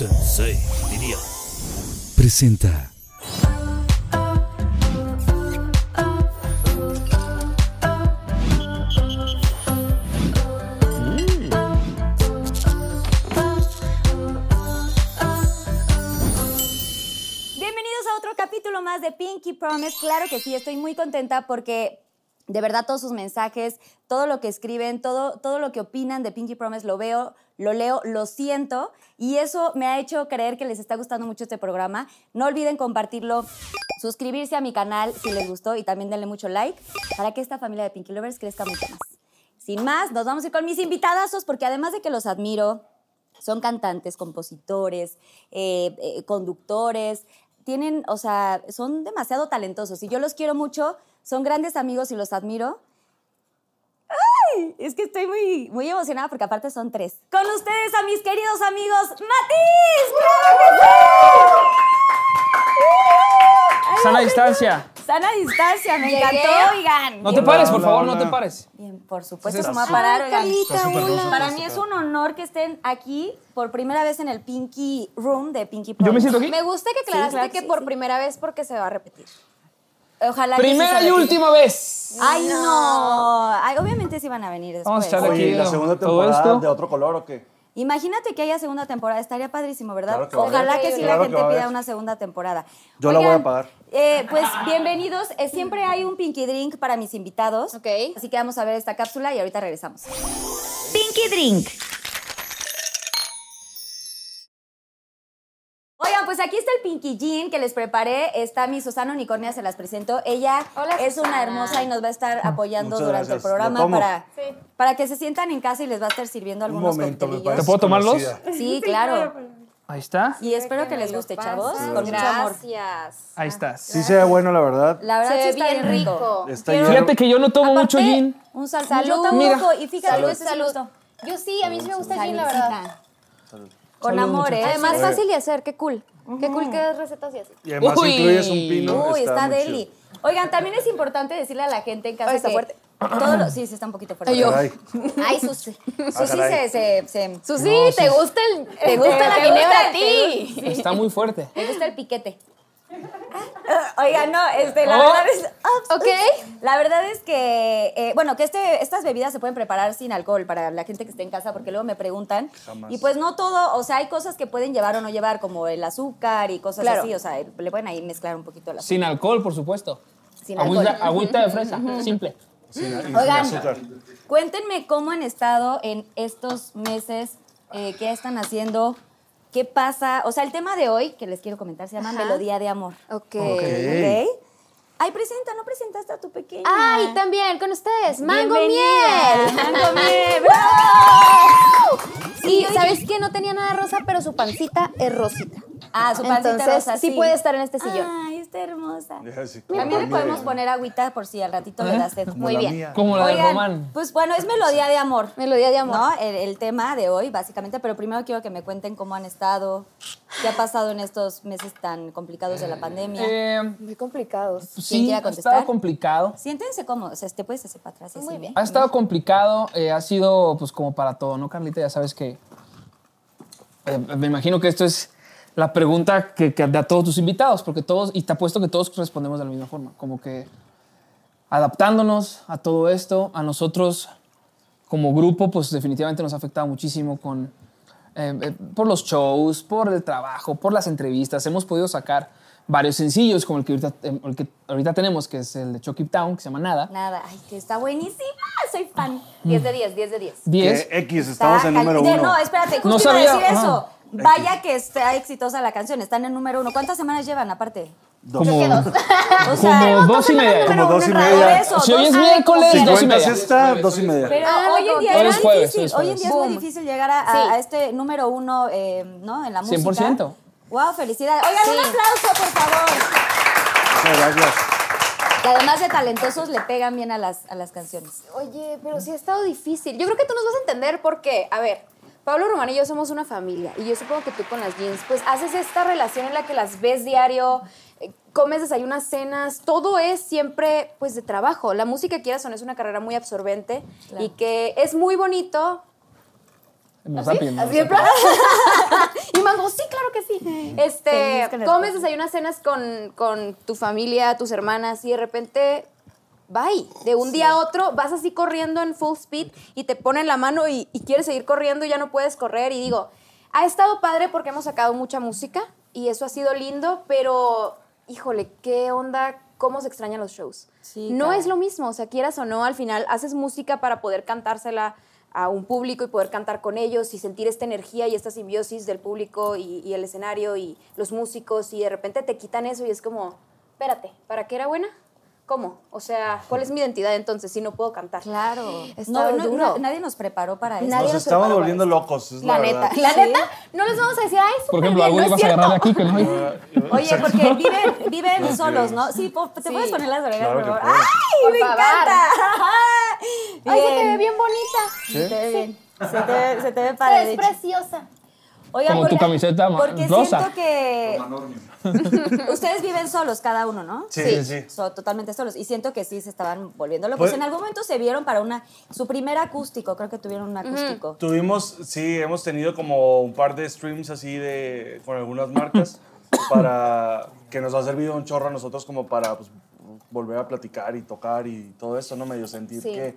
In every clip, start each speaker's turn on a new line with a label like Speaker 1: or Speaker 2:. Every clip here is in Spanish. Speaker 1: Sensei, diría. Presenta.
Speaker 2: Bienvenidos a otro capítulo más de Pinky Promise. Claro que sí, estoy muy contenta porque de verdad todos sus mensajes, todo lo que escriben, todo, todo lo que opinan de Pinky Promise lo veo, lo leo, lo siento y eso me ha hecho creer que les está gustando mucho este programa. No olviden compartirlo, suscribirse a mi canal si les gustó y también denle mucho like para que esta familia de Pinky Lovers crezca mucho más. Sin más, nos vamos a ir con mis invitadazos porque además de que los admiro, son cantantes, compositores, eh, eh, conductores, tienen, o sea, son demasiado talentosos y yo los quiero mucho, son grandes amigos y los admiro. ¡Ay! Es que estoy muy, muy emocionada porque aparte son tres. Con ustedes a mis queridos amigos, Matiz. ¡Claro que sí!
Speaker 3: Sana distancia.
Speaker 2: Sana distancia, me
Speaker 4: Llegué,
Speaker 2: encantó, oigan.
Speaker 3: No te pares, por favor, no te pares.
Speaker 2: Bien, por supuesto, se me va a parar, oigan. Para mí es un honor que estén aquí por primera vez en el Pinky Room de Pinky Promise.
Speaker 3: Yo me siento aquí.
Speaker 4: Me gusta que aclaraste
Speaker 2: claro,
Speaker 4: que
Speaker 2: sí,
Speaker 4: por
Speaker 2: sí.
Speaker 4: primera vez porque se va a repetir.
Speaker 2: Ojalá que sí
Speaker 3: Primera
Speaker 2: se
Speaker 3: y
Speaker 2: repita.
Speaker 3: última vez.
Speaker 2: Ay, no. Ay, obviamente sí van a venir después.
Speaker 3: Vamos a echarle
Speaker 5: Oye,
Speaker 3: aquí
Speaker 5: ¿y la
Speaker 3: lo-
Speaker 5: segunda
Speaker 3: todo
Speaker 5: temporada
Speaker 3: esto.
Speaker 5: de otro color o qué?
Speaker 2: Imagínate que haya segunda temporada, estaría padrísimo, ¿verdad?
Speaker 5: Claro que va a
Speaker 2: Ojalá
Speaker 4: haber.
Speaker 2: que sí la
Speaker 4: Claro
Speaker 5: que
Speaker 2: gente
Speaker 5: va a haber.
Speaker 2: pida una segunda temporada.
Speaker 5: Yo la voy a pagar.
Speaker 2: eh, pues bienvenidos. Eh, siempre hay un Pinky Drink para mis invitados.
Speaker 4: Ok.
Speaker 2: Así que vamos a ver esta cápsula y ahorita regresamos.
Speaker 6: Pinky Drink.
Speaker 2: Oigan, pues aquí está el Pinky Jean que les preparé. Está mi Susana Unicornia, se las presento. Ella
Speaker 4: Hola,
Speaker 2: es una
Speaker 4: Susana.
Speaker 2: hermosa y nos va a estar apoyando
Speaker 5: Muchas
Speaker 2: durante el
Speaker 5: gracias. ¿Lo
Speaker 2: programa
Speaker 5: tomo?
Speaker 2: para,
Speaker 4: Sí.
Speaker 2: para que se sientan en casa y les va a estar sirviendo
Speaker 5: Un
Speaker 2: algunos
Speaker 5: momento, me
Speaker 2: coctelillos.
Speaker 5: parece
Speaker 3: ¿Te puedo tomarlos?
Speaker 5: conocida.
Speaker 2: Sí, claro.
Speaker 3: Ahí está.
Speaker 2: Y espero que les guste, chavos. Con mucho amor.
Speaker 4: Ah, Gracias.
Speaker 3: Ahí estás.
Speaker 5: Sí se ve bueno, la verdad.
Speaker 2: La verdad
Speaker 4: Se
Speaker 2: sí
Speaker 4: ve
Speaker 2: está
Speaker 4: bien rico.
Speaker 5: Está lleno.
Speaker 3: Fíjate que yo no tomo mucho
Speaker 2: Aparte,
Speaker 3: gin.
Speaker 2: Un sal
Speaker 4: Salud.
Speaker 2: Yo tampoco,
Speaker 3: Mira.
Speaker 2: y fíjate,
Speaker 4: Salud,
Speaker 2: este sí me
Speaker 4: salud.
Speaker 2: gustó.
Speaker 4: Yo sí, a mí sí me gusta el gin, la
Speaker 2: Saludcita.
Speaker 4: verdad.
Speaker 2: Con
Speaker 3: Salud,
Speaker 2: amor, ¿eh?
Speaker 3: muchachos.
Speaker 4: Además,
Speaker 2: Además,
Speaker 4: fácil de hacer, qué cool. Qué
Speaker 2: Mm.
Speaker 4: cool que das recetas y así.
Speaker 5: Y además
Speaker 3: Uy.
Speaker 5: incluyes un pino.
Speaker 2: uy, está,
Speaker 5: muy
Speaker 2: deli.
Speaker 5: chido.
Speaker 2: Oigan, también es importante decirle a la gente en casa
Speaker 4: Ay, está
Speaker 2: que
Speaker 4: fuerte.
Speaker 2: todos los- sí, sí está un poquito fuerte.
Speaker 5: Caray.
Speaker 2: Ay, Susi. Susi
Speaker 5: caray.
Speaker 2: se, se, se-
Speaker 4: Susi, ¿te gusta el te
Speaker 2: gusta la
Speaker 4: gusta la
Speaker 2: ginebra
Speaker 4: ginebra
Speaker 2: a
Speaker 4: a
Speaker 2: ti?
Speaker 4: ti?
Speaker 3: Está muy fuerte.
Speaker 2: le gusta el piquete. Oigan, no, este, la
Speaker 3: Oh.
Speaker 2: verdad es...
Speaker 4: Ok.
Speaker 2: La verdad es que, eh, bueno, que este, estas bebidas se pueden preparar sin alcohol para la gente que esté en casa, porque luego me preguntan.
Speaker 5: Jamás.
Speaker 2: Y pues no todo, o sea, hay cosas que pueden llevar o no llevar, como el azúcar y cosas
Speaker 4: Claro.
Speaker 2: así, o sea, le pueden ahí mezclar un poquito el azúcar.
Speaker 3: Sin alcohol, por supuesto.
Speaker 2: Sin
Speaker 3: agüita,
Speaker 2: alcohol.
Speaker 3: agüita de fresa, simple.
Speaker 5: Sin, y sin
Speaker 2: Oigan.
Speaker 5: azúcar.
Speaker 2: Cuéntenme cómo han estado en estos meses, eh, qué están haciendo, qué pasa. O sea, el tema de hoy que les quiero comentar se llama
Speaker 4: Ajá.
Speaker 2: Melodía de Amor.
Speaker 4: Ok.
Speaker 5: Ok.
Speaker 2: ¿Ok? Ay, presenta, no presentaste a tu pequeña.
Speaker 4: Ay, también con ustedes, Mango
Speaker 2: Bienvenida,
Speaker 4: Miel.
Speaker 2: Mango Miel, bravo.
Speaker 4: Sí, ¿sabes qué? No tenía nada rosa, pero su pancita es rosita.
Speaker 2: Ah, su pancita
Speaker 4: Entonces,
Speaker 2: rosa, Ah.
Speaker 4: sí puede estar en este sillón.
Speaker 2: Ay, está hermosa.
Speaker 5: Ya, sí, como
Speaker 2: También le
Speaker 5: la mía,
Speaker 2: podemos
Speaker 5: ¿eh?
Speaker 2: poner agüita por si al ratito le das sed.
Speaker 5: Como
Speaker 4: Muy
Speaker 5: la
Speaker 4: bien.
Speaker 5: mía.
Speaker 3: ¿Eh? Como la de
Speaker 2: Oigan,
Speaker 3: Román.
Speaker 2: Pues bueno, es melodía de amor.
Speaker 4: Melodía de amor.
Speaker 2: ¿No? El, el tema de hoy, básicamente, pero primero quiero que me cuenten cómo han estado, qué ha pasado en estos meses tan complicados de la pandemia.
Speaker 3: Eh,
Speaker 4: Muy complicados.
Speaker 3: pues
Speaker 2: ¿Quién
Speaker 3: sí,
Speaker 2: quiera
Speaker 3: ha
Speaker 2: contestar?
Speaker 3: estado complicado.
Speaker 2: Siéntense cómodos, o sea, te puedes hacer para atrás. y así, ¿eh?
Speaker 4: bien.
Speaker 2: ¿no?
Speaker 3: Ha estado complicado, eh, ha sido pues como para todo, ¿no, Carlita? Ya sabes que... eh, me imagino que esto es la pregunta que, que a todos tus invitados, porque todos, y te apuesto que todos respondemos de la misma forma, como que adaptándonos a todo esto, a nosotros como grupo, pues definitivamente nos ha afectado muchísimo con, eh, eh, por los shows, por el trabajo, por las entrevistas. Hemos podido sacar varios sencillos, como el que ahorita, eh, el que ahorita tenemos, que es el de Chucky Town, que se llama Nada.
Speaker 2: Nada, ay, que está buenísima, soy fan.
Speaker 3: Mm.
Speaker 2: 10 de 10, 10 de 10.
Speaker 3: 10.
Speaker 5: Que Eh, X, estamos en
Speaker 2: Está
Speaker 5: número
Speaker 2: cal-
Speaker 5: uno.
Speaker 2: de- No, espérate, justo
Speaker 3: No
Speaker 2: iba a
Speaker 3: sabía,
Speaker 2: decir
Speaker 3: ajá.
Speaker 2: eso. Vaya que está exitosa la canción, están en número uno. ¿Cuántas semanas llevan aparte?
Speaker 3: como,
Speaker 2: O
Speaker 3: Eh, como
Speaker 2: ¿cuántas
Speaker 3: dos y
Speaker 4: Ah,
Speaker 2: semanas
Speaker 3: media.
Speaker 2: número
Speaker 5: Como
Speaker 2: uno
Speaker 5: dos y
Speaker 2: en radio?
Speaker 5: media.
Speaker 2: Por eso,
Speaker 3: Si
Speaker 2: dos
Speaker 3: hoy es
Speaker 2: años.
Speaker 3: miércoles,
Speaker 2: Sí,
Speaker 3: dos y
Speaker 5: 50
Speaker 3: media.
Speaker 5: es esta, dos y media.
Speaker 2: Pero
Speaker 4: Ah,
Speaker 2: hoy en
Speaker 4: no,
Speaker 2: día es
Speaker 4: hoy
Speaker 3: es
Speaker 2: muy
Speaker 3: jueves,
Speaker 2: difícil,
Speaker 3: hoy es
Speaker 2: hoy en
Speaker 3: jueves.
Speaker 2: día es muy
Speaker 4: Boom.
Speaker 2: difícil llegar a, a-
Speaker 4: Sí.
Speaker 2: a este número uno, eh, ¿no? En la música.
Speaker 3: 100%.
Speaker 2: Wow, felicidades. Oigan, un
Speaker 4: Sí.
Speaker 2: aplauso, por favor.
Speaker 5: Muchas gracias.
Speaker 2: Que además de talentosos le pegan bien a las, a las canciones.
Speaker 4: Oye, pero sí ha estado difícil. Yo creo que tú nos vas a entender porque, a ver, Pablo Román y yo somos una familia y yo supongo que tú con las jeans, pues haces esta relación en la que las ves diario, eh, comes, desayunas, cenas, todo es siempre pues de trabajo. La música, quieras o no, es una carrera muy absorbente
Speaker 2: Claro.
Speaker 4: y que es muy bonito.
Speaker 3: Me lo está pidiendo, me lo está
Speaker 4: Siempre. y Mango, sí, Este,
Speaker 2: Tenías que leer
Speaker 4: comes,
Speaker 2: todo.
Speaker 4: desayunas, cenas con, con tu familia, tus hermanas y de repente, bye, de un día a otro vas así corriendo en full speed y te ponen la mano y, y quieres seguir corriendo y ya no puedes correr y digo, ha estado padre porque hemos sacado mucha música y eso ha sido lindo, pero híjole, qué onda, cómo se extrañan los shows.
Speaker 2: Sí,
Speaker 4: no
Speaker 2: claro.
Speaker 4: es lo mismo, o sea, quieras o no, al final haces música para poder cantársela a un público y poder cantar con ellos y sentir esta energía y esta simbiosis del público y, y el escenario y los músicos y de repente te quitan eso y es como, espérate, ¿para qué era buena? ¿Cómo? O sea, ¿cuál es mi identidad entonces si no puedo cantar?
Speaker 2: Claro.
Speaker 4: Estaba
Speaker 2: No, no,
Speaker 4: duro.
Speaker 2: na- nadie nos preparó para eso.
Speaker 4: Nadie
Speaker 5: Nos
Speaker 4: nos
Speaker 5: estamos
Speaker 4: preparó
Speaker 5: volviendo
Speaker 4: para
Speaker 5: locos, es la,
Speaker 4: La neta,
Speaker 5: verdad.
Speaker 4: la neta, no les vamos a decir, ay,
Speaker 3: Por
Speaker 4: súper
Speaker 3: ejemplo,
Speaker 4: bien,
Speaker 3: algo
Speaker 4: no es
Speaker 3: ibas a agarrar de
Speaker 4: cierto".
Speaker 3: aquí que no hay.
Speaker 2: Oye, porque viven, viven solos, ¿no? Sí, po- te
Speaker 4: Sí.
Speaker 2: puedes poner las orejas,
Speaker 5: Claro
Speaker 2: por
Speaker 5: que
Speaker 2: favor.
Speaker 5: puedo.
Speaker 2: ¡Ay,
Speaker 4: Por
Speaker 2: me
Speaker 4: favor.
Speaker 2: encanta!
Speaker 4: Ay, se te ve
Speaker 2: Bien.
Speaker 4: bien bonita.
Speaker 2: Se te ve bien. Se te ve, se te ve
Speaker 4: Se
Speaker 2: padre. de
Speaker 4: ves
Speaker 2: hecho.
Speaker 4: preciosa.
Speaker 2: Oigan,
Speaker 3: Como tu
Speaker 2: porque-
Speaker 3: camiseta ma-
Speaker 2: porque
Speaker 3: rosa.
Speaker 2: siento que ustedes viven solos cada uno, ¿no?
Speaker 5: Sí, sí, sí.
Speaker 2: So- totalmente solos. Y siento que sí se estaban volviendo locos.
Speaker 5: Pues-
Speaker 2: en algún momento se vieron para una su primer acústico, creo que tuvieron un acústico.
Speaker 5: Tuvimos, sí, hemos tenido como un par de streams así de con algunas marcas para que nos ha servido un chorro a nosotros como para pues, volver a platicar y tocar y todo eso, ¿no? Medio sentir
Speaker 4: Sí.
Speaker 5: que,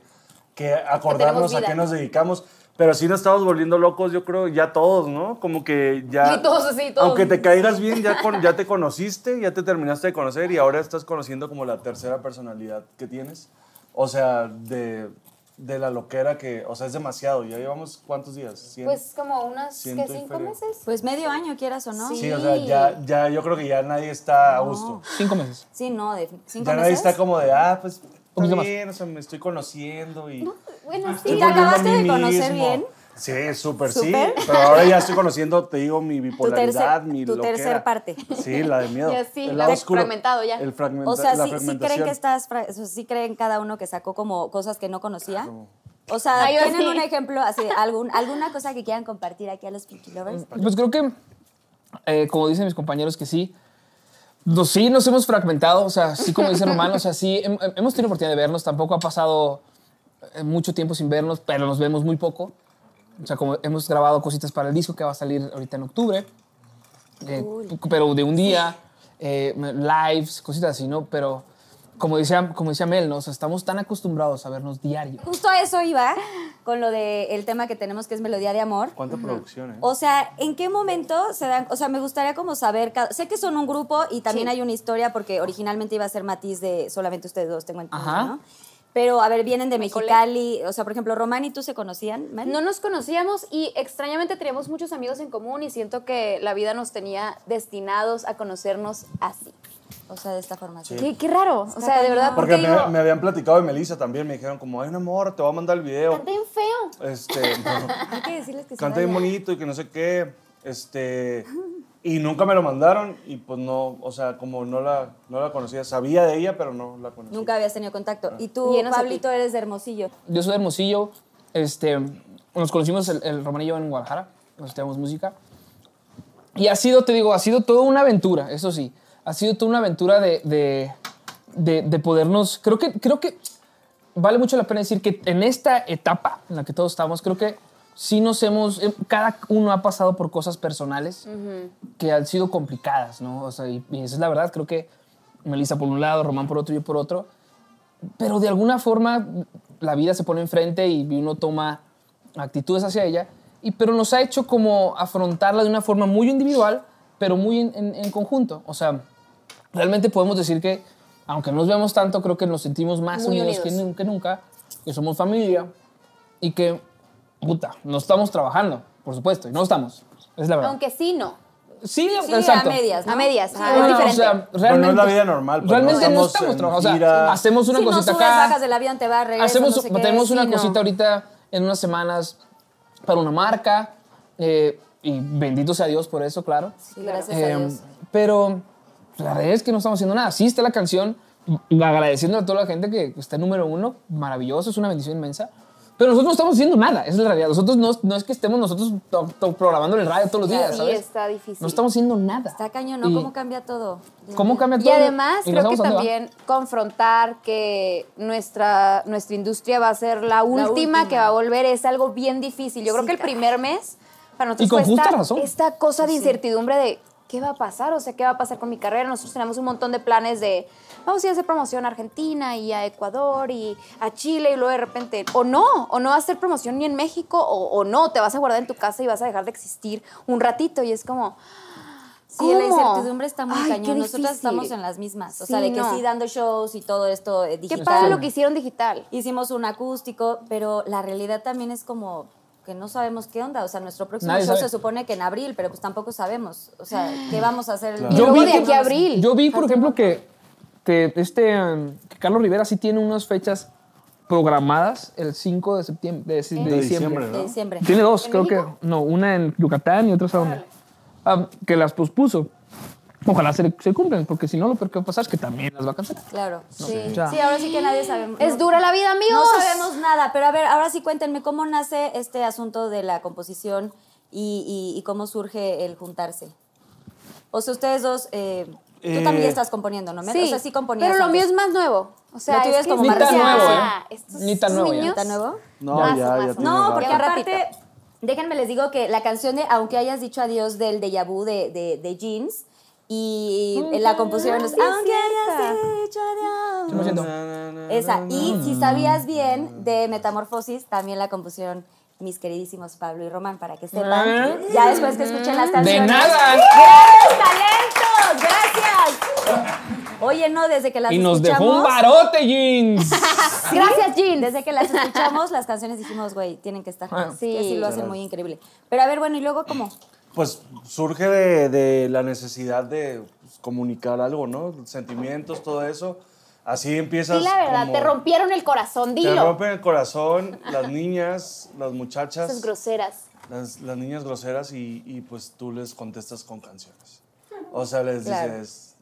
Speaker 5: que acordarnos a
Speaker 4: vida.
Speaker 5: qué nos dedicamos. Pero sí nos estamos volviendo locos, yo creo, ya todos, ¿no? Como que ya...
Speaker 4: Sí, todos así, todos.
Speaker 5: Aunque te caigas bien, ya, con- ya te conociste, ya te terminaste de conocer y ahora estás conociendo como la tercera personalidad que tienes. O sea, de, de la loquera que... O sea, es demasiado. Ya llevamos cuántos días? ¿Cien?
Speaker 4: Pues como unas, ¿qué?
Speaker 5: Siento
Speaker 4: ¿Cinco
Speaker 5: diferente.
Speaker 4: meses?
Speaker 2: Pues medio año, quieras o no.
Speaker 4: Sí.
Speaker 5: sí, o sea, ya, ya yo creo que ya nadie está a gusto.
Speaker 3: Cinco meses.
Speaker 2: Sí, no, de cinco
Speaker 5: Ya nadie
Speaker 2: meses.
Speaker 5: está como de, ah, pues...
Speaker 3: poquito
Speaker 5: Está
Speaker 3: más.
Speaker 5: bien, o sea, me estoy conociendo y...
Speaker 4: Bueno,
Speaker 2: ¿Y
Speaker 5: Estoy
Speaker 2: te
Speaker 4: sí.
Speaker 5: volviendo a
Speaker 2: acabaste
Speaker 5: mí
Speaker 2: de conocer
Speaker 5: mismo.
Speaker 2: bien?
Speaker 5: Sí, súper sí.
Speaker 2: ¿Súper?
Speaker 5: Pero ahora ya estoy conociendo, te digo, mi
Speaker 2: Tu
Speaker 5: bipolaridad,
Speaker 2: tercer,
Speaker 5: mi
Speaker 2: tu
Speaker 5: loquera.
Speaker 2: tercer parte.
Speaker 5: Sí, la de miedo.
Speaker 4: Ya sí,
Speaker 5: el
Speaker 4: la
Speaker 5: lado
Speaker 4: de
Speaker 5: oscuro.
Speaker 4: fragmentado ya.
Speaker 5: El fragmenta-
Speaker 2: O sea,
Speaker 5: la
Speaker 2: sí, sí creen
Speaker 5: fragmentación.
Speaker 2: que estás, fra- o sea, sí creen cada uno que sacó como cosas que no conocía. O sea,
Speaker 4: Ay, yo
Speaker 2: tienen
Speaker 4: sí.
Speaker 2: un ejemplo así, de algún, alguna cosa que quieran compartir aquí a los Pinky Lovers.
Speaker 3: Pues creo que, eh, como dicen mis compañeros, que sí. Nos, sí, nos hemos fragmentado, o sea, sí, como dice Román, o sea, sí, hem- hem- hemos tenido oportunidad de vernos, tampoco ha pasado eh, mucho tiempo sin vernos, pero nos vemos muy poco. O sea, como hemos grabado cositas para el disco que va a salir ahorita en octubre, eh, pero de un día, eh, lives, cositas así, ¿no? Pero como decía, como decía Mel, ¿no? O sea, estamos tan acostumbrados a vernos diario.
Speaker 2: Justo a eso iba con lo del tema que tenemos que es Melodía de Amor.
Speaker 5: ¿Cuánta producción, eh?
Speaker 2: O sea, ¿en qué momento se dan? O sea, me gustaría como saber. cada- sé que son un grupo y también hay una historia porque originalmente iba a ser matiz de solamente ustedes dos, tengo entendido,
Speaker 3: Ajá.
Speaker 2: ¿no? Pero, a ver, vienen de
Speaker 4: Michael.
Speaker 2: Mexicali. O sea, por ejemplo, Román y tú se conocían, Mel?
Speaker 4: No nos conocíamos y extrañamente teníamos muchos amigos en común y siento que la vida nos tenía destinados a conocernos así.
Speaker 2: O sea, de esta forma. sí.
Speaker 4: Qué, qué raro. o sea, de verdad, porque,
Speaker 5: Porque me,
Speaker 4: digo,
Speaker 5: me habían platicado de Melissa también, me dijeron como, hay una morra, te voy a mandar el video.
Speaker 4: "Está bien feo.
Speaker 5: Este,
Speaker 2: Hay que decirles que se
Speaker 5: canta bien
Speaker 2: vayan.
Speaker 5: bonito y que no sé qué. Este, y nunca me lo mandaron y pues no, o sea, como no la, no la conocía. Sabía de ella, pero no la conocía.
Speaker 2: Nunca habías tenido contacto. Ah. Y tú,
Speaker 4: Llenos aquí.
Speaker 2: Pablito, eres de Hermosillo.
Speaker 3: Yo soy de Hermosillo. Este, nos conocimos el, el Romanillo en Guadalajara. Nos estudiamos música. Y ha sido, te digo, ha sido toda una aventura, eso sí. Ha sido toda una aventura de, de, de- de podernos. Creo que, creo que vale mucho la pena decir que en esta etapa en la que todos estamos, creo que sí nos hemos. eh, Cada uno ha pasado por cosas personales que han sido complicadas, ¿no? O sea, y, y esa es la verdad. Creo que Melissa por un lado, Román por otro, yo por otro pero de alguna forma la vida se pone enfrente y uno toma actitudes hacia ella, y, pero nos ha hecho como afrontarla de una forma muy individual, pero muy en, en- en conjunto. O sea, realmente podemos decir que, aunque no nos vemos tanto, creo que nos sentimos más
Speaker 4: Muy
Speaker 3: unidos, Que,
Speaker 4: unidos.
Speaker 3: nun- que nunca, que somos familia y que, puta, no estamos trabajando, por supuesto, y no estamos. Es la verdad.
Speaker 4: Aunque sí, no.
Speaker 3: sí,
Speaker 2: Sí,
Speaker 3: exacto.
Speaker 2: a medias. ¿no?
Speaker 4: A medias,
Speaker 2: Sí,
Speaker 4: ajá.
Speaker 3: No,
Speaker 4: es
Speaker 3: no, no, o
Speaker 4: diferente.
Speaker 3: sea, realmente,
Speaker 5: Pero no es la vida normal, pues,
Speaker 3: realmente no
Speaker 5: no estamos
Speaker 3: estamos
Speaker 5: en
Speaker 3: trabajando. O sea,
Speaker 5: gira.
Speaker 3: hacemos una
Speaker 2: Sí, no
Speaker 3: cosita
Speaker 2: subes,
Speaker 3: acá.
Speaker 2: bajas del avión, te vas, regresas,
Speaker 3: Hacemos,
Speaker 2: no sé qué,
Speaker 3: tenemos
Speaker 2: sí,
Speaker 3: una
Speaker 2: no.
Speaker 3: cosita ahorita en unas semanas para una marca. eh, y bendito sea Dios por eso, claro.
Speaker 2: Sí, gracias
Speaker 3: Eh,
Speaker 2: a Dios.
Speaker 3: Pero la verdad es que no estamos haciendo nada. Sí está la canción, m- agradeciendo a toda la gente que está en número uno. Maravilloso, es una bendición inmensa. Pero nosotros no estamos haciendo nada, esa es la realidad. Nosotros no, no es que estemos nosotros to- to- programando en el radio todos los días,
Speaker 4: Sí,
Speaker 3: ¿sabes?
Speaker 4: está difícil.
Speaker 3: No estamos haciendo nada.
Speaker 2: Está cañón, ¿no?
Speaker 3: Y-
Speaker 2: ¿Cómo cambia todo?
Speaker 3: ¿Cómo cambia
Speaker 4: Y
Speaker 3: todo?
Speaker 4: además
Speaker 3: nos
Speaker 4: creo que
Speaker 3: vamos a dónde va.
Speaker 4: también confrontar que nuestra, nuestra industria va a ser la última,
Speaker 2: última.
Speaker 4: que va a volver es algo bien difícil. Yo creo que el primer mes para nosotros
Speaker 3: Y con
Speaker 4: fue
Speaker 3: justa
Speaker 4: esta,
Speaker 3: razón.
Speaker 4: esta cosa de incertidumbre de ¿qué va a pasar? O sea, ¿qué va a pasar con mi carrera? Nosotros tenemos un montón de planes de, vamos a ir a hacer promoción a Argentina y a Ecuador y a Chile y luego de repente, o no, o no vas a hacer promoción ni en México, o, o no, te vas a guardar en tu casa y vas a dejar de existir un ratito y es como...
Speaker 2: Sí, la
Speaker 4: ¿cómo?
Speaker 2: incertidumbre está muy
Speaker 4: Ay, qué
Speaker 2: cañón. Nosotras
Speaker 4: difícil.
Speaker 2: estamos en las mismas. O
Speaker 4: Sí,
Speaker 2: sea, de que
Speaker 4: no.
Speaker 2: sí dando shows y todo esto eh,
Speaker 4: Qué
Speaker 2: digital.
Speaker 4: padre lo que hicieron digital.
Speaker 2: Hicimos un acústico, pero la realidad también es como que no sabemos qué onda. O sea, nuestro próximo
Speaker 3: Nadie
Speaker 2: show se
Speaker 3: sabe.
Speaker 2: supone que en abril, pero pues tampoco sabemos. O sea, ¿qué vamos a hacer? el
Speaker 5: Claro.
Speaker 2: día
Speaker 4: Yo
Speaker 2: de
Speaker 4: vi
Speaker 2: mañana?
Speaker 4: que-
Speaker 2: No lo sé.
Speaker 4: abril.
Speaker 3: Yo vi, por ejemplo, que, que este um, que Carlos Rivera sí tiene unas fechas programadas el 5 de septiembre, de, de diciembre.
Speaker 5: De diciembre, ¿no?
Speaker 2: De diciembre.
Speaker 3: Tiene dos,
Speaker 4: ¿En
Speaker 3: creo
Speaker 4: México?
Speaker 3: que. No, una en Yucatán y otra a dónde. Ah, que las pospuso. Ojalá se, se cumplan, porque si no, lo peor que va a pasar es que también las va a cancelar.
Speaker 2: Claro.
Speaker 3: Sí.
Speaker 2: Sí. Sí, ahora sí que nadie sabe.
Speaker 4: Es dura la vida, amigos.
Speaker 2: No sabemos nada, pero a ver, ahora sí cuéntenme cómo nace este asunto de la composición y, y- y cómo surge el juntarse. O sea, ustedes dos, eh, tú
Speaker 5: Eh,
Speaker 2: también estás componiendo, ¿no?
Speaker 4: Sí,
Speaker 2: o sea, sí componías.
Speaker 4: pero lo
Speaker 2: antes.
Speaker 4: mío es más nuevo. O sea,
Speaker 2: Lo tuyo
Speaker 4: es
Speaker 2: es
Speaker 4: que
Speaker 2: como
Speaker 3: Ni
Speaker 4: ya-
Speaker 3: tan
Speaker 2: Marciana.
Speaker 3: nuevo, ¿eh?
Speaker 4: estos
Speaker 3: Ni tan nuevo ya.
Speaker 4: niños-
Speaker 2: ¿Está nuevo?
Speaker 5: No,
Speaker 4: Más,
Speaker 5: ya,
Speaker 4: más.
Speaker 5: ya tiene
Speaker 2: No,
Speaker 5: rato.
Speaker 2: porque
Speaker 4: Ya un
Speaker 2: aparte, déjenme les digo que la canción de Aunque hayas dicho adiós del déjà vu de, de, de Jeans y la compusieron es
Speaker 4: sí es
Speaker 2: Aunque hayas
Speaker 4: cierto.
Speaker 2: dicho adiós.
Speaker 3: Yo lo siento.
Speaker 2: Esa. Y si sabías bien de Metamorfosis, también la compusieron mis queridísimos Pablo y Román, para que sepan. Ya después que escuchen las canciones.
Speaker 3: Ah. ¡De nada!
Speaker 2: ¡Eres talentos! ¡Gracias! Oye, no, desde que las
Speaker 3: Y nos dejó
Speaker 2: escuchamos...
Speaker 3: un barote, jeans.
Speaker 2: Gracias, Jean. Desde que las escuchamos, las canciones dijimos, güey, tienen que estar.
Speaker 3: Ah.
Speaker 2: Sí, sí, lo hacen muy increíble. Pero a ver, bueno, ¿y luego cómo?
Speaker 5: Pues surge de, de la necesidad de pues, comunicar algo, ¿no? Sentimientos, todo eso. Así empiezas.
Speaker 4: Sí, la verdad,
Speaker 5: como-
Speaker 4: te rompieron el corazón,
Speaker 5: Te
Speaker 4: dilo.
Speaker 5: rompen el corazón las niñas, las
Speaker 4: Esas
Speaker 5: muchachas,
Speaker 4: groseras.
Speaker 5: las, las niñas groseras y, y, pues tú les contestas con canciones. O sea, les
Speaker 2: Claro.
Speaker 5: dices,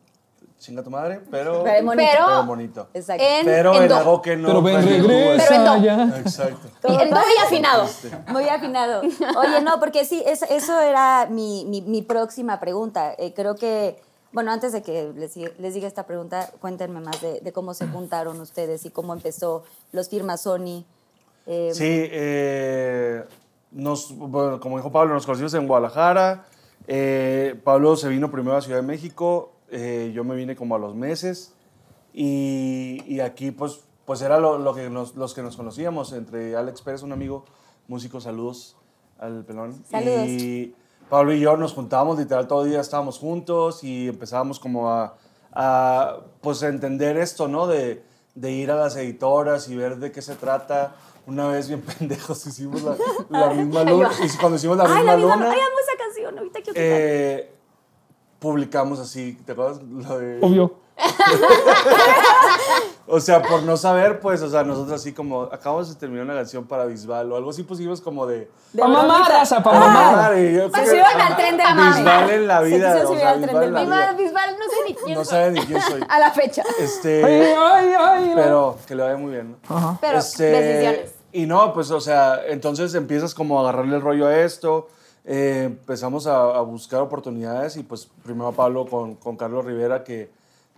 Speaker 5: chinga tu madre, pero...
Speaker 2: Pero bonito.
Speaker 4: Pero-
Speaker 5: pero bonito.
Speaker 2: Exacto.
Speaker 4: En-
Speaker 5: Pero
Speaker 4: en
Speaker 5: en
Speaker 4: do.
Speaker 5: algo que no...
Speaker 3: Pero ven,
Speaker 5: planeas tú,
Speaker 3: regresa
Speaker 4: Pero en do.
Speaker 3: ya.
Speaker 5: Exacto. Este,
Speaker 4: El doble y afinado.
Speaker 2: Muy afinado. Oye, no, porque sí, es- eso era mi, mi- mi próxima pregunta. Eh, creo que, bueno, antes de que les, siga- les diga esta pregunta, cuéntenme más de, de cómo se juntaron ustedes y cómo empezó los firmas Sony. Eh,
Speaker 5: Sí, eh, nos, bueno, como dijo Pablo, nos conocimos en Guadalajara. Eh, Pablo se vino primero a Ciudad de México, eh, yo me vine como a los meses y, y aquí pues, pues era lo, lo que nos, los que nos conocíamos, entre Alex Pérez, un amigo músico, saludos al pelón.
Speaker 2: Saludos.
Speaker 5: Y Pablo y yo nos juntábamos literal todo el día, estábamos juntos y empezábamos como a, a, pues a entender esto, ¿no? De, de ir a las editoras y ver de qué se trata. Una vez bien pendejos hicimos la, la misma luna. Y cuando hicimos la misma
Speaker 2: Ay, la misma,
Speaker 5: luna,
Speaker 2: ay, amo esa canción, ahorita quiero cantar.
Speaker 5: eh, publicamos así, ¿te acuerdas? Lo de-
Speaker 3: Obvio.
Speaker 5: O sea, por no saber, pues, o sea, nosotros así como acabamos de terminar una canción para Bisbal o algo así pusimos como de... "Ah,
Speaker 3: Pa' mamar, raza, pa' mamar.
Speaker 5: Madre, yo creo que-
Speaker 4: subieron Pues al tren de Amame.
Speaker 5: Bisbal en la
Speaker 2: Se
Speaker 5: vida.
Speaker 2: quiso
Speaker 5: o
Speaker 2: subir
Speaker 5: sea,
Speaker 2: al tren
Speaker 5: Bisbal en
Speaker 2: de
Speaker 5: la
Speaker 4: Bisbal,
Speaker 5: vida.
Speaker 4: Bisbal, no sé ni quién
Speaker 5: No
Speaker 4: soy.
Speaker 5: sabe ni quién soy.
Speaker 4: A la fecha.
Speaker 3: Ay,
Speaker 5: Este,
Speaker 3: ay, ay.
Speaker 5: pero que le vaya muy bien, ¿no?
Speaker 3: Ajá.
Speaker 4: Pero
Speaker 5: Este,
Speaker 4: decisiones.
Speaker 5: Y no, pues, o sea, entonces empiezas como a agarrarle el rollo a esto. eh, empezamos a, a buscar oportunidades y pues primero Pablo con, con Carlos Rivera, que,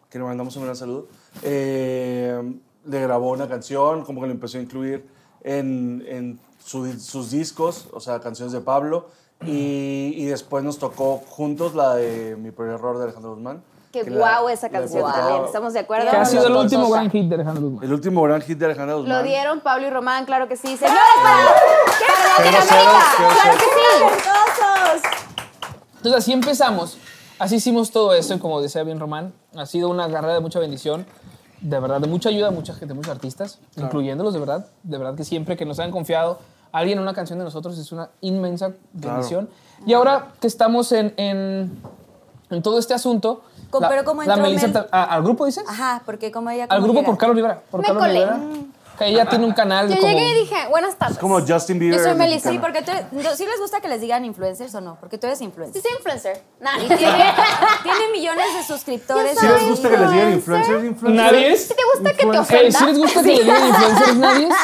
Speaker 5: que le mandamos un gran saludo, eh, le grabó una canción, como que lo empezó a incluir en, en su- sus discos, o sea, canciones de Pablo. Y, y después nos tocó juntos la de Mi primer error de Alejandro Guzmán.
Speaker 4: Qué
Speaker 5: que la-
Speaker 4: guau esa
Speaker 5: la he
Speaker 4: canción
Speaker 5: platicado.
Speaker 4: también. Estamos de acuerdo.
Speaker 3: Que ha sido el
Speaker 5: Las
Speaker 3: último
Speaker 5: dos.
Speaker 3: gran hit de Alejandro Guzmán.
Speaker 5: El último gran hit de Alejandro Guzmán.
Speaker 4: Lo dieron Pablo y Román, claro que sí. Señores, para, para
Speaker 5: ¡Ah! Qué
Speaker 4: Latinoamérica.
Speaker 5: groseros, qué
Speaker 4: Claro que sí.
Speaker 3: Entonces así empezamos, así hicimos todo eso y como decía bien Román, ha sido una carrera de mucha bendición, de verdad, de mucha ayuda a mucha gente, muchos artistas, incluyéndolos, de verdad, de verdad que siempre que nos han confiado alguien en una canción de nosotros es una inmensa bendición. Y ahora que estamos en, en, en todo este asunta,
Speaker 2: Con- pero ¿cómo entró Mel?
Speaker 3: ta- a- ¿Al grupo dices?
Speaker 2: Ajá, porque como ella.
Speaker 3: al
Speaker 2: como
Speaker 3: grupo
Speaker 2: llega.
Speaker 3: por Carlos Rivera. Por
Speaker 4: Me
Speaker 3: Carlos
Speaker 4: colé.
Speaker 3: Rivera. Que ella tiene un canal
Speaker 4: Yo
Speaker 3: como...
Speaker 4: llegué y dije, buenas tardes.
Speaker 5: Es como Justin Bieber.
Speaker 4: Yo soy Meli,
Speaker 5: mexicano.
Speaker 4: sí,
Speaker 2: Sí, porque tú eres- yo- ¿sí les gusta que les digan influencers o no? Porque tú eres influencer.
Speaker 4: Sí, soy influencer. Nah.
Speaker 2: Tiene, tiene millones de suscriptores.
Speaker 5: Si les
Speaker 4: Ay,
Speaker 5: gusta que les digan influencers, influencers.
Speaker 3: ¿Nadie es?
Speaker 2: "Este
Speaker 4: Si te gusta que te
Speaker 3: Hey, ¿sí les
Speaker 4: ofenda.
Speaker 3: gusta que le digan influencers nadie?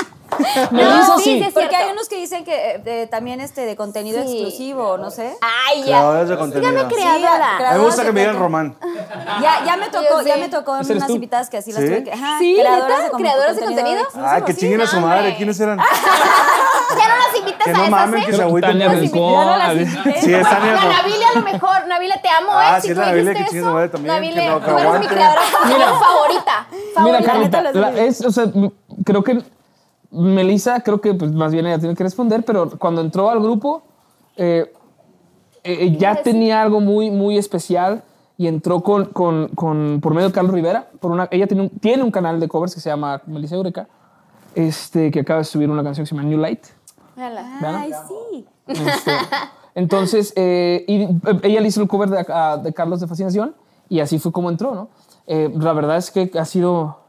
Speaker 3: Me
Speaker 4: No,
Speaker 3: dice
Speaker 4: sí,
Speaker 3: así.
Speaker 4: sí, sí.
Speaker 2: Porque
Speaker 4: cierto.
Speaker 2: hay unos que dicen que eh, de- también este de contenido
Speaker 4: Sí.
Speaker 2: exclusivo, no sé.
Speaker 4: Ay, ya.
Speaker 5: Creadores de contenido.
Speaker 4: Dígame
Speaker 5: A
Speaker 4: creadora.
Speaker 2: creadora.
Speaker 5: mí me gusta que me
Speaker 4: Ah,
Speaker 5: digan
Speaker 2: Creadores
Speaker 5: Román.
Speaker 2: Ya, ya me tocó,
Speaker 4: Yo sé.
Speaker 2: ya me tocó
Speaker 3: ¿Ese eres
Speaker 2: unas
Speaker 3: tú?
Speaker 2: invitadas que así las
Speaker 5: ¿Sí?
Speaker 2: tuve que. ajá,
Speaker 4: Sí, ¿neta?
Speaker 2: con-
Speaker 4: ¿Creadoras de contenido?
Speaker 2: exclusivo,
Speaker 5: Ah, que
Speaker 2: sí.
Speaker 5: chinguen a su
Speaker 4: hombre.
Speaker 5: madre. ¿Quiénes eran?
Speaker 4: ya no las invitas
Speaker 5: Que
Speaker 4: a
Speaker 5: no
Speaker 4: esas,
Speaker 5: mamen,
Speaker 4: ¿eh?
Speaker 5: que se agüiten.
Speaker 3: Tania
Speaker 5: por eso.
Speaker 3: Rincón.
Speaker 4: Ya no las
Speaker 3: a ver.
Speaker 4: invites.
Speaker 5: Sí, es Tania
Speaker 4: La
Speaker 5: Rincón.
Speaker 4: Navile a lo mejor. Navile, te amo,
Speaker 5: Ah,
Speaker 4: ¿eh?
Speaker 5: sí,
Speaker 4: Si
Speaker 5: es
Speaker 4: tú
Speaker 5: la Navile,
Speaker 4: dijiste
Speaker 5: que chingue
Speaker 4: eso,
Speaker 5: su madre también,
Speaker 4: Navile,
Speaker 5: que no, que
Speaker 4: tú eres mi
Speaker 5: aguante.
Speaker 4: creadora favorita.
Speaker 3: Mira,
Speaker 4: favorita.
Speaker 3: Carlita,
Speaker 4: Neta, los
Speaker 3: la-
Speaker 4: Navile.
Speaker 3: es, o sea, m- creo que Melissa, creo que pues, más bien ella tiene que responder, pero cuando entró al grupo, eh, eh, eh, ya tenía algo muy, muy especial y entró con, con- con- por medio de Carlos Rivera. Por una, ella tiene un, tiene un canal de covers que se llama Melissa Eureka, este, que acaba de subir una canción que se llama New Light.
Speaker 4: Ala.
Speaker 3: ¿verdad?
Speaker 2: Ay, sí.
Speaker 3: Este, entonces, eh, y, eh, ella le hizo el cover de, a- de Carlos de Fascinación y así fue como entró, ¿no? Eh, la verdad es que ha sido,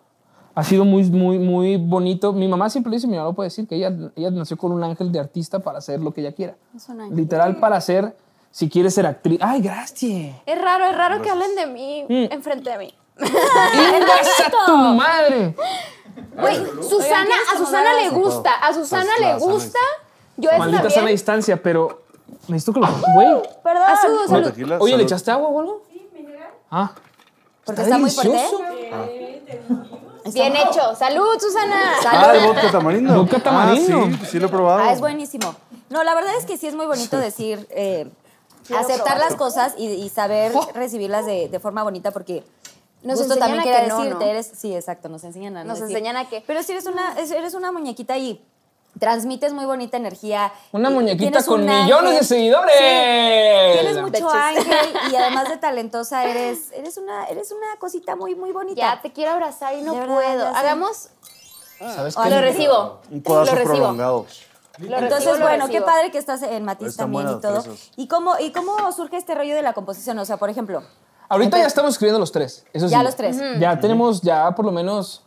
Speaker 3: ha sido muy, muy, muy bonito. Mi mamá siempre dice, mi mamá lo puede decir, que ella, ella nació con un ángel de artista para hacer lo que ella quiera.
Speaker 4: Es un ángel.
Speaker 3: Literal para hacer, si quiere ser actriz. ¡Ay, gracias!
Speaker 4: Es raro, es raro que hablen de mí
Speaker 3: Mm.
Speaker 4: enfrente de mí.
Speaker 2: Ah,
Speaker 3: ¡Ingas a tu madre!
Speaker 5: Ah,
Speaker 4: Güey, Susana,
Speaker 2: ¿quieres
Speaker 4: a Susana
Speaker 2: tomar
Speaker 4: le gusta, a Susana
Speaker 5: Pues,
Speaker 4: le
Speaker 5: la sana
Speaker 4: gusta. Yo es
Speaker 3: Maldita sana
Speaker 4: también.
Speaker 3: distancia, pero necesito que lo... Güey.
Speaker 2: Perdón.
Speaker 4: A su
Speaker 5: No,
Speaker 4: salud.
Speaker 5: tequila,
Speaker 3: Oye, ¿le
Speaker 5: salud.
Speaker 3: echaste agua o algo? Sí, Ah.
Speaker 2: Porque está muy fuerte. ¿eh?
Speaker 3: delicioso.
Speaker 4: Bien hecho. Salud, Susana.
Speaker 5: Ah, el vodka tamarindo.
Speaker 3: Vodka tamarindo.
Speaker 5: Ah, sí, sí lo he probado.
Speaker 2: Ah, es buenísimo. No, la verdad es que sí es muy bonito decir, eh, aceptar las cosas y, y saber recibirlas de, de forma bonita porque
Speaker 4: Nos
Speaker 2: gusto
Speaker 4: enseñan
Speaker 2: también
Speaker 4: a
Speaker 2: quiere
Speaker 4: que no,
Speaker 2: decirte,
Speaker 4: ¿no?
Speaker 2: eres, sí, exacto, nos enseñan a no
Speaker 4: Nos
Speaker 2: decir.
Speaker 4: enseñan a que-
Speaker 2: Pero si eres una, es- eres una muñequita y transmites muy bonita energía.
Speaker 3: Una
Speaker 2: y
Speaker 3: muñequita
Speaker 2: tienes
Speaker 3: con
Speaker 2: un
Speaker 3: millones
Speaker 2: ángel.
Speaker 3: de seguidores.
Speaker 2: Sí, tienes
Speaker 4: mu-
Speaker 2: mucho
Speaker 4: Bitches.
Speaker 2: ángel y además de talentosa eres, eres una, eres una cosita muy, muy bonita.
Speaker 4: Ya te quiero abrazar y no
Speaker 2: De verdad,
Speaker 4: puedo.
Speaker 2: ya sé.
Speaker 4: Hagamos.
Speaker 3: ¿Sabes
Speaker 2: Ay,
Speaker 4: Lo recibo.
Speaker 5: Un
Speaker 4: Lo
Speaker 5: codazo
Speaker 4: recibo.
Speaker 5: prolongado.
Speaker 4: Lo
Speaker 2: Entonces,
Speaker 4: recibo, lo
Speaker 2: bueno, qué
Speaker 4: recibo.
Speaker 2: padre que estás en Matiz
Speaker 5: Están
Speaker 2: también y
Speaker 5: buenas
Speaker 2: todo.
Speaker 5: presas.
Speaker 2: ¿Y cómo, ¿Y cómo surge este rollo de la composición? O sea, por ejemplo,
Speaker 3: Ahorita ya estamos escribiendo los tres. Eso
Speaker 2: Ya
Speaker 3: sí.
Speaker 2: los tres. Ujú.
Speaker 3: Ya tenemos ya por lo menos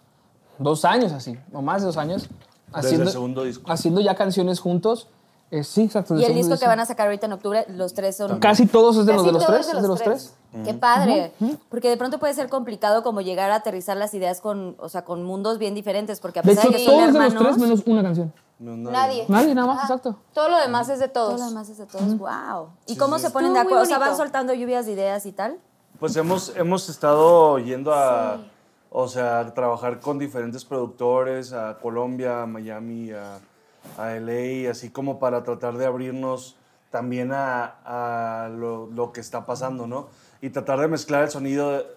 Speaker 3: dos años así, o más de dos años. Haciendo,
Speaker 5: el segundo disco.
Speaker 3: Haciendo ya canciones juntos. Eh, sí, exacto.
Speaker 2: y el disco que van a sacar ahorita en octubre, los tres son... Mm.
Speaker 3: Casi todos es de los,
Speaker 4: Casi
Speaker 3: de los
Speaker 4: todo
Speaker 3: tres.
Speaker 4: es de
Speaker 3: es de
Speaker 4: los
Speaker 3: los tres.
Speaker 2: Qué padre, porque de pronto puede ser complicado como llegar a aterrizar las ideas con, o sea, con mundos bien diferentes, porque a
Speaker 3: De
Speaker 2: pesar
Speaker 3: hecho,
Speaker 2: de que son
Speaker 3: todos de los tres
Speaker 2: hermanos,
Speaker 3: menos una canción.
Speaker 5: No,
Speaker 4: Nadie.
Speaker 3: Nadie, nada más,
Speaker 4: Ajá.
Speaker 3: exacto.
Speaker 4: Todo lo demás es de todos.
Speaker 2: todo lo demás es de todos, wow. ¿Y cómo se ponen de
Speaker 4: Estuvo
Speaker 2: acuerdo?
Speaker 4: muy
Speaker 2: O sea, van
Speaker 4: bonito.
Speaker 2: soltando lluvias de ideas y tal.
Speaker 5: Pues hemos, hemos estado yendo a, o sea, a trabajar con diferentes productores, a Colombia, a Miami, a, a LA, así como para tratar de abrirnos también a, a lo, lo que está pasando, ¿no? Y tratar de mezclar el sonido de, de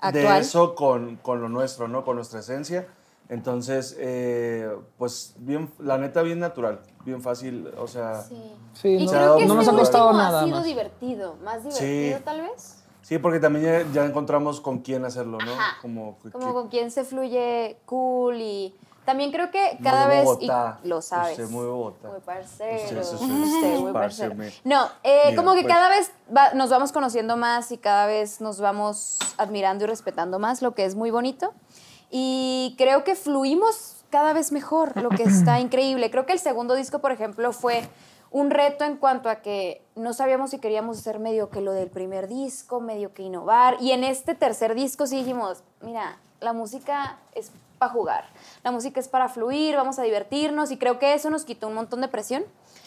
Speaker 2: Actual.
Speaker 5: eso con, con lo nuestro, ¿no? Con nuestra esencia. Entonces, eh, pues bien, la neta, bien natural, bien fácil, o sea...
Speaker 4: Sí.
Speaker 3: Sí,
Speaker 4: y
Speaker 3: no-
Speaker 4: creo que
Speaker 5: no
Speaker 4: este
Speaker 5: nos ha costado
Speaker 4: último
Speaker 3: nada
Speaker 4: Ha sido
Speaker 3: más.
Speaker 4: divertido. Más divertido,
Speaker 5: Sí.
Speaker 4: tal vez.
Speaker 5: Sí, porque también ya, ya encontramos con quién hacerlo, ¿no? Como, que-
Speaker 4: Como con quien se fluye cool y. También creo que cada
Speaker 5: Muy
Speaker 4: vez.
Speaker 5: Bogotá.
Speaker 4: y lo sabes.
Speaker 5: Usted muy Bogotá.
Speaker 4: Muy parcero.
Speaker 5: Usted, sí, sí,
Speaker 4: Usted
Speaker 5: sí,
Speaker 4: muy
Speaker 5: parce,
Speaker 4: parcero.
Speaker 5: me-
Speaker 4: No, eh,
Speaker 5: Mira,
Speaker 4: como que
Speaker 5: pues.
Speaker 4: cada vez va- nos vamos conociendo más y cada vez nos vamos admirando y respetando más, lo que es muy bonito. Y creo que fluimos cada vez mejor, lo que está increíble. Creo que el segundo disco, por ejemplo, fue un reto en cuanto a que no sabíamos si queríamos hacer medio que lo del primer disco, medio que innovar. Y en este tercer disco sí dijimos, mira, la música es para jugar, la música es para fluir, vamos a divertirnos y creo que eso nos quitó un montón de presión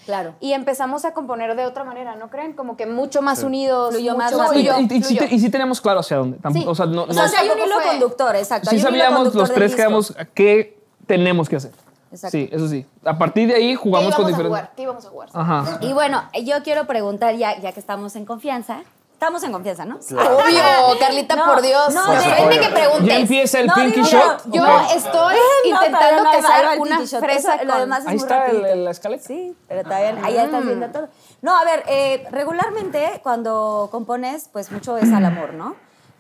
Speaker 2: Claro.
Speaker 4: y empezamos a componer de otra manera, ¿no creen? Como que mucho más unidos,
Speaker 2: Fluyó
Speaker 4: mucho
Speaker 2: más
Speaker 3: No, y,
Speaker 2: rápido.
Speaker 4: fluyó,
Speaker 3: y- y sí
Speaker 4: fluyó.
Speaker 3: te- y sí teníamos claro hacia dónde. Tampo-
Speaker 4: Sí.
Speaker 3: O sea, no,
Speaker 4: O
Speaker 2: O
Speaker 3: no-
Speaker 2: sea, sí hay un
Speaker 4: tampoco
Speaker 2: hilo
Speaker 4: fue-
Speaker 2: conductor, exacto. hay
Speaker 3: sí
Speaker 2: un hilo
Speaker 3: sabíamos
Speaker 2: conductor
Speaker 3: los
Speaker 2: del
Speaker 3: tres que
Speaker 2: disco.
Speaker 3: vamos- qué tenemos que hacer.
Speaker 2: Exacto.
Speaker 3: Sí, eso sí. A partir de ahí
Speaker 4: ¿Qué
Speaker 3: jugamos
Speaker 4: íbamos
Speaker 3: con
Speaker 4: a
Speaker 3: diferentes.
Speaker 4: jugar? ¿Qué íbamos a jugar?
Speaker 3: Ajá.
Speaker 2: Y bueno, yo quiero preguntar, ya, ya que estamos en confianza, estamos en confianza, ¿no?
Speaker 4: Obvio, Carlita,
Speaker 2: No,
Speaker 4: por Dios.
Speaker 2: no,
Speaker 4: No,
Speaker 2: no,
Speaker 4: Depende
Speaker 5: no.
Speaker 4: que
Speaker 3: Ya
Speaker 4: preguntes.
Speaker 3: empieza el
Speaker 2: No,
Speaker 3: pinky
Speaker 2: digo,
Speaker 3: shot.
Speaker 4: Yo
Speaker 3: Ok.
Speaker 4: estoy
Speaker 2: Eh, No, todavía
Speaker 4: intentando
Speaker 2: no, ahí va
Speaker 4: casar
Speaker 2: el
Speaker 4: una
Speaker 2: pinky shot.
Speaker 4: fresa
Speaker 2: Eso,
Speaker 4: con...
Speaker 2: lo demás es
Speaker 3: Ahí
Speaker 2: muy
Speaker 3: está el-
Speaker 2: rapidito.
Speaker 3: el- Ah. la escaleta.
Speaker 2: Sí, pero está bien, ahí ya estás viendo todo. No, a ver, eh, regularmente cuando compones, pues mucho es al amor, ¿no?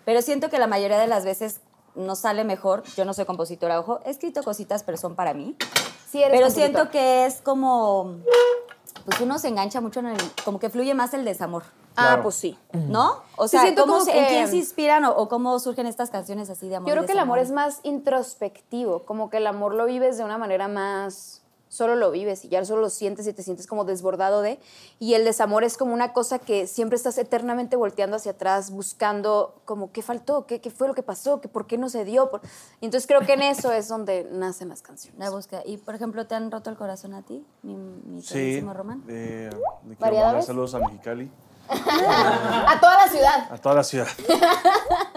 Speaker 2: Pero siento que la mayoría de las veces no sale mejor. Yo no soy compositora, ojo. He escrito cositas, pero son para mí.
Speaker 4: Sí,
Speaker 2: Pero
Speaker 4: eres compositor.
Speaker 2: siento que es como... Pues uno se engancha mucho en el... Como que fluye más el desamor.
Speaker 4: Ah,
Speaker 5: Claro.
Speaker 4: pues sí.
Speaker 3: Mm.
Speaker 2: ¿No? O
Speaker 4: Sí,
Speaker 2: sea,
Speaker 4: siento
Speaker 2: ¿cómo
Speaker 4: como
Speaker 2: se- ¿en
Speaker 4: que-
Speaker 2: quién se inspiran o, o cómo surgen estas canciones así de amor?
Speaker 4: Yo creo
Speaker 2: y
Speaker 4: que el amor
Speaker 2: desamor?
Speaker 4: es más introspectivo, como que el amor lo vives de una manera más, solo lo vives y ya solo lo sientes y te sientes como desbordado de, y el desamor es como una cosa que siempre estás eternamente volteando hacia atrás, buscando como qué faltó, qué, qué fue lo que pasó, ¿Qué, por qué no se dio. Por- Y entonces creo que en eso es donde nacen las canciones.
Speaker 2: La búsqueda. Y, por ejemplo, ¿te han roto el corazón a ti, mi, mi
Speaker 5: Sí.
Speaker 2: queridísimo Román?
Speaker 5: eh, le quiero
Speaker 4: ¿Variedades?
Speaker 5: mandar saludos a Mexicali,
Speaker 4: A toda la ciudad.
Speaker 5: a toda la ciudad,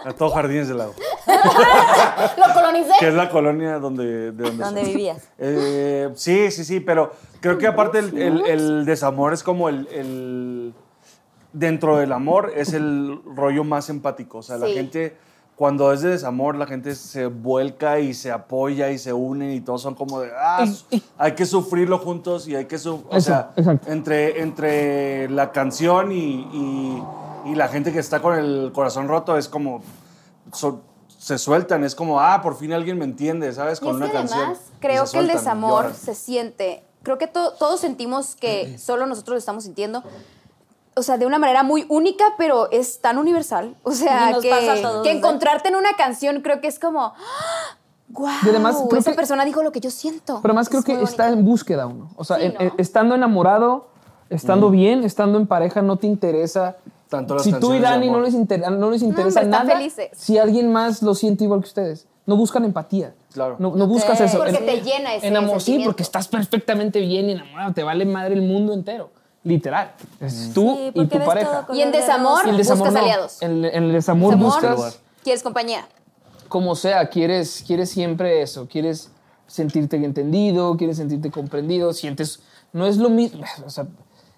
Speaker 5: a todos Jardines del Lago.
Speaker 4: Lo colonicé.
Speaker 5: que es la colonia donde, de donde,
Speaker 2: Donde
Speaker 5: soy.
Speaker 2: vivías.
Speaker 5: Eh, sí, sí, sí, pero creo que aparte el, el- el desamor es como el, el- Dentro del amor es el rollo más empático. O sea, la
Speaker 4: Sí.
Speaker 5: gente, cuando es de desamor, la gente se vuelca y se apoya y se une y todos son como de. "Ah,
Speaker 3: Y- y-
Speaker 5: hay que sufrirlo juntos y hay que. su- o
Speaker 3: Eso,
Speaker 5: sea,
Speaker 3: exacto.
Speaker 5: entre, entre la canción y, y- y la gente que está con el corazón roto es como. so- se sueltan, es como, ah, por fin alguien me entiende, ¿sabes?
Speaker 4: Y es
Speaker 5: Con una
Speaker 4: que
Speaker 5: canción.
Speaker 4: además
Speaker 5: Y
Speaker 4: creo
Speaker 5: se
Speaker 4: que el
Speaker 5: sueltan,
Speaker 4: desamor
Speaker 5: lloran.
Speaker 4: se siente. Creo que to- todos sentimos que solo nosotros lo estamos sintiendo. O sea, de una manera muy única, pero es tan universal. O sea,
Speaker 2: Y nos
Speaker 4: que,
Speaker 2: pasa a todos,
Speaker 4: que
Speaker 2: ¿verdad?
Speaker 4: encontrarte en una canción creo que es como. ¡Wow!
Speaker 3: Y además, creo
Speaker 4: esa
Speaker 3: que-
Speaker 4: persona dijo lo que yo siento.
Speaker 3: Pero más creo
Speaker 4: Es
Speaker 3: que
Speaker 4: muy bonito.
Speaker 3: está en búsqueda uno. O sea,
Speaker 4: Sí,
Speaker 3: en-
Speaker 4: ¿no?
Speaker 3: en- estando enamorado, estando bien, estando en pareja, no te interesa.
Speaker 5: Mm. Tanto las
Speaker 3: si tú y
Speaker 5: canciones de
Speaker 3: Dani no
Speaker 5: amor.
Speaker 3: les, inter- no les interesa
Speaker 4: hombre, Mm, están
Speaker 3: nada,
Speaker 4: felices.
Speaker 3: si alguien más lo siente igual que ustedes, no buscan empatía.
Speaker 5: Claro.
Speaker 3: No, no buscas eso.
Speaker 4: Porque te llena ese
Speaker 3: enamo- Sí,
Speaker 4: sentimiento.
Speaker 3: porque estás perfectamente bien enamorado, te vale madre el mundo entero. Literal. Es
Speaker 5: Mm.
Speaker 3: tú
Speaker 2: Sí,
Speaker 3: y
Speaker 2: porque
Speaker 3: tu
Speaker 2: ves
Speaker 3: pareja.
Speaker 2: todo con-
Speaker 4: Y en
Speaker 2: Color de
Speaker 4: desamor,
Speaker 2: rosa.
Speaker 3: Y el desamor
Speaker 4: buscas
Speaker 3: no.
Speaker 4: aliados.
Speaker 3: En, en el desamor
Speaker 4: Desamor,
Speaker 3: buscas
Speaker 4: quieres compañía.
Speaker 3: como sea, quieres, quieres siempre eso, quieres sentirte entendido, quieres sentirte comprendido, sientes, no es lo mismo, o sea,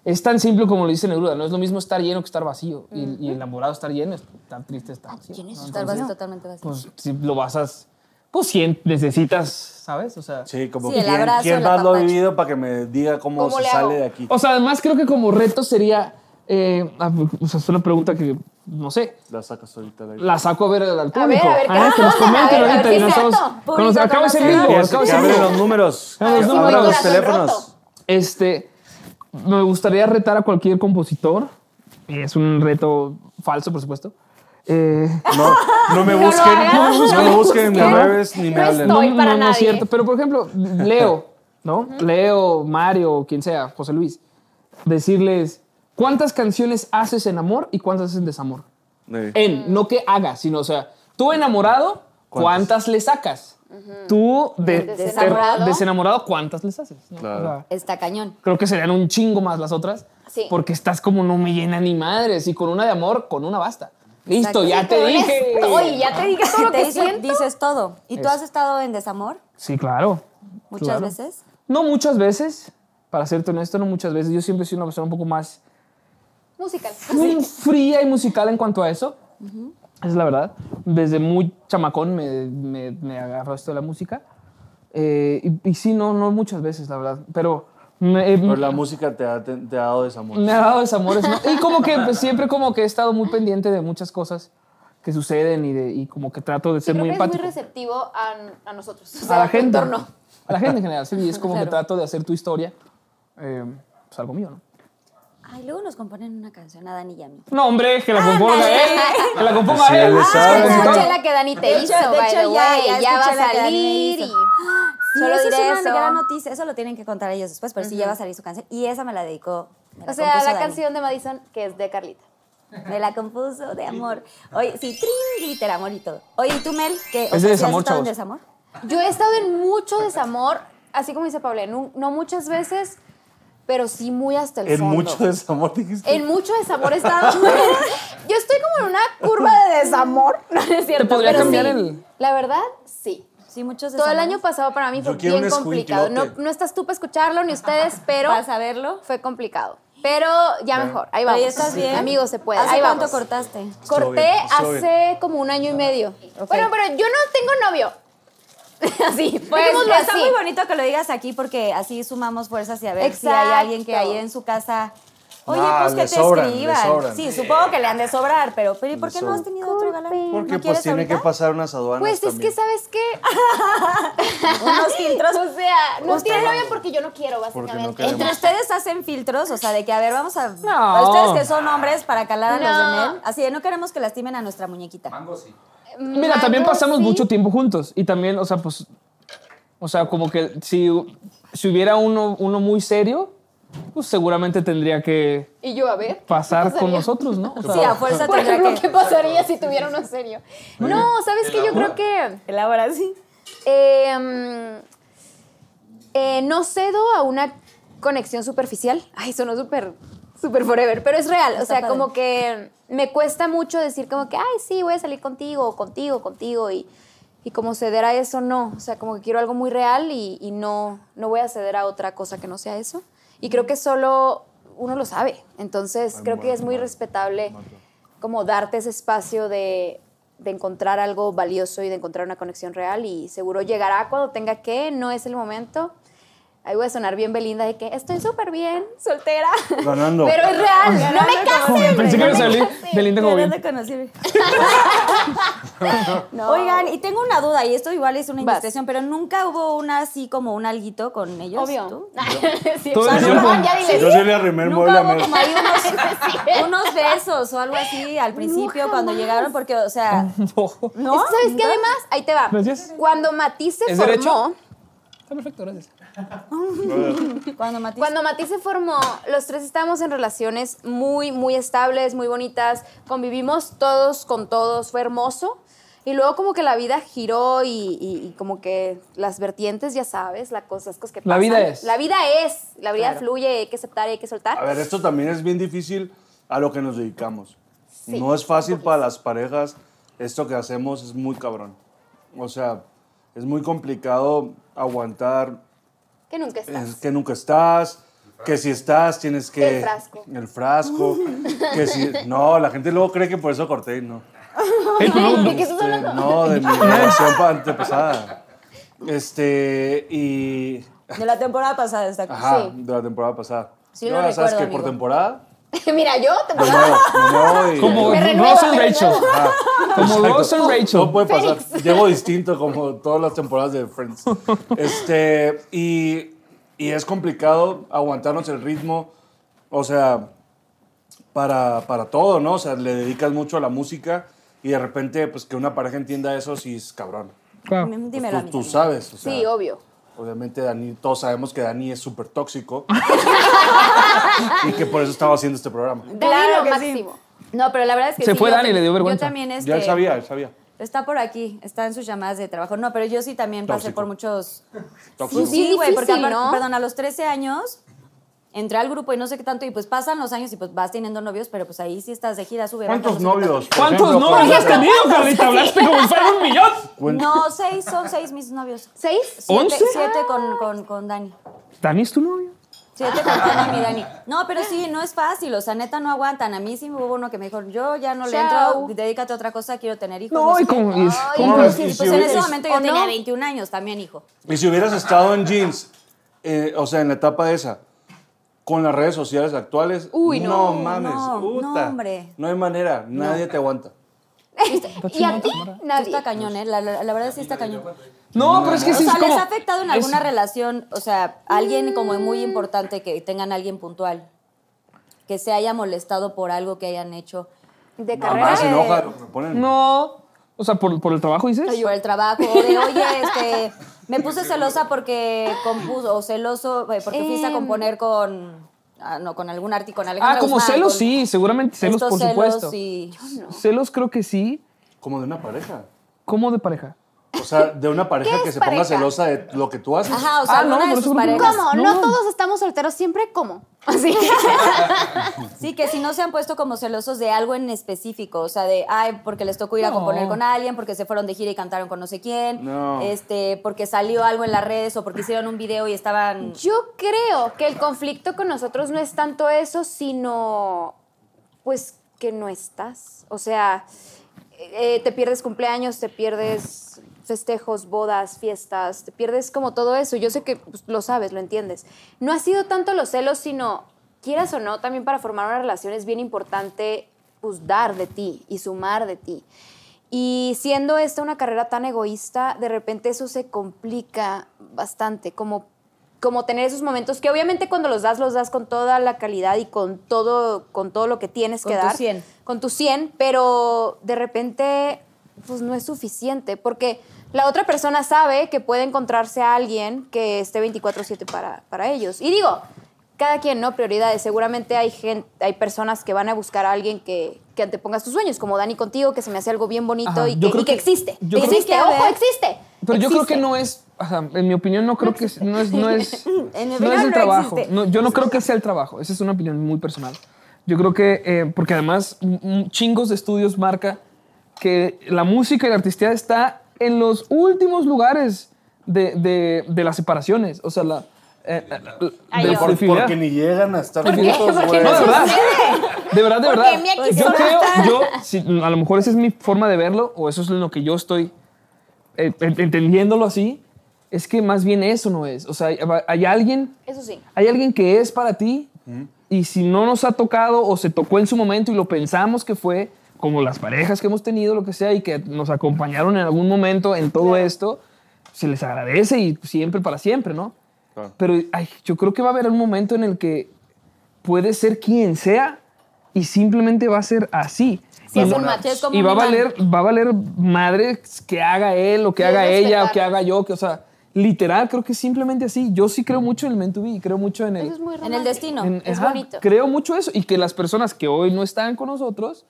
Speaker 3: es tan simple como lo dice Neruda, no es lo mismo estar lleno que estar vacío, y- y, enamorado estar lleno, es estar triste estar vacío.
Speaker 2: ¿Quién es?
Speaker 3: ¿no?
Speaker 2: Tal vez totalmente vacío.
Speaker 3: Pues si lo vas a, pues si necesitas, ¿sabes? O sea,
Speaker 5: Sí, como
Speaker 2: Sí,
Speaker 5: que
Speaker 2: el
Speaker 5: ¿quién,
Speaker 2: abrazo,
Speaker 5: quién
Speaker 2: el
Speaker 5: más lo ha
Speaker 2: apapacho.
Speaker 5: vivido para que me diga cómo,
Speaker 4: ¿Cómo
Speaker 5: se
Speaker 4: le hago?
Speaker 5: sale de aquí?
Speaker 3: o sea, además creo que como reto sería, eh, ah, o sea, es una pregunta que, no sé,
Speaker 5: La sacas ahorita de ahí.
Speaker 3: la saco a ver al público. Ah,
Speaker 4: ver, a ver, ¿qué
Speaker 3: que nos
Speaker 4: pasa? A
Speaker 3: comenten
Speaker 4: ver, a ver,
Speaker 3: ahorita
Speaker 4: ¿qué
Speaker 3: y nos
Speaker 4: es
Speaker 3: vamos-
Speaker 4: cierto?
Speaker 3: cuando nos
Speaker 2: Público
Speaker 3: acabamos en
Speaker 2: conocedor.
Speaker 3: vivo,
Speaker 5: Que-
Speaker 3: acabamos
Speaker 5: que
Speaker 3: en
Speaker 5: abre
Speaker 3: vivo.
Speaker 5: los números.
Speaker 3: Abran los
Speaker 5: Abran
Speaker 3: números.
Speaker 5: los
Speaker 4: Corazón
Speaker 5: teléfonos.
Speaker 4: roto.
Speaker 3: Este, me gustaría retar a cualquier compositor. Es un reto falso, por supuesto. Eh,
Speaker 5: No, no me busquen.
Speaker 4: hagas.
Speaker 5: No me busquen, ni
Speaker 4: No.
Speaker 5: me reves, ni me
Speaker 4: No
Speaker 5: hablen.
Speaker 4: estoy. para
Speaker 3: no, no
Speaker 4: nadie.
Speaker 3: es cierto. Pero, por ejemplo, Leo, ¿no? Leo, Mario, quien sea, José Luis. Decirles, ¿cuántas canciones haces en amor y cuántas haces en desamor?
Speaker 5: Sí.
Speaker 4: Mm.
Speaker 3: En, no que hagas, sino, o sea, tú enamorado, ¿cuántas, le sacas? Tú de-
Speaker 4: Desenamorado.
Speaker 3: desenamorado, ¿cuántas les haces? ¿no?
Speaker 5: Claro.
Speaker 2: Está cañón.
Speaker 3: creo que serían un chingo más las otras.
Speaker 4: Sí.
Speaker 3: Porque estás como no me llena ni madres. Y con una de amor, con una basta.
Speaker 2: Exacto.
Speaker 3: Listo, ya
Speaker 2: Sí,
Speaker 3: te
Speaker 4: Con
Speaker 3: dije.
Speaker 4: esto, Oye, ya te dije todo lo
Speaker 2: Te
Speaker 4: que
Speaker 2: dice-
Speaker 4: siento.
Speaker 2: dices todo. ¿Y tú
Speaker 3: Es-
Speaker 2: has estado en desamor
Speaker 3: Sí, claro.
Speaker 2: muchas
Speaker 3: Claro.
Speaker 2: veces?
Speaker 3: No muchas veces. Para serte honesto, no muchas veces. Yo siempre he sido una persona un poco más
Speaker 4: Musical.
Speaker 2: ¿Ah,
Speaker 3: fría y musical en cuanto a eso. Esa es la verdad. Desde muy chamacón me, me, me agarró esto de la música. Eh, y, y sí, no, no muchas veces, la verdad. Pero... me- eh,
Speaker 5: Pero la música te ha, te, te ha dado desamor.
Speaker 3: Me ha dado desamores, ¿no? Y como que pues, siempre como que he estado muy pendiente de muchas cosas que suceden y, de, y como que trato de
Speaker 4: Sí,
Speaker 3: ser
Speaker 4: creo
Speaker 3: muy
Speaker 4: que es muy
Speaker 3: empático.
Speaker 4: receptivo a, a nosotros. O sea,
Speaker 3: a la
Speaker 4: tu
Speaker 3: gente.
Speaker 4: entorno.
Speaker 3: A la gente en general, sí. Y es como que
Speaker 2: Claro.
Speaker 3: trato de hacer tu historia, eh, pues algo mío, ¿no?
Speaker 2: Ay, luego nos componen una canción a Dani y a mí.
Speaker 3: No, hombre, que la
Speaker 4: Ah,
Speaker 3: componga él. Que la componga
Speaker 5: Sí,
Speaker 3: él. Ah, pues,
Speaker 5: él le sabe.
Speaker 4: Esa
Speaker 5: Claro.
Speaker 4: chela Ah, que Dani te
Speaker 2: De
Speaker 4: hizo,
Speaker 2: hecho- de
Speaker 4: by
Speaker 2: hecho,
Speaker 4: the
Speaker 2: ya-
Speaker 4: way,
Speaker 2: ya
Speaker 4: ya va
Speaker 2: escuché la
Speaker 4: a
Speaker 2: que Dani
Speaker 4: salir
Speaker 2: me
Speaker 4: y
Speaker 2: hizo. Sí,
Speaker 4: solo
Speaker 2: esa
Speaker 4: diré
Speaker 2: es
Speaker 4: eso.
Speaker 2: una gran noticia. Eso lo tienen que contar ellos después, pero sí, ya va a salir su canción. Y esa me la dedicó. me
Speaker 4: O sea,
Speaker 2: compuso
Speaker 4: la
Speaker 2: Dani.
Speaker 4: canción de Madison que es de Carlita.
Speaker 2: Me la compuso de amor. Oye, sí, trin, glitter, amor y todo. Oye, ¿y tú, Mel? ¿Qué,
Speaker 3: Es de
Speaker 2: ¿sí has
Speaker 3: desamor,
Speaker 2: estado en
Speaker 3: chavos.
Speaker 2: desamor?
Speaker 4: Yo he estado en mucho desamor, así como dice Pablo, en un- no muchas veces, pero sí muy hasta el
Speaker 5: En
Speaker 4: fondo.
Speaker 5: mucho desamor dijiste.
Speaker 4: En mucho desamor he estado. Yo estoy como en una curva de desamor. No es cierto.
Speaker 3: podría
Speaker 4: pero
Speaker 3: cambiar
Speaker 4: sí.
Speaker 3: el-
Speaker 4: La verdad, sí.
Speaker 2: Sí, muchos
Speaker 4: Todo el
Speaker 2: desamores.
Speaker 4: año pasado para mí fue
Speaker 5: quiero
Speaker 4: bien
Speaker 5: un
Speaker 4: complicado. No,
Speaker 5: escuinclote.
Speaker 4: no estás tú para escucharlo ni ustedes, pero
Speaker 2: ¿Vas a verlo?
Speaker 4: fue complicado. Pero ya mejor,
Speaker 2: Pero
Speaker 4: ahí vamos.
Speaker 2: ya estás bien.
Speaker 4: Amigos, se puede.
Speaker 2: ¿Hace
Speaker 4: ahí
Speaker 2: cuánto
Speaker 4: vamos.
Speaker 2: cortaste?
Speaker 5: Estuvo
Speaker 4: Corté
Speaker 5: bien, estuvo
Speaker 4: hace como un año y medio.
Speaker 2: Ok.
Speaker 4: Bueno, pero yo no tengo novio. así,
Speaker 2: Pues
Speaker 4: dejémoslo
Speaker 2: está
Speaker 4: así.
Speaker 2: muy bonito que lo digas aquí porque así sumamos fuerzas y a ver si
Speaker 4: Exacto.
Speaker 2: hay alguien que ahí en su casa. Oye,
Speaker 5: Nah,
Speaker 2: pues que
Speaker 5: le
Speaker 2: te
Speaker 5: sobran, le
Speaker 2: escriban.
Speaker 5: sobran.
Speaker 2: Sí, supongo que le han de sobrar, pero, pero ¿y por
Speaker 5: Le
Speaker 2: qué no has
Speaker 5: sobran.
Speaker 2: tenido otro galán?
Speaker 5: Porque
Speaker 2: ¿No
Speaker 5: pues
Speaker 2: quieres
Speaker 5: tiene que
Speaker 2: ahorita?
Speaker 5: pasar unas aduanas
Speaker 4: Pues es
Speaker 5: también.
Speaker 4: que, ¿sabes qué?
Speaker 2: unos filtros.
Speaker 4: O sea, no
Speaker 2: Ustedes-
Speaker 4: tiene novio porque yo no quiero,
Speaker 5: Porque no
Speaker 4: básicamente.
Speaker 5: queremos.
Speaker 2: Entre ustedes hacen filtros, o sea, de que a ver, vamos a.
Speaker 3: No.
Speaker 2: A ustedes que son hombres para calar a los de
Speaker 4: No.
Speaker 2: Mel. Así de no queremos que lastimen a nuestra muñequita.
Speaker 3: Mira, también
Speaker 4: Eh, Mango,
Speaker 3: pasamos
Speaker 4: sí.
Speaker 3: mucho tiempo juntos. Y también, o sea, pues. O sea, como que si, si hubiera uno, uno muy serio, pues seguramente tendría que
Speaker 4: Y yo, a ver.
Speaker 3: pasar
Speaker 4: ¿qué
Speaker 3: con
Speaker 4: pasaría?
Speaker 3: nosotros, ¿no? O
Speaker 2: Sí, a fuerza
Speaker 4: Por
Speaker 2: tendrá
Speaker 4: ejemplo, ¿qué
Speaker 2: que.
Speaker 4: pasaría si tuviera uno serio? No, ¿sabes qué? Yo creo que
Speaker 2: Elabora así.
Speaker 4: eh, mm, eh, no cedo a una conexión superficial. Ay, sonó súper Super forever, pero es real. O
Speaker 2: Está
Speaker 4: sea,
Speaker 2: padre.
Speaker 4: como que me cuesta mucho decir como que, ay, sí, voy a salir contigo, contigo, contigo. Y, y como ceder a eso, no. O sea, como que quiero algo muy real y, y no, no voy a ceder a otra cosa que no sea eso. Y creo que solo uno lo sabe. Entonces,
Speaker 5: Ay,
Speaker 4: creo que
Speaker 5: mato,
Speaker 4: es muy
Speaker 5: mato,
Speaker 4: respetable
Speaker 5: mato.
Speaker 4: como darte ese espacio de, de encontrar algo valioso y de encontrar una conexión real. Y seguro llegará cuando tenga que, no es el momento. Ahí voy a sonar bien Belinda de que estoy súper bien, soltera.
Speaker 5: Ganando.
Speaker 4: Pero es real, no me casen.
Speaker 3: Pensé que iba a salir Belinda como bien.
Speaker 2: Queriendo conocer.
Speaker 4: No.
Speaker 2: Oigan, y tengo una duda, y esto igual es una
Speaker 4: Vas.
Speaker 2: indiscreción, pero nunca hubo una así como un alguito con ellos.
Speaker 4: obvio.
Speaker 2: ¿tú?
Speaker 4: Sí,
Speaker 3: Todo
Speaker 4: o sea,
Speaker 3: el
Speaker 4: no,
Speaker 3: tiempo.
Speaker 4: no, ya dile.
Speaker 5: Yo sí le arrimé el mueble
Speaker 2: Nunca
Speaker 5: a
Speaker 2: hubo
Speaker 5: Mer.
Speaker 2: como ahí unos, unos besos o algo así al principio cuando llegaron, porque, o sea,
Speaker 3: No.
Speaker 2: ¿no?
Speaker 4: Es que, ¿Sabes qué? Además, ahí te va.
Speaker 3: Gracias.
Speaker 4: Cuando Matiz se
Speaker 3: ¿Es
Speaker 4: formó,
Speaker 3: derecho? Está perfecto, gracias.
Speaker 2: Cuando Matiz...
Speaker 4: cuando Matiz se formó, los tres estábamos en relaciones muy, muy estables, muy bonitas. Convivimos todos con todos, fue hermoso. Y luego como que la vida giró y, y- y como que las vertientes, ya sabes, la cosa, las cosas que pasan.
Speaker 3: La vida es.
Speaker 4: La vida es. La vida fluye, hay que aceptar y hay que soltar.
Speaker 5: A ver, esto también es bien difícil a lo que nos dedicamos.
Speaker 4: Sí,
Speaker 5: no es fácil
Speaker 4: un
Speaker 5: para las parejas. Esto que hacemos es muy cabrón. O sea, es muy complicado aguantar
Speaker 4: que nunca estás.
Speaker 5: es que nunca estás, que si estás tienes que...
Speaker 4: El frasco.
Speaker 5: El frasco, que si... No, la gente luego cree que por eso corté, y ¿no?
Speaker 3: Hey, pero no,
Speaker 4: ¿De qué estás
Speaker 5: Este,
Speaker 4: hablando?
Speaker 5: no, de mi relación pa- antepasada. Este, y...
Speaker 2: De la temporada pasada está
Speaker 5: Ajá,
Speaker 4: Sí.
Speaker 5: de la temporada pasada.
Speaker 2: Sí, lo
Speaker 5: Ahora, ¿Sabes
Speaker 2: recuerdo,
Speaker 5: que por
Speaker 2: amigo.
Speaker 5: temporada?
Speaker 4: Mira, yo te
Speaker 5: Me muevo, me muevo y-
Speaker 3: como
Speaker 4: Me renuevo,
Speaker 3: Ross and
Speaker 4: me
Speaker 3: Rachel.
Speaker 4: renuevo.
Speaker 5: Ajá.
Speaker 3: Como
Speaker 5: Exacto.
Speaker 3: Ross and Rachel.
Speaker 5: No puede pasar. Llego distinto como todas las temporadas de Friends. Este, y, y es complicado aguantarnos el ritmo, o sea, para, para todo, ¿no? O sea, le dedicas mucho a la música y de repente, pues que una pareja entienda eso, sí es cabrón.
Speaker 3: Claro.
Speaker 2: Dime
Speaker 5: Pues,
Speaker 2: Dímelo a mí.
Speaker 5: tú, tú sabes. o sea,
Speaker 4: Sí, obvio.
Speaker 5: Obviamente, Dani, todos sabemos que Dani es súper tóxico. y que por eso estamos haciendo este programa.
Speaker 4: Claro,
Speaker 2: Claro que sí.
Speaker 4: máximo.
Speaker 2: No, pero la verdad es que
Speaker 3: Se
Speaker 2: sí,
Speaker 3: fue
Speaker 2: yo
Speaker 3: Dani,
Speaker 2: tam-
Speaker 3: le dio vergüenza.
Speaker 2: Yo también este,
Speaker 5: Ya él sabía, él sabía.
Speaker 2: Está por aquí, está en sus llamadas de trabajo. No, pero yo sí también pasé
Speaker 5: Tóxico.
Speaker 2: por muchos... Sí,
Speaker 5: Tóxico.
Speaker 4: Pues sí,
Speaker 2: sí, güey, porque
Speaker 4: difícil,
Speaker 2: aparte-
Speaker 4: ¿no?
Speaker 2: perdón, a los 13 años entré al grupo y no sé qué tanto, y pues pasan los años y pues vas teniendo novios, pero pues ahí sí estás de gira, sube. baja,
Speaker 5: ¿Cuántos
Speaker 2: no sé qué
Speaker 5: novios? por
Speaker 3: ¿Cuántos
Speaker 5: ejemplo,
Speaker 3: novios
Speaker 5: para-
Speaker 3: has tenido, Carlita? Hablaste como si fuera un millón.
Speaker 2: tanto. No, seis, son seis mis novios.
Speaker 4: ¿Seis?
Speaker 2: Siete,
Speaker 3: ¿Once?
Speaker 2: siete con, con, con Dani.
Speaker 3: ¿Dani es tu novio?
Speaker 2: Siete con Dani, mi Dani. No, pero sí, no es fácil, o sea, neta no aguantan. A mí sí hubo uno que me dijo, yo ya no le
Speaker 4: Chao.
Speaker 2: entro, dedícate a otra cosa, quiero tener hijos.
Speaker 3: No,
Speaker 2: sé
Speaker 3: y
Speaker 2: qué.
Speaker 3: como. y es-
Speaker 4: Ay,
Speaker 3: como-
Speaker 5: no,
Speaker 2: Pues,
Speaker 5: Y
Speaker 2: sí,
Speaker 5: si
Speaker 2: pues en ese
Speaker 5: hubies-
Speaker 2: momento
Speaker 4: ¿o
Speaker 2: yo tenía
Speaker 4: no?
Speaker 2: 21 años también, hijo.
Speaker 5: Y si hubieras estado en jeans, eh, o sea, en la etapa esa, con las redes sociales actuales,
Speaker 4: Uy, no,
Speaker 5: mames,
Speaker 2: no,
Speaker 5: puta.
Speaker 2: no, hombre.
Speaker 5: No hay manera, nadie te aguanta.
Speaker 4: ¿Y a ti?
Speaker 2: Sí
Speaker 4: Nadie.
Speaker 2: está cañón, ¿eh? La, la- la verdad sí está cañón.
Speaker 3: No, pero es que
Speaker 2: O
Speaker 3: sí es
Speaker 2: sea,
Speaker 3: como.
Speaker 2: ¿les ha afectado en alguna
Speaker 3: es-
Speaker 2: relación? O sea, alguien como muy importante que tengan a alguien puntual, que se haya molestado por algo que hayan hecho,
Speaker 4: ¿De carrera?
Speaker 5: Mamá se
Speaker 4: de-
Speaker 5: enoja, me ponen.
Speaker 3: No. O sea, por, por el trabajo dices.
Speaker 2: por el trabajo, o de, oye, este, me puse celosa porque compuso, o celoso, eh, porque fuiste a
Speaker 4: Em.
Speaker 2: componer con, ah, no, con algún arti, con
Speaker 3: Ah,
Speaker 2: Alejandra
Speaker 3: como
Speaker 2: Guzmán,
Speaker 3: celos,
Speaker 2: con
Speaker 3: sí, seguramente celos,
Speaker 2: estos
Speaker 3: por
Speaker 2: celos
Speaker 3: supuesto.
Speaker 2: y-
Speaker 3: Celos creo que sí.
Speaker 5: Como de una pareja.
Speaker 3: ¿Cómo de pareja?
Speaker 5: O sea, de una pareja
Speaker 4: ¿Qué
Speaker 5: que
Speaker 4: es
Speaker 5: se
Speaker 4: pareja?
Speaker 5: ponga celosa de lo que tú haces.
Speaker 2: Ajá, o sea,
Speaker 3: Ah, no,
Speaker 2: alguna
Speaker 3: por
Speaker 2: de
Speaker 3: eso
Speaker 2: sus
Speaker 3: creo que-
Speaker 2: parejas.
Speaker 4: ¿Cómo?
Speaker 3: No.
Speaker 4: No todos estamos solteros siempre, ¿cómo? Así.
Speaker 2: Sí, que si no se han puesto como celosos de algo en específico, o sea, de, ay, porque les tocó ir a
Speaker 3: No.
Speaker 2: componer con alguien, porque se fueron de gira y cantaron con no sé quién,
Speaker 5: No.
Speaker 2: este, porque salió algo en las redes o porque hicieron un video y estaban...
Speaker 4: Yo creo que el conflicto con nosotros no es tanto eso, sino pues que no estás. O sea, eh, te pierdes cumpleaños, te pierdes festejos, bodas, fiestas, te pierdes como todo eso. Yo sé que pues, lo sabes, lo entiendes. No ha sido tanto los celos, sino, quieras o no, también para formar una relación es bien importante pues dar de ti y sumar de ti. Y siendo esta una carrera tan egoísta, de repente eso se complica bastante, como, como tener esos momentos que obviamente cuando los das, los das con toda la calidad y con todo, con todo lo que tienes
Speaker 2: Con
Speaker 4: que
Speaker 2: tu
Speaker 4: dar.
Speaker 2: 100.
Speaker 4: Con tu 100, pero de repente pues no es suficiente, porque la otra persona sabe que puede encontrarse a alguien que esté 24/7 para, para ellos. Y digo, cada quien, ¿no? Prioridades. Seguramente hay, gente, hay personas que van a buscar a alguien que, que anteponga sus sueños, como Dani contigo, que se me hace algo bien bonito
Speaker 3: Ajá,
Speaker 4: y
Speaker 3: yo
Speaker 4: que,
Speaker 3: creo
Speaker 4: y que
Speaker 3: que-
Speaker 4: existe.
Speaker 3: yo creo que-
Speaker 4: existe,
Speaker 2: Tiene que
Speaker 4: ojo,
Speaker 2: haber-
Speaker 4: existe.
Speaker 3: Pero yo creo
Speaker 2: Existe.
Speaker 3: que no es, ajá, en mi opinión, no creo que no es, no es,
Speaker 2: En mi
Speaker 3: no
Speaker 2: opinión,
Speaker 3: es el
Speaker 2: no
Speaker 3: trabajo.
Speaker 2: existe.
Speaker 3: No, yo no creo que sea el trabajo. Esa es una opinión muy personal. Yo creo que, eh, porque además, m- m- chingos de estudios marca que la música y la artistía está en los últimos lugares de, de- de las separaciones. O sea, la. eh, la- la-
Speaker 2: Ay,
Speaker 3: de
Speaker 2: yo.
Speaker 5: Por-
Speaker 3: infidelidad.
Speaker 5: porque ni llegan a estar
Speaker 2: ¿Por qué?
Speaker 5: juntos,
Speaker 2: ¿Por qué
Speaker 5: güey.
Speaker 3: No, de
Speaker 2: Eso
Speaker 3: verdad. De verdad, de verdad.
Speaker 2: Mia quiso
Speaker 3: Yo creo,
Speaker 2: matar.
Speaker 3: yo, si- a lo mejor esa es mi forma de verlo, o eso es lo que yo estoy eh, en- entendiéndolo así, es que más bien eso no es. O sea, hay, hay alguien,
Speaker 4: Eso sí.
Speaker 3: hay alguien que es para ti, y si no nos ha tocado o se tocó en su momento y lo pensamos que fue, como las parejas que hemos tenido, lo que sea, y que nos acompañaron en algún momento en todo esto, se les agradece y siempre para siempre, ¿no?
Speaker 5: Claro.
Speaker 3: Pero ay, yo creo que va a haber un momento en el que puede ser quien sea y simplemente va a ser así.
Speaker 2: Sí,
Speaker 3: y,
Speaker 2: es
Speaker 3: no-
Speaker 2: un macho, es como
Speaker 3: y
Speaker 2: un
Speaker 3: va a
Speaker 2: imán.
Speaker 3: valer, va a valer madre que haga él o que
Speaker 4: Y es
Speaker 3: haga ella o
Speaker 4: respetar.
Speaker 3: que haga yo, que o sea, literal creo que es simplemente así. Yo sí creo mucho en el men to be y creo mucho en el
Speaker 4: Eso es muy
Speaker 2: En el
Speaker 4: romántico.
Speaker 2: destino.
Speaker 3: en-
Speaker 4: es
Speaker 3: ajá,
Speaker 4: bonito.
Speaker 3: Creo mucho eso y que las personas que hoy no están con nosotros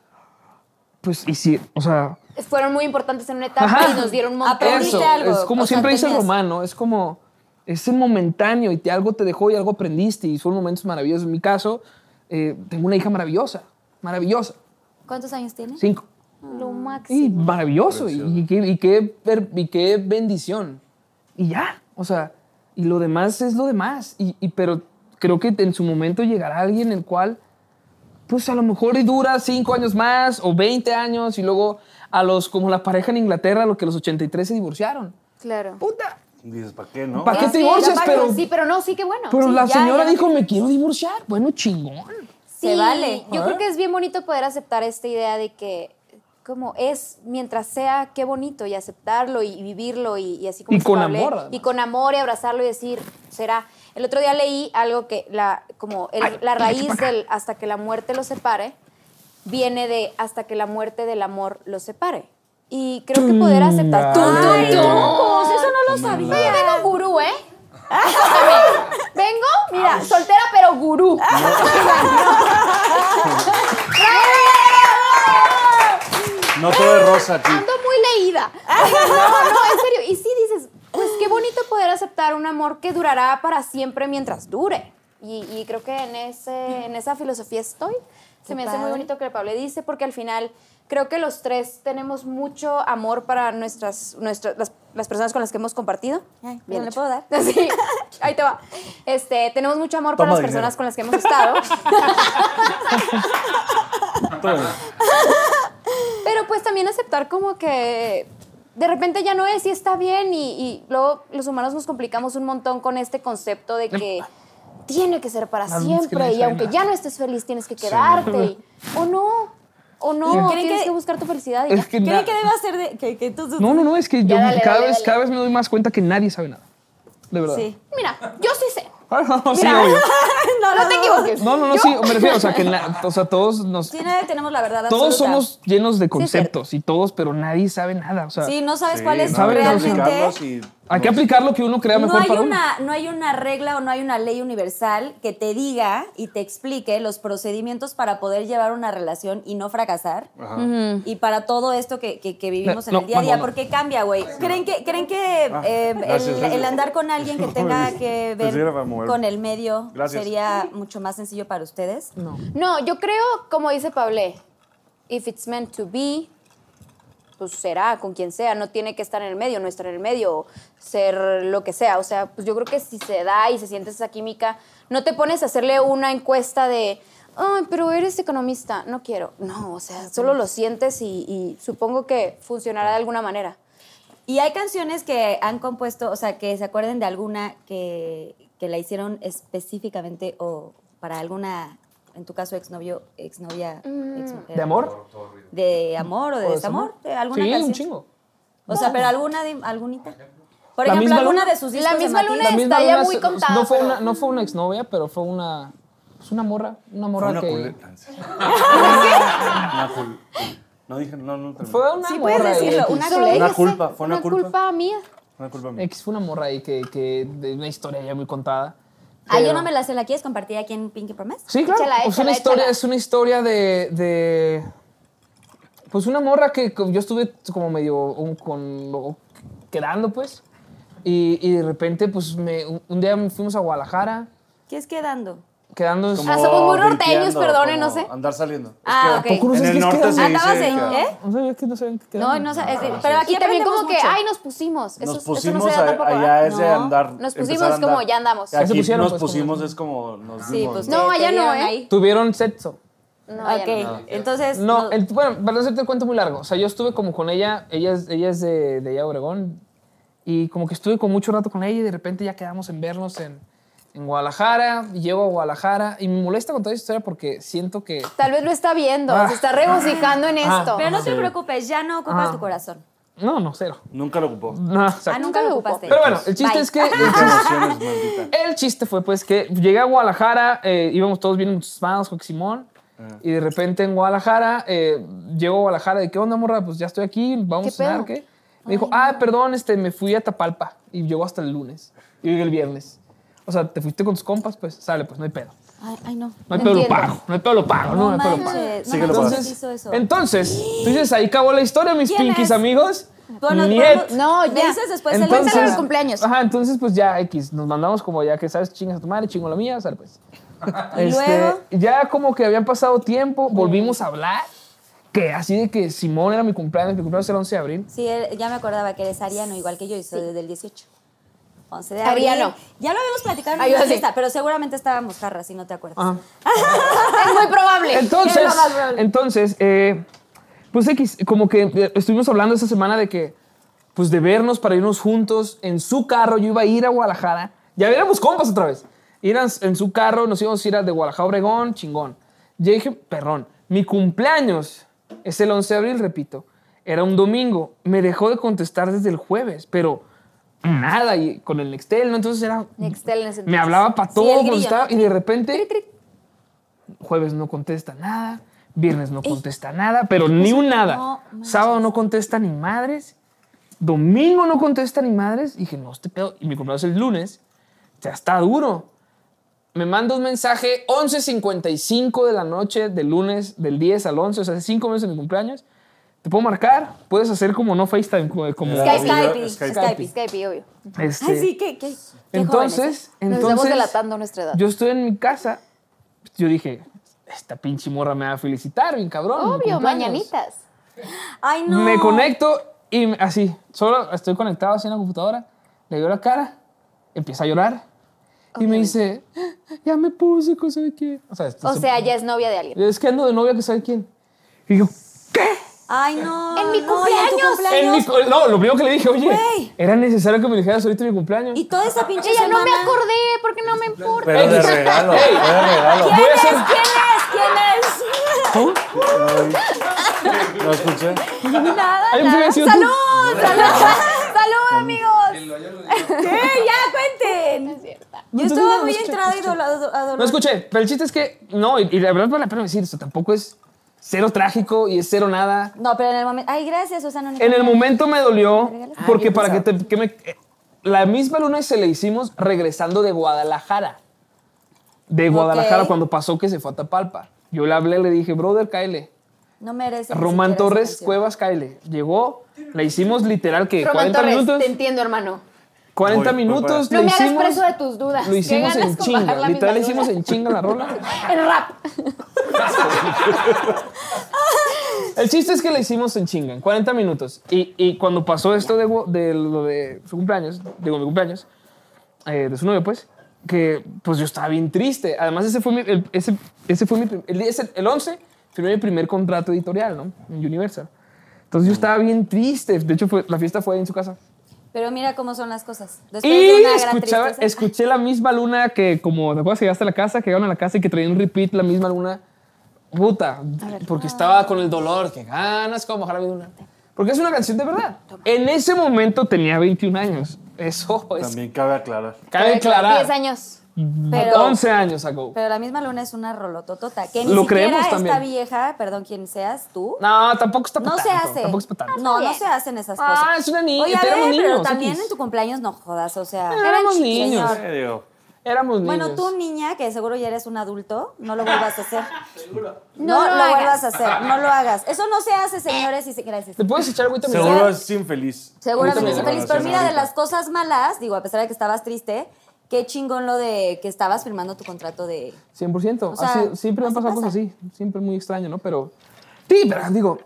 Speaker 3: pues y sí, o sea,
Speaker 4: Fueron muy importantes en una etapa
Speaker 3: Ajá.
Speaker 4: y nos dieron un montón.
Speaker 2: Aprendiste
Speaker 3: eso,
Speaker 2: algo,
Speaker 3: es como
Speaker 2: o sea,
Speaker 3: siempre dice el
Speaker 2: tenías-
Speaker 3: romano, es como, es el momentáneo y te, algo te dejó y algo aprendiste y son momentos maravillosos. En mi caso, eh, tengo una hija maravillosa, maravillosa,
Speaker 2: ¿Cuántos años tiene?
Speaker 3: cinco.
Speaker 4: Lo
Speaker 3: Y
Speaker 4: máximo.
Speaker 3: maravilloso, y,
Speaker 5: Precioso.
Speaker 3: y qué, y qué per- y qué bendición. Y ya, o sea, y lo demás es lo demás. Y, y- pero creo que en su momento llegará alguien el cual, pues a lo mejor y dura cinco años más o 20 años y luego a los, como la pareja en Inglaterra, los que los 83 se divorciaron.
Speaker 4: Claro.
Speaker 3: Puta,
Speaker 5: Dices, ¿para qué, no?
Speaker 3: ¿Para qué
Speaker 4: Sí,
Speaker 3: te divorcias?
Speaker 4: capaz,
Speaker 3: Pero,
Speaker 4: Sí, pero no, sí, qué bueno.
Speaker 3: pero
Speaker 4: Sí,
Speaker 3: la
Speaker 4: ya,
Speaker 3: señora
Speaker 4: ya.
Speaker 3: dijo, me quiero divorciar. Bueno, chingón.
Speaker 4: Sí,
Speaker 2: Se vale.
Speaker 4: Yo
Speaker 3: ¿Ah?
Speaker 4: creo que es bien bonito poder aceptar esta idea de que como es mientras sea, qué bonito y aceptarlo y, y vivirlo y, y así como
Speaker 3: Y
Speaker 4: dice
Speaker 3: con
Speaker 4: Pablo,
Speaker 3: amor,
Speaker 4: ¿eh?
Speaker 3: además.
Speaker 4: y con amor y abrazarlo y decir será. El otro día leí algo que la como el-
Speaker 3: Ay,
Speaker 4: la
Speaker 3: mira,
Speaker 4: raíz
Speaker 3: chupa.
Speaker 4: del hasta que la muerte los separe viene de hasta que la muerte del amor los separe. Y creo que poder aceptar.
Speaker 3: Tum, tum,
Speaker 4: ¡Ay,
Speaker 3: tum!
Speaker 4: locos! Eso no lo sabía. Oye, vengo gurú, ¿eh? También. Vengo, mira, soltera pero gurú.
Speaker 5: No todo es rosa aquí.
Speaker 4: Ando muy leída. Oigan, no, no, en serio. Y sí dices, pues qué bonito poder aceptar un amor que durará para siempre mientras dure. Y, y creo que en, ese, en esa filosofía estoy. Se
Speaker 2: Qué
Speaker 4: me hace muy
Speaker 2: padre.
Speaker 4: bonito que el Pablo dice, porque al final creo que los tres tenemos mucho amor para nuestras, nuestras las, las personas con las que hemos compartido.
Speaker 2: Ay,
Speaker 4: Bien
Speaker 2: ¿no le
Speaker 4: hecho.
Speaker 2: puedo dar?
Speaker 4: Sí, ahí te va. Este, tenemos mucho amor para
Speaker 5: Toma
Speaker 4: las
Speaker 5: dinero.
Speaker 4: personas con las que hemos estado.
Speaker 5: Todo bien.
Speaker 4: Pero pues también aceptar como que de repente ya no es y está bien y, y luego los humanos nos complicamos un montón con este concepto de
Speaker 3: Em,
Speaker 4: que tiene que ser para
Speaker 3: Las veces que
Speaker 4: siempre
Speaker 3: nadie
Speaker 4: y
Speaker 3: sabe
Speaker 4: aunque
Speaker 3: nada.
Speaker 4: ya no estés feliz tienes que quedarte y- o no, o no,
Speaker 2: ¿Creen
Speaker 4: tienes
Speaker 2: que-
Speaker 4: que buscar tu felicidad y
Speaker 3: Es
Speaker 4: ya.
Speaker 3: que na-
Speaker 2: ¿Creen que debe hacer de.? Que, que tú, tú-
Speaker 3: No, no, no, es que yo
Speaker 4: dale,
Speaker 3: cada,
Speaker 4: dale,
Speaker 3: vez,
Speaker 4: dale.
Speaker 3: cada vez me doy más cuenta que nadie sabe nada. De verdad.
Speaker 2: Sí.
Speaker 4: Mira, yo sí sé.
Speaker 3: sí,
Speaker 4: Mira.
Speaker 3: obvio.
Speaker 2: no,
Speaker 4: No te equivoques.
Speaker 3: No, no, no,
Speaker 4: Yo-
Speaker 3: sí, me refiero, o sea, que na- o sea, todos nos...
Speaker 2: Sí, nadie tenemos la verdad absoluta.
Speaker 3: Todos somos llenos de
Speaker 4: es cierto.
Speaker 3: conceptos y todos, pero nadie sabe nada. O sea,
Speaker 2: Sí, no sabes
Speaker 5: Sí,
Speaker 2: cuál es
Speaker 5: no,
Speaker 3: ¿Saben?
Speaker 2: realmente.
Speaker 5: Carlos y-
Speaker 3: hay que aplicar lo que uno crea
Speaker 2: No
Speaker 3: mejor
Speaker 2: hay,
Speaker 3: para uno.
Speaker 2: una, no hay una regla o no hay una ley universal que te diga y te explique los procedimientos para poder llevar una relación y no fracasar.
Speaker 5: Ajá.
Speaker 2: Y para todo esto que, que- que vivimos
Speaker 3: No,
Speaker 2: en el día a
Speaker 3: no,
Speaker 2: día,
Speaker 3: no. Ah,
Speaker 2: porque cambia, güey. ¿Creen que, creen que eh,
Speaker 5: gracias,
Speaker 2: el,
Speaker 5: gracias.
Speaker 2: el andar con alguien que tenga
Speaker 3: Pues
Speaker 2: que
Speaker 5: Pensé que
Speaker 2: ver
Speaker 5: era para moverme.
Speaker 2: con el medio
Speaker 5: Gracias.
Speaker 2: sería mucho más sencillo para ustedes? No.
Speaker 4: No, yo creo, como dice Pablé, if it's meant to be, pues será con quien sea, no tiene que estar en el medio, no estar en el medio, ser lo que sea. O sea, pues yo creo que si se da y se siente esa química, no te pones a hacerle una encuesta de, ay, pero eres economista, no quiero. No, o sea, solo lo sientes y, y supongo que funcionará de alguna manera.
Speaker 2: Y hay canciones que han compuesto, o sea, que se acuerden de alguna que, que la hicieron específicamente o para alguna, en tu caso, exnovio, exnovia,
Speaker 4: Mm.
Speaker 2: exmujer.
Speaker 3: ¿De amor?
Speaker 2: ¿De amor o de
Speaker 3: ¿O
Speaker 2: desamor? ¿De alguna
Speaker 3: sí,
Speaker 2: canción?
Speaker 3: un chingo.
Speaker 2: O sea, pero alguna, de, algunita. Por
Speaker 3: La
Speaker 2: ejemplo,
Speaker 3: misma
Speaker 2: alguna
Speaker 3: luna.
Speaker 2: de sus discos
Speaker 4: La
Speaker 2: de
Speaker 4: misma
Speaker 2: Matiz.
Speaker 4: luna Está ya muy
Speaker 3: se-
Speaker 4: contada,
Speaker 3: no, fue
Speaker 4: pero-
Speaker 3: una, no fue una exnovia, pero fue una... Pues una morra, una morra
Speaker 5: Una
Speaker 3: que...
Speaker 5: culeta. Una cul- No dije, no, no. terminé.
Speaker 3: Fue una
Speaker 2: Sí, puedes
Speaker 3: morra
Speaker 2: decirlo,
Speaker 3: y-
Speaker 2: una
Speaker 4: Solo
Speaker 2: culpa.
Speaker 4: dije,
Speaker 5: Una culpa, fue una culpa.
Speaker 4: mía.
Speaker 5: Una culpa
Speaker 4: Eh,
Speaker 5: mía.
Speaker 3: X fue una morra ahí que, que de una historia ya muy contada.
Speaker 2: Ah, yo
Speaker 3: pero-
Speaker 2: no me la sé, ¿la quieres compartir aquí en Pinky Promise?
Speaker 3: Sí, claro.
Speaker 4: Échala,
Speaker 3: es, una
Speaker 4: échala,
Speaker 3: historia,
Speaker 4: échala.
Speaker 3: es una historia de, de- Pues una morra que co- yo estuve como medio un- con. lo- quedando, pues. Y, y de repente, pues, me, un, un día fuimos a Guadalajara,
Speaker 2: ¿Qué es quedando?
Speaker 3: quedando...
Speaker 5: Como
Speaker 4: Ah, somos muy norteños, ¿eh?
Speaker 5: vinteando,
Speaker 4: perdón, no
Speaker 5: como
Speaker 4: sé.
Speaker 5: Andar saliendo.
Speaker 2: Ah,
Speaker 3: ¿A poco
Speaker 2: ok.
Speaker 3: no
Speaker 5: En
Speaker 3: sabes
Speaker 5: el
Speaker 3: qué es
Speaker 5: norte
Speaker 3: quedando?
Speaker 5: se dice
Speaker 2: Andabas en-
Speaker 5: que-
Speaker 2: ¿eh?
Speaker 3: No sabía que no sabían qué
Speaker 2: No,
Speaker 3: quedando.
Speaker 2: no sé. es de-
Speaker 4: eh, Pero
Speaker 2: Pero
Speaker 4: aquí
Speaker 2: aquí
Speaker 4: también
Speaker 2: aprendemos
Speaker 4: como que,
Speaker 2: mucho.
Speaker 4: ay, nos pusimos. Eso,
Speaker 5: Ah, Nos
Speaker 4: es- eso no
Speaker 5: pusimos
Speaker 4: se da
Speaker 5: a-
Speaker 4: tampoco, ¿verdad?
Speaker 5: allá es de
Speaker 2: No.
Speaker 5: andar.
Speaker 4: Nos
Speaker 5: empezar
Speaker 4: pusimos
Speaker 5: a
Speaker 4: como
Speaker 5: andar.
Speaker 4: ya andamos.
Speaker 5: Aquí
Speaker 3: Se pusieron,
Speaker 5: nos
Speaker 3: pues, como-
Speaker 5: pusimos es como nos
Speaker 2: Sí,
Speaker 5: vimos.
Speaker 2: pues
Speaker 4: No,
Speaker 2: te-
Speaker 4: allá
Speaker 2: te
Speaker 4: no,
Speaker 2: dieron
Speaker 4: ¿eh?
Speaker 2: ahí.
Speaker 3: Tuvieron sexo.
Speaker 4: No, ya no.
Speaker 2: Ok, entonces...
Speaker 3: No,
Speaker 2: no-
Speaker 3: el- bueno, para no hacerte el cuento muy largo. O sea, yo estuve como con ella, ella es, ella es de, de allá de Obregón, y como que estuve con mucho rato con ella y de repente ya quedamos en vernos en, en Guadalajara, y llego a Guadalajara y me molesta con toda esta historia porque siento que...
Speaker 4: Tal vez lo está viendo,
Speaker 3: Ah.
Speaker 4: se está regocijando en
Speaker 3: Ah.
Speaker 4: esto.
Speaker 2: Pero no te preocupes, ya no ocupas
Speaker 3: Ah.
Speaker 2: tu corazón.
Speaker 3: No, no, cero.
Speaker 5: Nunca lo ocupó.
Speaker 3: No, o sea,
Speaker 2: Ah, nunca lo ocupaste.
Speaker 3: Pero bueno, el chiste
Speaker 2: Bye.
Speaker 3: es que... el
Speaker 5: Qué
Speaker 3: chiste-
Speaker 5: emociones, maldita.
Speaker 3: El chiste fue pues que llegué a Guadalajara, eh, íbamos todos bien entusiasmados con Simón. Y de repente en Guadalajara, eh, llego a Guadalajara, ¿de qué onda, morra? Pues ya estoy aquí, vamos
Speaker 4: ¿Qué
Speaker 3: a cenar,
Speaker 4: pedo?
Speaker 3: ¿qué? Me dijo, ah, perdón, este, me fui a Tapalpa y llegó hasta el lunes. Y llegué el viernes. O sea, te fuiste con tus compas, pues sale, pues no hay pedo.
Speaker 2: Ay, ay, no.
Speaker 3: No hay pedo, lo
Speaker 4: Entiendo.
Speaker 3: pago. No hay pedo, lo pago. No,
Speaker 2: No
Speaker 3: no hay pedo, lo pago.
Speaker 2: manches,
Speaker 5: Sí que
Speaker 2: no
Speaker 5: lo
Speaker 2: manches,
Speaker 3: pues.
Speaker 5: puedes.
Speaker 2: hizo eso.
Speaker 3: Entonces, tú dices, ahí acabó la historia, mis
Speaker 2: ¿Quién
Speaker 3: pinkies
Speaker 2: es?
Speaker 3: amigos.
Speaker 2: Bueno,
Speaker 3: Niet.
Speaker 2: bueno,
Speaker 4: No,
Speaker 2: me
Speaker 4: ya.
Speaker 2: dices después Pues el
Speaker 4: Entonces-
Speaker 2: cuéntalo
Speaker 4: del cumpleaños.
Speaker 3: Ajá, entonces pues ya X, nos mandamos como ya que sabes, chingas a tu madre, chingo la mía, sale pues. Este,
Speaker 2: ¿Y luego?
Speaker 3: Ya como que habían pasado tiempo, volvimos a hablar, que así de que Simón era mi cumpleaños, mi cumpleaños era el 11 de abril.
Speaker 2: Sí, él- ya me acordaba que eres ariano, igual que yo, y soy desde el 18. 11 de abril.
Speaker 4: Ariano.
Speaker 2: Ya lo habíamos platicado en
Speaker 4: Ay,
Speaker 2: una
Speaker 4: yo sí.
Speaker 2: fiesta, pero seguramente estábamos jarras, si no te acuerdas.
Speaker 3: Ajá.
Speaker 4: Es muy probable.
Speaker 3: Entonces,
Speaker 4: Es lo más probable.
Speaker 3: entonces, eh, pues X, como que eh, estuvimos hablando esta semana de que, pues de vernos para irnos juntos en su carro, yo iba a ir a Guadalajara, ya éramos compas otra vez, irán en su carro, nos íbamos a ir a de Guadalajara a Obregón, chingón. Yo dije, perdón, mi cumpleaños es el 11 de abril, repito, era un domingo, me dejó de contestar desde el jueves, pero nada, y con el Nextel, ¿no? Entonces era...
Speaker 4: Nextel en ese
Speaker 3: Me
Speaker 4: entonces.
Speaker 3: hablaba para
Speaker 2: Sí,
Speaker 3: todo,
Speaker 2: el grillo,
Speaker 3: contestaba,
Speaker 2: ¿no?
Speaker 3: y de repente jueves no contesta nada, viernes no contesta nada, pero ni un nada.
Speaker 2: manches.
Speaker 3: Sábado no contesta ni madres, domingo no contesta ni madres. Y dije, no, este pedo. Y mi cumpleaños es el lunes, ya está duro. Me manda un mensaje 11.55 de la noche del lunes, del 10 al 11, o sea, hace cinco meses de mi cumpleaños. ¿Te puedo marcar? Puedes hacer como no FaceTime, como... como-
Speaker 5: Skype.
Speaker 2: Skype,
Speaker 5: Skype.
Speaker 3: eh,
Speaker 2: Skype.
Speaker 4: Skype, obvio.
Speaker 3: este,
Speaker 2: Ay, sí, qué, qué, qué
Speaker 3: entonces,
Speaker 4: ¿eh? Nos
Speaker 3: entonces...
Speaker 4: estamos delatando nuestra edad.
Speaker 3: Yo estoy en mi casa. Yo dije, esta pinche morra me va a felicitar, bien cabrón. mi
Speaker 4: obvio,
Speaker 3: cumpleaños".
Speaker 4: mañanitas.
Speaker 2: jóvenes. ¿eh? Ay, no.
Speaker 3: Me conecto y me- así, solo estoy conectado así en la computadora. Le veo la cara, empieza a llorar y me dice, ya me puse, cosa sabe qué. O sea, esto
Speaker 4: O
Speaker 3: se-
Speaker 4: sea, ya es novia de alguien.
Speaker 3: es que ando de novia que sabe quién. Y yo,
Speaker 2: Ay, no.
Speaker 4: En mi
Speaker 2: no,
Speaker 4: cumpleaños.
Speaker 2: En tu cumpleaños.
Speaker 3: en mi cu- no, lo primero que le dije, oye,
Speaker 2: Güey.
Speaker 3: era necesario que me dijeras ahorita mi cumpleaños.
Speaker 2: Y toda esa pinche
Speaker 4: Ella no
Speaker 2: semana.
Speaker 4: me acordé porque no me importa.
Speaker 5: Pero de regalo,
Speaker 3: Ey.
Speaker 5: fue de regalo.
Speaker 3: Voy a hacer-
Speaker 2: ¿Quién es? ¿Quién
Speaker 5: No escuché.
Speaker 2: es? Nada,
Speaker 3: Ay, yo pensé que
Speaker 2: nada.
Speaker 3: había sido tú.
Speaker 2: ¡Salud! ¡Salud! ¡Salud, amigos! ¿Qué? ¡Ya, cuenten! Yo
Speaker 3: Entonces,
Speaker 2: estaba
Speaker 3: no,
Speaker 2: muy
Speaker 3: no escuché,
Speaker 2: entrada y
Speaker 3: escuché.
Speaker 2: adorado.
Speaker 3: No escuché, pero el chiste es que no, y, y la verdad vale la pena decir esto, tampoco es cero trágico y es cero nada.
Speaker 2: No, pero en el momento. Ay, gracias, Susana.
Speaker 3: En el momento me dolió
Speaker 2: regalas?
Speaker 3: porque para que te que me- eh, la misma luna se le hicimos regresando de Guadalajara. De Guadalajara
Speaker 2: Ok.
Speaker 3: cuando pasó que se fue a Tapalpa. Yo le hablé, le dije, "Brother, cáele."
Speaker 2: No merece. ni siquiera
Speaker 3: Román
Speaker 2: esa
Speaker 3: Torres
Speaker 2: canción.
Speaker 3: Cuevas cáele. Llegó, la hicimos literal que
Speaker 4: Román
Speaker 3: 40
Speaker 4: Torres,
Speaker 3: minutos,
Speaker 4: te entiendo, hermano.
Speaker 3: 40
Speaker 5: Voy, voy
Speaker 3: minutos
Speaker 4: No
Speaker 5: para
Speaker 3: le
Speaker 4: me hagas
Speaker 3: hicimos-
Speaker 4: preso de tus dudas.
Speaker 3: Lo
Speaker 4: Qué
Speaker 3: hicimos
Speaker 4: ganas
Speaker 3: en
Speaker 4: con bajar
Speaker 3: chinga,
Speaker 4: la
Speaker 3: literal le
Speaker 4: misma
Speaker 3: hicimos
Speaker 4: duda.
Speaker 3: en chinga la rola.
Speaker 4: El rap.
Speaker 3: El chiste es que la hicimos en chinga, en 40 minutos. Y, y cuando pasó esto de, Wo- de lo de su cumpleaños, digo mi cumpleaños, eh, de su novio, pues, que pues yo estaba bien triste. Además, ese fue mi, el, ese, ese fue mi prim- el, ese- el 11 firmé mi primer contrato editorial, ¿no? En Universal. Entonces yo estaba bien triste. De hecho, fue- la fiesta fue en su casa.
Speaker 2: Pero mira cómo son las cosas. Después de
Speaker 3: Y
Speaker 2: una gran
Speaker 3: escuchaba,
Speaker 2: tristeza.
Speaker 3: escuché la misma luna que, como te acuerdas que llegaste a la casa, que llegaron a la casa y que traían repeat la misma luna. Puta,
Speaker 2: ah.
Speaker 3: porque estaba con el dolor, que ganas como bajar la luna. Porque es una canción de verdad. En ese momento tenía 21 años. Eso es.
Speaker 4: Pues,
Speaker 5: También cabe aclarar.
Speaker 3: Cabe aclarar.
Speaker 4: 10 años.
Speaker 2: Pero-
Speaker 3: 11 años ago.
Speaker 2: Pero la misma luna es una rolototota. Que ni
Speaker 3: Lo
Speaker 2: siquiera
Speaker 3: creemos
Speaker 2: esta
Speaker 3: también.
Speaker 2: vieja, perdón, quien seas tú,
Speaker 3: No, tampoco está para
Speaker 2: no se
Speaker 3: tanto,
Speaker 2: hace.
Speaker 3: Tampoco es para tanto.
Speaker 2: No,
Speaker 4: Está
Speaker 2: no
Speaker 4: bien.
Speaker 2: se hacen esas
Speaker 3: Ah,
Speaker 2: cosas.
Speaker 3: es una niña,
Speaker 2: Oye, a
Speaker 3: pero
Speaker 2: ver,
Speaker 3: éramos
Speaker 2: pero
Speaker 3: niños,
Speaker 2: también
Speaker 3: X. Ah,
Speaker 2: en tu cumpleaños no jodas, o sea.
Speaker 3: Éramos
Speaker 4: pues,
Speaker 2: Señor.
Speaker 3: niños.
Speaker 5: Eh, digo,
Speaker 3: Éramos niños.
Speaker 2: Bueno, tú niña, que seguro ya eres un adulto, no lo vuelvas a hacer.
Speaker 4: No,
Speaker 2: No,
Speaker 4: lo,
Speaker 2: lo
Speaker 4: hagas.
Speaker 2: vuelvas a hacer, no lo hagas. Eso no se hace, señores, y se- gracias.
Speaker 3: ¿Te puedes echar
Speaker 4: pues,
Speaker 3: agüita mineral?
Speaker 5: Seguro es infeliz.
Speaker 2: Seguramente
Speaker 3: Ahorita
Speaker 2: sí,
Speaker 3: me
Speaker 2: feliz.
Speaker 5: lo
Speaker 2: Pero
Speaker 5: relaciono
Speaker 2: mira, de
Speaker 5: ahorita.
Speaker 2: las cosas malas, digo, a pesar de que estabas triste, qué chingón lo de que estabas firmando tu contrato de...
Speaker 3: 100%.
Speaker 2: O sea,
Speaker 3: Así- siempre me han
Speaker 2: así pasa.
Speaker 3: pasado cosas así. Siempre muy extraño, ¿no? Pero. Sí, pero digo.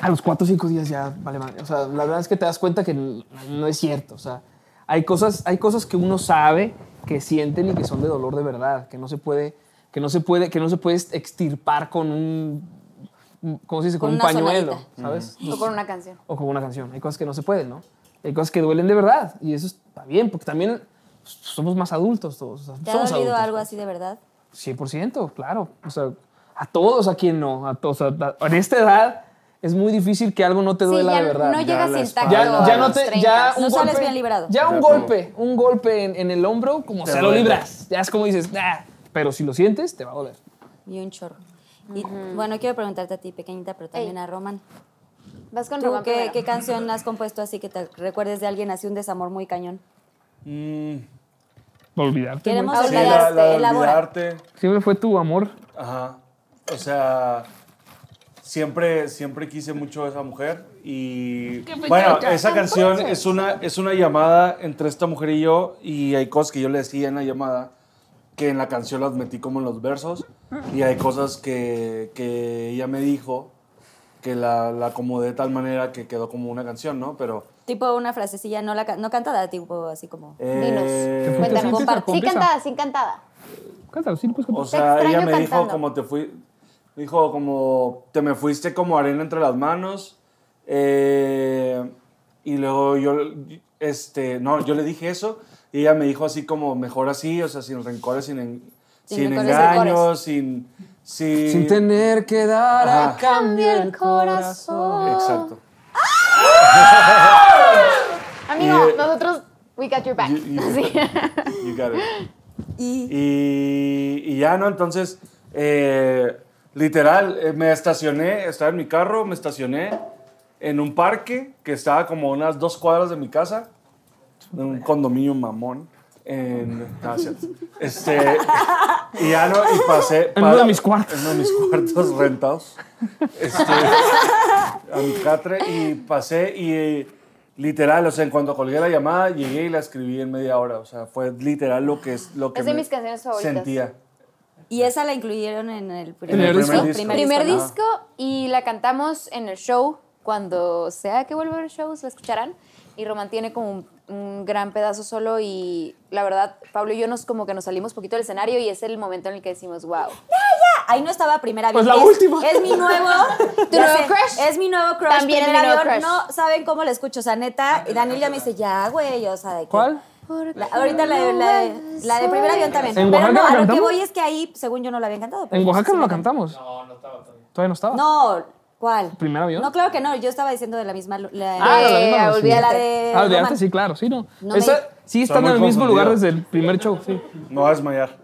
Speaker 3: A los cuatro o cinco días ya vale madre. O sea, la verdad es que te das cuenta que n- no es cierto. O sea, hay cosas, hay cosas que uno sabe que sienten y que son de dolor de verdad, que no se puede, que no se puede, que no se puede extirpar con un, ¿cómo se dice? Con,
Speaker 2: Con
Speaker 3: un
Speaker 2: una
Speaker 3: pañuelo,
Speaker 2: sonadita.
Speaker 3: ¿sabes?
Speaker 4: O con una canción.
Speaker 3: o con una canción. Hay cosas que no se pueden, ¿no? Hay cosas que duelen de verdad y eso está bien porque también pues, somos más adultos todos. o sea,
Speaker 2: ¿Te ha
Speaker 3: somos
Speaker 2: dolido
Speaker 3: adultos,
Speaker 2: algo
Speaker 3: pues.
Speaker 2: así de verdad?
Speaker 3: 100%, claro. O sea, a todos, a quien no, a todos. a- a- en esta edad es muy difícil que algo no te
Speaker 4: Sí,
Speaker 3: duela
Speaker 4: ya
Speaker 3: de verdad.
Speaker 4: no llegas
Speaker 5: la
Speaker 4: intacto.
Speaker 3: ya,
Speaker 5: espalda.
Speaker 3: ya no te, ya un
Speaker 2: No
Speaker 3: golpe,
Speaker 2: sales bien librado.
Speaker 3: Ya un
Speaker 5: Ya,
Speaker 3: golpe, un golpe en, en el hombro, como
Speaker 5: Te
Speaker 3: se lo
Speaker 5: duele.
Speaker 3: libras. Ya es como dices, "Nah", pero si lo sientes, te va a doler.
Speaker 2: Y un chorro. Y bueno, quiero preguntarte a ti, pequeñita, pero también a Roman.
Speaker 4: Vas con
Speaker 2: ¿Tú
Speaker 4: Román
Speaker 2: qué,
Speaker 4: primero.
Speaker 2: qué canción has compuesto así que te recuerdes de alguien así un desamor muy cañón?
Speaker 5: Mm,
Speaker 3: Olvidarte.
Speaker 2: Queremos
Speaker 4: güey.
Speaker 5: sí, la,
Speaker 2: olvidarte,
Speaker 5: la de
Speaker 2: elabora.
Speaker 5: olvidarte.
Speaker 3: Siempre fue tu amor.
Speaker 5: Ajá. O sea, siempre, siempre quise mucho a esa mujer. Y bueno, esa canción es una, es una llamada entre esta mujer y yo. Y hay cosas que yo le decía en la llamada que en la canción las metí como en los versos. Y hay cosas que, que ella me dijo que la, la acomodé de tal manera que quedó como una canción, ¿no? Pero.
Speaker 2: Tipo una frasecilla no, la, ca- no cantada, tipo así como...
Speaker 5: eh,
Speaker 3: Dinos.
Speaker 4: Cuéntanos.
Speaker 3: ¿Te sientes
Speaker 4: Sí,
Speaker 3: acompleja?
Speaker 4: cantada, sí, cantada.
Speaker 3: Cántalo, sí, pues
Speaker 5: O
Speaker 3: cántalo.
Speaker 5: sea,
Speaker 4: extraño
Speaker 5: ella me dijo
Speaker 4: cantando.
Speaker 5: como te fui, dijo como te me fuiste como arena entre las manos. eh, y luego yo, este, no, yo le dije eso y ella me dijo así como mejor así, o sea, sin rencores, sin, en-
Speaker 2: Sin
Speaker 5: sin
Speaker 2: rencores,
Speaker 5: engaños,
Speaker 2: rencores.
Speaker 5: sin, sin,
Speaker 3: Sin tener que dar a
Speaker 5: Ajá.
Speaker 3: cambio el corazón.
Speaker 5: Exacto.
Speaker 4: Amigo,
Speaker 5: Y-
Speaker 4: nosotros, we got your back.
Speaker 5: Eh, You- you-
Speaker 4: Así.
Speaker 5: you got it.
Speaker 2: Y
Speaker 5: Y, y ya, ¿no? Entonces, eh, literal, eh, me estacioné, estaba en mi carro, me estacioné en un parque que estaba como a unas dos cuadras de mi casa, en un condominio mamón. En, no, es cierto. este, y ya no, y pasé.
Speaker 3: En uno de mis cuartos.
Speaker 5: En uno de mis cuartos rentados. Este, a mi catre y pasé y eh, literal, o sea, en cuanto colgué la llamada, llegué y la escribí en media hora. O sea, fue literal lo que es lo que
Speaker 4: Es de
Speaker 5: me
Speaker 4: mis canciones favoritas.
Speaker 5: Sentía.
Speaker 2: Y esa la incluyeron en el primer,
Speaker 3: En el
Speaker 2: disco.
Speaker 3: primer
Speaker 5: disco.
Speaker 4: Primer
Speaker 2: ¿no?
Speaker 4: disco y la cantamos en el show. Cuando sea que vuelva a haber shows, la escucharán. Y Román tiene como un, un gran pedazo solo y la verdad, Pablo y yo nos como que nos salimos poquito del escenario y es el momento en el que decimos, wow.
Speaker 2: Ahí no estaba primera
Speaker 3: Pues
Speaker 2: Vez.
Speaker 3: la
Speaker 2: Es-
Speaker 3: última.
Speaker 2: Es mi nuevo.
Speaker 4: ¿Tu
Speaker 2: ya
Speaker 4: nuevo
Speaker 2: sé,
Speaker 4: crush?
Speaker 2: Es mi nuevo crush.
Speaker 4: También mi
Speaker 2: primer
Speaker 4: nuevo
Speaker 2: avión.
Speaker 4: crush. Ah,
Speaker 2: No saben cómo la escucho. O sea, neta. Y Daniel ya me dice, ya, güey. O sea, de que-
Speaker 3: ¿Cuál?
Speaker 2: La- ahorita la, de- la de- la de primer avión también.
Speaker 3: ¿En
Speaker 2: pero no,
Speaker 3: Oaxaca la
Speaker 2: a lo que
Speaker 3: cantamos?
Speaker 2: voy es que ahí, según yo, no la habían cantado. pero
Speaker 3: En Oaxaca
Speaker 2: sí
Speaker 3: no lo
Speaker 2: la cantaron.
Speaker 3: cantamos. No, no estaba todavía. Todavía no estaba.
Speaker 2: No, ¿cuál?
Speaker 3: ¿Primer avión?
Speaker 2: No, claro que no. Yo estaba diciendo de la misma. La,
Speaker 3: Ah, de la misma
Speaker 4: Eh,
Speaker 3: no, sí.
Speaker 4: olvídate.
Speaker 2: la de.
Speaker 3: Ah, de
Speaker 2: Roman.
Speaker 3: antes, sí, claro, sí, no.
Speaker 2: No
Speaker 3: Esa-
Speaker 2: me-
Speaker 3: Sí, están
Speaker 5: muy
Speaker 3: en el mismo
Speaker 5: confundido.
Speaker 3: lugar desde el primer show, sí.
Speaker 5: No vas a desmayar.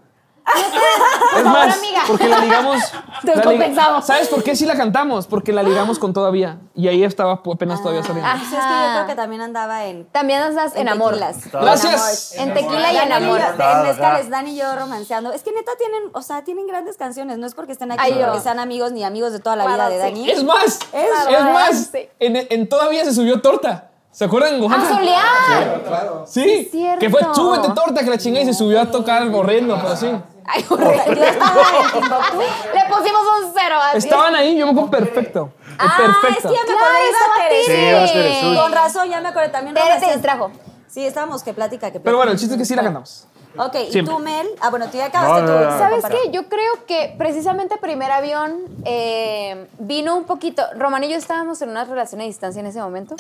Speaker 3: Es más,
Speaker 4: amiga.
Speaker 3: porque la ligamos. la lig-
Speaker 4: compensamos.
Speaker 3: ¿Sabes por qué sí la cantamos? Porque la ligamos con todavía. Y ahí estaba po- apenas todavía saliendo.
Speaker 2: Ah, sí, es que yo creo que también andaba en.
Speaker 4: También nos das en, amor.
Speaker 2: tequilas.
Speaker 3: Gracias.
Speaker 4: En tequila y en
Speaker 2: Dani
Speaker 4: amor.
Speaker 2: y yo-
Speaker 5: Está,
Speaker 2: En
Speaker 5: ¿verdad?
Speaker 2: mezcales, Dani y yo romanceando. Es que neta tienen, o sea, tienen grandes canciones. No es porque estén aquí,
Speaker 4: Ay, yo.
Speaker 2: porque sean amigos ni amigos de toda la vida
Speaker 4: Guarda,
Speaker 2: de
Speaker 4: sí.
Speaker 2: Dani.
Speaker 3: Es más, es,
Speaker 4: verdad,
Speaker 3: más.
Speaker 4: sí.
Speaker 3: En, en todavía se subió torta. ¿Se acuerdan en
Speaker 4: ¡A
Speaker 3: Oaxaca?
Speaker 4: solear!
Speaker 3: Sí,
Speaker 4: cierto.
Speaker 3: que fue súbete torta que la chingada y se subió a tocar corriendo, pero sí.
Speaker 4: Ay, horrible.
Speaker 2: Yo estaba en Timbuktu.
Speaker 4: Le pusimos un cero así.
Speaker 3: Estaban ahí, yo me acuerdo perfecto.
Speaker 2: Ah, es
Speaker 3: perfecto.
Speaker 2: que ya me
Speaker 4: Claro,
Speaker 2: acordé de
Speaker 4: estaba
Speaker 2: esa Teresa.
Speaker 5: Sí,
Speaker 4: Tere.
Speaker 5: vas a hacer el
Speaker 2: Con razón, ya me acordé también.
Speaker 4: Tere se
Speaker 2: romanceando.
Speaker 4: distrajo.
Speaker 2: Sí, estábamos que plática, que plática.
Speaker 3: Pero bueno, el chiste es que sí la cantamos.
Speaker 2: Ok, ¿y
Speaker 3: Siempre.
Speaker 2: tú, Mel? Ah, bueno, tú ya acabaste
Speaker 5: No,
Speaker 2: tu
Speaker 5: no, no, no.
Speaker 4: ¿Sabes
Speaker 2: compartir.
Speaker 4: qué? Yo creo que precisamente primer avión eh, vino un poquito. Román y yo estábamos en una relación a distancia en ese momento.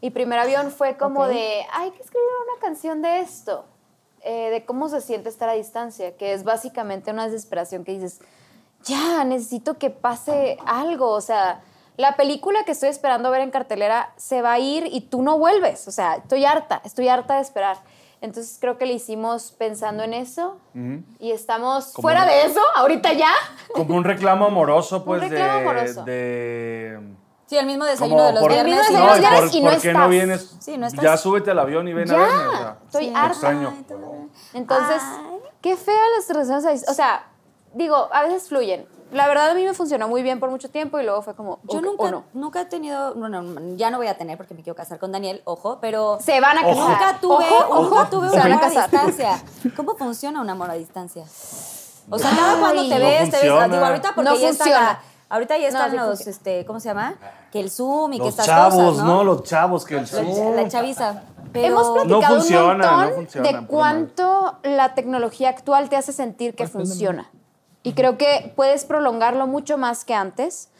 Speaker 4: Y primer avión fue como
Speaker 2: Ok.
Speaker 4: de, hay que escribir una canción de esto, eh, de cómo se siente estar a distancia, que es básicamente una desesperación que dices, ya, necesito que pase algo, o sea, la película que estoy esperando ver en cartelera se va a ir y tú no vuelves, o sea, estoy harta, estoy harta de esperar. Entonces creo que le hicimos pensando en eso y estamos
Speaker 5: Como
Speaker 4: fuera
Speaker 5: una-
Speaker 4: de eso, ahorita ya.
Speaker 5: Como un reclamo amoroso, pues,
Speaker 4: reclamo
Speaker 5: de,
Speaker 4: amoroso.
Speaker 5: de-
Speaker 2: Sí, el mismo desayuno de los
Speaker 5: por-
Speaker 4: El mismo
Speaker 2: viernes. y-
Speaker 4: desayuno de los
Speaker 5: y
Speaker 4: viernes
Speaker 5: por,
Speaker 4: y no
Speaker 5: ¿por qué
Speaker 4: estás?
Speaker 5: no vienes?
Speaker 2: Sí, no estás.
Speaker 5: Ya súbete al avión y ven a
Speaker 4: Ya,
Speaker 5: verme. o sea,
Speaker 4: estoy
Speaker 5: te
Speaker 4: harta.
Speaker 5: extraño.
Speaker 4: Entonces, qué fea las relaciones. a dis- O sea, digo, a veces fluyen. La verdad a mí me funcionó muy bien por mucho tiempo y luego fue como,
Speaker 2: Yo
Speaker 4: ok,
Speaker 2: nunca,
Speaker 4: o no.
Speaker 2: nunca he tenido, bueno, ya no voy a tener porque me quiero casar con Daniel, ojo, pero
Speaker 4: Se van a
Speaker 5: Ojo.
Speaker 4: casar.
Speaker 2: Ah, nunca tuve,
Speaker 4: Ojo,
Speaker 2: nunca
Speaker 4: ojo,
Speaker 2: tuve un
Speaker 4: se van a
Speaker 2: amor a
Speaker 4: casar.
Speaker 2: distancia. ¿Cómo funciona un amor a distancia? O sea, cada
Speaker 4: Ay.
Speaker 2: cuando te
Speaker 4: No
Speaker 2: ves, te ves,
Speaker 5: funciona.
Speaker 2: digo, ahorita porque
Speaker 4: No
Speaker 2: ya están
Speaker 4: funciona.
Speaker 2: la- ahorita ya
Speaker 4: No,
Speaker 2: están
Speaker 4: sí
Speaker 2: los,
Speaker 4: funciona.
Speaker 2: este, ¿cómo se llama? Que el Zoom y que
Speaker 5: Los
Speaker 2: estas
Speaker 5: chavos,
Speaker 2: cosas,
Speaker 5: ¿no?
Speaker 2: ¿no?
Speaker 5: Los chavos que el
Speaker 2: La,
Speaker 5: Zoom.
Speaker 2: la chaviza. Pero
Speaker 4: Hemos
Speaker 5: No
Speaker 4: platicado un
Speaker 5: funciona, no
Speaker 4: montón
Speaker 5: funciona,
Speaker 4: de
Speaker 5: puro
Speaker 4: cuánto la tecnología actual te hace sentir que funciona. Y creo que puedes prolongarlo mucho más que antes,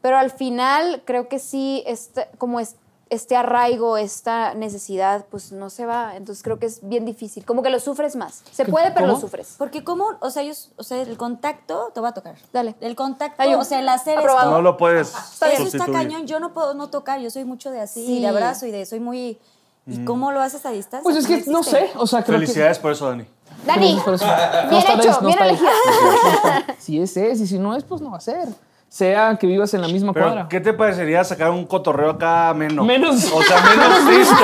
Speaker 4: pero al final creo que sí, este, como es, este arraigo, esta necesidad, pues no se va. Entonces creo que es bien difícil. Como que lo sufres más. Se puede, pero lo
Speaker 3: ¿Cómo?
Speaker 4: sufres.
Speaker 2: Porque cómo, o sea, yo, o sea, el contacto te va a tocar.
Speaker 4: Dale.
Speaker 2: El contacto,
Speaker 4: Ay, yo-
Speaker 2: o sea, el hacer esto.
Speaker 4: aprobado.
Speaker 5: No lo puedes
Speaker 2: Eso está
Speaker 5: sustituir.
Speaker 2: cañón, yo no puedo no tocar, yo soy mucho de así,
Speaker 4: Sí.
Speaker 2: de abrazo y de soy muy
Speaker 5: Mm.
Speaker 2: ¿Y cómo lo haces a distancia?
Speaker 3: Pues es que no
Speaker 2: existe.
Speaker 3: sé, o sea, creo que...
Speaker 5: Felicidades por eso, Dani.
Speaker 4: Dani,
Speaker 3: Pero es-
Speaker 4: bien
Speaker 3: está
Speaker 4: hecho, bien
Speaker 3: está
Speaker 4: elegido.
Speaker 3: Si es, es, y si no es, pues no va a ser. Sea que vivas en la misma
Speaker 5: Pero,
Speaker 3: cuadra.
Speaker 5: ¿qué te parecería sacar un cotorreo acá menos?
Speaker 3: Menos- Ah,
Speaker 5: O sea, menos triste.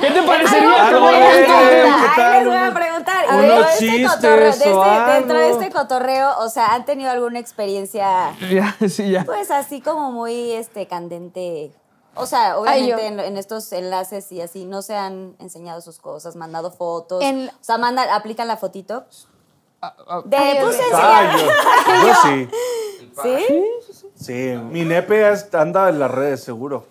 Speaker 3: ¿Qué te parecería?
Speaker 5: Algo
Speaker 4: voy a
Speaker 5: leve,
Speaker 4: preguntar.
Speaker 5: ¿qué
Speaker 2: Ahí
Speaker 5: tal?
Speaker 2: les voy a
Speaker 5: Unos-
Speaker 2: preguntar. y
Speaker 5: unos
Speaker 2: dentro de este
Speaker 5: chistes
Speaker 2: cotorreo- de este-
Speaker 5: o
Speaker 2: dentro de
Speaker 5: algo.
Speaker 2: este cotorreo, o sea, ¿han tenido alguna experiencia,
Speaker 3: Ya, sí, ya.
Speaker 2: pues así como muy este, candente? O sea, obviamente
Speaker 4: yo-
Speaker 2: en, en estos enlaces y así no se han enseñado sus cosas, mandado fotos.
Speaker 4: En-
Speaker 2: O sea, manda, aplican la fotito. De,
Speaker 4: Ay,
Speaker 2: puse
Speaker 4: Dios.
Speaker 2: enseñar-
Speaker 5: Ay, yo, yo sí.
Speaker 2: ¿Sí?
Speaker 5: Sí, mi nepe es- anda en las redes, seguro.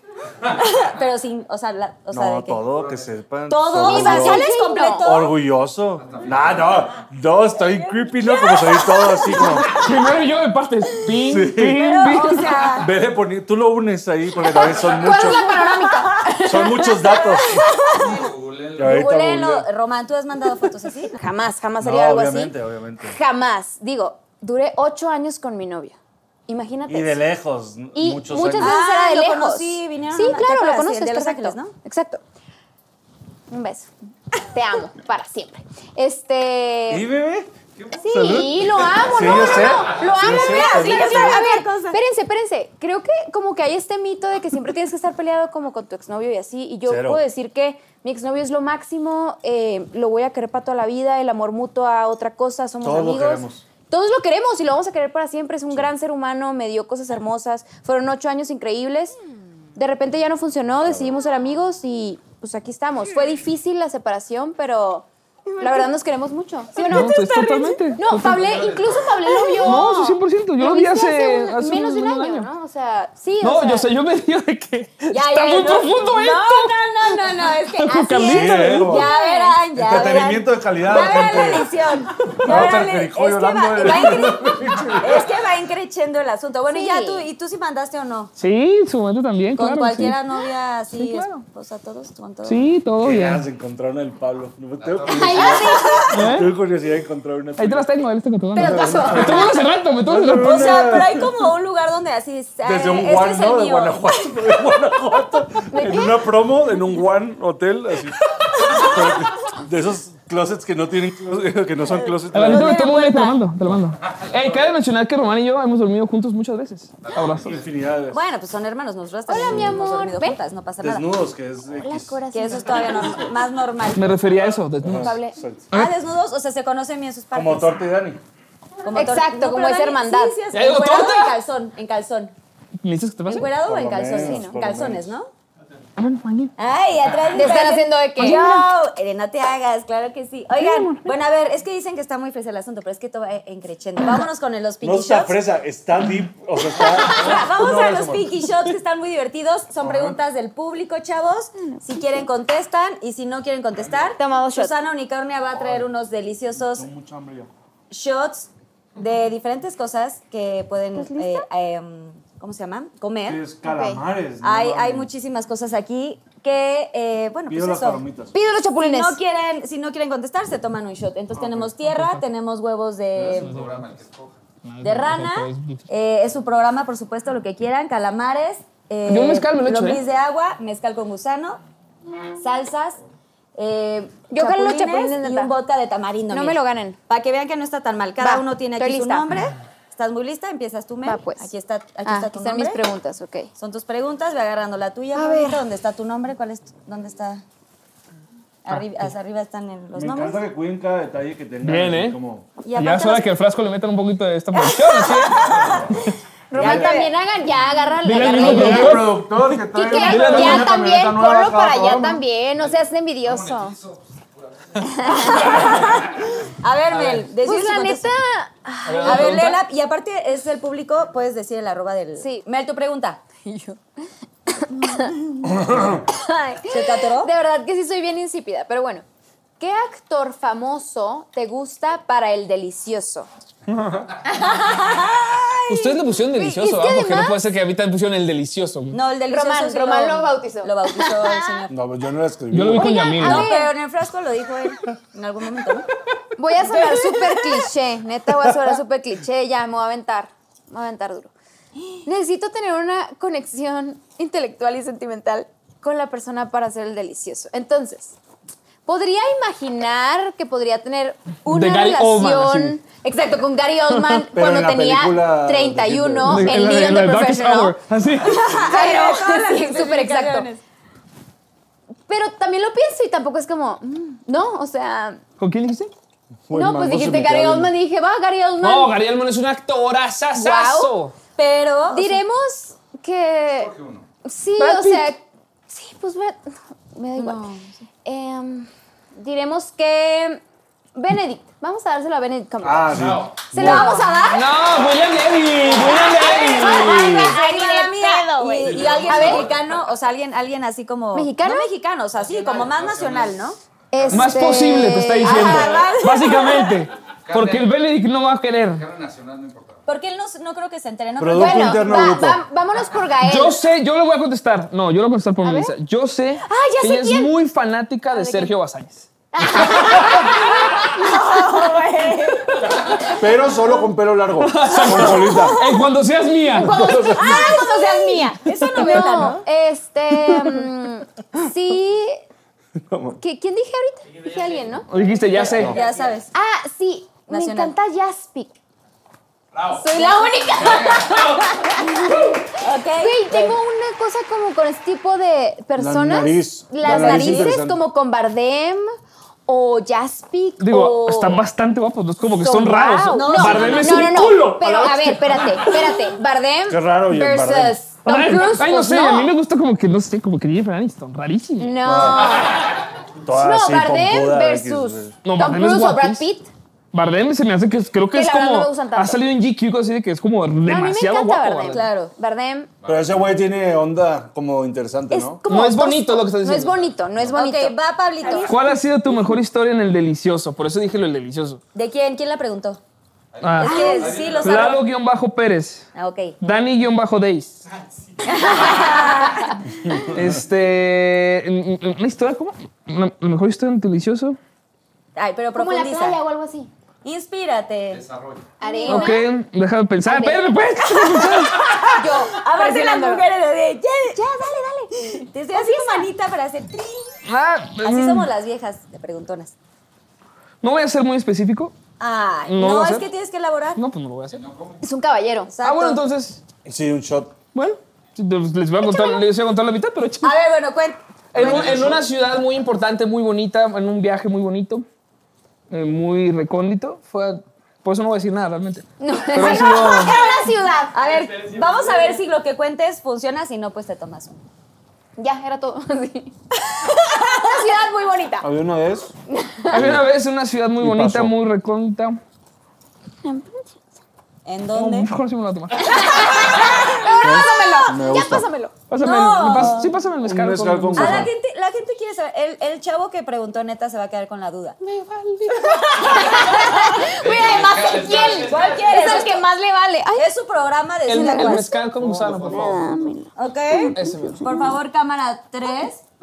Speaker 2: Pero sin, o sea, la- o sea,
Speaker 5: no,
Speaker 2: de que-
Speaker 5: todo, que sepan.
Speaker 2: Todo,
Speaker 5: soy
Speaker 2: o sea,
Speaker 5: yo.
Speaker 2: sales
Speaker 4: Orgullo.
Speaker 2: completo.
Speaker 5: Orgulloso. No, no, no, estoy creepy, ¿no? Porque soy todo así como...
Speaker 3: Primero yo me partes. Ping,
Speaker 5: Sí.
Speaker 3: ping, ping.
Speaker 2: Pero, o sea,
Speaker 5: Ve de poner, tú lo unes ahí porque también son muchos,
Speaker 4: panorámica?
Speaker 5: son muchos datos. Y ahorita
Speaker 2: googleenlo.
Speaker 5: googleo.
Speaker 2: Román, ¿tú has mandado fotos así?
Speaker 4: Jamás, jamás
Speaker 5: No,
Speaker 4: haría algo
Speaker 5: obviamente,
Speaker 4: así.
Speaker 5: obviamente.
Speaker 4: Jamás. Digo, duré ocho años con mi novio. Imagínate.
Speaker 5: Y de
Speaker 4: eso.
Speaker 5: lejos,
Speaker 4: Y
Speaker 5: muchos
Speaker 4: muchas
Speaker 5: años.
Speaker 4: veces
Speaker 2: Ah,
Speaker 4: era de
Speaker 2: lo
Speaker 4: lejos.
Speaker 2: conocí, vinieron
Speaker 4: sí,
Speaker 2: a- ¿te
Speaker 4: claro, lo
Speaker 2: acuerdas? Sí,
Speaker 4: conoces,
Speaker 2: el de Los
Speaker 4: perfecto.
Speaker 2: Ángeles, ¿no?
Speaker 4: Exacto. Un beso. Te amo para siempre. Este.
Speaker 5: ¿Y bebé?
Speaker 4: Sí,
Speaker 5: Salud.
Speaker 4: lo amo,
Speaker 5: Sí,
Speaker 4: no,
Speaker 5: yo
Speaker 4: no,
Speaker 5: sé.
Speaker 4: no, lo
Speaker 5: Sí,
Speaker 4: amo,
Speaker 5: yo sé,
Speaker 4: mira,
Speaker 5: salud.
Speaker 4: sí, yo sé.
Speaker 2: Otra
Speaker 4: A ver,
Speaker 2: cosa.
Speaker 4: espérense, espérense, creo que como que hay este mito de que siempre tienes que estar peleado como con tu exnovio y así, y yo
Speaker 5: Cero.
Speaker 4: puedo decir que mi exnovio es lo máximo, eh, lo voy a querer para toda la vida, el amor mutuo a otra cosa, somos
Speaker 5: Todos lo
Speaker 4: amigos.
Speaker 5: queremos.
Speaker 4: Todos lo queremos y lo vamos a querer para siempre, es un gran ser humano, me dio cosas hermosas, fueron ocho años increíbles, de repente ya no funcionó, decidimos ser amigos y pues aquí estamos. Fue difícil la separación, pero... La verdad nos queremos mucho. ¿Sí o no?
Speaker 3: No, pues, totalmente.
Speaker 4: No, Pablé, incluso Pablé lo vio.
Speaker 3: No, sí, 100%, yo lo vi
Speaker 4: viste
Speaker 3: hace-
Speaker 4: un-
Speaker 3: hace
Speaker 4: menos de un
Speaker 3: un
Speaker 4: año,
Speaker 3: año.
Speaker 4: ¿no? O sea, sí. o
Speaker 3: No,
Speaker 4: sea,
Speaker 3: yo sé, yo me digo de que
Speaker 2: Ya,
Speaker 3: está
Speaker 2: ya,
Speaker 3: muy
Speaker 2: no.
Speaker 3: profundo
Speaker 2: no,
Speaker 3: ¿eh? esto.
Speaker 2: No, no, no, no, es que
Speaker 3: Con
Speaker 2: así es.
Speaker 3: Carlita,
Speaker 5: ¿eh?
Speaker 2: Ya verán, ya
Speaker 5: Entretenimiento
Speaker 2: verán.
Speaker 5: de calidad,
Speaker 2: Ya verán la
Speaker 5: gente.
Speaker 2: edición. Ya
Speaker 5: No,
Speaker 2: verán
Speaker 5: te
Speaker 2: la-
Speaker 5: dejó
Speaker 2: es, que va,
Speaker 5: llorando el-
Speaker 2: va encre- es que va encrechendo el asunto. Bueno, y
Speaker 4: Sí.
Speaker 2: ya tú, ¿y tú sí mandaste o no?
Speaker 3: Sí, en su momento también,
Speaker 2: Con
Speaker 3: claro.
Speaker 2: cualquiera
Speaker 3: sí.
Speaker 2: novia así,
Speaker 3: Sí, claro.
Speaker 2: esposa, todos, con todos.
Speaker 3: Sí, todo
Speaker 5: ¿Qué
Speaker 3: bien.
Speaker 5: ganas de encontrar una del Pablo? No, tengo curiosidad.
Speaker 2: ¿Eh?
Speaker 5: Tengo curiosidad de encontrar una.
Speaker 3: Ahí te las tengo, ahí las tengo todas.
Speaker 4: Pero pasó.
Speaker 3: Me tomo hace rato, me tomo hace rato.
Speaker 2: O sea, pero hay como un lugar donde así es.
Speaker 5: Desde un
Speaker 2: este
Speaker 5: One,
Speaker 2: es
Speaker 5: ¿no?
Speaker 2: el
Speaker 5: De
Speaker 2: mío.
Speaker 5: Guanajuato. De Guanajuato. En una promo, en un One Hotel, así. De esos closets que no tienen, closet- que no son closets.
Speaker 3: A ver, ahorita Ah, me
Speaker 2: tiene
Speaker 3: tomo una y te
Speaker 2: puerta.
Speaker 3: lo mando, te lo mando. Ey, cabe mencionar que Román y yo hemos dormido juntos muchas veces. Abrazos.
Speaker 5: Infinidades.
Speaker 2: Bueno, pues son hermanos, nosotros
Speaker 4: Hola,
Speaker 2: también
Speaker 4: mi
Speaker 2: hemos
Speaker 4: amor,
Speaker 2: dormido
Speaker 4: ven.
Speaker 2: juntas, no pasa nada.
Speaker 5: Desnudos, que es
Speaker 4: Hola,
Speaker 5: X.
Speaker 4: corazón.
Speaker 2: Que eso es todavía no- más normal.
Speaker 3: Me ¿Eh? refería a eso, desnudos.
Speaker 4: Pablé.
Speaker 2: Ah, desnudos, o sea, se conocen bien sus partes.
Speaker 5: Como Torta y Dani.
Speaker 2: Como tor-
Speaker 4: Exacto, como
Speaker 2: pero
Speaker 4: esa
Speaker 2: Dani-
Speaker 4: hermandad.
Speaker 2: Sí, sí,
Speaker 3: ¿Ya digo
Speaker 2: encuerado
Speaker 3: torta?
Speaker 2: o en calzón, en calzón.
Speaker 3: ¿Me dices que te pasa?
Speaker 2: ¿Encuerado o
Speaker 5: Por
Speaker 2: en
Speaker 5: lo
Speaker 2: calzón?
Speaker 5: menos,
Speaker 2: sí, ¿no?
Speaker 5: por lo
Speaker 2: Calzones, ¿no?
Speaker 5: menos.
Speaker 2: Ay, atrás de
Speaker 4: Te están haciendo de que-
Speaker 2: Yo, eh, no te hagas, claro que sí. Oigan, bueno, a ver, es que dicen que está muy fresa el asunto, pero es que todo va encrechendo. Vámonos con los
Speaker 5: No
Speaker 2: pinky
Speaker 5: está
Speaker 2: shots.
Speaker 5: fresa, está deep. O sea, está.
Speaker 2: Mira, vamos
Speaker 5: No,
Speaker 2: a
Speaker 5: es
Speaker 2: los
Speaker 5: como-
Speaker 2: pinky shots que están muy divertidos. Son preguntas del público, chavos. Si quieren contestan y si no quieren contestar,
Speaker 4: Tomamos shot.
Speaker 2: Susana Unicornia va a traer unos deliciosos
Speaker 5: Tengo mucha hambre ya.
Speaker 2: ¿Eh? shots de diferentes cosas que pueden, eh, em, ¿cómo se llama?
Speaker 5: Sí,
Speaker 2: Comer.
Speaker 5: es calamares. no
Speaker 2: Hay, hay
Speaker 5: mames.
Speaker 2: muchísimas cosas aquí que, eh, bueno,
Speaker 5: Pido
Speaker 2: pues
Speaker 5: las
Speaker 2: eso.
Speaker 5: palomitas.
Speaker 4: Pido los
Speaker 2: Si
Speaker 4: chapulines.
Speaker 2: no, quieren, si no quieren contestar, se toman un shot. Entonces
Speaker 5: Ah,
Speaker 2: tenemos tierra, tenemos huevos de, de rana, eh, es su programa, por supuesto, lo que quieran, calamares, eh,
Speaker 3: Yo un mezcal me lo echo,
Speaker 2: lombriz
Speaker 3: ¿eh?
Speaker 2: de agua, mezcal con gusano, salsas, eh,
Speaker 4: Yo quiero los chapulines,
Speaker 2: y
Speaker 4: neta.
Speaker 2: un vodka de tamarindo.
Speaker 4: No me lo ganen.
Speaker 2: Para que vean que no está tan mal. Cada
Speaker 4: Va,
Speaker 2: uno tiene
Speaker 4: estoy
Speaker 2: aquí su
Speaker 4: lista.
Speaker 2: nombre. ¿Estás muy lista? Empiezas tú, Mel.
Speaker 4: Va, pues.
Speaker 2: Aquí está, aquí
Speaker 4: Ah,
Speaker 2: está
Speaker 4: aquí
Speaker 2: tu
Speaker 4: están
Speaker 2: nombre.
Speaker 4: mis preguntas, ok.
Speaker 2: Son tus preguntas, ve agarrando la tuya.
Speaker 4: A
Speaker 2: Pablito.
Speaker 4: ver.
Speaker 2: ¿Dónde está tu nombre? ¿Cuál es tu- ¿Dónde está? Arriba, hacia arriba están el- los
Speaker 5: Me
Speaker 2: nombres.
Speaker 5: encanta que cuiden cada detalle que tengan.
Speaker 3: Bien,
Speaker 5: así
Speaker 3: ¿eh?
Speaker 5: Como,
Speaker 2: Y
Speaker 3: Ya
Speaker 2: aparte
Speaker 3: es hora
Speaker 2: los-
Speaker 3: que el frasco le metan un poquito de esta producción. ¿sí?
Speaker 4: Román, también hagan, ya agarran
Speaker 3: Dile al
Speaker 4: agarra-
Speaker 3: mismo
Speaker 5: Oye,
Speaker 3: productor.
Speaker 5: productor que
Speaker 4: Quique,
Speaker 5: trae una camioneta
Speaker 4: ya también,
Speaker 5: nueva
Speaker 4: ponlo
Speaker 5: cada
Speaker 4: para allá
Speaker 5: programa.
Speaker 4: también, no seas envidioso.
Speaker 2: A ver, Mel, decir
Speaker 4: Pues
Speaker 2: si
Speaker 4: la
Speaker 2: contestas.
Speaker 4: neta,
Speaker 2: A ver, Lela, y aparte es el público, puedes decir el arroba del.
Speaker 4: Sí.
Speaker 2: Mel, tu pregunta.
Speaker 4: ay,
Speaker 2: ¿Se te atoró?
Speaker 4: de verdad que sí soy bien insípida, pero bueno. ¿Qué actor famoso te gusta para el delicioso?
Speaker 3: Ustedes le pusieron
Speaker 4: es
Speaker 3: delicioso,
Speaker 4: que
Speaker 3: ¿ah? Porque no
Speaker 4: además-
Speaker 3: puede ser que a mí también pusieron el delicioso.
Speaker 2: No, el del
Speaker 4: Román, Román lo bautizó.
Speaker 2: Lo bautizó el señor.
Speaker 5: No, pues yo no la escribí.
Speaker 3: Yo lo vi con
Speaker 4: Oigan,
Speaker 3: Yamil.
Speaker 4: a
Speaker 3: ¿no?
Speaker 2: No, pero en el frasco lo dijo él en algún momento, ¿no?
Speaker 4: Voy a sonar súper cliché, neta, voy a sonar súper cliché, ya me voy a aventar, me voy a aventar duro. Necesito tener una conexión intelectual y sentimental con la persona para hacer el delicioso. Entonces, podría imaginar que podría tener una
Speaker 3: De Gary
Speaker 4: relación...
Speaker 3: Oldman, así.
Speaker 4: Exacto, con Gary Oldman
Speaker 5: Pero en
Speaker 4: cuando
Speaker 5: la película
Speaker 4: tenía
Speaker 5: de
Speaker 4: 31
Speaker 3: En
Speaker 4: en
Speaker 3: la- en
Speaker 4: Leon
Speaker 3: la- en la
Speaker 4: the
Speaker 3: de Darkest
Speaker 4: Professional.
Speaker 3: Hour, Así.
Speaker 4: Pero,
Speaker 2: todas las
Speaker 4: sí, súper exacto.
Speaker 2: especificaciones.
Speaker 4: Pero también lo pienso y tampoco es como, mm, no, o sea,
Speaker 3: ¿Con quién dijiste?
Speaker 5: Güey,
Speaker 4: no,
Speaker 5: mango
Speaker 4: pues
Speaker 5: se
Speaker 4: dijiste
Speaker 5: me queda
Speaker 4: Gary
Speaker 5: bien.
Speaker 4: Oldman, dije, va, Gary Oldman.
Speaker 3: No, Gary Oldman es un actorazazazo.
Speaker 4: Guau.
Speaker 2: Pero.
Speaker 4: Diremos que. Sí,
Speaker 3: Brad
Speaker 4: o
Speaker 3: Pitt.
Speaker 4: sea. Sí, pues Brad- Me da igual. Em, diremos que. Benedict. Vamos a dárselo a Benedict Cumberbatch.
Speaker 5: Ah, sí.
Speaker 4: ¿Se lo vamos a dar?
Speaker 3: No, William Levy, William Levy.
Speaker 2: Ay,
Speaker 4: ni
Speaker 2: mala
Speaker 4: de
Speaker 2: mía.
Speaker 4: pedo,
Speaker 2: Y-
Speaker 4: güey.
Speaker 2: y, alguien
Speaker 4: A ver.
Speaker 2: mexicano, o sea, alguien, alguien así como.
Speaker 4: ¿Mexicano?
Speaker 2: No mexicano, o sea, sí, como más nacional, ¿no?
Speaker 3: Más
Speaker 4: Este-
Speaker 3: posible, te está diciendo.
Speaker 4: Ajá, vale.
Speaker 3: Básicamente. Porque el Benedict no va a querer.
Speaker 2: Porque él no, no creo que se entere, no
Speaker 5: Producto
Speaker 2: creo que-
Speaker 4: Bueno,
Speaker 5: interno
Speaker 4: va-
Speaker 5: grupo.
Speaker 4: va- vámonos por Gael.
Speaker 3: Yo sé, yo le voy a contestar. No, yo lo voy a contestar por Melissa. Yo sé
Speaker 4: Ah, ya
Speaker 3: que
Speaker 4: sé
Speaker 3: ella es
Speaker 4: quién.
Speaker 3: muy fanática de Sergio Basáñez.
Speaker 5: Pero solo con pelo largo. con colita.
Speaker 3: En Eh, cuando seas mía.
Speaker 4: ¡Ah, como seas mía!
Speaker 2: Esa novela, ¿no?
Speaker 4: Este. mm, sí. ¿Qui- ¿Quién dije ahorita? Dije alguien, ¿no?
Speaker 3: Dijiste, ya sé.
Speaker 2: Ya sabes.
Speaker 4: Ah, sí,
Speaker 2: Nacional.
Speaker 4: me encanta Jaspic. Soy la única.
Speaker 2: Ok.
Speaker 4: Güey, tengo una cosa como con este tipo de personas.
Speaker 5: nariz.
Speaker 4: Las
Speaker 5: La nariz
Speaker 4: narices
Speaker 5: interesante.
Speaker 4: como con Bardem o Jaspic
Speaker 3: Digo,
Speaker 4: o...
Speaker 3: están bastante guapos, no es como que son
Speaker 4: Wow.
Speaker 3: raros.
Speaker 4: Oh. No,
Speaker 3: Bardem
Speaker 4: no,
Speaker 3: es
Speaker 4: no,
Speaker 3: un
Speaker 4: no, no.
Speaker 3: culo.
Speaker 4: Pero
Speaker 3: la
Speaker 4: a ver, espérate, espérate. Bardem
Speaker 5: Qué raro, oye,
Speaker 4: versus
Speaker 5: Bardem.
Speaker 4: Tom
Speaker 3: Ay,
Speaker 4: Cruise.
Speaker 3: Ay, no
Speaker 4: pues Mm.
Speaker 3: sé, a mí me gusta como que, no sé, como que Jennifer Aniston, rarísimo.
Speaker 4: No,
Speaker 3: Ah,
Speaker 5: Toda
Speaker 4: pues, no,
Speaker 5: así,
Speaker 4: Bardem
Speaker 5: pompuda,
Speaker 4: versus
Speaker 5: X,
Speaker 3: No,
Speaker 4: Tom
Speaker 3: Bardem es
Speaker 4: Cruise o Brad
Speaker 3: guapísimo.
Speaker 4: Pitt.
Speaker 3: Bardem se me hace que es- creo que
Speaker 4: Que
Speaker 3: es
Speaker 4: la verdad no me
Speaker 3: como,
Speaker 4: gustan tanto.
Speaker 3: ha salido en GQ, cosas así de que es como
Speaker 4: No, a mí me
Speaker 3: demasiado
Speaker 4: encanta
Speaker 3: guapo.
Speaker 4: Bardem.
Speaker 3: Bardem.
Speaker 2: Claro.
Speaker 4: Bardem
Speaker 5: Pero ese güey tiene onda como interesante,
Speaker 4: es
Speaker 5: ¿no?
Speaker 4: como...
Speaker 3: No es
Speaker 4: tosco.
Speaker 3: bonito lo que estás
Speaker 4: No es
Speaker 3: diciendo.
Speaker 4: bonito, no es bonito.
Speaker 2: Ok, va Pablito.
Speaker 3: ¿Cuál ha sido tu mejor historia en el delicioso? Por eso dije lo del delicioso.
Speaker 2: ¿De quién? ¿Quién la preguntó?
Speaker 3: Ah,
Speaker 2: Es que sí, los arroba-
Speaker 3: Lalo-Pérez.
Speaker 2: Ah, ok.
Speaker 3: Dani-Days. este. n- n- ¿Una historia cómo? ¿La la mejor historia en el delicioso?
Speaker 2: Ay, pero
Speaker 4: Como la playa
Speaker 2: profundiza.
Speaker 4: o algo así.
Speaker 2: Inspírate.
Speaker 4: Arena.
Speaker 3: Ok, déjame pensar. Espérame, pues.
Speaker 4: Yo.
Speaker 2: A ver si las
Speaker 4: presionándolo.
Speaker 2: mujeres de ya, ya, dale, dale. Te estoy haciendo manita para hacer trin.
Speaker 3: Ah,
Speaker 2: Así
Speaker 3: mm,
Speaker 2: somos las viejas de preguntonas.
Speaker 3: No voy a ser muy específico.
Speaker 2: Ay,
Speaker 3: ¿No
Speaker 2: no,
Speaker 3: lo vas a
Speaker 2: es
Speaker 3: hacer?
Speaker 2: que tienes que elaborar.
Speaker 3: No, pues no lo voy a hacer.
Speaker 4: Es un caballero.
Speaker 3: Ah,
Speaker 2: Exacto.
Speaker 3: bueno, entonces.
Speaker 5: Sí, un shot.
Speaker 3: Bueno, pues, les voy a contar, les voy a contar la mitad, pero
Speaker 2: A ver, Ah, bueno, cuenta.
Speaker 3: En, un- en una ciudad muy importante, muy bonita, en un viaje muy bonito, eh, muy recóndito. Fue, por eso no voy a decir nada realmente. Pero ha sido-
Speaker 4: Era una ciudad.
Speaker 2: A ver, vamos a ver si lo que cuentes funciona, si no, pues te tomas uno.
Speaker 4: Ya, era todo. Sí. Una ciudad muy bonita.
Speaker 5: Había una vez.
Speaker 3: había una vez en una ciudad muy
Speaker 5: Y
Speaker 3: bonita,
Speaker 5: pasó.
Speaker 3: muy recóndita.
Speaker 2: ¿En
Speaker 3: No,
Speaker 2: dónde?
Speaker 3: mejor sí me lo voy a tomar.
Speaker 5: Me
Speaker 4: pásamelo. Ya
Speaker 5: gusta.
Speaker 4: pásamelo.
Speaker 3: Pásame,
Speaker 2: No.
Speaker 3: me pas- sí, pásame el mezcal.
Speaker 5: mezcal con
Speaker 2: Ah,
Speaker 5: coca.
Speaker 2: la gente, la gente quiere saber. El, el chavo que preguntó neta se va a quedar con la duda.
Speaker 4: Güey, además el piel.
Speaker 2: ¿Cuál quieres?
Speaker 4: Es el que más le vale. Ay,
Speaker 2: Es su programa de
Speaker 3: El,
Speaker 2: cine. pues,
Speaker 3: el mezcal con gusano, por favor.
Speaker 2: ¿Ok?
Speaker 3: Ese mismo.
Speaker 2: Por favor, cámara 3.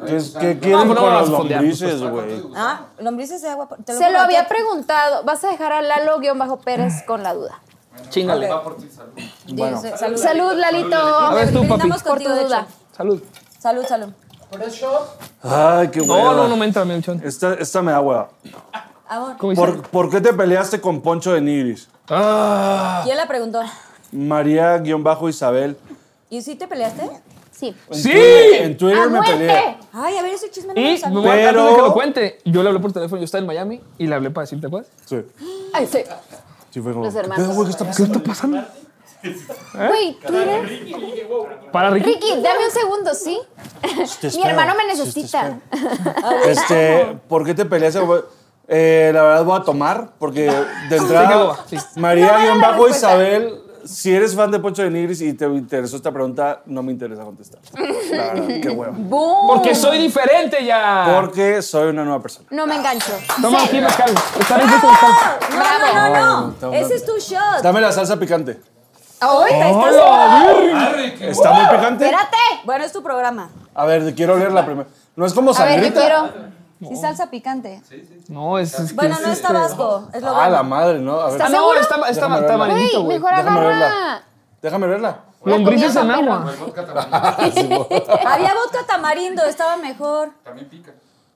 Speaker 5: ¿Qué, qué quieren
Speaker 3: no, no,
Speaker 5: con
Speaker 3: no,
Speaker 5: los
Speaker 3: no, no, no,
Speaker 5: lombrices, güey?
Speaker 2: Ah, lombrices de agua. te
Speaker 4: se
Speaker 2: juro
Speaker 4: lo había
Speaker 2: que-
Speaker 4: preguntado. Vas a dejar a Lalo-Pérez con la duda.
Speaker 2: Ah.
Speaker 3: Chingale.
Speaker 5: Bueno,
Speaker 2: Sí, eh, salud.
Speaker 4: Salud, Lalito.
Speaker 3: A ver tú,
Speaker 2: Brindamos
Speaker 3: papi.
Speaker 4: Por tu
Speaker 2: contigo, de
Speaker 4: duda.
Speaker 2: hecho.
Speaker 3: Salud.
Speaker 2: Salud, salud.
Speaker 5: ay, qué
Speaker 3: No,
Speaker 5: hueva.
Speaker 3: no, no me entra, mi chon.
Speaker 5: Esta, esta me da hueva.
Speaker 2: Amor.
Speaker 3: ¿Cómo dice?
Speaker 5: ¿Por, por qué te peleaste con Poncho de Nigris? Ah,
Speaker 2: ¿Quién la preguntó?
Speaker 5: María-Isabel.
Speaker 2: ¿Y si te peleaste?
Speaker 4: Sí.
Speaker 5: En
Speaker 3: ¡Sí!
Speaker 5: Twitter- En Twitter
Speaker 4: ¡A
Speaker 5: me
Speaker 4: muerte!
Speaker 5: peleé.
Speaker 2: Ay, a ver, ese chisme no me
Speaker 3: Y
Speaker 2: lo
Speaker 3: me
Speaker 2: sabía.
Speaker 3: voy a-
Speaker 5: Pero-
Speaker 3: antes de que lo cuente, yo le hablé por teléfono, yo estaba en Miami y le hablé para decirte pues. cosas.
Speaker 5: Sí,
Speaker 4: Ay, sí.
Speaker 5: sí fue como.
Speaker 4: Los
Speaker 5: ¿qué
Speaker 4: hermanos.
Speaker 5: pedo, güey? ¿Qué está
Speaker 3: ¿Qué está pasando?
Speaker 4: Güey, Twitter.
Speaker 3: Para Ricky.
Speaker 4: Ricky, dame un segundo, ¿sí?
Speaker 5: Te
Speaker 4: Mi
Speaker 5: espero.
Speaker 4: hermano me
Speaker 5: Sí, te
Speaker 4: necesita.
Speaker 5: Este, ¿por qué te peleaste? Eh, la verdad voy a tomar, porque de
Speaker 3: qué
Speaker 5: entrada,
Speaker 3: boba, sí.
Speaker 5: María
Speaker 4: No me da
Speaker 5: guión
Speaker 4: la
Speaker 5: bajo
Speaker 4: respuesta.
Speaker 5: Isabel, si eres fan de Poncho de Nigris y te interesó esta pregunta, no me interesa contestar. La verdad, qué hueva.
Speaker 4: ¡Boom!
Speaker 3: Porque soy diferente ya.
Speaker 5: Porque soy una nueva persona.
Speaker 4: No me engancho.
Speaker 3: Toma aquí, mezcal. Está bien rico este mezcal.
Speaker 2: ¡Bravo! No, no, no, no.
Speaker 5: Bravo.
Speaker 2: Ese es tu shot.
Speaker 5: Dame la salsa picante.
Speaker 4: ¡Ay, te estás-
Speaker 2: Ah.
Speaker 5: ¿Está muy picante?
Speaker 4: ¡Espérate!
Speaker 2: Bueno, es tu programa.
Speaker 5: A ver, quiero leer la primera. No es como
Speaker 4: A ver,
Speaker 5: sangrita.
Speaker 4: yo quiero.
Speaker 2: Sí, salsa picante.
Speaker 3: No, es, es que
Speaker 2: Bueno,
Speaker 3: es
Speaker 2: no es
Speaker 3: este-
Speaker 2: tabasco. Es lo
Speaker 5: Ah, la
Speaker 2: bueno.
Speaker 5: madre, ¿no? A ver,
Speaker 3: Ah, no,
Speaker 4: seguro?
Speaker 3: está, está,
Speaker 5: Déjame
Speaker 3: está
Speaker 5: verlo.
Speaker 3: amarillito,
Speaker 4: Güey,
Speaker 3: güey.
Speaker 4: mejor
Speaker 5: déjame
Speaker 4: agarra.
Speaker 5: verla. déjame verla.
Speaker 3: Lombrices
Speaker 4: comida
Speaker 3: en
Speaker 4: vampiro.
Speaker 3: agua.
Speaker 2: Había vodka tamarindo, estaba mejor.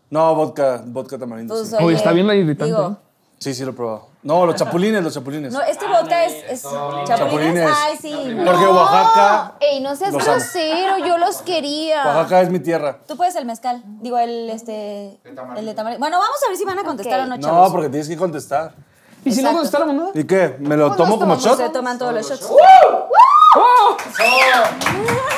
Speaker 5: No, vodka, vodka tamarindo.
Speaker 2: Pues,
Speaker 5: sí.
Speaker 3: Oye, está bien la irritante,
Speaker 2: digo,
Speaker 3: ¿eh?
Speaker 5: Sí, sí, lo he probado. No, los chapulines, los chapulines.
Speaker 2: no, este vodka es, es chapulines.
Speaker 5: Chapulines.
Speaker 2: Ay, sí.
Speaker 5: Porque
Speaker 4: No.
Speaker 5: Oaxaca,
Speaker 4: ¡Oh! Ey, no seas
Speaker 5: los amo.
Speaker 4: grosero, yo los quería.
Speaker 5: Oaxaca es mi tierra.
Speaker 2: Tú puedes el mezcal. Digo, el este. El de tamarindo. Bueno, vamos a ver si van a contestar
Speaker 4: Ok.
Speaker 2: o no,
Speaker 5: No,
Speaker 2: Ah, chavos.
Speaker 5: porque tienes que contestar.
Speaker 3: ¿Y si no pues, contestáramos nada?
Speaker 5: ¿Y qué? ¿Me lo
Speaker 4: Pues
Speaker 5: tomo
Speaker 4: nos
Speaker 5: como
Speaker 4: tomamos
Speaker 2: Se
Speaker 5: shot?
Speaker 2: toman todos los shots.
Speaker 3: ¡Oh!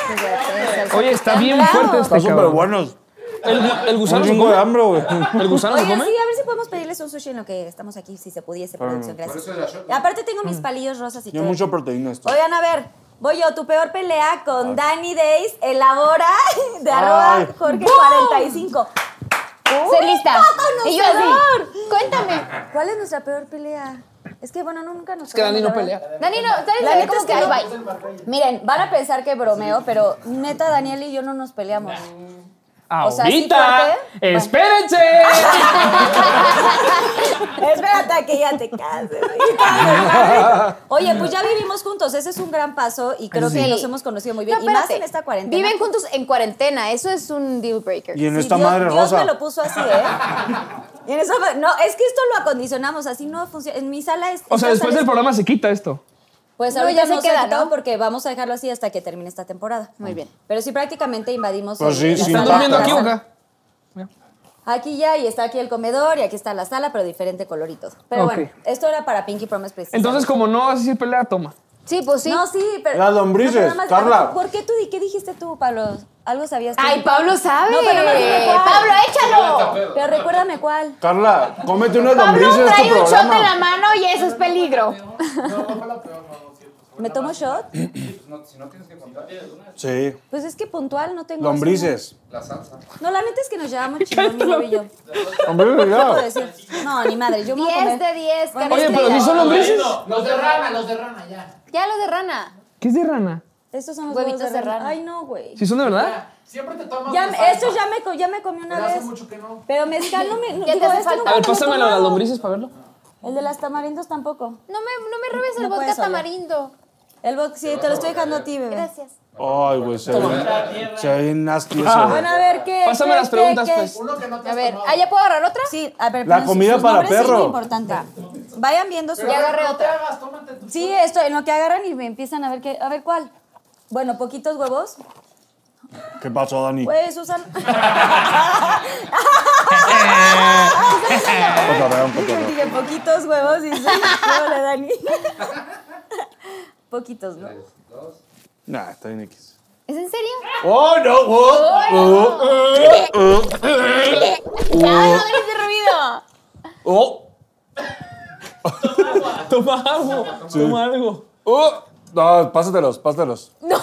Speaker 2: Fíjate,
Speaker 3: Oye, está bien
Speaker 2: Bravo.
Speaker 3: fuerte este
Speaker 5: Están súper
Speaker 3: cabrón.
Speaker 5: buenos.
Speaker 3: El, el
Speaker 5: Un
Speaker 3: gusano se
Speaker 5: chingo de
Speaker 3: come.
Speaker 5: hambre, güey.
Speaker 3: El gusano
Speaker 2: Oye,
Speaker 3: se
Speaker 2: sí, a
Speaker 3: come.
Speaker 2: ver si podemos pedirles un sushi en lo que estamos aquí, si se pudiese, producción, gracias. Aparte tengo
Speaker 3: Mm.
Speaker 2: mis palillos rosas y
Speaker 5: Tiene
Speaker 2: todo.
Speaker 5: mucha proteína esto.
Speaker 2: Oigan, a ver, voy yo, tu peor pelea
Speaker 3: Ah.
Speaker 2: con Danny Days, elabora de arroba
Speaker 5: Ay.
Speaker 2: Jorge45.
Speaker 4: Ser lista. Y yo
Speaker 2: conocedor!
Speaker 4: así. Cuéntame.
Speaker 2: ¿Cuál es nuestra peor pelea? Es que, bueno, nunca nos
Speaker 3: Es que Dani no
Speaker 2: conocemos, la
Speaker 3: pelea.
Speaker 2: verdad.
Speaker 4: Dani, no, Dani
Speaker 2: La
Speaker 4: se ve
Speaker 2: neta
Speaker 4: como
Speaker 2: es que
Speaker 4: que
Speaker 2: no.
Speaker 4: ahí va.
Speaker 2: Miren, van a pensar que bromeo, pero neta, Daniel y yo no nos peleamos. O sea, sí
Speaker 3: Ahorita,
Speaker 2: fuerte. Bueno.
Speaker 3: espérense.
Speaker 2: Espérate a que ya te cases. hija de madre. Oye, pues ya vivimos juntos, ese es un gran paso y creo que
Speaker 4: Sí.
Speaker 2: nos hemos conocido muy bien.
Speaker 4: No,
Speaker 2: y más
Speaker 4: espérate.
Speaker 2: en esta cuarentena.
Speaker 4: Viven juntos en cuarentena, eso es un deal breaker.
Speaker 5: Y en
Speaker 2: Sí,
Speaker 5: esta
Speaker 2: Dios,
Speaker 5: madre
Speaker 2: Dios me
Speaker 5: rosa.
Speaker 2: lo puso así, ¿eh? Y en esa ma- no, es que esto lo acondicionamos, así no funciona. En mi sala es.
Speaker 3: O sea,
Speaker 2: esta
Speaker 3: después
Speaker 2: sala
Speaker 3: del
Speaker 2: es-
Speaker 3: programa se quita esto.
Speaker 2: Pues
Speaker 4: No,
Speaker 2: ahorita
Speaker 4: ya se
Speaker 2: no se
Speaker 4: queda,
Speaker 2: ha quitado
Speaker 4: ¿no?
Speaker 2: porque vamos a dejarlo así hasta que termine esta temporada.
Speaker 4: Muy bien.
Speaker 2: Pero sí, prácticamente invadimos.
Speaker 5: Pues
Speaker 2: el- la
Speaker 5: sí, sí,
Speaker 2: sala.
Speaker 3: ¿Están durmiendo
Speaker 5: impacta.
Speaker 3: aquí o acá?
Speaker 2: Aquí ya, y está aquí el comedor, y aquí está la sala, pero diferente color y todo. Pero
Speaker 3: Ok.
Speaker 2: bueno, esto era para Pinky Promise Precisamente.
Speaker 3: Entonces, como no vas a decir pelea, toma.
Speaker 4: Sí, pues sí.
Speaker 2: No, sí, pero.
Speaker 5: Las lombrices,
Speaker 2: pero nada más-
Speaker 5: Carla.
Speaker 2: ¿Por qué tú di- qué dijiste tú, Pablo? ¿Algo sabías tú?
Speaker 4: Ay, Pablo sabe.
Speaker 2: No, pero no dime cuál.
Speaker 4: Pablo, échalo.
Speaker 2: Pero recuérdame cuál.
Speaker 5: Carla, cómete unas
Speaker 4: Pablo
Speaker 5: lombrices de
Speaker 4: trae un
Speaker 5: este
Speaker 4: shot en la
Speaker 5: programa.
Speaker 4: mano y eso es peligro.
Speaker 2: ¿Me tomo shot?
Speaker 5: Sí,
Speaker 2: Pues es que puntual no tengo.
Speaker 5: lombrices.
Speaker 2: No, la neta es que nos llevamos chingón, mi novio y yo. ¿Qué
Speaker 5: Hombre,
Speaker 2: puedo
Speaker 5: ya.
Speaker 2: decir? No, ni madre, yo me voy a
Speaker 4: 10 de
Speaker 2: comer.
Speaker 4: 10,
Speaker 2: Bueno,
Speaker 3: Oye,
Speaker 4: Carlos
Speaker 3: pero
Speaker 4: Vela.
Speaker 3: si son lombrices.
Speaker 4: Ya lo de rana.
Speaker 3: ¿Qué es de rana?
Speaker 2: Estos son los
Speaker 4: Huevitos
Speaker 2: huevos de
Speaker 4: de
Speaker 2: rana.
Speaker 4: rana.
Speaker 2: Ay, no, güey.
Speaker 3: ¿Si son de verdad?
Speaker 2: Ya, me- estos ya me, co- ya me comí una vez. Pero mezcal no me... no-
Speaker 4: Ya te
Speaker 2: digo,
Speaker 4: hace
Speaker 2: este
Speaker 4: falta.
Speaker 2: nunca me
Speaker 3: A ver,
Speaker 2: lo he
Speaker 3: pásamelo a las
Speaker 2: tomado.
Speaker 3: lombrices para verlo.
Speaker 2: El de las tamarindos tampoco.
Speaker 4: No me, no me robes el
Speaker 2: No
Speaker 4: vodka
Speaker 2: puedes oler.
Speaker 4: tamarindo.
Speaker 2: El box, sí, te lo estoy
Speaker 3: eh,
Speaker 2: dejando a ti, bebé.
Speaker 4: Gracias.
Speaker 5: Ay, güey, se ve, se ve bien nasty eso, güey.
Speaker 2: Bueno, a ver, ¿qué?
Speaker 3: Pásame
Speaker 2: qué,
Speaker 3: las
Speaker 2: qué,
Speaker 3: preguntas,
Speaker 2: qué?
Speaker 3: pues.
Speaker 4: A ver, ¿ah, ya puedo agarrar otra?
Speaker 2: Sí, a ver,
Speaker 5: La
Speaker 2: pero sus-
Speaker 5: comida
Speaker 2: sus
Speaker 5: para
Speaker 2: nombres sí,
Speaker 5: perro.
Speaker 2: muy importante. Vayan viendo su...
Speaker 4: Ya agarré otra.
Speaker 2: Sí, esto, en lo que agarran y me empiezan a ver qué... A ver, ¿cuál? Bueno, poquitos huevos.
Speaker 5: ¿Qué pasó, Dani?
Speaker 2: Pues, Susan...
Speaker 5: Cotorreo,
Speaker 2: Dije,
Speaker 5: cotorreo.
Speaker 2: dije, poquitos huevos y sí, hola Dani. poquitos, ¿no?
Speaker 5: Nah, está bien X.
Speaker 4: ¿Es en serio?
Speaker 5: ¡Oh, no! ¡Oh! ¡Oh! eh, ¡Oh! eh,
Speaker 4: ¡Ya, no hagas ese ruido!
Speaker 5: ¡Oh!
Speaker 3: Toma algo. Toma algo.
Speaker 5: ¡Oh! No, pásatelos, pásatelos.
Speaker 2: Los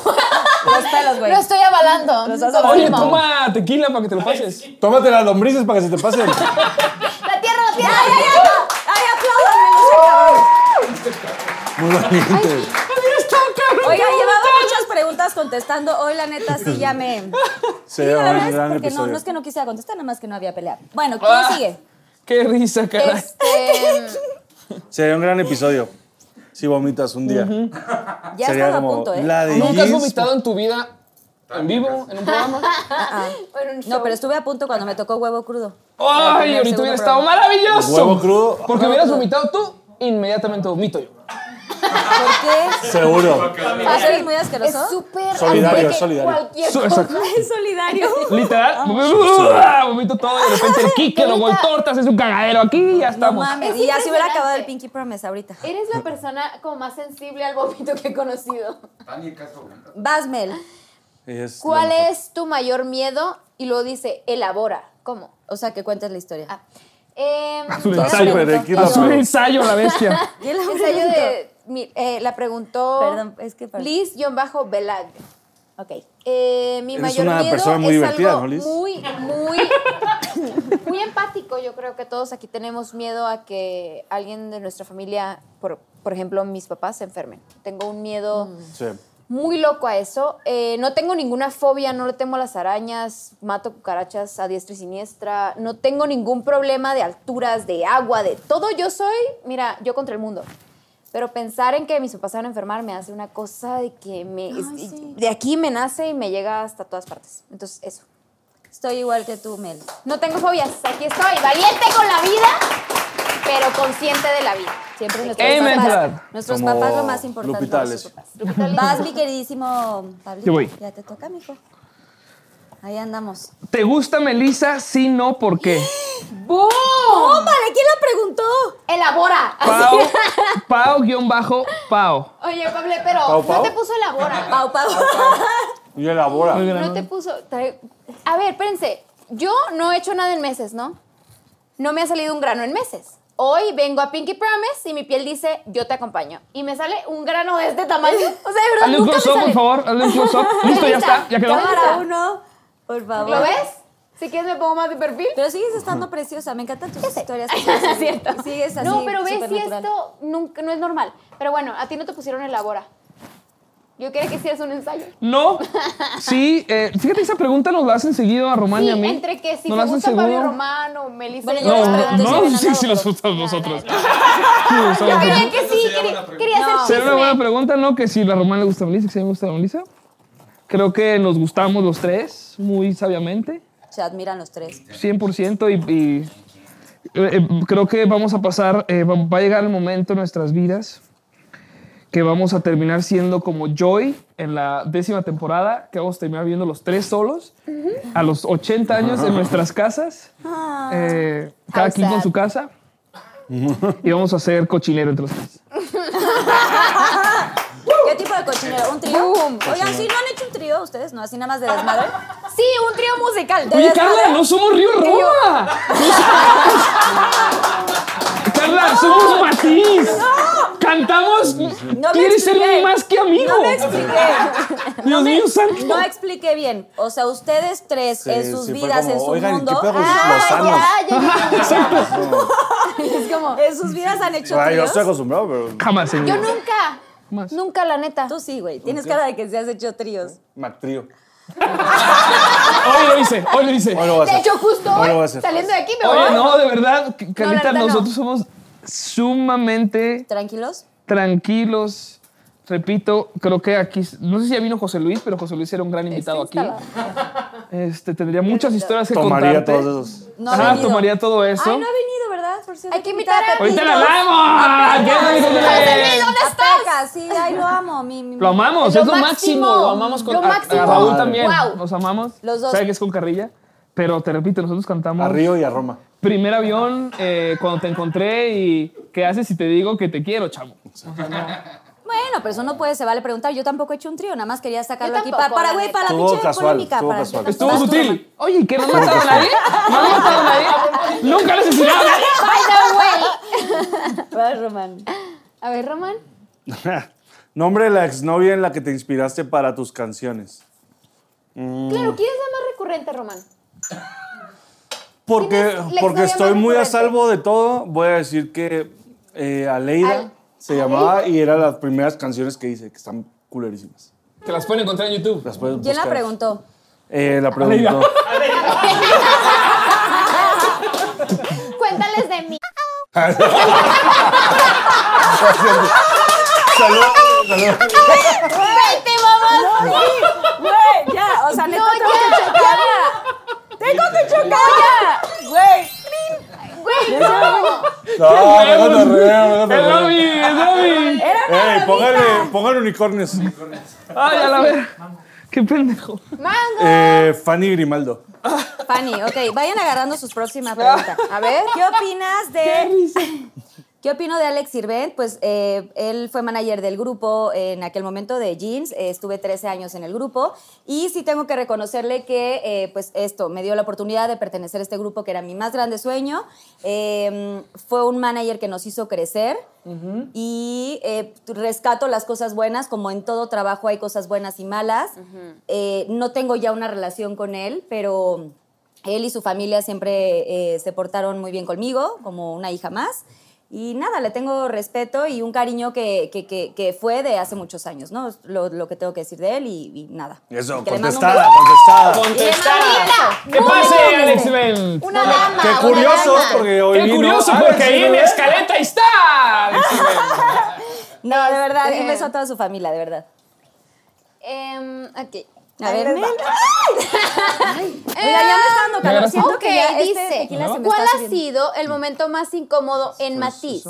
Speaker 2: pelos, güey.
Speaker 4: Lo estoy avalando.
Speaker 2: Los has
Speaker 3: Oye,
Speaker 2: Toma.
Speaker 3: toma tequila para que te lo pases.
Speaker 5: Tómate las lombrices para que se te pasen.
Speaker 4: La tierra, la
Speaker 2: ¡Ay,
Speaker 4: tierra.
Speaker 2: ay, ay! ¡Ay, apláudanme, no sé, cabrón!
Speaker 5: Muy valiente.
Speaker 2: Oiga, llevaba muchas preguntas contestando. Hoy, la neta, sí ya me...
Speaker 5: Se
Speaker 2: Sí,
Speaker 5: ve
Speaker 2: la verdad
Speaker 5: un
Speaker 2: es
Speaker 5: gran
Speaker 2: porque no,
Speaker 5: episodio.
Speaker 2: no es que no quisiera contestar, nada más que no había pelea. Bueno, ¿quién
Speaker 3: Ah.
Speaker 2: sigue?
Speaker 3: Qué risa, caray.
Speaker 4: Este,
Speaker 5: Se ve un gran episodio. Si vomitas un día.
Speaker 2: Ya
Speaker 5: Sería
Speaker 2: estaba a
Speaker 5: como
Speaker 2: punto, ¿eh?
Speaker 5: la de
Speaker 3: ¿Nunca has
Speaker 5: Jeans.
Speaker 3: vomitado en tu vida en vivo, en un programa?
Speaker 4: bueno, un show.
Speaker 2: Ah, No, pero estuve a punto cuando me tocó huevo crudo.
Speaker 3: ¡Ay! Ahorita hubiera estado maravilloso.
Speaker 5: Huevo crudo.
Speaker 3: Porque hubieras vomitado tú, inmediatamente vomito yo.
Speaker 2: ¿Por qué?
Speaker 5: Seguro.
Speaker 7: ¿Vas a ser muy
Speaker 4: Es
Speaker 7: asqueroso?
Speaker 4: súper
Speaker 5: Solidario,
Speaker 4: porque
Speaker 5: solidario.
Speaker 4: Cualquier
Speaker 3: Su-
Speaker 4: cosa.
Speaker 3: exacto.
Speaker 2: Es solidario.
Speaker 3: Literal, uh, ah, vomito todo y de repente el kick, luego el tortas, es un cagadero aquí y ya
Speaker 2: No
Speaker 3: estamos.
Speaker 2: mames.
Speaker 4: Es
Speaker 2: Y ya se hubiera
Speaker 4: impresionante.
Speaker 2: acabado el Pinky Promise ahorita.
Speaker 4: Eres la persona como más sensible al vómito que he conocido.
Speaker 2: Basmel.
Speaker 5: Es lo
Speaker 4: ¿Cuál
Speaker 5: mejor.
Speaker 4: es tu mayor miedo? Y luego dice, elabora. ¿Cómo?
Speaker 2: O sea, que cuentes la historia.
Speaker 4: Ah, em,
Speaker 3: Azul
Speaker 4: ya la
Speaker 3: ensayo.
Speaker 4: preguntó.
Speaker 5: Aquí
Speaker 3: Es
Speaker 5: la-
Speaker 3: un ensayo Ah, la bestia.
Speaker 2: ¿Qué la
Speaker 4: Ensayo
Speaker 2: preguntó?
Speaker 4: de... mi- eh, la preguntó...
Speaker 2: Perdón, es que... perdón.
Speaker 4: Liz-Velag.
Speaker 2: Ok.
Speaker 4: Eh, mi
Speaker 5: Eres
Speaker 4: mayor
Speaker 5: una
Speaker 4: miedo
Speaker 5: persona muy
Speaker 4: es
Speaker 5: divertida,
Speaker 4: algo
Speaker 5: ¿no, Liz?
Speaker 4: muy, muy, muy empático. Yo creo que todos aquí tenemos miedo a que alguien de nuestra familia, por, por ejemplo, mis papás, se enfermen. Tengo un miedo
Speaker 5: Sí.
Speaker 4: muy loco a eso. Eh, no tengo ninguna fobia, no le temo a las arañas, mato cucarachas a diestra y siniestra, no tengo ningún problema de alturas, de agua, de todo. Yo soy, mira, yo contra el mundo. Pero pensar en que mis papás se van a enfermar me hace una cosa de que me... es- De aquí me nace y me llega hasta todas partes. Entonces, eso.
Speaker 2: Estoy igual que tú, Mel.
Speaker 4: No tengo fobias, aquí estoy, valiente con la vida, pero consciente de la vida.
Speaker 2: Siempre nuestros
Speaker 3: Amen to
Speaker 2: papás.
Speaker 3: that.
Speaker 2: Nuestros
Speaker 5: Como
Speaker 2: papás lo más importante.
Speaker 5: Lupita
Speaker 2: son sus
Speaker 5: Alessio.
Speaker 2: papás. Vas, mi queridísimo Pablito.
Speaker 3: Yo voy.
Speaker 2: Ya te toca, mijo. Ahí andamos.
Speaker 3: ¿Te gusta Melissa? Sí, no, ¿por qué?
Speaker 4: ¡Boom!
Speaker 2: ¡Vale! ¿Quién la preguntó?
Speaker 4: ¡Elabora!
Speaker 3: Pau, Pau, guión bajo, Pau.
Speaker 4: Oye, Pablo, pero
Speaker 5: ¿Pau,
Speaker 4: no
Speaker 5: Pau?
Speaker 4: te puso elabora.
Speaker 2: Pau, Pau.
Speaker 5: Y elabora.
Speaker 3: Muy
Speaker 4: No te puso. trae- A ver, espérense. Yo no he hecho nada en meses, ¿no? No me ha salido un grano en meses. Hoy vengo a Pinky Promise y mi piel dice, yo te acompaño. Y me sale un grano de este tamaño. O sea, de verdad,
Speaker 3: Hazle un
Speaker 4: nunca me
Speaker 3: close-up, por
Speaker 4: sale.
Speaker 3: favor. Hazle un close-up. Listo, ya está. Ya quedó.
Speaker 2: Cámara uno, por favor.
Speaker 4: ¿Lo ves? Si quieres me pongo más de perfil.
Speaker 2: Pero sigues estando preciosa. Me encantan tus historias.
Speaker 4: Es cierto.
Speaker 2: Sigues así.
Speaker 4: no, pero ves si
Speaker 2: supernatural.
Speaker 4: esto nunca, no es normal. Pero bueno, a ti no te pusieron elabora. Yo quería que hicieras un ensayo.
Speaker 3: No, sí. eh, fíjate, esa pregunta nos la hacen seguido a Román y
Speaker 4: Sí,
Speaker 3: a mí.
Speaker 4: entre que si
Speaker 3: Nos
Speaker 4: te
Speaker 3: la hacen
Speaker 4: gusta Pablo
Speaker 3: seguido.
Speaker 4: Román o Melissa.
Speaker 2: Bueno, yo les
Speaker 3: No, no,
Speaker 2: pregunté si
Speaker 3: no,
Speaker 2: habían
Speaker 3: sí,
Speaker 2: dado
Speaker 3: sí, nos
Speaker 2: por-
Speaker 3: gustamos nosotros. Sí,
Speaker 4: Yo
Speaker 3: nos
Speaker 4: creía que sí, quería, quería
Speaker 3: Sería
Speaker 4: hacer
Speaker 3: una
Speaker 4: chisme.
Speaker 3: buena pregunta, ¿no? Que si la Román le gusta a Melissa, que si a mí me gusta a Melissa. Creo que nos gustamos los tres, muy sabiamente,
Speaker 2: Se admiran los tres.
Speaker 3: 100%, y, y, eh, eh, creo que vamos a pasar, eh, va va a llegar el momento en nuestras vidas que vamos a terminar siendo como Joy en la décima temporada, que vamos a terminar viendo los tres solos, a los 80 años en nuestras casas, eh, cada
Speaker 4: How
Speaker 3: quien con
Speaker 4: sad.
Speaker 3: su casa, y vamos a hacer cochinero entre los tres.
Speaker 2: ¿Qué tipo de cochinero? ¿Un trío? Oigan, sí, no han hecho un trío ustedes, ¿no? Así nada más de desmadre.
Speaker 4: Sí, un trío musical.
Speaker 3: Oye, Carla, no somos Río Roma. Carla, somos Matiz. Cantamos.
Speaker 2: No me
Speaker 3: Quieres
Speaker 2: expliqué.
Speaker 3: ser más que amigo.
Speaker 2: No me expliqué.
Speaker 3: Dios mío, santo.
Speaker 2: No expliqué bien. O sea, ustedes tres
Speaker 5: Sí,
Speaker 2: en sus
Speaker 5: sí, fue
Speaker 2: vidas,
Speaker 5: como,
Speaker 2: en su
Speaker 5: "Oigan, ¿y
Speaker 2: mundo.
Speaker 5: qué pedo con sus
Speaker 2: Ah,
Speaker 5: lozanos?"
Speaker 4: ya, ya, ya, ya. Es como,
Speaker 2: En sus vidas han hecho
Speaker 5: Ah, yo
Speaker 2: tríos.
Speaker 5: estoy acostumbrado, pero
Speaker 3: Jamás, señor.
Speaker 4: yo nunca,
Speaker 3: Más.
Speaker 4: nunca, la neta.
Speaker 2: Tú sí, güey. Tienes cara de que se has hecho tríos.
Speaker 5: Mactrío.
Speaker 3: Hoy lo hice, hoy lo hice.
Speaker 5: Hoy lo voy a
Speaker 4: De
Speaker 5: hacer.
Speaker 4: hecho, justo
Speaker 5: Hoy lo voy a
Speaker 4: hoy,
Speaker 5: hacer.
Speaker 4: saliendo de aquí, me voy.
Speaker 3: Oye, no, de verdad, C- Carlita,
Speaker 4: verdad no.
Speaker 3: nosotros somos sumamente
Speaker 2: ¿Tranquilos?
Speaker 3: tranquilos. Repito, creo que aquí, no sé si ya vino José Luis, pero José Luis era un gran invitado aquí. Este, tendría muchas historias que
Speaker 5: Tomaría
Speaker 3: contarte.
Speaker 5: todos esos.
Speaker 2: No ha
Speaker 3: Ajá,
Speaker 2: venido.
Speaker 3: tomaría todo eso.
Speaker 2: Ay, no ha venido, ¿verdad? Por cierto,
Speaker 4: Hay que invitar a-
Speaker 2: Pepito.
Speaker 3: Ahorita la hablamos. ¿Qué onda, mi compadre?
Speaker 4: ¿Dónde
Speaker 2: A
Speaker 4: estás?
Speaker 2: Peca, sí, ay, lo amo. mi- mi-
Speaker 3: Lo amamos,
Speaker 4: Lo
Speaker 3: es lo máximo.
Speaker 4: máximo.
Speaker 3: Lo amamos con
Speaker 4: Lo
Speaker 3: a-
Speaker 4: máximo.
Speaker 3: A, Raúl
Speaker 5: Madre.
Speaker 3: también.
Speaker 4: Wow.
Speaker 3: Los amamos.
Speaker 2: Los dos.
Speaker 3: Sabe que es con carrilla. Pero te repito, nosotros
Speaker 5: A
Speaker 3: cantamos
Speaker 5: Río y a Roma.
Speaker 3: primer avión eh, cuando te encontré y ¿qué haces si te digo que te quiero, chavo?
Speaker 2: Bueno, pero eso no puede, se vale preguntar. Yo tampoco he hecho un trío, nada más quería sacarlo
Speaker 4: Yo
Speaker 2: aquí para,
Speaker 4: tampoco,
Speaker 2: para
Speaker 4: la
Speaker 2: güey,
Speaker 4: neta.
Speaker 2: para
Speaker 5: Estuvo
Speaker 2: pinche
Speaker 5: casual,
Speaker 2: polémica.
Speaker 5: estuvo
Speaker 2: para-
Speaker 5: casual.
Speaker 2: yo
Speaker 3: Estuvo
Speaker 2: tampoco-
Speaker 3: sutil. Oye, ¿qué? ¿No han matado a nadie? ¿No han matado a nadie? ¿Nunca han asesinado a nadie?
Speaker 4: By the way.
Speaker 2: Vas, Román.
Speaker 4: A ver, Román.
Speaker 5: Nombre de la exnovia en la que te inspiraste para tus canciones.
Speaker 4: Claro, ¿quién es la más recurrente, Román?
Speaker 5: Porque,
Speaker 4: ¿Quién es la exnovia
Speaker 5: porque estoy
Speaker 4: más
Speaker 5: muy a
Speaker 4: recurrente?
Speaker 5: salvo de todo, voy a decir que eh, Aleida
Speaker 4: Al-
Speaker 5: se llamaba y era las primeras canciones que hice, que están culerísimas.
Speaker 3: Te las pueden encontrar en YouTube.
Speaker 5: Las puedes
Speaker 2: ¿Quién la
Speaker 5: buscar.
Speaker 2: preguntó?
Speaker 5: Eh, la preguntó.
Speaker 4: Cuéntales de mí.
Speaker 5: Saludos. saludos.
Speaker 4: ¡Vete, mamá!
Speaker 2: Güey, ya, o sea, neta,
Speaker 4: No,
Speaker 2: tengo que chocar. Tengo que chocar. Güey.
Speaker 4: Güey, no.
Speaker 5: No, me
Speaker 3: ¡Es
Speaker 5: cotorreo, me
Speaker 3: Robbie! ¡Es Robbie!
Speaker 5: Ey, Póngale, pongan unicornios.
Speaker 3: Ay, a la ver. Qué pendejo.
Speaker 4: ¡Mango!
Speaker 5: Eh, Fanny Grimaldo.
Speaker 2: Fanny, ok, vayan agarrando sus próximas preguntas.
Speaker 4: A ver.
Speaker 2: ¿Qué opinas de... ¿Qué opino de Alex Sirvent? Pues eh, él fue manager del grupo en aquel momento de Jeans, eh, estuve 13 años en el grupo y sí tengo que reconocerle que eh, pues esto me dio la oportunidad de pertenecer a este grupo que era mi más grande sueño. Eh, fue un manager que nos hizo crecer y eh, rescato las cosas buenas, como en todo trabajo hay cosas buenas y malas. Eh, no tengo ya una relación con él, pero él y su familia siempre eh, se portaron muy bien conmigo, como una hija más. Y nada, le tengo respeto y un cariño que, que- que- que fue de hace muchos años, ¿no? Es Lo, lo que tengo que decir de él y, y nada.
Speaker 5: Eso,
Speaker 2: Que le mando un
Speaker 5: contestada,
Speaker 2: beso.
Speaker 5: contestada.
Speaker 3: ¡Contestada!
Speaker 4: Mariela,
Speaker 3: ¿Qué
Speaker 4: muy
Speaker 3: pasa,
Speaker 4: bien.
Speaker 3: Alex Bell?
Speaker 4: Una dama.
Speaker 5: Qué
Speaker 4: una
Speaker 5: curioso,
Speaker 4: dama.
Speaker 5: porque hoy
Speaker 3: Qué
Speaker 5: vino
Speaker 3: curioso,
Speaker 5: Alex
Speaker 3: porque ahí en la
Speaker 5: Sirvent.
Speaker 3: escaleta está. Alex Bell.
Speaker 2: No, de verdad, y
Speaker 4: Este-
Speaker 2: un beso a toda su familia, de verdad.
Speaker 4: Em, ok.
Speaker 2: A ver,
Speaker 4: les
Speaker 2: Mel.
Speaker 4: va.
Speaker 2: Oiga, ya me está dando calor.
Speaker 3: ¿verdad?
Speaker 2: Siento
Speaker 4: Ok,
Speaker 2: que ya este
Speaker 4: dice,
Speaker 2: tequila se me
Speaker 4: ¿cuál
Speaker 2: está
Speaker 4: ha
Speaker 2: subiendo.
Speaker 4: sido el momento más incómodo en Matiz?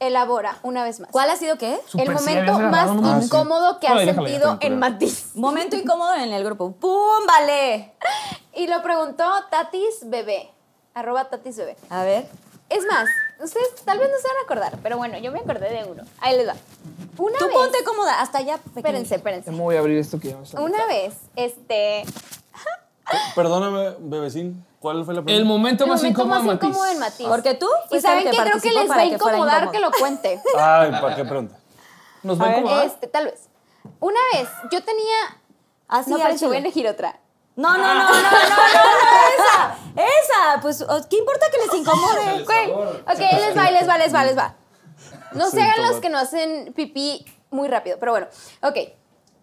Speaker 4: Elabora una vez más.
Speaker 2: ¿Cuál ha sido qué?
Speaker 4: El
Speaker 3: Súper, sí,
Speaker 4: momento
Speaker 3: habías
Speaker 4: más
Speaker 3: grabado, ¿no? Ah, sí.
Speaker 4: incómodo que
Speaker 3: Ay,
Speaker 4: has
Speaker 3: déjala,
Speaker 4: sentido
Speaker 3: déjala.
Speaker 4: en Matiz.
Speaker 2: Momento incómodo en el grupo. ¡Pum! ¡Vale!
Speaker 4: Y lo preguntó Tatis Bebé, arroba Tatis Bebé.
Speaker 2: A ver.
Speaker 4: Es más, ustedes tal vez no se van a acordar, pero bueno, yo me acordé de uno. Ahí les va. Una
Speaker 2: Tú
Speaker 4: vez,
Speaker 2: ponte cómoda. Hasta allá. pequeña.
Speaker 4: Espérense, espérense.
Speaker 3: ¿Cómo voy a abrir esto que ya me salió?
Speaker 4: Una vez, este...
Speaker 5: Perdóname, bebecín. ¿Cuál fue la
Speaker 3: El
Speaker 5: pregunta?
Speaker 3: momento
Speaker 4: El
Speaker 3: más
Speaker 4: momento
Speaker 3: incómodo,
Speaker 4: más
Speaker 3: Matiz.
Speaker 4: incómodo en Matiz.
Speaker 2: Porque tú
Speaker 4: Y
Speaker 2: fuiste el
Speaker 4: saben
Speaker 2: que
Speaker 4: que creo que
Speaker 2: participó
Speaker 4: les va
Speaker 2: para
Speaker 4: a
Speaker 2: que fuera
Speaker 4: incomodar
Speaker 2: incómodo.
Speaker 4: que lo cuente.
Speaker 5: Ay, ¿para qué pregunta?
Speaker 3: Nos va ¿ah? a incomodar.
Speaker 4: Este, tal vez. Una vez, yo tenía...
Speaker 2: Así,
Speaker 4: no,
Speaker 2: al
Speaker 4: pero yo voy a
Speaker 2: chile.
Speaker 4: elegir otra.
Speaker 2: No, no, no, no, no, no, no, esa. Esa. Pues, o- ¿qué importa que les incomode?
Speaker 4: Güey, Ok, ahí les va, ahí les va, les va, les va. No se
Speaker 5: Sí,
Speaker 4: hagan los
Speaker 5: todo.
Speaker 4: que no hacen pipí muy rápido, pero bueno. Ok,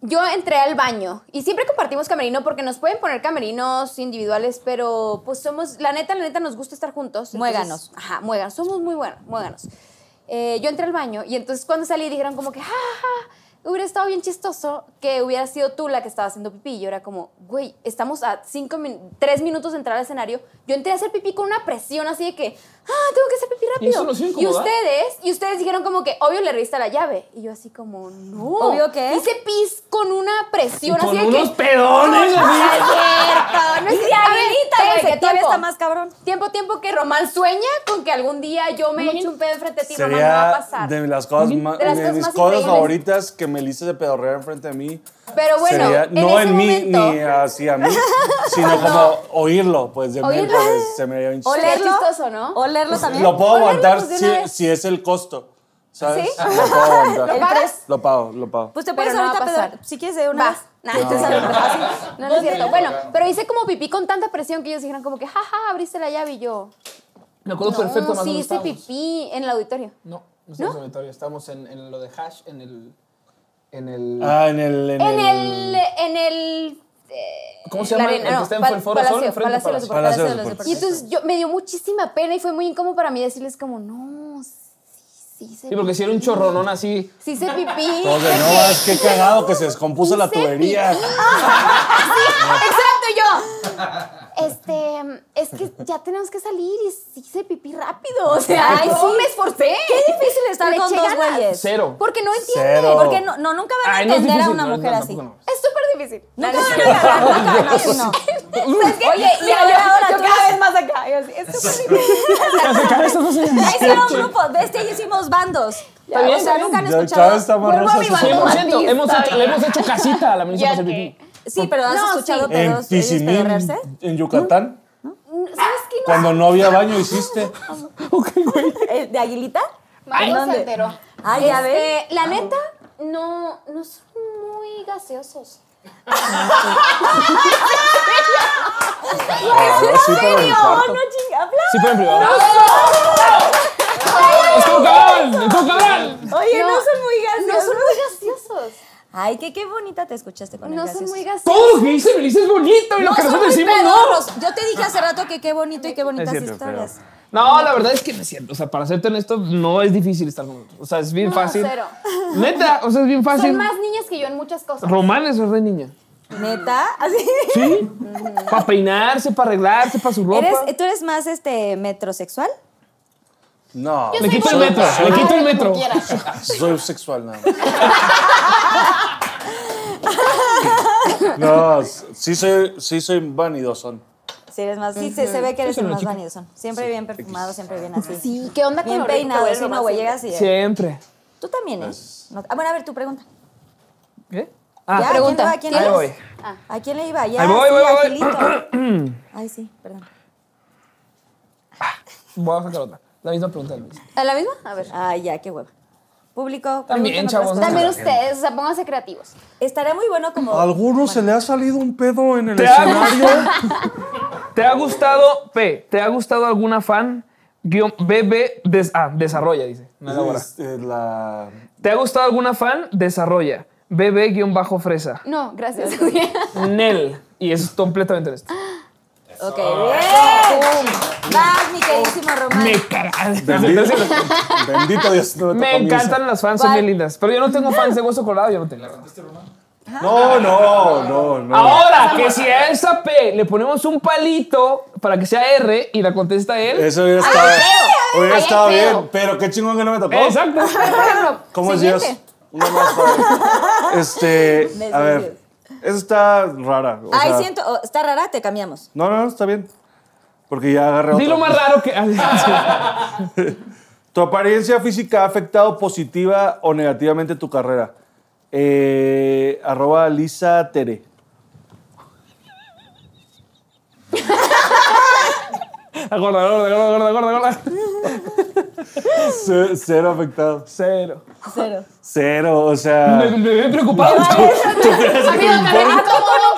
Speaker 4: yo entré al baño y siempre compartimos camerino porque nos pueden poner camerinos individuales, pero pues somos, la neta, la neta nos gusta estar juntos. entonces-
Speaker 2: Muéganos.
Speaker 4: Ajá, muéganos, somos muy buenos, muéganos. Eh, yo entré al baño y entonces cuando salí dijeron como que, "Ja, ja, ja, hubiera estado bien chistoso que hubiera sido tú la que estaba haciendo pipí. Y yo era como, güey, estamos a cinco min- tres minutos de entrar al escenario. Yo entré a hacer pipí con una presión así de que, ah, tengo que hacer pipí
Speaker 3: ¿Y eso
Speaker 4: rápido.
Speaker 3: no se
Speaker 4: y
Speaker 3: incomoda?
Speaker 4: ustedes, y ustedes dijeron como que, obvio le revista la llave. Y yo así como, no.
Speaker 2: ¿Obvio qué?
Speaker 4: Hice pis con una presión así
Speaker 3: Con
Speaker 4: de
Speaker 3: unos
Speaker 4: que.
Speaker 3: pedones.
Speaker 4: No es
Speaker 3: así.
Speaker 4: cierto, no es
Speaker 2: Y de
Speaker 4: A ver,
Speaker 2: arenita, güey,
Speaker 4: espérense,
Speaker 2: que todavía
Speaker 4: tiempo.
Speaker 2: está más cabrón.
Speaker 4: Tiempo, tiempo que Román sueña con que algún día yo me eche un pedo enfrente de ti. Román, no va a
Speaker 5: Sería
Speaker 4: pasar.
Speaker 5: de las cosas más,
Speaker 4: De las
Speaker 5: de
Speaker 4: cosas
Speaker 5: mis
Speaker 4: más
Speaker 5: cosas
Speaker 4: increíbles.
Speaker 5: favoritas que Melissa se pedorrea enfrente de mí.
Speaker 4: Pero bueno,
Speaker 5: Sería-
Speaker 4: en
Speaker 5: no
Speaker 4: ese
Speaker 5: en mí
Speaker 4: momento,
Speaker 5: ni hacia mí, sino como oírlo, pues de mí,
Speaker 4: Oírlo.
Speaker 5: pues, se me dio un chiste.
Speaker 4: Oler- Sería chistoso, ¿no?
Speaker 2: Olerlo también.
Speaker 5: Lo puedo
Speaker 4: Olerlo,
Speaker 5: aguantar
Speaker 4: pues, de
Speaker 5: si,
Speaker 4: una vez.
Speaker 5: si es el costo, ¿sabes?
Speaker 4: ¿Sí?
Speaker 5: Lo puedo aguantar.
Speaker 4: ¿Lo pagas?
Speaker 5: Lo pago, lo pago.
Speaker 2: Pues te
Speaker 4: Pero
Speaker 2: puedes
Speaker 4: no va a
Speaker 2: ahorita
Speaker 4: pasar.
Speaker 2: pedor- Si quieres de una
Speaker 4: Vas.
Speaker 2: vez.
Speaker 4: Nah.
Speaker 2: Que te salga así.
Speaker 4: No, no es cierto. Bueno, pero hice como pipí con tanta presión que ellos dijeron como que, jaja, abriste la llave y yo.
Speaker 3: Me acuerdo
Speaker 4: no,
Speaker 3: perfecto más
Speaker 4: sí,
Speaker 3: dónde
Speaker 4: hice
Speaker 3: estábamos.
Speaker 4: pipí en el auditorio.
Speaker 3: No, no estamos en el auditorio, estamos en, en lo de hash, en el. En el
Speaker 5: Ah, en el... En,
Speaker 4: En el, en el... eh,
Speaker 3: ¿Cómo se llama?
Speaker 4: la
Speaker 3: El que está en
Speaker 4: Pal-
Speaker 3: el Foro Sol,
Speaker 4: Palacio,
Speaker 3: enfrente
Speaker 4: Palacio de los
Speaker 3: del
Speaker 4: Deportes.
Speaker 5: Palacio. Palacio de los
Speaker 4: Y entonces yo, me dio muchísima pena y fue muy incómodo para mí decirles como, no, sí, sí, hice
Speaker 3: Sí, porque si era un chorronón así.
Speaker 4: Sí hice pipí.
Speaker 5: Todos de, no, es que cagado que se descompuso la
Speaker 4: Hice
Speaker 5: tubería.
Speaker 4: Exacto, yo. Este, es que ya tenemos que salir y sí hice pipí rápido. O sea,
Speaker 2: Ay,
Speaker 4: ¿cómo
Speaker 2: sí.
Speaker 4: me esforcé?
Speaker 2: Qué difícil estar
Speaker 4: Le
Speaker 2: con
Speaker 4: eché
Speaker 2: dos
Speaker 4: ganas.
Speaker 2: güeyes.
Speaker 3: Cero.
Speaker 4: Porque no entiende.
Speaker 5: Cero.
Speaker 2: Porque no, no, nunca van a
Speaker 3: Ay, no es
Speaker 2: entender a
Speaker 3: difícil,
Speaker 2: una
Speaker 3: no, no,
Speaker 2: mujer así.
Speaker 3: tampoco no.
Speaker 4: Es súper difícil.
Speaker 2: Nunca
Speaker 4: La
Speaker 2: van a
Speaker 4: neta.
Speaker 2: agarrar, nunca van a así, no.
Speaker 4: Oye, y
Speaker 2: Mira,
Speaker 4: ahora,
Speaker 2: yo ahora
Speaker 4: yo
Speaker 2: tú-
Speaker 4: cada vez más acá. yo así, es súper difícil.
Speaker 2: Ya hicieron grupos, de este ya hicimos bandos.
Speaker 3: Está bien,
Speaker 2: o sea,
Speaker 3: está
Speaker 2: nunca han
Speaker 5: Ya, cada vez está
Speaker 2: escuchado.
Speaker 5: más
Speaker 4: Vuelvo a
Speaker 5: rosa
Speaker 4: mi
Speaker 5: su-
Speaker 4: barrio.
Speaker 3: hemos,
Speaker 4: Matista,
Speaker 3: hecho, hemos hecho- le hemos hecho casita a la
Speaker 4: Ya
Speaker 3: ministra para hacer
Speaker 4: que-
Speaker 3: pipí.
Speaker 2: Sí, pero ¿has
Speaker 4: No,
Speaker 2: escuchado
Speaker 4: sí.
Speaker 5: En
Speaker 2: pedos eh, ellos
Speaker 5: Tizimín,
Speaker 2: pedorrearse?
Speaker 5: en Yucatán,
Speaker 4: ¿Sabes qué? No
Speaker 5: Ah. cuando no había baño hiciste.
Speaker 2: ¿Eh, ¿De Aguilita?
Speaker 4: Ay,
Speaker 2: ¿En
Speaker 4: no
Speaker 2: dónde?
Speaker 4: se enteró.
Speaker 2: Ah, ya ves.
Speaker 4: Este, la neta, no, no son muy gaseosos.
Speaker 5: Ah, yo sí, pero en el cuarto.
Speaker 2: No, chinga, aplausos.
Speaker 3: Sí, pero en privado. ¡Es como cabrón! ¡Es como cabrón!
Speaker 2: Oye, no, son muy
Speaker 4: No
Speaker 2: gaseosos.
Speaker 4: son muy gaseosos.
Speaker 2: Ay, qué, qué bonita te escuchaste con el
Speaker 4: No son
Speaker 2: gaseoso.
Speaker 4: muy gaseosos.
Speaker 3: Todo lo que dice Melissa es bonito y lo que
Speaker 2: son
Speaker 3: nosotros
Speaker 2: muy
Speaker 3: decimos no.
Speaker 2: pedorros. Yo te dije hace rato que qué bonito y qué bonitas
Speaker 5: cierto,
Speaker 2: historias.
Speaker 3: No, la verdad es que no es cierto. O sea, para serte honesto, no es difícil estar con nosotros. O sea, es bien
Speaker 4: No,
Speaker 3: fácil.
Speaker 4: cero.
Speaker 3: Neta, o sea, es bien fácil.
Speaker 4: Son más niñas que yo en muchas cosas.
Speaker 3: Román es re niña.
Speaker 2: ¿Neta? Así.
Speaker 3: ¿Sí? Para peinarse, para arreglarse, para su ropa.
Speaker 2: ¿Eres, ¿Tú eres más este metrosexual?
Speaker 5: No.
Speaker 3: Le quito el
Speaker 5: soy-
Speaker 3: metro,
Speaker 5: soy-
Speaker 3: le
Speaker 4: Ah,
Speaker 3: quito el metro.
Speaker 5: Soy sexual nada más. No, s- sí soy, sí soy vanidosón.
Speaker 2: Sí, eres más, sí, se, se ve que eres el más vanidoso. Siempre bien perfumado, siempre bien así. Sí, ¿qué
Speaker 4: onda con
Speaker 2: Bien
Speaker 4: Loreto?
Speaker 2: peinado,
Speaker 4: Bueno,
Speaker 2: sí, no,
Speaker 4: más
Speaker 2: güey,
Speaker 4: siempre.
Speaker 2: llegas y...
Speaker 3: Siempre.
Speaker 2: Tú también, ¿eh? No- ah, bueno, a ver, tu pregunta.
Speaker 3: ¿Qué?
Speaker 2: Ya,
Speaker 3: Ah,
Speaker 4: pregunta.
Speaker 2: ¿quién
Speaker 3: Ahí
Speaker 2: va?
Speaker 3: voy.
Speaker 2: ¿Quién es? ¿A quién le iba? Ya,
Speaker 3: Ahí voy,
Speaker 2: sí,
Speaker 3: voy, voy.
Speaker 2: agilito. Ay, sí, perdón.
Speaker 3: voy a sacar otra. La misma pregunta de Luis.
Speaker 4: ¿A la misma? A ver.
Speaker 2: Ay, ya, qué hueva. Público,
Speaker 3: También,
Speaker 2: pregúntenos
Speaker 3: chavos,
Speaker 2: otras
Speaker 3: no
Speaker 2: cosas.
Speaker 4: También ustedes, o sea, pónganse creativos.
Speaker 2: Estaría muy bueno como...
Speaker 5: ¿A
Speaker 3: Ah,
Speaker 5: alguno se le ha salido un pedo en el
Speaker 3: ¿Te ha,
Speaker 5: escenario?
Speaker 3: ¿Te ha gustado, P, ¿te ha gustado alguna fan? Guión BB, des- ah, desarrolla, dice. No era ahora.
Speaker 5: Este, la...
Speaker 3: ¿Te ha gustado alguna fan? Desarrolla. BB, guión bajo fresa.
Speaker 4: No, gracias.
Speaker 3: Nel. Y es completamente honesto.
Speaker 2: Ok,
Speaker 3: ah,
Speaker 2: bien. Vas, mi queridísimo Román.
Speaker 5: Bendito, bendito Dios. no me
Speaker 3: Me
Speaker 5: tocó a mí
Speaker 3: encantan las fans, son bien lindas. Pero yo no tengo fans de hueso colorado, yo no tengo.
Speaker 5: esa. No, no, no, no.
Speaker 3: Ahora, que si a esa P le ponemos un palito para que sea R y la contesta él.
Speaker 5: Eso hubiera estado, hubiera
Speaker 4: Ahí hay
Speaker 5: estado
Speaker 4: pedo.
Speaker 5: bien, pero qué chingón que no me tocó.
Speaker 3: Exacto.
Speaker 5: ¿Cómo es Dios?
Speaker 4: Siguiente.
Speaker 5: Una más para- Este, a ver, esa está rara. o
Speaker 2: Ay,
Speaker 5: sea,
Speaker 2: siento... oh, está rara, te cambiamos.
Speaker 5: No, no, está bien. Porque ya agarré otra.
Speaker 3: Dilo más raro que.
Speaker 5: ¿Tu apariencia física ha afectado positiva o negativamente tu carrera? Eh, arroba Lisa Tere.
Speaker 3: Ah, Gorda, gorda, gorda, gorda, gorda, gorda.
Speaker 5: Ce- Cero afectado.
Speaker 3: Cero.
Speaker 2: Cero.
Speaker 5: Cero, o
Speaker 3: Me,
Speaker 5: sea.
Speaker 3: me, me he preocupado.
Speaker 5: ¿Tú crees que me importa?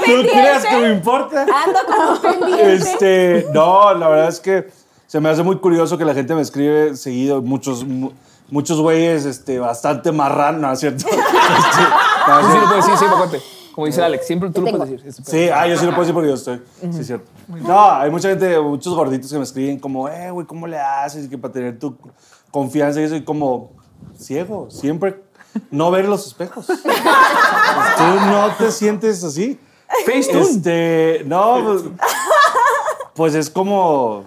Speaker 5: ¿Tú crees que me importa?
Speaker 2: Ando con un pendiente.
Speaker 5: Este, no, la verdad es que se me hace muy curioso que la gente me escribe seguido. Muchos, mu- muchos güeyes, este, bastante marranos, ¿cierto? Este, no,
Speaker 3: Sí, sí,
Speaker 5: sí,
Speaker 3: lo puedo decir, sí, lo cuente. Como dice Alex, siempre tú lo puedes decir. Es-
Speaker 5: Sí, ah, yo sí lo puedo decir porque yo estoy. Sí, es cierto. No, hay mucha gente, muchos gorditos que me escriben como, eh, güey, ¿cómo le haces? Que para tener tu confianza y eso, y como, ciego, siempre no ver los espejos. Tú no te sientes así.
Speaker 3: Facetune.
Speaker 5: Este, no, pues, pues es como,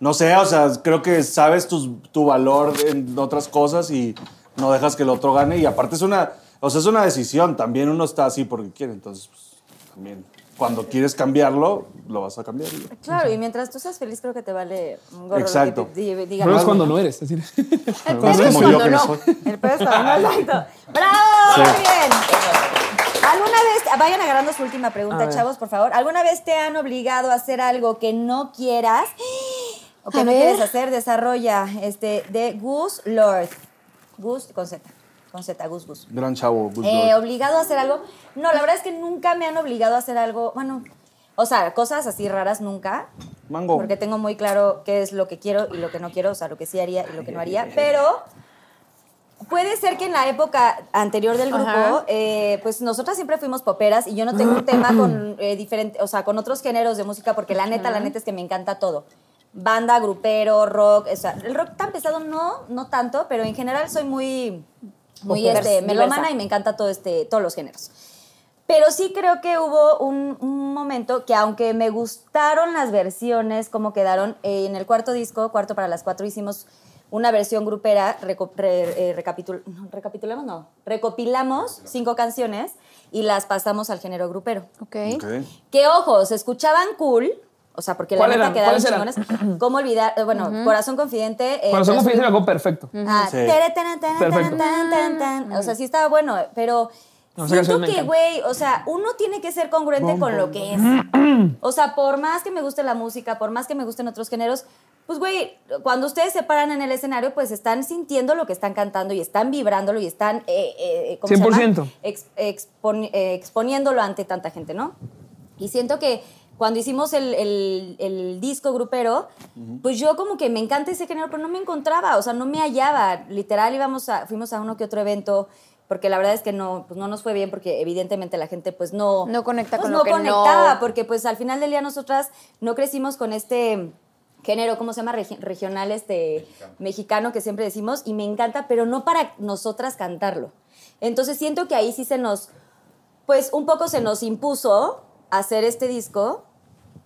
Speaker 5: no sé, o sea, creo que sabes tus- tu valor en otras cosas y no dejas que el otro gane. Y aparte es una, o sea, es una decisión. También uno está así porque quiere. Entonces, pues, también cuando quieres cambiarlo, lo vas a cambiar. y ya.
Speaker 2: Claro, y mientras tú seas feliz, creo que te vale un gorro. lo que
Speaker 5: Exacto.
Speaker 2: te di- digan.
Speaker 3: Pero es cuando no eres. es decir.
Speaker 2: Eh,
Speaker 5: No es como yo que no soy.
Speaker 2: El pedo es cuando no, exacto. ¡Bravo!
Speaker 5: Sí.
Speaker 2: Muy bien. ¿Alguna vez, vayan agarrando su última pregunta, chavos, por favor? ¿Alguna vez te han obligado a hacer algo que no quieras o que
Speaker 4: A
Speaker 2: no
Speaker 4: ver.
Speaker 2: quieres hacer? Desarrolla este, de Goose Lord. Goose con Z. Con Z, Goose Goose.
Speaker 5: Gran chavo. good
Speaker 2: Eh,
Speaker 5: lord.
Speaker 2: obligado a hacer algo. No, la verdad es que nunca me han obligado a hacer algo. Bueno, o sea, cosas así raras nunca.
Speaker 5: Mango.
Speaker 2: Porque tengo muy claro qué es lo que quiero y lo que no quiero, o sea, lo que sí haría y lo que no haría. Pero puede ser que en la época anterior del grupo,
Speaker 4: Ajá.
Speaker 2: eh, pues nosotras siempre fuimos poperas y yo no tengo un tema con eh, diferente, o sea, con otros géneros de música, porque la neta, la neta es que me encanta todo. Banda, grupero, rock, o sea, el rock tan pesado no, no tanto, pero en general soy muy, muy
Speaker 4: Popera.
Speaker 2: este, melómana
Speaker 4: Diversa.
Speaker 2: y me encanta todo este, todos los géneros. Pero sí creo que hubo un, un momento que aunque me gustaron las versiones como quedaron, eh, en el cuarto disco, Cuarto para las Cuatro, hicimos una versión grupera, reco- re- eh, recapitul- no, recapitulamos, no, recopilamos cinco canciones y las pasamos al género grupero.
Speaker 4: Ok.
Speaker 5: Ok.
Speaker 2: Que ojo, se escuchaban cool. O sea, porque la
Speaker 3: ¿Cuál
Speaker 2: neta
Speaker 3: eran?
Speaker 2: quedaron
Speaker 3: ¿Cuáles
Speaker 2: chingones. ¿Cómo olvidar? Eh, Bueno, Corazón Confidente. eh,
Speaker 3: Cuando somos
Speaker 2: Tres-
Speaker 3: felices, algo perfecto.
Speaker 2: Ah,
Speaker 5: Sí.
Speaker 2: tere, tana, tana,
Speaker 3: Perfecto.
Speaker 2: tana, tan, tan, tan. O sea, sí estaba bueno, eh, pero
Speaker 3: No, esa
Speaker 2: siento
Speaker 3: canción me
Speaker 2: que,
Speaker 3: encanta.
Speaker 2: güey, o sea, uno tiene que ser congruente con lo que es. O sea, por más que me guste la música, por más que me gusten otros géneros, pues, güey, cuando ustedes se paran en el escenario, pues están sintiendo lo que están cantando y están vibrándolo y están, eh, eh, ¿cómo se llama?
Speaker 3: 100%.
Speaker 2: Ex- exponi- eh, exponiéndolo ante tanta gente, ¿no? Y siento que cuando hicimos el, el- el disco grupero, pues yo como que me encanta ese género, pero no me encontraba, o sea, no me hallaba. Literal, íbamos a, fuimos a uno que otro evento, porque la verdad es que no, pues no nos fue bien, porque evidentemente la gente pues no...
Speaker 4: No conecta
Speaker 2: pues
Speaker 4: con
Speaker 2: no
Speaker 4: lo que no.
Speaker 2: conectaba, porque pues al final del día nosotras no crecimos con este género, ¿cómo se llama? Regi- regional, este, mexicano. que siempre decimos, y me encanta, pero no para nosotras cantarlo. Entonces siento que ahí sí se nos pues un poco se nos impuso hacer este disco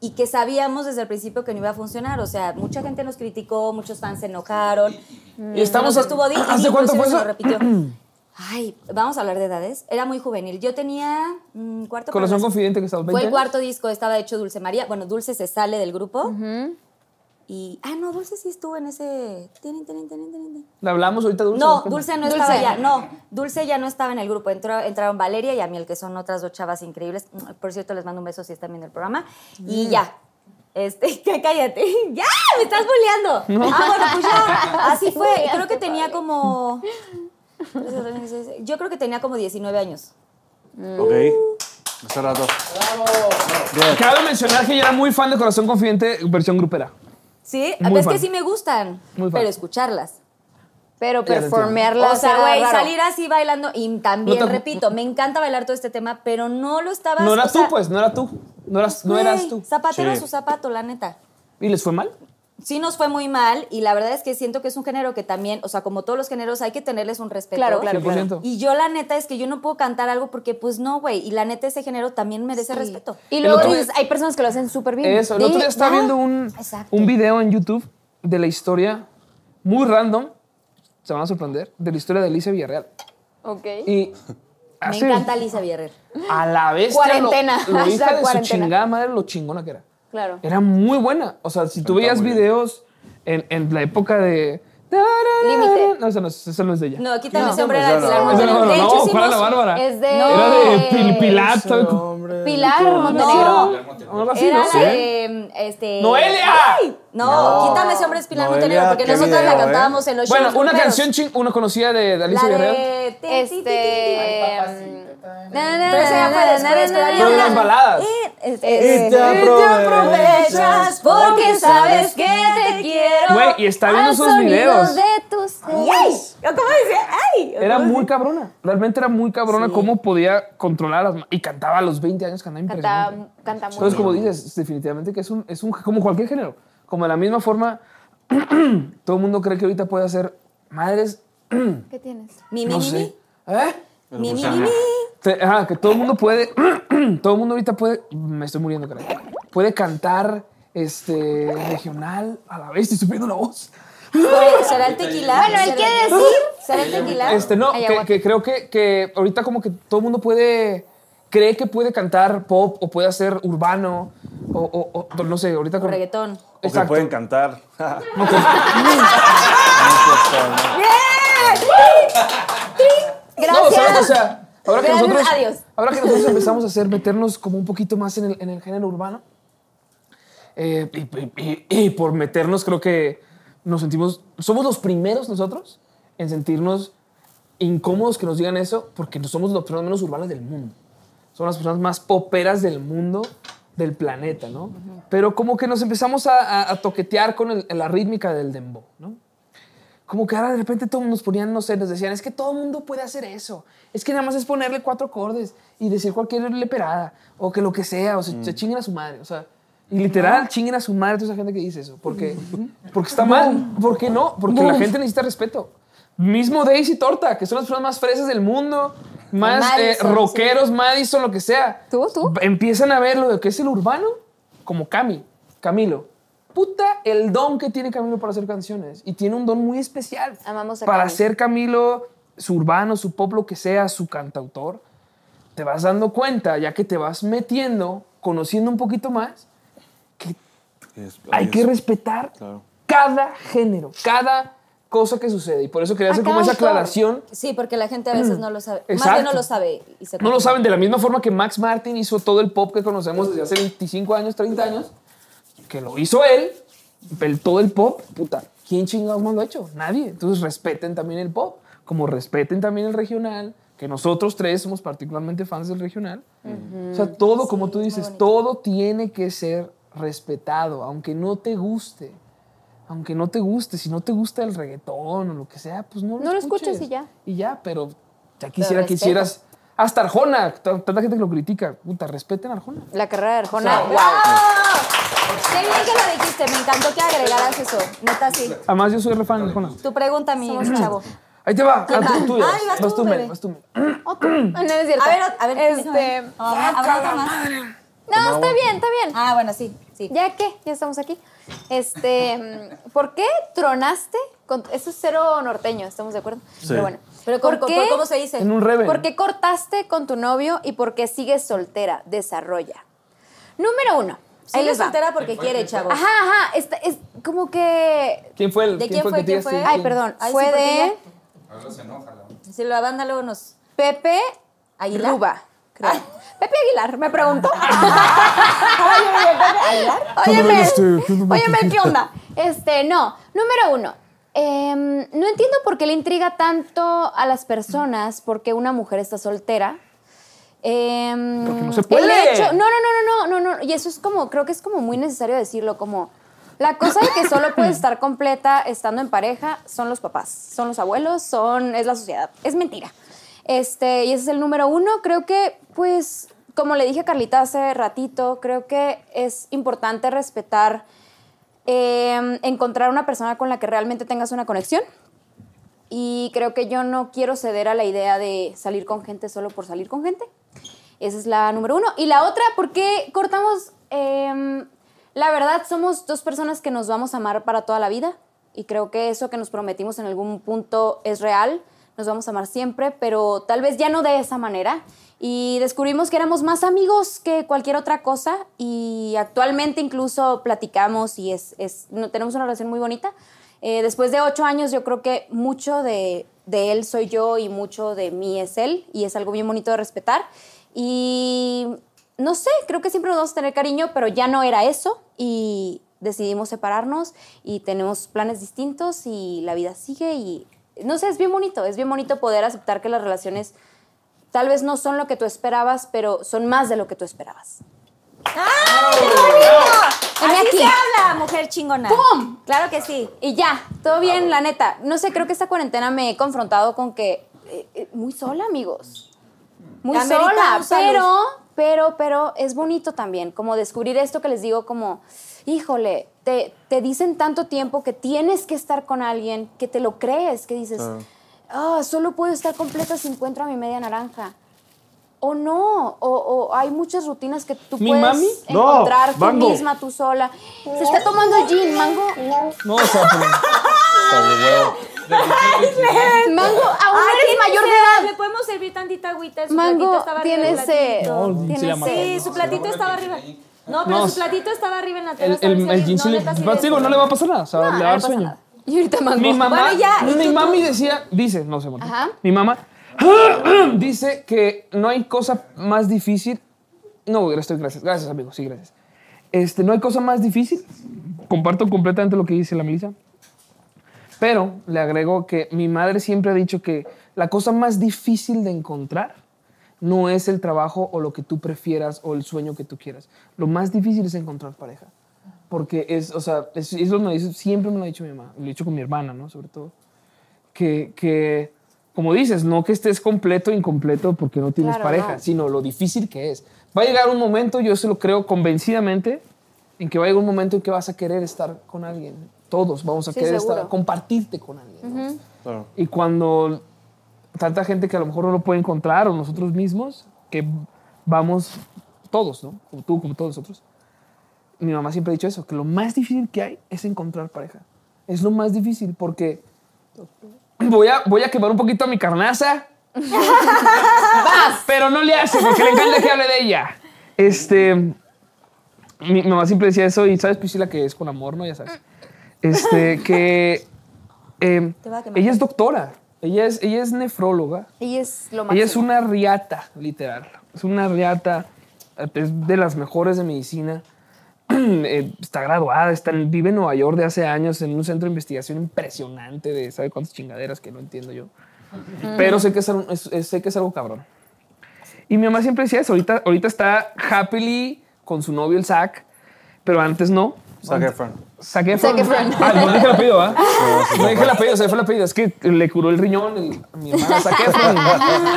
Speaker 2: y que sabíamos desde el principio que no iba a funcionar. O sea, mucha gente nos criticó, muchos fans se enojaron.
Speaker 3: Y estamos.
Speaker 2: Nos estuvo Didi,
Speaker 3: ¿Hace cuánto
Speaker 2: inclusive
Speaker 3: fue
Speaker 2: se lo
Speaker 3: eso?
Speaker 2: repitió. Ay, vamos a hablar de edades. Era muy juvenil. Yo tenía mm, cuarto.
Speaker 3: Corazón
Speaker 2: para-
Speaker 3: confidente que estamos 20.
Speaker 2: Fue el
Speaker 3: años.
Speaker 2: cuarto disco, estaba hecho Dulce María. Bueno, Dulce se sale del grupo. Y. Ah, no, Dulce sí estuvo en ese. Tirin, tirin, tirin, tirin, tirin.
Speaker 3: ¿Le hablamos ahorita de Dulce?
Speaker 2: No, Dulce no
Speaker 4: Dulce.
Speaker 2: estaba ya, no, Dulce ya no estaba en el grupo, Entró- entraron Valeria y a Amiel, que son otras dos chavas increíbles. Por cierto, les mando un beso si están viendo el programa.
Speaker 3: Mm.
Speaker 2: Y ya, este, ya cállate, ya, me estás bulleando. Ah, bueno, pues ya, así fue. Creo que tenía como, yo creo que tenía como 19 años.
Speaker 5: Ok.
Speaker 3: Mm.
Speaker 5: Hace rato.
Speaker 3: Cabe mencionar que yo era muy fan de Corazón Confidente, versión grupera.
Speaker 2: ¿Sí?
Speaker 3: Muy
Speaker 2: es
Speaker 3: fan.
Speaker 2: que sí me gustan,
Speaker 3: Muy fan.
Speaker 2: pero escucharlas.
Speaker 4: Pero
Speaker 3: te entiendo.
Speaker 4: performearla.
Speaker 2: o sea,
Speaker 4: era
Speaker 2: güey,
Speaker 4: raro.
Speaker 2: salir así bailando y también,
Speaker 3: No te-
Speaker 2: repito, me encanta bailar todo este tema, pero no lo estabas...
Speaker 3: No
Speaker 2: o
Speaker 3: eras tú,
Speaker 2: sea,
Speaker 3: pues, no eras tú. No eras, no eras
Speaker 2: Güey,
Speaker 3: tú.
Speaker 2: Zapatero a
Speaker 5: Sí.
Speaker 2: su zapato, la neta.
Speaker 3: ¿Y les fue mal?
Speaker 2: Sí nos fue muy mal y la verdad es que siento que es un género que también, o sea, como todos los géneros, hay que tenerles un respeto.
Speaker 4: Claro, claro, claro.
Speaker 3: 100%.
Speaker 2: Y yo la neta es que yo no puedo cantar algo porque pues no, güey, y la neta ese género también merece
Speaker 4: Sí.
Speaker 2: respeto.
Speaker 4: Y
Speaker 3: El
Speaker 4: luego
Speaker 3: otro-
Speaker 4: dices, hay personas que lo hacen súper bien.
Speaker 3: Eso, el otro
Speaker 4: Di-
Speaker 3: día estaba
Speaker 4: ah,
Speaker 3: viendo un,
Speaker 2: exacto.
Speaker 3: un video en YouTube de la historia, muy random, se van a sorprender, de la historia de Alicia Villarreal.
Speaker 4: Ok.
Speaker 3: Y
Speaker 2: Me
Speaker 3: así,
Speaker 2: encanta Alicia Villarreal.
Speaker 3: a la bestia,
Speaker 4: Cuarentena,
Speaker 3: lo, lo hija
Speaker 4: hashtag
Speaker 3: de su
Speaker 4: cuarentena.
Speaker 3: chingada madre, lo chingona que era.
Speaker 4: Claro.
Speaker 3: Era muy buena. O sea, si tú
Speaker 5: Canta
Speaker 3: veías
Speaker 5: muy bien.
Speaker 3: videos en, en la época de...
Speaker 4: Límite.
Speaker 3: No, eso no, es- eso no es de ella.
Speaker 2: No, quítame ese hombre
Speaker 5: No,
Speaker 2: de la
Speaker 5: no,
Speaker 2: Pilar
Speaker 3: Esa
Speaker 5: no,
Speaker 2: Montenegro.
Speaker 3: no,
Speaker 2: De
Speaker 3: no,
Speaker 2: hecho,
Speaker 3: ¿cuál era la
Speaker 2: hicimos-
Speaker 3: Bárbara?
Speaker 4: Es de.
Speaker 3: Era de Pil- Pilar, ¿sabes?
Speaker 5: Hombre,
Speaker 4: Pilar
Speaker 5: no.
Speaker 4: Montenegro.
Speaker 3: No, algo así,
Speaker 2: Era
Speaker 3: ¿no?
Speaker 2: la de, este...
Speaker 3: ¡Noelia!
Speaker 2: ¡Ay! No,
Speaker 5: No.
Speaker 2: quítame ese hombre es Pilar
Speaker 5: Noelia,
Speaker 2: Montenegro porque
Speaker 5: qué
Speaker 2: nosotros la
Speaker 5: video, ¿eh?
Speaker 2: cantábamos en los
Speaker 3: Bueno,
Speaker 2: shows
Speaker 3: una
Speaker 2: gruperos.
Speaker 3: canción ching, una conocida de, de Alicia
Speaker 2: La
Speaker 3: Villarreal.
Speaker 2: de...
Speaker 4: Este. na, na,
Speaker 2: Pero esa ya fue
Speaker 4: na,
Speaker 2: después,
Speaker 4: na,
Speaker 2: pero
Speaker 4: na,
Speaker 2: había
Speaker 3: Pero
Speaker 4: na,
Speaker 3: las
Speaker 2: una-
Speaker 3: baladas.
Speaker 2: Y-
Speaker 4: Este.
Speaker 5: Y te aprovechas porque sabes
Speaker 2: que te quiero.
Speaker 3: Güey, y está viendo
Speaker 4: al
Speaker 3: sus
Speaker 4: sonido
Speaker 3: videos.
Speaker 4: de tus
Speaker 2: ¡Ay! ¿Cómo dice? ¡Ay!
Speaker 3: Era muy cabrona. Realmente era muy cabrona cómo podía controlar las ma- Y cantaba a los 20 años, cantaba impresionante.
Speaker 4: Canta, canta muy
Speaker 3: Entonces,
Speaker 4: bien.
Speaker 3: como dices, definitivamente que es un, es un, como cualquier género. Como de la misma forma, todo el mundo cree que ahorita puede hacer madres,
Speaker 4: ¿Qué tienes?
Speaker 2: Mi, mi,
Speaker 3: no
Speaker 2: mi,
Speaker 3: sé. ¿Eh?
Speaker 2: mi. Mi, mi, mi, mi.
Speaker 3: Te- ajá, que todo el mundo puede, todo el mundo ahorita puede, me estoy muriendo, caray. Puede cantar, este, regional, a la vez estoy subiendo la voz. pues,
Speaker 2: Güey, ¿Será el tequila?
Speaker 4: Bueno, hay
Speaker 2: ¿Será-
Speaker 4: que decir.
Speaker 2: ¿Será el tequila?
Speaker 3: Este, no,
Speaker 4: Ay,
Speaker 3: que,
Speaker 4: aguanta.
Speaker 3: que creo que, que ahorita como que todo el mundo puede, cree que puede cantar pop o puede hacer urbano o, o- o- no sé, ahorita
Speaker 2: O
Speaker 3: con
Speaker 2: reggaetón.
Speaker 5: O que
Speaker 3: Exacto.
Speaker 5: pueden cantar.
Speaker 3: No, o sea, o sea, ahora que
Speaker 4: Gracias
Speaker 3: nosotros,
Speaker 4: a Dios.
Speaker 3: ahora que nosotros empezamos a hacer, meternos como un poquito más en el, en el género urbano, eh, y, y- y- y por meternos creo que nos sentimos, somos los primeros nosotros en sentirnos incómodos que nos digan eso, porque no somos las personas menos urbanas del mundo. Somos las personas más poperas del mundo, del planeta, ¿no? Pero como que nos empezamos a, a- a toquetear con el- la rítmica del dembow, ¿no? como que ahora de repente todos nos ponían, no sé, nos decían, es que todo el mundo puede hacer eso. Es que nada más es ponerle cuatro acordes y decir cualquier leperada o que lo que sea, o se, se chinguen a su madre, o sea. Y literal, chinguen a su madre toda esa gente que dice eso. Porque, porque está mal. ¿Por qué no? Porque la gente necesita respeto. Mismo Daisy Torta, que son las personas más fresas del mundo, más eh,
Speaker 2: Madison,
Speaker 3: rockeros, Madison, lo que sea.
Speaker 4: ¿Tú, tú?
Speaker 3: Empiezan a ver lo de que es el urbano como Cami, Camilo. Puta el don que tiene Camilo para hacer canciones. Y tiene un don muy especial.
Speaker 4: Amamos a
Speaker 3: Para
Speaker 4: Cami.
Speaker 3: ser Camilo, su urbano, su pop, lo que sea, su cantautor. Te vas dando cuenta, ya que te vas metiendo, conociendo un poquito más, hay que respetar
Speaker 5: Claro.
Speaker 3: cada género, cada cosa que sucede. Y por eso quería hacer
Speaker 4: Acá
Speaker 3: como esa
Speaker 4: hay todo.
Speaker 3: aclaración.
Speaker 2: Sí, porque la gente a veces no lo sabe. Más
Speaker 3: Mm. Exacto.
Speaker 2: bien no lo sabe. y se
Speaker 3: No lo
Speaker 2: confunde.
Speaker 3: saben de la misma forma que Max Martin hizo todo el pop que conocemos desde hace 25 años, 30 años, que lo hizo él, el- todo el pop, puta, ¿quién chingados más lo ha hecho? Nadie. Entonces respeten también el pop, como respeten también el regional, que nosotros tres somos particularmente fans del regional. O sea, todo, como tú dices, todo tiene que ser respetado, aunque no te guste. Aunque no te guste, si no te gusta el reggaetón o lo que sea, pues no lo
Speaker 4: No lo escuches y ya.
Speaker 3: Y ya, pero ya quisiera que
Speaker 2: respeta.
Speaker 3: hicieras hasta Arjona, t- tanta gente que lo critica. Puta, respeten a Arjona.
Speaker 4: La carrera de Arjona.
Speaker 2: ¡Bravo! Qué bien que lo dijiste. Me encantó que agregaras eso. Neta, sí.
Speaker 3: Además, yo soy re fan de Arjona.
Speaker 2: Tu pregunta, mi chavo.
Speaker 3: Ahí te va, a tú, tú,
Speaker 2: Ay,
Speaker 3: vas,
Speaker 2: vas
Speaker 3: vas
Speaker 2: tú,
Speaker 3: tú, Mel,
Speaker 2: bebé.
Speaker 4: Mm.
Speaker 3: vas tú. Mel.
Speaker 4: Ah, No, no es cierto.
Speaker 2: A ver, a ver.
Speaker 4: Este.
Speaker 2: déjame. A ver, a ver, más.
Speaker 4: No, está bien, está bien.
Speaker 2: Ah, bueno, sí, sí.
Speaker 4: ¿Ya qué? Ya estamos aquí. Este, mm, ¿por qué tronaste? Con, eso es cero norteño, estamos de acuerdo.
Speaker 5: Sí.
Speaker 4: Pero bueno.
Speaker 2: Pero
Speaker 4: ¿por
Speaker 2: ¿cómo-
Speaker 4: qué-
Speaker 2: cómo- cómo se dice?
Speaker 3: En un reven.
Speaker 4: ¿Por qué cortaste con tu novio y por qué sigues soltera? Desarrolla. Número uno. Ahí
Speaker 2: Él es
Speaker 4: les va.
Speaker 2: soltera porque quiere, chavos.
Speaker 4: Ajá, ajá. está- es como que.
Speaker 3: ¿Quién fue el?
Speaker 2: ¿De quién fue?
Speaker 3: el que
Speaker 2: ¿Quién
Speaker 3: tiraste?
Speaker 2: fue?
Speaker 4: Ay, perdón.
Speaker 2: Ay, sí,
Speaker 4: fue
Speaker 2: porque
Speaker 4: de
Speaker 2: Si la banda luego nos...
Speaker 4: Pepe
Speaker 2: ¿Aguilar?
Speaker 4: Ruba. creo. Pepe Aguilar, me preguntó. Óyeme, óyeme, ¿qué onda? Este, no. Número uno. em, no entiendo por qué le intriga tanto a las personas porque una mujer está soltera. Em,
Speaker 3: no se puede.
Speaker 4: el hecho- no, no, no, no, no, no, no. Y eso es como, creo que es como muy necesario decirlo, como la cosa de que solo puede estar completa estando en pareja son los papás, son los abuelos, son, es la sociedad. Es mentira. Este, y ese es el número uno. Creo que, pues, como le dije a Carlita hace ratito, creo que es importante respetar, eh, encontrar una persona con la que realmente tengas una conexión. Y creo que yo no quiero ceder a la idea de salir con gente solo por salir con gente. Esa es la número uno. Y la otra, ¿por qué cortamos? Em, la verdad, somos dos personas que nos vamos a amar para toda la vida. Y creo que eso que nos prometimos en algún punto es real. Nos vamos a amar siempre, pero tal vez ya no de esa manera. Y descubrimos que éramos más amigos que cualquier otra cosa. Y actualmente incluso platicamos y es, es- no, tenemos una relación muy bonita. Eh, después de ocho años, yo creo que mucho de, de él soy yo y mucho de mí es él. Y es algo bien bonito de respetar. Y no sé, creo que siempre nos vamos a tener cariño, pero ya no era eso. Y decidimos separarnos y tenemos planes distintos y la vida sigue. Y no sé, es bien bonito. Es bien bonito poder aceptar que las relaciones tal vez no son lo que tú esperabas, pero son más de lo que tú esperabas. Heme
Speaker 2: Así
Speaker 4: aquí.
Speaker 2: se habla, mujer chingona.
Speaker 4: ¡Pum!
Speaker 2: Claro que sí.
Speaker 4: Y ya, todo bien, la neta. No sé, creo que esta cuarentena me he confrontado con que eh, eh, muy sola, amigos. Muy
Speaker 2: Amerita
Speaker 4: sola,
Speaker 2: un salud.
Speaker 4: pero, pero, pero es bonito también, como descubrir esto que les digo, como, híjole, te, te dicen tanto tiempo que tienes que estar con alguien, que te lo crees, que dices,
Speaker 5: Claro.
Speaker 4: ah, solo puedo estar completa si encuentro a mi media naranja. O no, o, o hay muchas rutinas que tú
Speaker 3: ¿Mi
Speaker 4: puedes
Speaker 3: mami?
Speaker 5: No,
Speaker 4: encontrar tú
Speaker 5: mango.
Speaker 4: misma, tú sola. Se está tomando el gin, mango.
Speaker 3: No, o sea, pues,
Speaker 4: Mango, aún
Speaker 2: Ay,
Speaker 4: eres
Speaker 2: ¿tienes
Speaker 4: mayor de
Speaker 2: sed?
Speaker 4: edad.
Speaker 2: ¿Le podemos servir tantita agüita? Su platito
Speaker 4: Mango,
Speaker 2: estaba arriba del
Speaker 4: tienes sed.
Speaker 2: platito.
Speaker 3: No,
Speaker 4: Tienes eh,
Speaker 3: se llama-
Speaker 4: sed.
Speaker 2: Sí, su platito estaba arriba. No, pero
Speaker 3: No,
Speaker 2: su platito estaba arriba en la
Speaker 3: el,
Speaker 2: terraza. a ver
Speaker 3: el,
Speaker 2: si
Speaker 3: el
Speaker 2: alguien-
Speaker 3: gin
Speaker 2: no,
Speaker 3: sí le,
Speaker 2: neta, sí
Speaker 3: pues, digo, no le va a pasar nada, o sea,
Speaker 4: No,
Speaker 3: le va
Speaker 4: no
Speaker 3: a dar
Speaker 4: pasa
Speaker 3: sueño.
Speaker 4: nada. Y ahorita mango.
Speaker 3: Mi mamá,
Speaker 2: Bueno, ya, ¿y
Speaker 3: mi
Speaker 2: tú,
Speaker 3: mami
Speaker 2: tú?
Speaker 3: decía, dice, no sé por qué.
Speaker 4: Ajá.
Speaker 3: Mi mamá dice que no hay cosa más difícil. No, estoy, gracias, gracias, amigo, sí, gracias. Este, no hay cosa más difícil. Comparto completamente lo que dice la Melissa. Pero le agrego que mi madre siempre ha dicho que la cosa más difícil de encontrar no es el trabajo o lo que tú prefieras o el sueño que tú quieras. Lo más difícil es encontrar pareja. Porque es, o sea, es- eso me lo dice- siempre me lo ha dicho mi mamá, lo he dicho con mi hermana, ¿no? Sobre todo. Que, que, como dices, no que estés completo o incompleto porque no tienes
Speaker 4: Claro,
Speaker 3: pareja,
Speaker 4: no.
Speaker 3: sino lo difícil que es. Va a llegar un momento, yo se lo creo convencidamente, en que va a llegar un momento en que vas a querer estar con alguien. Todos vamos a
Speaker 4: Sí,
Speaker 3: querer
Speaker 4: seguro.
Speaker 3: estar, compartirte con alguien. ¿no?
Speaker 5: Claro.
Speaker 3: Y cuando tanta gente que a lo mejor no lo puede encontrar, o nosotros mismos, que vamos todos, ¿no? Como tú, como todos nosotros. Mi mamá siempre ha dicho eso, que lo más difícil que hay es encontrar pareja. Es lo más difícil porque voy a, voy a quemar un poquito a mi carnaza. Pero no le hace, porque le encanta que hable de ella. Este, mi mi mamá siempre decía eso y sabes, Priscila, que es con amor, ¿no? Ya sabes. Este, que eh,
Speaker 2: Te va a quemar.
Speaker 3: ella es doctora, ella es, ella es nefróloga,
Speaker 4: Y es lo máximo.
Speaker 3: ella es una riata, literal. Es una riata, eh, es de las mejores de medicina. Eh, está graduada, está, en- vive en Nueva York de hace años en un centro de investigación impresionante de sabe cuántas chingaderas que no entiendo yo. Pero sé que es, algo- es- es- sé que es algo cabrón. Y mi mamá siempre decía eso. Ahorita, ahorita está happily con su novio, el Zach, pero antes no.
Speaker 5: Zac Efron.
Speaker 3: Zac Efron.
Speaker 4: Zac Efron.
Speaker 3: Ah, no dije el apellido, ¿ah? No dije el apellido, se fue el apellido. Es que le curó el riñón el- a mi hermana Zac Efron.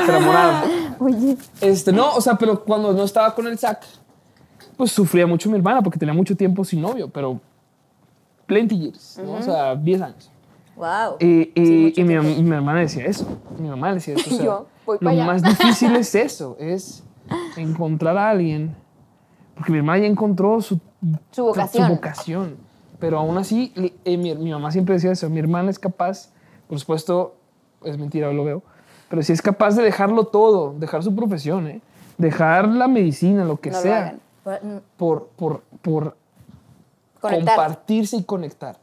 Speaker 3: Se enamoraron. Este, no, o sea, pero cuando no estaba con el Zac, pues sufría mucho mi hermana porque tenía mucho tiempo sin novio, pero plenty years, ¿no? O sea, 10 años.
Speaker 2: Wow.
Speaker 3: Y, y-
Speaker 2: Sí, mucho
Speaker 3: y mi,
Speaker 2: tiempo.
Speaker 3: mam- mi hermana decía eso. Mi mamá decía eso. o sea,
Speaker 4: Yo voy pa'
Speaker 3: lo
Speaker 4: allá.
Speaker 3: más difícil es eso, es encontrar a alguien. Porque mi hermana ya encontró su,
Speaker 4: Su vocación.
Speaker 3: su vocación. Pero aún así, le- eh, mi, mi mamá siempre decía eso. Mi hermana es capaz, por supuesto, es mentira, lo veo, pero sí es capaz de dejarlo todo, dejar su profesión, ¿eh? dejar la medicina, lo que
Speaker 4: No lo
Speaker 3: sea,
Speaker 4: hagan.
Speaker 2: Por- mm,
Speaker 3: por, por, por
Speaker 4: Conectar.
Speaker 3: compartirse y conectar.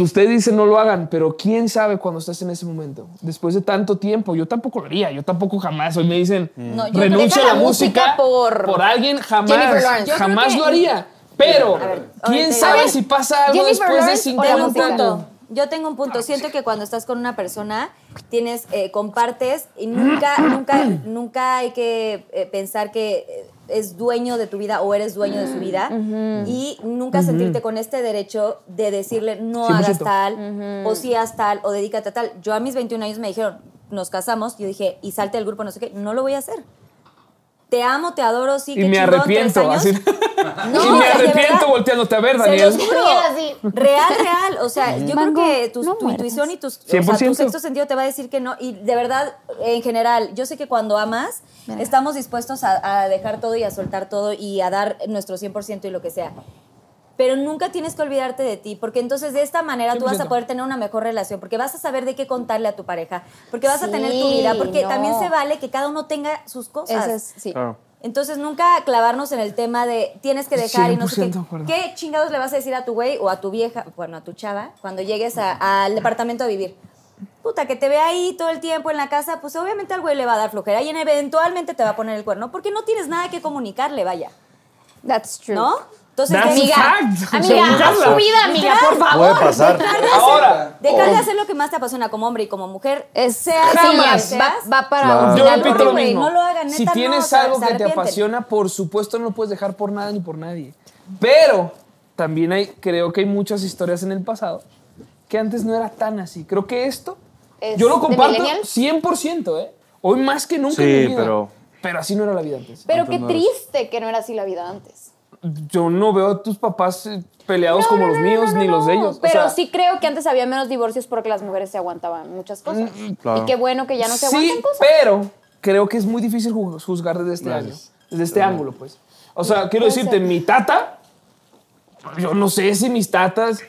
Speaker 3: Usted dice no lo hagan, pero quién sabe cuando estás en ese momento. Después de tanto tiempo, yo tampoco lo haría, yo tampoco jamás. Hoy me dicen
Speaker 5: Mm.
Speaker 2: No, yo-
Speaker 3: renuncia
Speaker 4: deja
Speaker 3: a la
Speaker 4: la
Speaker 3: música
Speaker 4: música por-
Speaker 3: alguien,
Speaker 4: Jennifer
Speaker 3: jamás,
Speaker 4: Lawrence. Yo creo
Speaker 3: jamás
Speaker 4: que-
Speaker 3: lo haría. Pero quién
Speaker 2: ahorita-
Speaker 3: sabe
Speaker 2: A ver,
Speaker 3: si pasa algo
Speaker 4: Jennifer
Speaker 3: después de
Speaker 4: Lawrence o la
Speaker 2: tengo
Speaker 3: 50
Speaker 2: un
Speaker 4: Claro.
Speaker 2: punto. Yo tengo un punto. Siento que cuando estás con una persona, tienes, eh, compartes y nunca, nunca, nunca hay que eh, pensar que eh, es dueño de tu vida o eres dueño de su vida y nunca sentirte con este derecho de decirle no
Speaker 3: 100%.
Speaker 2: hagas tal o sí haz tal o dedícate a tal. Yo a mis 21 años me dijeron, nos casamos, yo dije, y salte del grupo, no sé qué, no lo voy a hacer. Te amo, te adoro, sí, qué
Speaker 3: Y me
Speaker 2: chingón, tres
Speaker 3: arrepiento.
Speaker 2: años.
Speaker 3: así.
Speaker 2: No,
Speaker 3: y me
Speaker 2: de
Speaker 3: arrepiento
Speaker 2: verdad.
Speaker 3: volteándote a ver,
Speaker 2: Se
Speaker 3: Daniel.
Speaker 2: los juro. Real, real. O sea, yo creo que tus- tu intuición y tus, o sea, tu
Speaker 3: 100%.
Speaker 2: sexto sentido te va a decir que no. Y de verdad, en general, yo sé que cuando amas, estamos dispuestos a, a dejar todo y a soltar todo y a dar nuestro 100% y lo que sea. Pero nunca tienes que olvidarte de ti, porque entonces de esta manera tú vas a
Speaker 3: 100%.
Speaker 2: poder tener una mejor relación, porque vas a saber de qué contarle a tu pareja, porque vas a
Speaker 4: Sí,
Speaker 2: tener tu vida, porque
Speaker 4: no.
Speaker 2: también se vale que cada uno tenga sus cosas.
Speaker 4: Ese es, sí.
Speaker 5: Claro.
Speaker 2: Entonces, nunca clavarnos en el tema de tienes que dejar y no sé
Speaker 3: 100% de
Speaker 2: qué.
Speaker 3: acuerdo.
Speaker 2: ¿Qué chingados le vas a decir a tu güey o a tu vieja, bueno, a tu chava, cuando llegues a- al departamento a vivir? Puta, que te ve ahí todo el tiempo en la casa, pues obviamente al güey le va a dar flojera y en- eventualmente te va a poner el cuerno porque no tienes nada que comunicarle, vaya,
Speaker 4: That's true.
Speaker 2: ¿no? Entonces,
Speaker 3: That's
Speaker 2: amiga,
Speaker 3: fact. O sea,
Speaker 4: Amiga, haz
Speaker 3: nunca-
Speaker 4: tu vida, amiga, por favor.
Speaker 5: Puede pasar.
Speaker 3: Ahora,
Speaker 2: dejar de hacer lo que más te apasiona como hombre y como mujer.
Speaker 4: Oh. Es-
Speaker 2: Seas
Speaker 4: jamás.
Speaker 2: quien
Speaker 4: Va,
Speaker 2: seas.
Speaker 4: va para
Speaker 5: Claro.
Speaker 4: un
Speaker 3: Yo
Speaker 4: final
Speaker 3: repito lo
Speaker 4: horrible.
Speaker 3: mismo.
Speaker 2: no lo hagan,
Speaker 3: si
Speaker 2: neta, no,
Speaker 3: tienes
Speaker 2: se-
Speaker 3: algo
Speaker 2: se
Speaker 3: que te
Speaker 2: arrepienten.
Speaker 3: apasiona, por supuesto no lo puedes dejar por nada ni por nadie. Pero también hay, creo que hay muchas historias en el pasado que antes no era tan así. Creo que esto,
Speaker 4: ¿Es
Speaker 3: yo lo
Speaker 4: de
Speaker 3: comparto
Speaker 4: millennial?
Speaker 3: 100%, ¿eh? Hoy más que nunca
Speaker 5: Sí,
Speaker 3: en mi vida.
Speaker 5: pero-
Speaker 3: Pero así no era la vida antes.
Speaker 4: Pero qué
Speaker 5: Antes no era
Speaker 4: triste que no era así la vida antes.
Speaker 3: Yo no veo a tus papás eh, peleados
Speaker 4: No,
Speaker 3: como
Speaker 4: no,
Speaker 3: los
Speaker 4: no, no,
Speaker 3: míos
Speaker 4: no,
Speaker 3: ni
Speaker 4: no.
Speaker 3: los de ellos. O
Speaker 4: Pero
Speaker 3: sea,
Speaker 4: sí creo que antes había menos divorcios porque las mujeres se aguantaban muchas cosas.
Speaker 5: claro.
Speaker 4: Y qué bueno que ya no se
Speaker 3: Mm, sí,
Speaker 4: aguantan cosas.
Speaker 3: pero creo que es muy difícil ju- juzgar desde este
Speaker 5: Gracias.
Speaker 3: año, desde este ángulo, pues. O sea, quiero
Speaker 4: Puede
Speaker 3: decirte,
Speaker 4: ser.
Speaker 3: mi tata, yo no sé si mis tatas, eh,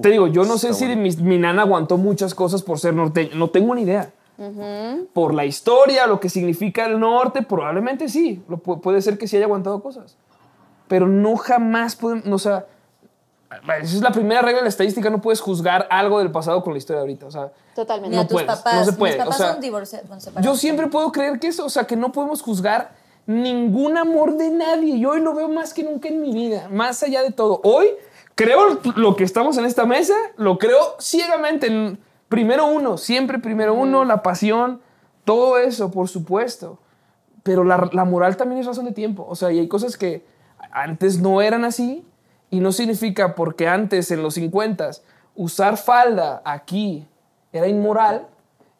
Speaker 3: te digo, yo no sé si mis- mi, nana aguantó muchas cosas por ser norteño, no tengo ni idea. Por la historia, lo que significa el norte, probablemente sí, lo pu- puede ser que sí haya aguantado cosas. Pero no jamás podemos, o sea, esa es la primera regla de la estadística, no puedes juzgar algo del pasado con la historia de ahorita, o sea,
Speaker 4: Totalmente.
Speaker 2: Ni a
Speaker 3: No
Speaker 2: tus
Speaker 3: puedes, no
Speaker 2: papás.
Speaker 3: se puede,
Speaker 2: Mis
Speaker 3: o
Speaker 2: papás
Speaker 3: sea,
Speaker 2: son divorciados. bueno, separados.
Speaker 3: yo siempre puedo creer que eso, o sea, que no podemos juzgar ningún amor de nadie. Yo hoy lo veo más que nunca en mi vida, más allá de todo. Hoy creo lo que estamos en esta mesa, lo creo ciegamente. en Primero uno, siempre primero uno, la pasión, todo eso, por supuesto. Pero la, la moral también es razón de tiempo. O sea, y hay cosas que antes no eran así y no significa porque antes, en los 50, usar falda aquí era inmoral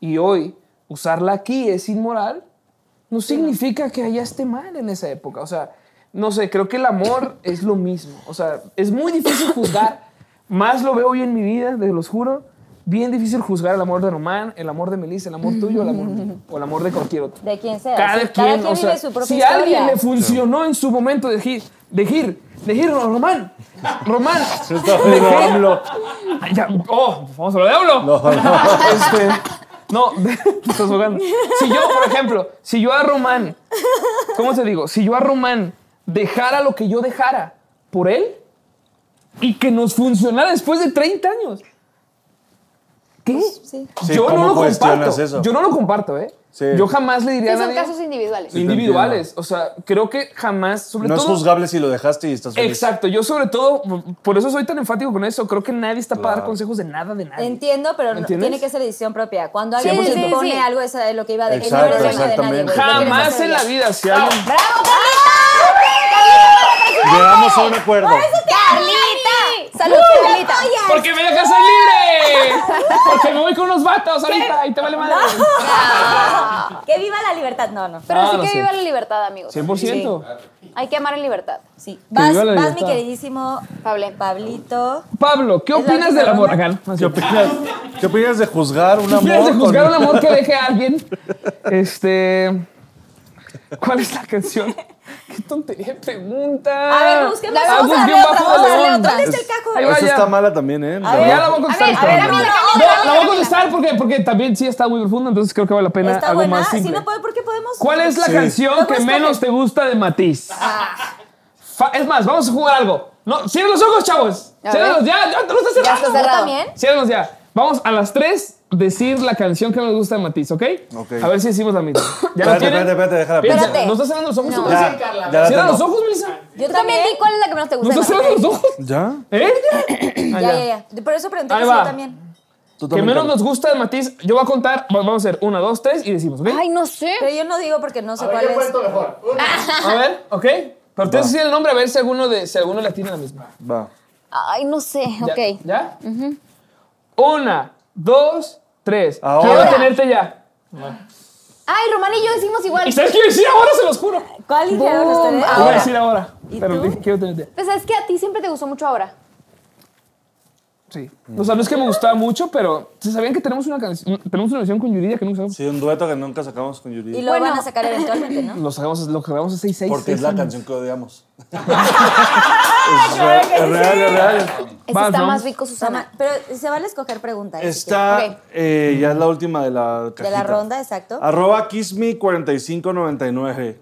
Speaker 3: y hoy usarla aquí es inmoral, no significa que allá esté mal en esa época. O sea, no sé, creo que el amor es lo mismo. O sea, es muy difícil juzgar. Más lo veo hoy en mi vida, te los juro. Bien difícil juzgar el amor de Román, el amor de Melissa, el amor tuyo, el amor mío, o el amor de cualquier otro
Speaker 2: De quien sea.
Speaker 3: cada
Speaker 2: sí,
Speaker 3: quien,
Speaker 2: cada quien
Speaker 3: o sea,
Speaker 2: vive su propia
Speaker 3: si a
Speaker 2: historia.
Speaker 3: alguien le funcionó en su momento de gir, de gir, de gir, no, Román, Román, de gir- Ay, ya, oh, vamos a lo de hablo. No, este, no, te estás jugando. Si yo, por ejemplo, si yo a Román, ¿cómo te digo? Si yo a Román dejara lo que yo dejara por él y que nos funcionara después de 30 años. ¿Qué?
Speaker 2: Pues,
Speaker 5: Sí,
Speaker 3: yo
Speaker 5: ¿cómo
Speaker 3: no lo
Speaker 5: cuestionas
Speaker 3: comparto.
Speaker 5: eso?
Speaker 3: Yo no lo comparto, ¿eh?
Speaker 5: Sí.
Speaker 3: Yo jamás le diría
Speaker 4: Sí,
Speaker 3: a
Speaker 4: son
Speaker 3: nadie
Speaker 4: casos individuales.
Speaker 5: Sí, te
Speaker 3: individuales. O sea, creo que jamás, sobre
Speaker 5: No es
Speaker 3: todo.
Speaker 5: juzgable si lo dejaste y estás feliz.
Speaker 3: Exacto, yo sobre todo, por eso soy tan enfático con eso, creo que nadie está para dar
Speaker 5: Claro.
Speaker 3: consejos de nada, de nadie.
Speaker 2: Entiendo, pero
Speaker 3: ¿Me
Speaker 2: no-
Speaker 3: entiendes?
Speaker 2: tiene que ser decisión propia. Cuando alguien
Speaker 4: Sí,
Speaker 2: se
Speaker 4: sí, sí,
Speaker 2: pone
Speaker 4: sí.
Speaker 2: algo, eso es lo que iba a decir.
Speaker 5: Exacto,
Speaker 2: no es problema de nadie,
Speaker 5: exactamente.
Speaker 2: güey. Lo quieres
Speaker 3: Jamás
Speaker 2: hacer
Speaker 3: en la
Speaker 2: bien.
Speaker 3: vida si alguien...
Speaker 2: ¡Bravo,
Speaker 5: Llegamos a un acuerdo.
Speaker 2: Carlita! Uh, ¡Salud, Carlita!
Speaker 3: Porque me dejas ser libre. Porque me voy con unos vatos ahorita y te vale madre.
Speaker 2: ¡Que viva la libertad! No, no.
Speaker 4: Pero
Speaker 3: Ah,
Speaker 4: sí
Speaker 3: no
Speaker 4: que
Speaker 3: sé.
Speaker 4: viva la libertad, amigos.
Speaker 3: 100%.
Speaker 4: Hay que amar en libertad.
Speaker 2: Sí. Vas,
Speaker 3: viva la
Speaker 2: vas, mi
Speaker 3: libertad.
Speaker 2: queridísimo
Speaker 4: Pable.
Speaker 2: Pablito.
Speaker 3: Pablo, ¿qué
Speaker 2: Es la
Speaker 3: opinas
Speaker 2: última
Speaker 3: del amor?
Speaker 2: ronda.
Speaker 3: Acá, más
Speaker 5: ¿Qué
Speaker 3: yo.
Speaker 5: opinas, ¿Qué opinas de juzgar un amor?
Speaker 3: ¿Quieres de juzgar
Speaker 5: con-
Speaker 3: un amor que deje a alguien? Este... ¿Cuál es la canción? Qué tontería de pregunta.
Speaker 2: A ver, busquemos
Speaker 4: A ver,
Speaker 2: otra.
Speaker 4: vamos
Speaker 3: Agus,
Speaker 4: a
Speaker 3: guión
Speaker 4: darle
Speaker 3: bajo
Speaker 4: otra, vamos a darle
Speaker 3: León.
Speaker 4: otra.
Speaker 2: ¿Dónde está el
Speaker 3: Ahí
Speaker 2: cajón?
Speaker 3: va,
Speaker 5: Esa
Speaker 3: ya.
Speaker 5: está mala también, ¿eh?
Speaker 2: A ver,
Speaker 3: Ya la voy a contestar.
Speaker 2: a ver, a ver,
Speaker 3: No,
Speaker 2: cámbiala,
Speaker 3: la voy a
Speaker 2: cámbiala.
Speaker 3: contestar porque, porque también sí está muy profundo, entonces creo que vale la pena
Speaker 2: Está
Speaker 3: algo
Speaker 2: buena.
Speaker 3: más
Speaker 2: Si
Speaker 3: simple.
Speaker 2: no puede, ¿por qué podemos?
Speaker 3: ¿Cuál es la
Speaker 5: Sí.
Speaker 3: canción
Speaker 2: Luego
Speaker 3: que
Speaker 2: escoge.
Speaker 3: menos te gusta de Matiz? Fa- Es más, vamos a jugar algo. No, cierren los ojos, chavos.
Speaker 4: A
Speaker 3: Cierren los
Speaker 4: ver.
Speaker 3: ya, ya, te lo estás
Speaker 4: Ya
Speaker 3: cerrando.
Speaker 4: está cerrado. también?
Speaker 3: Ciérranos ya. Vamos a las tres decir la canción que nos gusta de Matiz, ¿ok?
Speaker 5: Ok.
Speaker 3: A ver si decimos la misma. ¿Ya
Speaker 5: Espérate,
Speaker 3: la tienen?
Speaker 5: espérate, espérate, déjala.
Speaker 3: Piensa,
Speaker 4: Espérate.
Speaker 3: ¿No estás cerrando los ojos?
Speaker 4: No.
Speaker 3: No.
Speaker 5: Ya, ya la
Speaker 3: Cierra
Speaker 5: tengo.
Speaker 3: los ojos, Melissa.
Speaker 2: Yo
Speaker 4: Yo también
Speaker 2: también.
Speaker 4: di cuál es la que menos te
Speaker 3: ¿No
Speaker 4: gusta.
Speaker 3: estás cerrando los ojos?
Speaker 5: ¿Ya?
Speaker 3: ¿Eh?
Speaker 2: Ya,
Speaker 3: Ah,
Speaker 2: ya, ya. Por eso pregunté
Speaker 3: Ahí
Speaker 2: que si
Speaker 3: va.
Speaker 2: yo también.
Speaker 5: Tú
Speaker 3: Que
Speaker 5: también,
Speaker 3: menos
Speaker 5: Carlos.
Speaker 3: nos gusta de Matiz. Yo voy a contar. va- Vamos a hacer una, dos, tres y decimos, ¿ok?
Speaker 4: Ay, no sé.
Speaker 2: Pero yo no digo porque no sé cuál es.
Speaker 3: A ver, ¿ok? Pero tienes que decir el nombre a ver si alguno, de, si alguno le tiene la misma.
Speaker 5: Va.
Speaker 4: Ay, no sé.
Speaker 3: Ya-
Speaker 4: Ok.
Speaker 3: ¿Ya? Una, dos, tres.
Speaker 5: Ahora.
Speaker 3: Quiero tenerte ya.
Speaker 4: Ay, Román y yo decimos igual.
Speaker 3: ¿Y sabes qué iba a decir ahora? Se los juro.
Speaker 2: ¿Cuál dijeron
Speaker 4: Boom. Ah,
Speaker 2: ustedes?
Speaker 3: Iba a
Speaker 4: Ahora.
Speaker 3: decir ahora.
Speaker 2: ¿Y
Speaker 3: Pero
Speaker 2: tú?
Speaker 3: dije, quiero tenerte.
Speaker 4: Pues es que a ti siempre te gustó mucho ahora.
Speaker 3: Sí. O sea, no es que me gustaba mucho, pero ¿se sabían que tenemos una canción, tenemos una canción con Yuridia que nunca usamos?
Speaker 5: Sí, un dueto que nunca sacamos con Yuri.
Speaker 2: Y lo van a sacar eventualmente, ¿no?
Speaker 3: Lo sacamos, lo grabamos a 6
Speaker 5: Porque es la canción que odiamos. es real,
Speaker 2: Claro que
Speaker 5: es real, es real.
Speaker 4: Ese
Speaker 3: Vas,
Speaker 4: está
Speaker 3: ¿no?
Speaker 4: más rico,
Speaker 2: O sea, ma-
Speaker 4: Susana.
Speaker 2: pero se vale escoger preguntas.
Speaker 5: Esta
Speaker 4: Ok.
Speaker 5: eh, ya es la última de la
Speaker 2: De la
Speaker 5: cajita.
Speaker 2: ronda, exacto.
Speaker 5: Arroba kissme4599.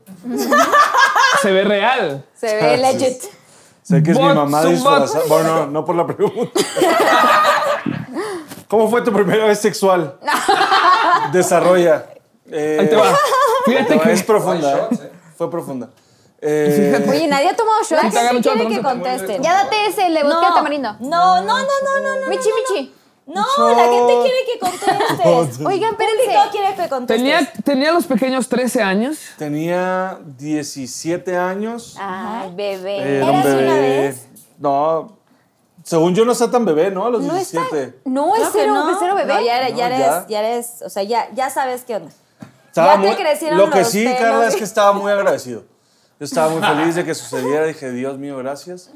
Speaker 3: Se ve real.
Speaker 4: Se ve legit.
Speaker 5: Sé que es mi
Speaker 3: Bots,
Speaker 5: mamá
Speaker 3: son
Speaker 5: disfrazada.
Speaker 3: bots.
Speaker 5: Bueno, no, no por la pregunta. ¿Cómo fue tu primera vez sexual? Desarrolla. Eh,
Speaker 3: Ahí te va. Fíjate
Speaker 5: no,
Speaker 3: que
Speaker 5: es profunda, ¿eh? Fue profunda. Eh,
Speaker 4: Oye, nadie ha tomado
Speaker 2: La
Speaker 4: shots.
Speaker 3: te hagan
Speaker 2: gente
Speaker 3: un chorro,
Speaker 2: quiere que
Speaker 3: no se-
Speaker 2: contesten.
Speaker 4: Ya date ese, le vodka de tamarindo.
Speaker 2: No, no, no, no, no, no.
Speaker 4: Michi, michi.
Speaker 2: No, la gente quiere que contestes.
Speaker 4: Oigan,
Speaker 2: Público
Speaker 4: espérense.
Speaker 2: quiere que contestes.
Speaker 3: tenía, tenía los pequeños 13 años.
Speaker 5: tenía 17 años.
Speaker 4: Ah, Ay, bebé.
Speaker 5: Eh, era un
Speaker 2: ¿Eras
Speaker 5: bebé.
Speaker 2: una vez?
Speaker 5: No, según yo no está tan bebé, ¿no? A los
Speaker 4: No está.
Speaker 5: 17.
Speaker 4: No, es
Speaker 2: Claro que
Speaker 4: cero,
Speaker 2: no.
Speaker 4: es cero bebé.
Speaker 2: No, ya, era- ya
Speaker 5: No,
Speaker 2: eres,
Speaker 5: ya.
Speaker 2: ya eres, o sea, ya, ya sabes qué onda.
Speaker 5: Estaba
Speaker 2: Ya te
Speaker 5: muy-
Speaker 2: crecieron
Speaker 5: Lo que
Speaker 2: los
Speaker 5: sí,
Speaker 2: pelos.
Speaker 5: Carla, es que estaba muy agradecido. Yo estaba muy feliz de que sucediera. Dije, Dios mío, gracias.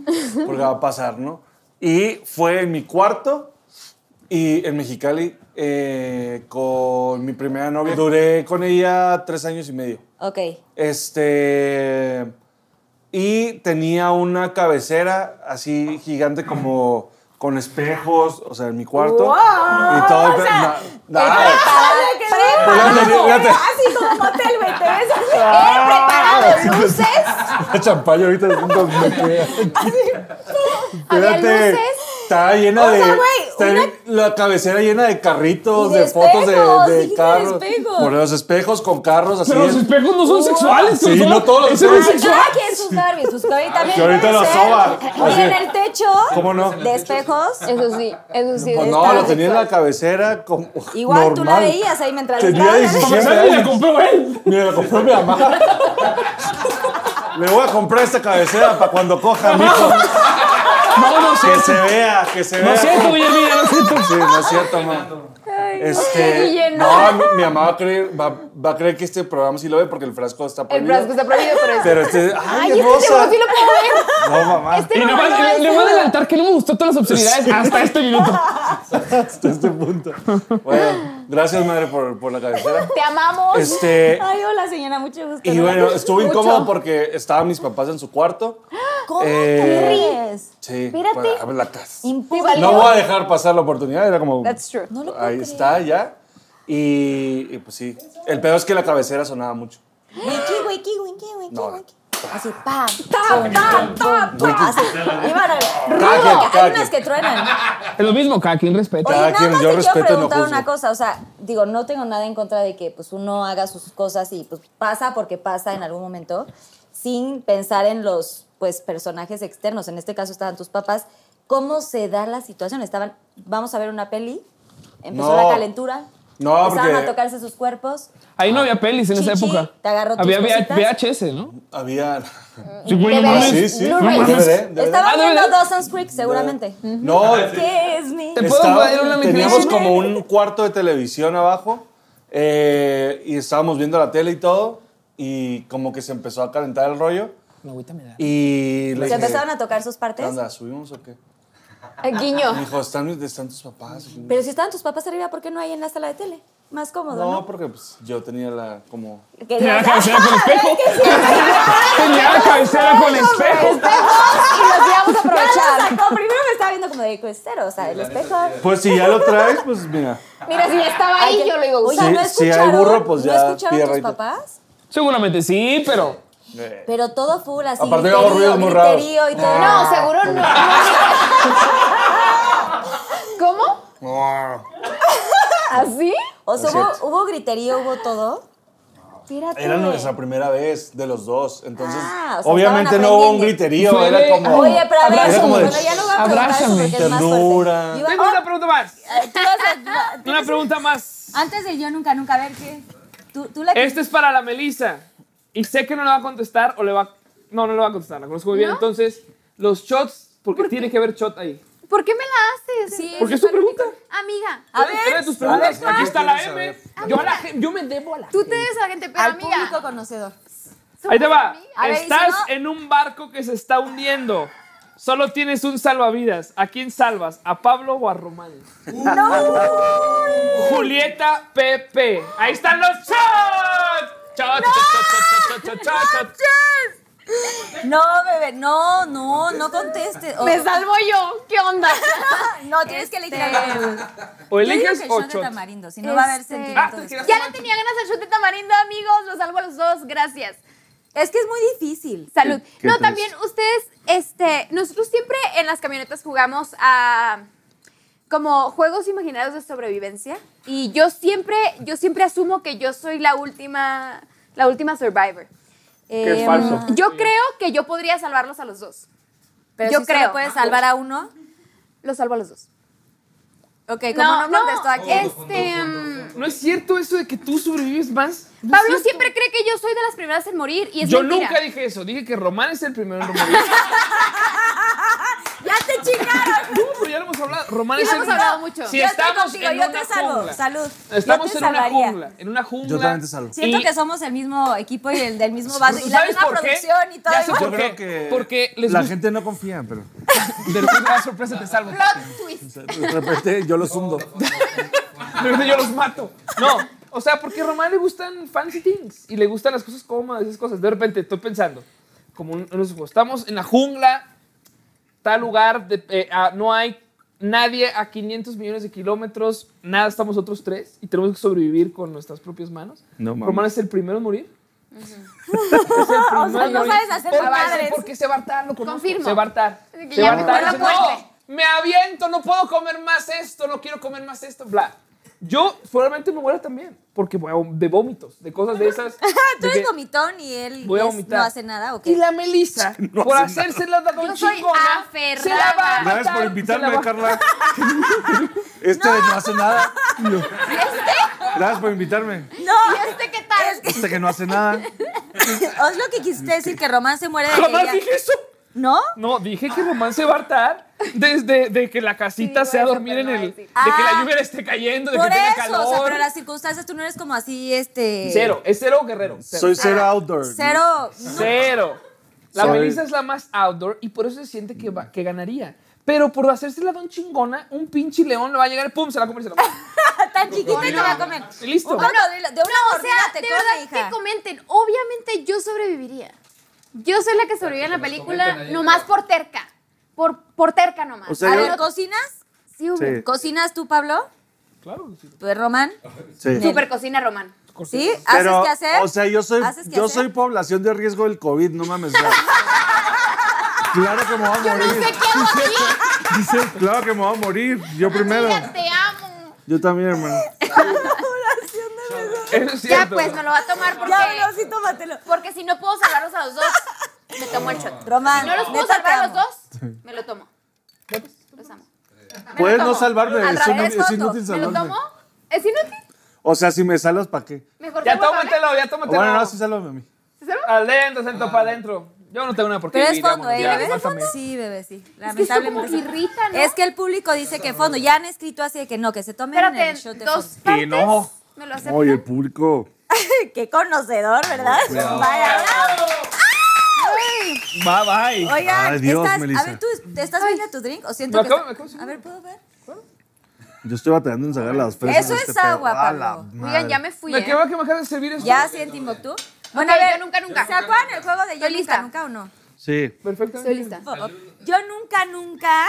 Speaker 5: Porque va a pasar, ¿no? Y fue en mi cuarto y en Mexicali eh, con mi primera novia. Duré con ella tres años y medio.
Speaker 2: Ok.
Speaker 5: Este. Y tenía una cabecera así gigante como con espejos, o sea, en mi cuarto. Y todo.
Speaker 2: O sea,
Speaker 5: Na-
Speaker 2: ¡Qué
Speaker 5: na-
Speaker 2: preparada que eres!
Speaker 5: Pues la anterior- la anterior-
Speaker 2: Ah, Así como motel, güey, te ves así.
Speaker 5: Ah,
Speaker 4: Preparado, luces.
Speaker 5: La champaña ahorita es un dos- me queda.
Speaker 4: Había
Speaker 5: Espérate,
Speaker 4: luces.
Speaker 5: Estaba llena
Speaker 2: O sea,
Speaker 5: de.
Speaker 2: güey,
Speaker 5: está
Speaker 2: una-
Speaker 5: bien La cabecera llena de carritos,
Speaker 2: Y de
Speaker 5: de, fotos
Speaker 2: espejos,
Speaker 5: de, de
Speaker 2: dijiste de
Speaker 5: carros.
Speaker 2: espejos.
Speaker 5: Por los espejos con carros así.
Speaker 3: Pero los
Speaker 5: en-
Speaker 3: espejos no son sexuales.
Speaker 5: Sí,
Speaker 3: son-
Speaker 5: no todos los
Speaker 3: ese no es
Speaker 5: espejos.
Speaker 3: sexual.
Speaker 2: Cada quien sus Barbies, sus Barbie también.
Speaker 5: Ah, que ahorita
Speaker 2: puede
Speaker 5: lo
Speaker 2: ser.
Speaker 5: soba. Así.
Speaker 2: Oye, en el techo.
Speaker 5: ¿Cómo no?
Speaker 2: De espejos.
Speaker 4: Eso sí, eso sí.
Speaker 5: Pues no,
Speaker 4: estaba
Speaker 5: lo tenía en la
Speaker 4: sexual.
Speaker 5: cabecera como.
Speaker 2: Igual tú la
Speaker 5: normal.
Speaker 2: veías ahí mientras
Speaker 5: Tenía
Speaker 2: estabas.
Speaker 5: 17.
Speaker 3: Esa ni la compró él.
Speaker 5: Mira, la compró mi mamá. Le voy a comprar esta cabecera para cuando coja, mijo.
Speaker 3: No, no sé.
Speaker 5: Que se vea, que se
Speaker 3: No
Speaker 5: vea.
Speaker 3: es cierto, Guillermina, no es cierto.
Speaker 5: Sí, no es cierto, mamá.
Speaker 4: sé,
Speaker 5: Este,
Speaker 4: Guille,
Speaker 5: no,
Speaker 4: no.
Speaker 5: mi, mi mamá va a, creer, va, va a creer que este programa sí lo ve porque el frasco está
Speaker 4: El
Speaker 5: prohibido.
Speaker 4: frasco está prohibido por eso.
Speaker 5: Pero este, ay,
Speaker 4: Ay, este
Speaker 5: hermosa.
Speaker 4: seguro sí lo puedo ver.
Speaker 5: No, mamá.
Speaker 4: Este
Speaker 3: Y
Speaker 4: no,
Speaker 3: nomás
Speaker 4: no,
Speaker 3: le,
Speaker 4: este
Speaker 3: le voy a
Speaker 4: no.
Speaker 3: adelantar que no me gustó todas las obscenidades hasta este minuto.
Speaker 5: Hasta este punto. Bueno, gracias, madre, por, por la cabecera.
Speaker 4: Te amamos.
Speaker 5: Este,
Speaker 2: Ay, hola, señora, mucho gusto.
Speaker 5: y
Speaker 2: ¿no?
Speaker 5: bueno, estuvo incómodo porque estaban mis papás en su cuarto.
Speaker 2: ¿Cómo
Speaker 5: Eh,
Speaker 2: crees?
Speaker 5: Sí,
Speaker 4: Espérate.
Speaker 5: para- a ver, la casa.
Speaker 2: Impúdico.
Speaker 5: No voy a dejar pasar la oportunidad, era como.
Speaker 4: That's true.
Speaker 2: No lo puedo
Speaker 5: Ahí
Speaker 2: creer.
Speaker 5: está, ya. Y, y pues sí. El peor es que la cabecera sonaba mucho.
Speaker 2: Wiki, wiki, wiki, wiki,
Speaker 5: No.
Speaker 2: wiki. Así, pam, pam, pam, pam, pam. Así. Y van a
Speaker 5: Cada quien,
Speaker 2: Rudo, que
Speaker 5: cada
Speaker 2: hay unas
Speaker 5: quien.
Speaker 2: que truenan.
Speaker 3: Es lo mismo, cada quien respeta.
Speaker 2: Oye,
Speaker 5: Cada
Speaker 2: nada
Speaker 5: quien,
Speaker 2: más
Speaker 5: yo
Speaker 2: te quiero
Speaker 5: respeto y no
Speaker 2: preguntar
Speaker 5: juzgo.
Speaker 2: una cosa. O sea, digo, no tengo nada en contra de que pues uno haga sus cosas y pues pasa porque pasa en algún momento, sin pensar en los pues personajes externos. En este caso estaban tus papás. ¿Cómo se da la situación? Estaban, vamos a ver una peli, empezó
Speaker 5: No.
Speaker 2: la calentura.
Speaker 5: No,
Speaker 2: Empezaron
Speaker 5: porque-
Speaker 2: a tocarse sus cuerpos.
Speaker 3: Ahí no había pelis en esa
Speaker 2: Chichi,
Speaker 3: época.
Speaker 2: te agarró tus
Speaker 3: Había V-
Speaker 2: cositas.
Speaker 3: VHS, ¿no?
Speaker 5: Había.
Speaker 3: Sí, güey, no
Speaker 4: DVD.
Speaker 3: mames.
Speaker 5: Sí, sí.
Speaker 4: No mames.
Speaker 5: DVD, DVD.
Speaker 2: Estaban
Speaker 3: Ah, ¿de
Speaker 2: viendo
Speaker 3: verdad?
Speaker 2: Dawson's Creek, seguramente.
Speaker 5: No,
Speaker 2: ¿Qué es mi?
Speaker 3: Te puedo
Speaker 5: estaba-
Speaker 3: pedir una mi
Speaker 5: teníamos
Speaker 3: Cris?
Speaker 5: como un cuarto de televisión abajo eh, y estábamos viendo la tele y todo y como que se empezó a calentar el rollo y le
Speaker 2: Se
Speaker 5: dije,
Speaker 2: empezaron a tocar sus
Speaker 5: ¿qué
Speaker 2: partes.
Speaker 5: onda? ¿Subimos o qué?
Speaker 4: Guiño.
Speaker 5: Me dijo, ¿están, mis- están tus papás?
Speaker 2: Pero si estaban tus papás arriba, ¿por qué no hay en la sala de tele? Más cómodo, ¿no?
Speaker 5: No, porque pues, yo tenía la como.
Speaker 3: Tenía
Speaker 2: Quería-
Speaker 3: la cabecera con espejo. Tenía la cabecera con espejo.
Speaker 4: y los íbamos
Speaker 2: Ya
Speaker 4: a
Speaker 2: lo
Speaker 4: aprovechar.
Speaker 2: sacó. Primero me estaba viendo como de costero, o sea, el espejo.
Speaker 5: Pues si ya lo traes, pues mira.
Speaker 4: Mira, si ya estaba ahí, yo lo iba a
Speaker 2: Oye,
Speaker 4: usar.
Speaker 5: Sí,
Speaker 2: ¿no
Speaker 5: si hay
Speaker 2: escucharon?
Speaker 5: burro, pues
Speaker 2: ¿No
Speaker 5: ya,
Speaker 2: escucharon tus
Speaker 5: tierra y-
Speaker 2: papás?
Speaker 3: Seguramente sí, pero.
Speaker 5: Eh,
Speaker 2: Pero todo full, así,
Speaker 5: Aparte,
Speaker 2: griterío,
Speaker 5: hago ruidos muy raros.
Speaker 2: griterío y todo.
Speaker 4: No, seguro no. ¿Cómo?
Speaker 5: Ah.
Speaker 4: ¿Así?
Speaker 2: O sea,
Speaker 5: Es
Speaker 2: hubo,
Speaker 5: cierto.
Speaker 2: hubo griterío, hubo todo. Fíjate.
Speaker 5: Era nuestra primera vez de los dos. Entonces,
Speaker 2: Oh. Ah, o sea,
Speaker 5: obviamente
Speaker 2: estaban
Speaker 5: no hubo un
Speaker 2: aprendiendo.
Speaker 5: griterío.
Speaker 3: Fue
Speaker 5: era
Speaker 3: de-
Speaker 5: como.
Speaker 2: Oye, pero a ver,
Speaker 5: Era como de-
Speaker 2: bueno, ya no voy a preguntar eso
Speaker 3: Abrázame.
Speaker 2: porque es más
Speaker 5: Ternura.
Speaker 2: fuerte. Iba-
Speaker 3: Tengo
Speaker 2: oh,
Speaker 3: una pregunta más.
Speaker 2: eh, tú vas a-
Speaker 3: Una pregunta más.
Speaker 2: Antes del yo nunca, nunca, a ver qué. Tú, tú la
Speaker 3: Esta es para la Melissa. Y sé que no le va a contestar o le va. No, no le va a contestar. La conozco muy bien. Entonces, los shots, ¿por qué tiene que haber shot ahí?
Speaker 7: ¿Por qué me la haces?
Speaker 2: Sí,
Speaker 3: ¿Por qué es tu pregunta?
Speaker 7: Amiga,
Speaker 2: A
Speaker 3: Era-
Speaker 2: ver,
Speaker 3: era tus preguntas.
Speaker 5: ver,
Speaker 3: Aquí está la
Speaker 5: quiero
Speaker 3: M.
Speaker 5: saber.
Speaker 3: Yo, a la gen- yo me debo a la.
Speaker 7: tú te ves a la gente, pero
Speaker 2: al
Speaker 7: amiga.
Speaker 2: público conocedor.
Speaker 7: somos
Speaker 3: Ahí te va.
Speaker 7: amigas.
Speaker 2: A ver, y si
Speaker 3: Estás
Speaker 2: no-
Speaker 3: en un barco que se está hundiendo. Solo tienes un salvavidas. ¿A quién salvas? ¿A Pablo o a Román? Julieta Pepe. Ahí están los shots. Shot, shot, shot, shot, shot, shot, shot, shot.
Speaker 2: No, bebé, no, no, no contestes. O-
Speaker 7: Me salvo yo. ¿Qué onda?
Speaker 2: no, tienes que elegir algo.
Speaker 3: O
Speaker 2: Yo digo
Speaker 3: eliges
Speaker 2: que el
Speaker 3: o
Speaker 2: shot de
Speaker 3: shot.
Speaker 2: tamarindo, si no va a haber
Speaker 7: Este-
Speaker 3: Ah,
Speaker 2: sentimiento
Speaker 3: te
Speaker 2: después.
Speaker 3: quedas
Speaker 7: Ya
Speaker 3: con
Speaker 7: no
Speaker 3: Mancha.
Speaker 7: tenía ganas del shot de tamarindo, amigos. Los salvo a los dos. Gracias.
Speaker 2: Es que es muy difícil.
Speaker 7: Salud.
Speaker 5: Qué- qué
Speaker 7: No,
Speaker 5: triste.
Speaker 7: también ustedes, este, nosotros siempre en las camionetas jugamos a como juegos imaginarios de sobrevivencia y yo siempre, yo siempre asumo que yo soy la última, la última survivor.
Speaker 3: Que es
Speaker 7: Em,
Speaker 3: falso.
Speaker 7: Yo creo que yo podría salvarlos a los dos.
Speaker 2: Pero
Speaker 7: Yo
Speaker 2: si solo
Speaker 7: creo.
Speaker 2: puedes salvar a uno.
Speaker 7: Los salvo a los dos.
Speaker 2: Ok, como no, contestó aquí.
Speaker 7: Este, em,
Speaker 3: ¿No es cierto eso de que tú sobrevives más? ¿No es
Speaker 7: Pablo
Speaker 3: cierto?
Speaker 7: siempre cree que yo soy de las primeras en morir y es
Speaker 3: Yo
Speaker 7: mentira.
Speaker 3: nunca dije eso. Dije que Román es el primero en morir.
Speaker 2: ¡Ya te
Speaker 7: Este
Speaker 2: chingaron!
Speaker 3: No, pero ya lo hemos hablado. Román es
Speaker 7: lo
Speaker 3: el
Speaker 7: hemos hablado mucho.
Speaker 3: Si
Speaker 2: Yo estoy
Speaker 3: estamos
Speaker 2: contigo,
Speaker 3: en
Speaker 2: yo
Speaker 3: una
Speaker 2: te salvo.
Speaker 3: jungla.
Speaker 2: Salud.
Speaker 3: Estamos
Speaker 2: Yo te
Speaker 3: en una
Speaker 2: salvaría.
Speaker 3: jungla. En una jungla.
Speaker 5: Yo también te salvo.
Speaker 2: Siento
Speaker 3: Y-
Speaker 2: que somos el mismo equipo y el del mismo bando y la
Speaker 3: ¿Sabes
Speaker 2: misma
Speaker 3: por qué?
Speaker 2: producción y todo.
Speaker 3: Ya sé
Speaker 2: igual.
Speaker 5: Yo
Speaker 3: ¿Por qué?
Speaker 5: creo que.
Speaker 3: Porque les
Speaker 5: la
Speaker 3: gusta-
Speaker 5: gente no confía, pero.
Speaker 3: De repente la sorpresa te salvo.
Speaker 5: De repente yo los hundo.
Speaker 3: De repente yo los mato. No. O sea, porque a Román le gustan fancy things y le gustan las cosas cómodas, esas cosas. De repente estoy pensando, como un- unos juegos, estamos en la jungla, tal lugar, de- eh, ah, no hay nadie a 500 millones de kilómetros, nada, estamos nosotros tres y tenemos que sobrevivir con nuestras propias manos.
Speaker 5: No mames.
Speaker 3: Román es el primero en morir. Es el primero
Speaker 2: sea,
Speaker 3: en
Speaker 2: no
Speaker 3: morir.
Speaker 2: sabes hacer
Speaker 3: Porque-
Speaker 2: madres.
Speaker 3: Porque se va a hartar, lo conozco.
Speaker 7: Confirmo.
Speaker 3: Se va a hartar.
Speaker 7: Así que
Speaker 3: Se
Speaker 7: ya
Speaker 3: va a
Speaker 7: me
Speaker 3: hartar.
Speaker 7: acuerdo
Speaker 3: Dice,
Speaker 7: fuerte.
Speaker 3: "No, me aviento, no puedo comer más esto, no quiero comer más esto, bla. Yo probablemente me muera también, porque voy a vom- de vómitos, de cosas de esas.
Speaker 2: Tú
Speaker 3: de
Speaker 2: eres
Speaker 3: que
Speaker 2: vomitón y él
Speaker 3: Voy a
Speaker 2: es-
Speaker 3: vomitar.
Speaker 2: no hace nada, ¿ok?
Speaker 3: Y la Melissa, por hacerse la tan
Speaker 7: Yo soy
Speaker 3: chingona,
Speaker 7: aferrada.
Speaker 3: se la va a matar,
Speaker 5: Gracias por
Speaker 3: se la
Speaker 5: invitarme,
Speaker 3: va-
Speaker 5: Carla. Este no hace nada.
Speaker 2: este?
Speaker 5: Gracias por invitarme.
Speaker 2: No,
Speaker 7: ¿Este qué tal?
Speaker 5: Este que no hace nada.
Speaker 2: es lo que quisiste decir, que Román se muere de
Speaker 3: Jamás
Speaker 2: alegría.
Speaker 3: dije eso.
Speaker 2: ¿No?
Speaker 3: No, dije que Román se va a hartar desde de que la casita
Speaker 7: Sí,
Speaker 3: sea
Speaker 7: bueno,
Speaker 3: dormir en
Speaker 7: pero no
Speaker 3: el...
Speaker 7: voy
Speaker 3: de
Speaker 7: a decir.
Speaker 3: que la
Speaker 2: Ah,
Speaker 3: lluvia le esté cayendo, de
Speaker 2: Por
Speaker 3: que tenga
Speaker 2: eso,
Speaker 3: calor.
Speaker 2: o sea, pero las circunstancias tú no eres como así, este...
Speaker 3: Cero, es cero guerrero. cero.
Speaker 5: Soy cero outdoor.
Speaker 2: Cero.
Speaker 3: Cero. La
Speaker 5: Soy-
Speaker 3: Melissa es la más outdoor y por eso se siente que, va- que ganaría. Pero por hacerse la don chingona, un pinche león le va a llegar, ¡pum! Se la come y se la come.
Speaker 2: Tan chiquita y te va a comer.
Speaker 3: Y listo.
Speaker 2: Un cocodrilo, de una
Speaker 7: No, o
Speaker 2: mordida
Speaker 7: sea,
Speaker 2: te
Speaker 7: de
Speaker 2: come,
Speaker 7: verdad
Speaker 2: hija.
Speaker 7: que comenten. Obviamente yo sobreviviría. Yo soy la que sobrevive en la película nomás por terca. Por, por terca nomás.
Speaker 5: O sea,
Speaker 2: a
Speaker 5: yo-
Speaker 2: ver, ¿cocinas?
Speaker 7: Sí, hubo.
Speaker 5: Sí.
Speaker 2: ¿Cocinas tú, Pablo?
Speaker 3: Claro. sí.
Speaker 2: Pues, Román.
Speaker 5: Sí.
Speaker 7: Super cocina, Román.
Speaker 2: ¿Sí? ¿Haces
Speaker 5: Pero,
Speaker 2: que hacer?
Speaker 5: O sea, yo soy,
Speaker 2: ¿Haces que
Speaker 5: yo
Speaker 2: hacer?
Speaker 5: soy población de riesgo del COVID, no mames. ya. claro que me voy a morir.
Speaker 7: No sé qué hago aquí.
Speaker 5: Dice, claro que me voy a morir. Yo primero.
Speaker 7: Mira, te amo.
Speaker 5: Yo también, hermano.
Speaker 3: Eso es
Speaker 7: Ya,
Speaker 3: cierto.
Speaker 7: pues me lo va a tomar porque,
Speaker 2: Ya, bueno, sí, tómatelo.
Speaker 7: porque si no puedo salvarlos a los dos, me tomo el shot.
Speaker 2: Román,
Speaker 7: Si no los puedo
Speaker 2: neta,
Speaker 7: salvar a los
Speaker 2: te amo.
Speaker 7: dos, me lo tomo. Los amo.
Speaker 5: Puedes no
Speaker 7: tomo.
Speaker 5: salvarme.
Speaker 2: Al
Speaker 5: Es,
Speaker 2: revés,
Speaker 5: inú- es
Speaker 2: Joto.
Speaker 5: inútil
Speaker 7: ¿Me lo
Speaker 5: salvarme.
Speaker 7: tomo? Eh, ¿Es inútil?
Speaker 5: O sea, si me salvas, ¿para qué?
Speaker 7: Mejor
Speaker 3: Ya
Speaker 7: salvo a Pablo.
Speaker 3: tómatelo, ya tómatelo.
Speaker 5: Bueno, no, sí, Ah. sálvame a mí.
Speaker 3: Adentro, sento para adentro. Yo no tengo nada por qué
Speaker 2: Pero es
Speaker 3: vivir,
Speaker 2: fondo,
Speaker 3: vámonos,
Speaker 2: ¿eh?
Speaker 3: ya,
Speaker 2: ¿Bebes de
Speaker 3: mátame.
Speaker 2: fondo? Sí, bebé, sí.
Speaker 7: que esto como
Speaker 2: Lamentablemente.
Speaker 7: que irrita, ¿no?
Speaker 2: Es que el público dice que fondo. Ya han escrito así de que no, que se tomen el shot
Speaker 7: Espérate,
Speaker 2: de
Speaker 7: dos
Speaker 2: fondo.
Speaker 7: partes.
Speaker 3: Que no.
Speaker 7: Me lo acepto.
Speaker 5: Oye, el público.
Speaker 2: Qué conocedor, ¿verdad? Vaya, bravo. Ay.
Speaker 3: Bye, bye.
Speaker 2: Oigan,
Speaker 5: Ay, Dios,
Speaker 2: estás, a
Speaker 5: Melissa.
Speaker 2: ver, ¿tú te estás viendo tu drink? ¿O siento
Speaker 3: Me
Speaker 2: que
Speaker 3: acabo-
Speaker 2: está-
Speaker 3: me acabo de
Speaker 2: A ver, ¿puedo ver?
Speaker 5: Yo estoy batallando en sacar las fresas.
Speaker 2: Eso
Speaker 5: de este
Speaker 2: es
Speaker 5: pedo.
Speaker 2: agua,
Speaker 5: A la
Speaker 2: Pablo.
Speaker 7: Oigan,
Speaker 5: madre.
Speaker 7: ya me fui.
Speaker 3: Me
Speaker 7: ¿eh?
Speaker 3: queda que me acabas de servir esto.
Speaker 2: ¿Ya sí en Timbuktu? Bueno,
Speaker 7: Ok,
Speaker 2: a ver,
Speaker 7: yo nunca, nunca.
Speaker 2: ¿Se acuerdan el juego de yo
Speaker 7: Estoy
Speaker 2: nunca
Speaker 7: lista.
Speaker 2: nunca o no?
Speaker 5: Sí.
Speaker 3: Perfectamente.
Speaker 7: Estoy lista.
Speaker 2: Yo nunca nunca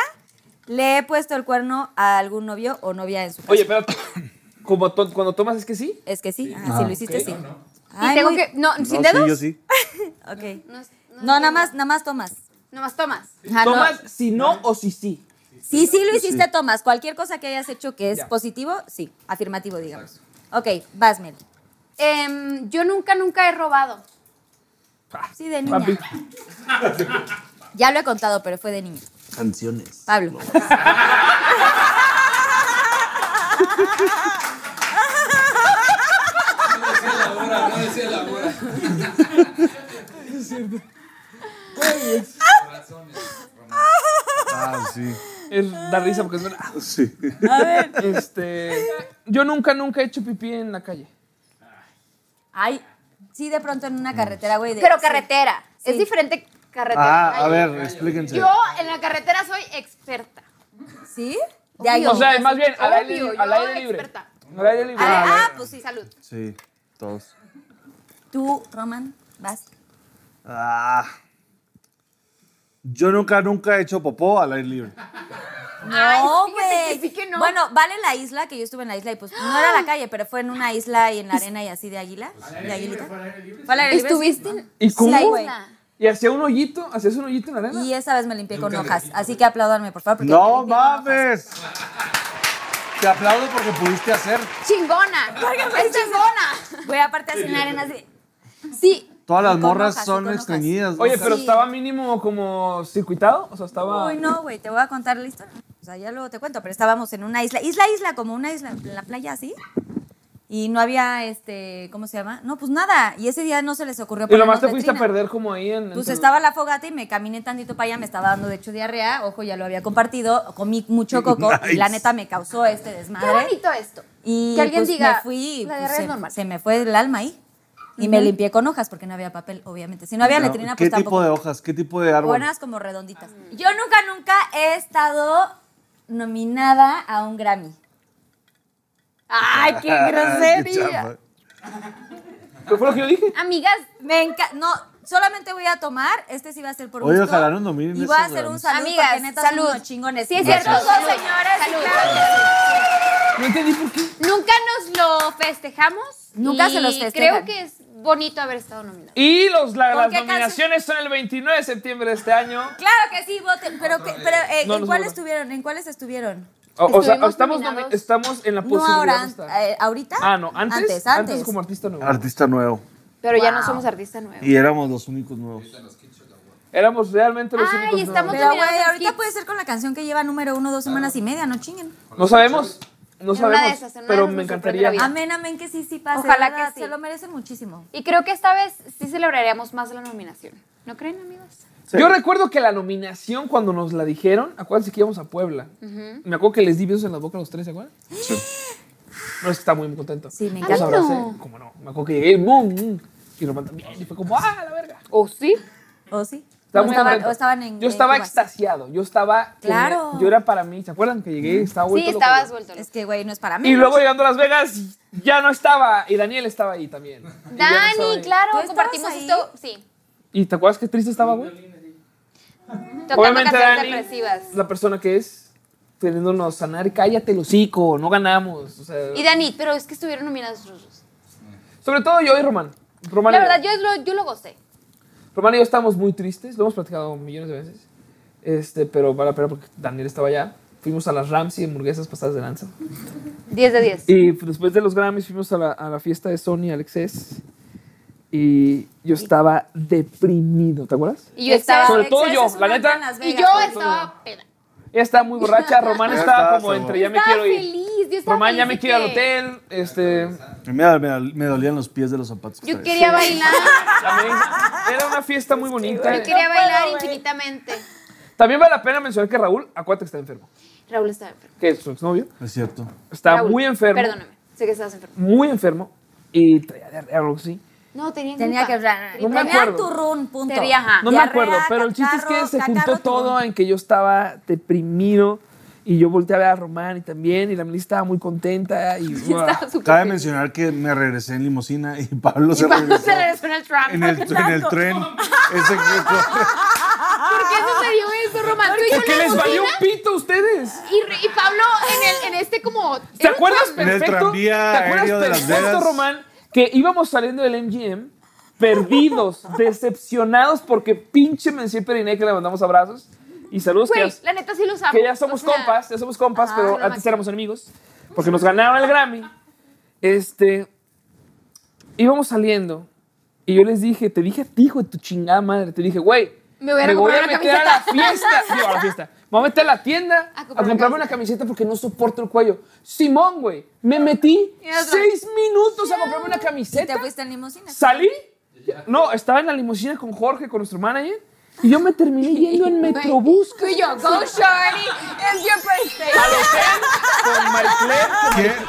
Speaker 2: le he puesto el cuerno a algún novio o novia en su casa.
Speaker 3: Oye, pero como to- cuando tomas es que sí.
Speaker 2: Es que sí, ajá, si lo hiciste,
Speaker 3: ok.
Speaker 2: sí.
Speaker 7: Y
Speaker 2: Ay,
Speaker 7: tengo
Speaker 2: muy-
Speaker 7: que. No,
Speaker 5: No,
Speaker 7: sin dedos.
Speaker 5: Sí, yo sí.
Speaker 2: Ok.
Speaker 7: No,
Speaker 2: No, nada más, nada más tomas.
Speaker 7: Nomás tomas.
Speaker 2: Ajá, no.
Speaker 3: tomas si no o si sí.
Speaker 2: Sí, sí lo hiciste, Tomás. Cualquier cosa que hayas hecho que es
Speaker 3: Ya.
Speaker 2: positivo, sí. Afirmativo, digamos. Ok, vas, Mel.
Speaker 7: Em, yo nunca, nunca he robado.
Speaker 2: Sí, de niña.
Speaker 3: Papi.
Speaker 2: Ya lo he contado, pero fue de niña.
Speaker 5: Canciones.
Speaker 2: Pablo.
Speaker 5: Ah, sí.
Speaker 3: Es, da risa porque es verdad.
Speaker 5: Sí.
Speaker 3: Este, yo nunca, nunca he hecho pipí en la calle.
Speaker 2: Ay, sí, de pronto en una carretera, güey. de-
Speaker 7: Pero
Speaker 2: sí.
Speaker 7: carretera. Es
Speaker 2: Sí.
Speaker 7: diferente
Speaker 5: Ah,
Speaker 7: carretera.
Speaker 5: a
Speaker 7: Ay,
Speaker 5: ver, explíquense.
Speaker 7: Yo en la carretera soy experta.
Speaker 2: ¿Sí? De ahí.
Speaker 7: Obvio.
Speaker 3: O sea, más bien al aire,
Speaker 7: Obvio,
Speaker 3: li- al
Speaker 7: yo
Speaker 3: aire libre.
Speaker 7: experta.
Speaker 3: Al aire libre.
Speaker 2: Ah, pues sí.
Speaker 7: Salud.
Speaker 5: Sí, todos.
Speaker 2: Tú, Roman, vas.
Speaker 5: Ah. Yo nunca, nunca he hecho popó al aire libre.
Speaker 7: Ay,
Speaker 2: No,
Speaker 7: fíjate que sí que no.
Speaker 2: Bueno, vale la isla, que yo estuve en la isla y pues no era la calle, pero fue en una isla y en la arena y así de águila. De aguilita. Pues, Fue al aire libre,
Speaker 7: ¿Estuviste
Speaker 2: sí.
Speaker 7: en
Speaker 3: ¿Y
Speaker 2: Sí,
Speaker 3: cómo?
Speaker 2: güey.
Speaker 3: y hacía un hoyito, hacías un hoyito en la arena.
Speaker 2: Y esa vez me limpié con hojas, así que aplaudanme, por favor. porque me
Speaker 5: ¡No
Speaker 2: limpié con hojas.
Speaker 5: mames! Te aplaudo porque pudiste hacer.
Speaker 7: chingona? Es chingona.
Speaker 2: Güey, aparte así en la arena así.
Speaker 7: Sí.
Speaker 5: Todas las
Speaker 2: Con
Speaker 5: morras
Speaker 2: hojas, sí,
Speaker 5: son
Speaker 2: con hojas.
Speaker 5: estreñidas.
Speaker 3: Oye,
Speaker 5: ¿no?
Speaker 3: pero
Speaker 2: Sí.
Speaker 3: estaba mínimo como circuitado. O sea, estaba.
Speaker 2: Uy, no, güey, te voy a contar la historia. O sea, ya luego te cuento, pero estábamos en una isla, isla, isla, como una isla, en la playa así. Y no había, este, ¿cómo se llama? No, pues nada. Y ese día no se les ocurrió
Speaker 3: Y
Speaker 2: ponernos
Speaker 3: nomás te fuiste a
Speaker 2: letrina.
Speaker 3: perder como ahí en.
Speaker 2: Pues
Speaker 3: entre-
Speaker 2: estaba la fogata y me caminé tantito para allá, me estaba dando de hecho diarrea, ojo, ya lo había compartido, comí mucho coco y la neta me causó este
Speaker 7: Qué
Speaker 2: desmadre.
Speaker 7: bonito esto.
Speaker 2: Y
Speaker 7: que alguien
Speaker 2: pues,
Speaker 7: diga.
Speaker 2: me fui,
Speaker 7: La
Speaker 2: pues,
Speaker 7: diarrea es
Speaker 2: se,
Speaker 7: normal.
Speaker 2: se me fue el alma ahí. Y me limpié con hojas porque no había papel, obviamente. Si no había
Speaker 5: No,
Speaker 2: letrina,
Speaker 5: ¿Qué
Speaker 2: pues
Speaker 5: tipo
Speaker 2: tampoco.
Speaker 5: de hojas? ¿Qué tipo de árbol?
Speaker 2: Buenas como redonditas. Yo nunca, nunca he estado nominada a un Grammy.
Speaker 7: Ay, qué
Speaker 5: Ah, qué
Speaker 7: grosería.
Speaker 5: chafa.
Speaker 3: ¿Qué fue lo que yo dije?
Speaker 7: Amigas,
Speaker 2: Me encanta. No, solamente voy a tomar. Este sí va a ser por
Speaker 5: Oye,
Speaker 2: gusto.
Speaker 5: ojalá nos nominen
Speaker 2: Y voy a
Speaker 5: esos
Speaker 2: hacer un
Speaker 5: Grammys.
Speaker 2: saludo
Speaker 7: Amigas,
Speaker 2: porque neta son
Speaker 7: salud.
Speaker 2: unos chingones.
Speaker 7: Sí, es
Speaker 2: Gracias.
Speaker 7: cierto,
Speaker 2: Salud,
Speaker 7: salud.
Speaker 2: señoras y
Speaker 7: Salud.
Speaker 2: caballeros.
Speaker 3: No entendí por qué.
Speaker 7: nunca nos lo festejamos.
Speaker 2: Nunca
Speaker 7: y
Speaker 2: se los festejan.
Speaker 7: Creo que es bonito haber estado nominado.
Speaker 3: Y los, la-
Speaker 2: ¿Con
Speaker 3: las
Speaker 2: qué canción?
Speaker 3: nominaciones son el 29 de septiembre de este año.
Speaker 2: Claro que sí, voten. Pero, que- pero eh,
Speaker 3: No,
Speaker 2: ¿en
Speaker 3: no,
Speaker 2: cuáles
Speaker 3: no.
Speaker 2: estuvieron? ¿En cuáles estuvieron?
Speaker 3: O, o sea,
Speaker 7: Estuvimos
Speaker 3: estamos, nomi-
Speaker 7: nominados.
Speaker 3: estamos en la
Speaker 2: No
Speaker 3: posibilidad
Speaker 2: ahora,
Speaker 3: pues de estar.
Speaker 2: eh, ahorita.
Speaker 3: ah, no, antes.
Speaker 2: Antes, antes.
Speaker 3: como artista nuevo.
Speaker 5: Artista nuevo.
Speaker 7: Pero ya no somos artistas nuevos.
Speaker 5: Y éramos los únicos nuevos.
Speaker 3: Éramos realmente los
Speaker 7: Ay,
Speaker 3: únicos
Speaker 7: estamos-
Speaker 3: nuevos.
Speaker 2: Pero,
Speaker 7: Mira,
Speaker 2: güey,
Speaker 7: los
Speaker 2: ahorita
Speaker 7: hits.
Speaker 2: puede ser con la canción que lleva número uno dos semanas y media, no chinguen.
Speaker 3: No sabemos. No
Speaker 7: En una de
Speaker 3: sabemos.
Speaker 7: esas, en una de
Speaker 3: pero me
Speaker 7: esas nos sorprende
Speaker 3: encantaría.
Speaker 7: la vida.
Speaker 2: Amén, amén, que sí, sí pase.
Speaker 7: Ojalá
Speaker 2: ¿verdad?
Speaker 7: que sí.
Speaker 2: Se lo merecen muchísimo.
Speaker 7: Y creo que esta vez sí celebraríamos más la nominación. ¿No creen, amigos?
Speaker 3: Yo recuerdo que la nominación, cuando nos la dijeron, acuérdense que íbamos a Puebla. Me acuerdo que les di besos en la boca a los tres, ¿se acuerdan? No, es que estaba muy contento.
Speaker 2: Sí, me
Speaker 3: Los
Speaker 2: encanta.
Speaker 3: abracé, Como no. Me acuerdo que llegué y ¡bum! mm, Y lo mandan bien. Y fue como, ¡ah, la verga!
Speaker 7: ¿O sí?
Speaker 2: ¿O sí?
Speaker 3: Estaba
Speaker 2: ¿O
Speaker 3: muy
Speaker 2: estaban,
Speaker 3: contento.
Speaker 2: o estaban en
Speaker 3: Yo
Speaker 2: en
Speaker 3: estaba
Speaker 2: Cuba?
Speaker 3: extasiado. Yo estaba. que
Speaker 2: Claro.
Speaker 3: me- yo era para mí. ¿Se acuerdan que llegué? y Estaba
Speaker 7: Sí,
Speaker 3: vuelto loco
Speaker 7: estabas
Speaker 3: yo?
Speaker 7: vuelto. loco.
Speaker 2: Es que, güey, no es para mí.
Speaker 3: Y luego llegando a Las Vegas, ya no estaba. Y Daniel estaba ahí también. Y yo no estaba
Speaker 7: Dani,
Speaker 3: ahí.
Speaker 2: ¿Tú
Speaker 7: claro,
Speaker 2: estabas
Speaker 7: compartimos
Speaker 2: ahí?
Speaker 7: esto. Sí.
Speaker 3: ¿Y te acuerdas qué triste estaba, güey?
Speaker 7: Tocando canciones depresivas.
Speaker 3: la persona que es, queriéndonos sanar, cállate el hocico, no ganamos. O sea,
Speaker 7: Y Dani, pero es que estuvieron nominados los dos.
Speaker 3: sobre todo yo y Román. Román
Speaker 7: La
Speaker 3: y yo.
Speaker 7: verdad, yo lo, yo lo gocé.
Speaker 3: Román y yo estábamos muy tristes, lo hemos platicado millones de veces. Este, pero vale la pena porque Daniel estaba allá. Fuimos a las Ramsey hamburguesas pasadas de lanza.
Speaker 7: 10 de 10.
Speaker 3: Y después de los Grammys fuimos a la, a la fiesta de Sony Alexes. Y yo estaba deprimido, ¿te acuerdas?
Speaker 7: Y yo estaba.
Speaker 3: Sobre todo
Speaker 2: Exceso
Speaker 3: yo,
Speaker 2: es
Speaker 3: la
Speaker 2: una
Speaker 3: neta.
Speaker 2: en Las
Speaker 7: Y
Speaker 2: Vegas.
Speaker 7: yo estaba peda.
Speaker 3: Ella estaba muy borracha, Román
Speaker 5: Ya
Speaker 3: estaba
Speaker 5: estaba
Speaker 3: como
Speaker 5: sobrio.
Speaker 3: entre ya me
Speaker 7: Estaba
Speaker 3: quiero ir.
Speaker 7: feliz, yo estaba
Speaker 3: Román ya
Speaker 7: feliz
Speaker 3: me
Speaker 7: de
Speaker 3: quiero al
Speaker 7: que-
Speaker 3: hotel. Este.
Speaker 5: Me, me- me dolían los pies de los zapatos. que
Speaker 7: Yo
Speaker 5: traía.
Speaker 7: quería bailar.
Speaker 3: También era una fiesta muy bonita.
Speaker 7: Yo quería bailar infinitamente.
Speaker 3: También vale la pena mencionar que Raúl, acuérdate que está enfermo.
Speaker 7: Raúl estaba enfermo.
Speaker 3: Que es su exnovio.
Speaker 5: Es cierto.
Speaker 3: Está
Speaker 7: Raúl,
Speaker 3: muy enfermo.
Speaker 7: Perdóname. Sé que estabas enfermo.
Speaker 3: Muy enfermo. Y traía diarrea o algo así.
Speaker 7: No, tenía
Speaker 2: Tenía que.
Speaker 7: culpa.
Speaker 3: No me
Speaker 2: tenía
Speaker 3: acuerdo.
Speaker 2: turrún, punto.
Speaker 7: Tenía, ajá.
Speaker 3: No me
Speaker 2: Diarrea,
Speaker 3: acuerdo, pero el chiste es que
Speaker 2: catarro,
Speaker 3: se juntó
Speaker 2: catarro,
Speaker 3: todo
Speaker 2: turrún.
Speaker 3: en que yo estaba deprimido Y yo volteé a ver a Román y también, y la Melissa estaba muy contenta. Y,
Speaker 7: Estaba súper
Speaker 5: Cabe
Speaker 7: feliz.
Speaker 5: mencionar que me regresé en limusina y Pablo se
Speaker 7: Y Pablo
Speaker 5: regresó.
Speaker 7: se regresó en el tram.
Speaker 5: en el, en el tren. Ese que-
Speaker 7: ¿Por qué sucedió eso, Román? Tú y yo
Speaker 3: ¿Por qué
Speaker 7: en la
Speaker 3: les valió un
Speaker 7: bocina
Speaker 3: pito a ustedes?
Speaker 7: Y, re- y Pablo en, el, en este como...
Speaker 3: ¿Te
Speaker 7: era un
Speaker 3: acuerdas
Speaker 7: tram.
Speaker 5: En el
Speaker 3: perfecto?
Speaker 5: tranvía
Speaker 3: ¿Te acuerdas
Speaker 5: aéreo de Las
Speaker 3: perfecto,
Speaker 5: Vegas?
Speaker 3: Román, que íbamos saliendo del MGM perdidos, decepcionados porque pinche Mencía Periné que le mandamos abrazos y saludos que
Speaker 7: Güey,
Speaker 3: ya,
Speaker 7: la neta sí los amo.
Speaker 3: que ya somos
Speaker 7: O sea,
Speaker 3: compas, ya somos compas,
Speaker 7: ajá, no
Speaker 3: pero antes
Speaker 7: manches.
Speaker 3: éramos enemigos porque nos ganaron el Grammy. Este íbamos saliendo y yo les dije, te dije a ti, hijo de tu chingada madre, te dije, güey,
Speaker 7: Me voy a ir a comprar una
Speaker 3: meter a la fiesta, digo, a la fiesta. Me voy a meter a la tienda
Speaker 7: A
Speaker 3: a,
Speaker 7: comprar una
Speaker 3: comprarme una camiseta porque no soporto el cuello. Simón, güey, me metí
Speaker 7: Y otra.
Speaker 3: seis minutos a comprarme una
Speaker 2: ¿Te
Speaker 3: camiseta.
Speaker 2: fuiste en limusina?
Speaker 3: Salí. No, estaba en la limusina con Jorge, con nuestro manager. Y yo me terminé yendo en
Speaker 7: güey,
Speaker 3: Metrobús.
Speaker 7: Tú y yo, go shorty, it's your birthday.
Speaker 3: Al hotel con Marie Claire,
Speaker 5: ¿Qué?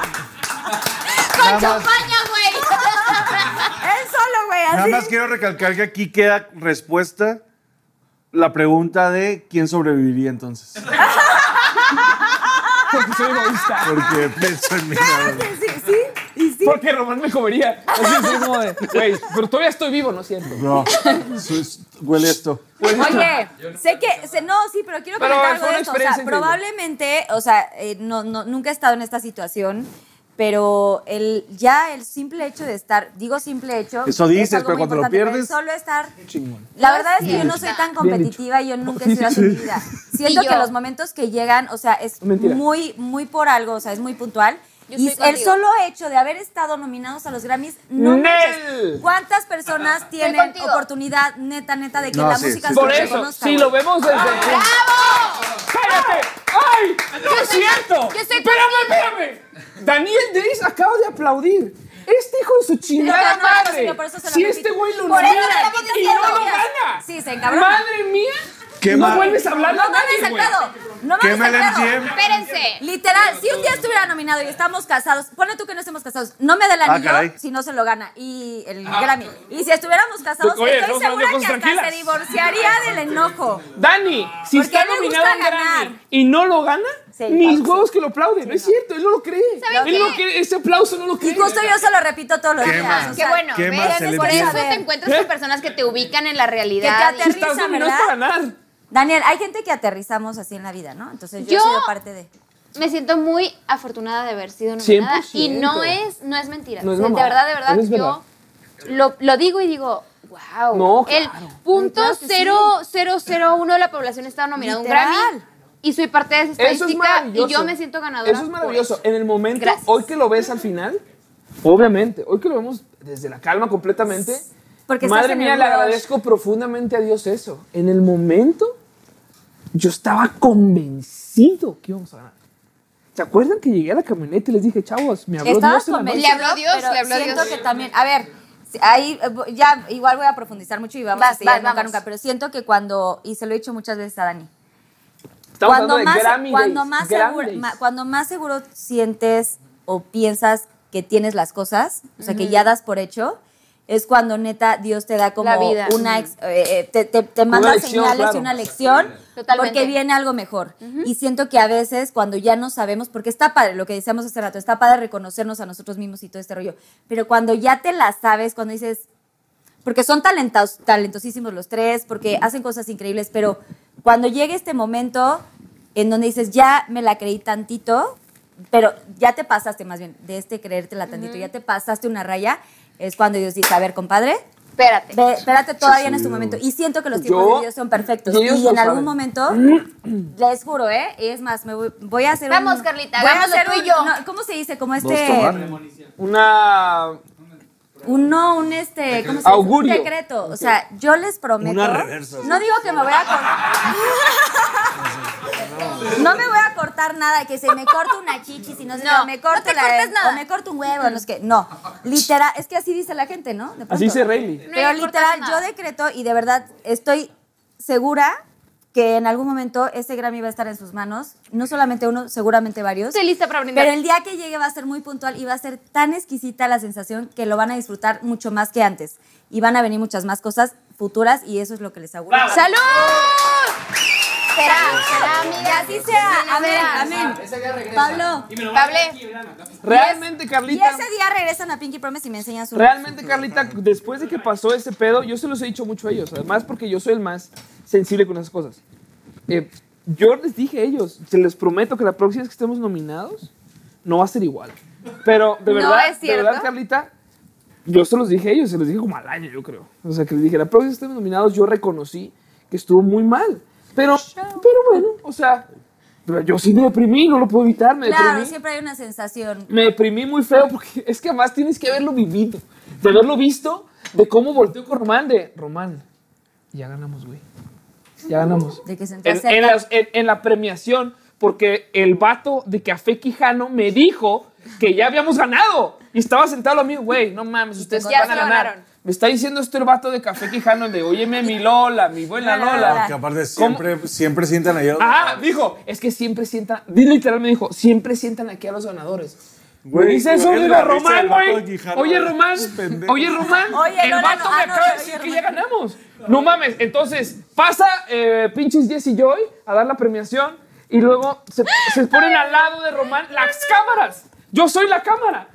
Speaker 7: Con
Speaker 5: nada más-
Speaker 7: champaña, güey.
Speaker 2: Él solo, güey,
Speaker 3: ¿Ah,
Speaker 2: así.
Speaker 5: Nada más quiero recalcar que aquí queda respuesta la pregunta de quién sobreviviría entonces.
Speaker 3: porque soy egoísta.
Speaker 5: Porque pienso en mí. la verdad.
Speaker 2: Sí, sí, y sí.
Speaker 3: Porque Román me comería. Así soy como de, güey, pero todavía estoy vivo, ¿no es cierto?
Speaker 5: Bro, su- su- huele esto.
Speaker 2: Oye, sé que, sé- no, sí, pero quiero
Speaker 3: Pues Pero
Speaker 2: comentar algo de esto.
Speaker 3: fue una
Speaker 2: O sea,
Speaker 3: experiencia increíble.
Speaker 2: probablemente, o sea, eh, no, no- nunca he estado en esta situación, pero el, ya el simple hecho de estar, digo simple hecho.
Speaker 5: Eso
Speaker 2: es
Speaker 5: dices,
Speaker 2: algo
Speaker 5: pero
Speaker 2: muy
Speaker 5: cuando lo
Speaker 2: importante, pero el
Speaker 5: pierdes-
Speaker 2: Solo estar.
Speaker 3: Chingón.
Speaker 2: La verdad es que yo no soy tan competitiva y yo nunca he sido así en mi vida. Siento
Speaker 7: Y yo.
Speaker 2: que los momentos que llegan, o sea, es
Speaker 3: Mentira.
Speaker 2: muy, muy por algo, o sea, es muy puntual.
Speaker 7: Yo
Speaker 2: Y
Speaker 7: estoy
Speaker 2: el
Speaker 7: contigo.
Speaker 2: solo hecho de haber estado nominados a los Grammys, no
Speaker 3: ¡Nel!
Speaker 2: manches, ¿Cuántas personas tienen
Speaker 7: contigo.
Speaker 2: oportunidad, neta, neta, de que
Speaker 5: No,
Speaker 2: la
Speaker 5: sí,
Speaker 2: música
Speaker 5: sí,
Speaker 2: se
Speaker 3: Por
Speaker 5: sí.
Speaker 3: eso,
Speaker 2: reconozca,
Speaker 3: si
Speaker 2: güey? Ah,
Speaker 3: lo vemos desde el punto- ¡Cállate! ¡Ay! ¡Lo siento!
Speaker 7: yo estoy
Speaker 3: ¡Espérame, espérame! Daniel Days acaba de aplaudir. Este hijo de su
Speaker 2: No, no,
Speaker 3: chingada
Speaker 2: no,
Speaker 3: madre.
Speaker 2: no, por eso se lo
Speaker 3: si
Speaker 2: repito.
Speaker 3: este güey lo
Speaker 2: Por eso
Speaker 3: niega
Speaker 2: le estamos
Speaker 3: y
Speaker 2: diciendo.
Speaker 3: no lo gana.
Speaker 2: Sí, se encabrona.
Speaker 3: Madre mía.
Speaker 5: Qué
Speaker 3: no
Speaker 5: mal.
Speaker 3: vuelves a hablar
Speaker 2: No
Speaker 3: a nadie,
Speaker 2: mames el
Speaker 3: güey.
Speaker 2: pedo. No mames
Speaker 5: Quema
Speaker 2: el
Speaker 5: el
Speaker 2: pedo.
Speaker 5: MGM.
Speaker 7: Espérense.
Speaker 2: Literal, si un día estuviera nominado y estamos casados, ponle tú que no estemos casados, no me dé el
Speaker 5: Ah,
Speaker 2: anillo
Speaker 5: caray.
Speaker 2: si no se lo gana y el Grammy. Y si estuviéramos casados,
Speaker 3: Ah. Oye,
Speaker 2: estoy
Speaker 3: estamos hablando de
Speaker 2: segura que
Speaker 3: cosas
Speaker 2: hasta
Speaker 3: tranquilas.
Speaker 2: se divorciaría del enojo.
Speaker 3: Dani, si
Speaker 2: Porque
Speaker 3: está
Speaker 2: a él le
Speaker 3: nominado
Speaker 2: gusta
Speaker 3: a un Grammy
Speaker 2: ganar.
Speaker 3: y no lo gana,
Speaker 2: Sí,
Speaker 3: mis
Speaker 2: sí.
Speaker 3: huevos que lo aplauden. no es cierto, él no lo cree.
Speaker 7: ¿Saben
Speaker 3: Él no
Speaker 7: qué?
Speaker 3: cree, ese aplauso no lo cree.
Speaker 2: Y justo yo se lo repito todos los
Speaker 5: Qué
Speaker 2: días.
Speaker 5: mal.
Speaker 2: o
Speaker 7: Qué
Speaker 2: sea,
Speaker 7: bueno,
Speaker 5: ¿Qué
Speaker 7: ¿ves?
Speaker 5: más se le
Speaker 7: Por eso
Speaker 2: pierde?
Speaker 7: te encuentras
Speaker 3: ¿Eh?
Speaker 7: con personas que te ubican en la realidad.
Speaker 2: Que te
Speaker 7: y-
Speaker 3: Si estás
Speaker 2: Risa,
Speaker 3: nominado
Speaker 2: ¿verdad?
Speaker 3: para ganar.
Speaker 2: Daniel, hay gente que aterrizamos así en la vida, ¿no? Entonces yo, he
Speaker 7: Yo-
Speaker 2: sido parte de.
Speaker 7: Me siento muy afortunada de haber sido nominada
Speaker 3: 100%.
Speaker 7: y no es no es mentira.
Speaker 3: No es
Speaker 7: O sea, de
Speaker 3: mamada,
Speaker 7: verdad, de verdad,
Speaker 3: no es
Speaker 7: yo lo, lo digo y digo, wow.
Speaker 3: No,
Speaker 7: el
Speaker 3: claro.
Speaker 7: punto
Speaker 2: Claro que sí.
Speaker 7: 0001 de la población está nominada a un
Speaker 2: Literal.
Speaker 7: Grammy y soy parte de esa
Speaker 3: Eso es
Speaker 7: estadística
Speaker 3: maravilloso.
Speaker 7: y yo me siento ganadora.
Speaker 3: Eso es maravilloso. En el momento,
Speaker 7: Gracias.
Speaker 3: hoy que lo ves al final, obviamente, hoy que lo vemos desde la calma completamente,
Speaker 2: Porque estás
Speaker 3: madre
Speaker 2: en
Speaker 3: mía,
Speaker 2: el
Speaker 3: le
Speaker 2: rush.
Speaker 3: agradezco profundamente a Dios eso. En el momento, yo estaba convencido que íbamos a ganar. ¿Se acuerdan que llegué a la camioneta y les dije, chavos, me habló
Speaker 2: Estabas
Speaker 3: Dios en la noche?
Speaker 2: convencido,
Speaker 7: Le habló Dios,
Speaker 2: pero
Speaker 7: le habló
Speaker 2: siento
Speaker 7: Dios.
Speaker 2: que también, a ver, si- ahí eh, vo- ya igual voy a profundizar mucho y vamos
Speaker 7: Vas,
Speaker 2: a seguir
Speaker 7: vas,
Speaker 2: nunca,
Speaker 7: vamos.
Speaker 2: nunca, pero siento que cuando, y se lo he dicho muchas veces a Dani,
Speaker 3: Estamos
Speaker 2: cuando
Speaker 3: hablando
Speaker 2: más,
Speaker 3: de Grammy
Speaker 2: cuando,
Speaker 3: Days,
Speaker 2: más
Speaker 3: Grammy
Speaker 2: seguro,
Speaker 3: Days.
Speaker 2: ma- cuando más seguro sientes o piensas que tienes las cosas, o sea, que ya das por hecho, es cuando neta Dios te da como
Speaker 7: La vida.
Speaker 2: una, ex- eh, eh, te, te- te manda
Speaker 3: lección,
Speaker 2: señales
Speaker 3: claro.
Speaker 2: y una lección
Speaker 7: Totalmente.
Speaker 2: porque viene algo mejor. Y siento que a veces cuando ya no sabemos, porque está padre, lo que decíamos hace rato, está padre reconocernos a nosotros mismos y todo este rollo, pero cuando ya te la sabes, cuando dices, porque son talentos, talentosísimos los tres, porque hacen cosas increíbles, pero cuando llegue este momento en donde dices, ya me la creí tantito, pero ya te pasaste más bien, de este creértela tantito, ya te pasaste una raya, es cuando Dios dice, a ver, compadre,
Speaker 7: Espérate.
Speaker 2: ve- espérate todavía en este momento. Y siento que los tiempos
Speaker 3: Yo-
Speaker 2: de Dios son perfectos.
Speaker 3: y
Speaker 2: Y,
Speaker 3: ellos lo
Speaker 2: en algún
Speaker 3: saben.
Speaker 2: momento, les juro, ¿eh? Es más, me voy, voy a hacer
Speaker 7: Vamos,
Speaker 2: un-
Speaker 7: Carlita,
Speaker 2: voy a
Speaker 7: hagámoslo
Speaker 2: hacer
Speaker 7: tú y
Speaker 2: un-
Speaker 7: yo.
Speaker 2: no, ¿Cómo se dice? Como
Speaker 5: Dos
Speaker 2: este...
Speaker 5: tomar.
Speaker 3: Una...
Speaker 2: Un no, un este, ¿cómo se dice?
Speaker 3: Augurio.
Speaker 2: Un decreto. O sea, yo les prometo.
Speaker 5: Una reversa, sí.
Speaker 2: No digo que me voy a cortar. No me voy a cortar nada, que se me corte una chichi, si no se
Speaker 7: No,
Speaker 2: pero me corto
Speaker 7: no te
Speaker 2: la-
Speaker 7: cortes nada.
Speaker 2: o me corto un huevo, no es que no. Literal, es que así dice la gente, ¿no? De
Speaker 3: Así
Speaker 2: pronto.
Speaker 3: dice Rayleigh.
Speaker 7: No
Speaker 2: Pero
Speaker 7: le cortas
Speaker 2: literal,
Speaker 7: nada.
Speaker 2: yo decreto y de verdad estoy segura que en algún momento ese Grammy va a estar en sus manos. No solamente uno, seguramente varios.
Speaker 7: Estoy lista para brindar.
Speaker 2: Pero el día que llegue va a ser muy puntual y va a ser tan exquisita la sensación que lo van a disfrutar mucho más que antes. Y van a venir muchas más cosas futuras y eso es lo que les auguro.
Speaker 7: ¡Salud!
Speaker 4: Será, será, amiga.
Speaker 2: Así sea. Amén, amén. Pablo,
Speaker 4: Pable,
Speaker 3: Realmente,
Speaker 2: y
Speaker 3: Carlita.
Speaker 2: ese día regresan a Pinky Promise y me enseñan su.
Speaker 3: Realmente, Carlita, después de que pasó ese pedo, yo se los he dicho mucho a ellos. Además, porque yo soy el más sensible con esas cosas. Eh, yo les dije a ellos, se les prometo que la próxima vez que estemos nominados, no va a ser igual. Pero, de
Speaker 7: No
Speaker 3: verdad,
Speaker 7: es
Speaker 3: de verdad,
Speaker 7: cierto.
Speaker 3: Carlita, yo se los dije a ellos, se los dije como al año, yo creo. O sea, que les dije, la próxima vez que estemos nominados, yo reconocí que estuvo muy mal. Pero, pero bueno, o sea, pero yo sí me deprimí, no lo puedo evitar, me
Speaker 2: Claro,
Speaker 3: deprimí
Speaker 2: siempre hay una sensación.
Speaker 3: me deprimí muy feo porque es que además tienes que haberlo vivido, de haberlo visto, de cómo volteó con Román, de Román, ya ganamos, güey. Ya ganamos.
Speaker 2: De que se
Speaker 3: En, en las- en- en la premiación, porque el vato de Café Quijano me dijo que ya habíamos ganado. Y estaba sentado a mí, güey, no mames, ustedes van
Speaker 7: Ya
Speaker 3: a
Speaker 7: se lo
Speaker 3: ganar.
Speaker 7: ganaron.
Speaker 3: Me está diciendo esto el vato de Café Quijano, el de, óyeme, mi Lola, mi buena Lola.
Speaker 5: Porque aparte siempre, siempre sientan ahí. a los-
Speaker 3: Ajá, dijo, es que siempre sientan, literal me dijo, siempre sientan aquí a los ganadores.
Speaker 5: Güey,
Speaker 3: Me dice eso,
Speaker 5: es
Speaker 3: mira,
Speaker 5: la risa
Speaker 3: Román,
Speaker 5: del vato de
Speaker 3: güey.
Speaker 5: Quijano,
Speaker 3: Oye,
Speaker 5: güey.
Speaker 3: Román,
Speaker 5: Pendejo.
Speaker 3: oye, Román,
Speaker 2: Oye,
Speaker 3: el
Speaker 2: no, no,
Speaker 3: vato
Speaker 2: no,
Speaker 3: me
Speaker 2: ah, no,
Speaker 3: acaba de
Speaker 2: oye,
Speaker 3: decir que
Speaker 2: Román.
Speaker 3: ya ganamos. No mames, entonces pasa eh, pinches Jess y Joy a dar la premiación y luego se, se ponen al lado de Román las cámaras. Yo soy la cámara.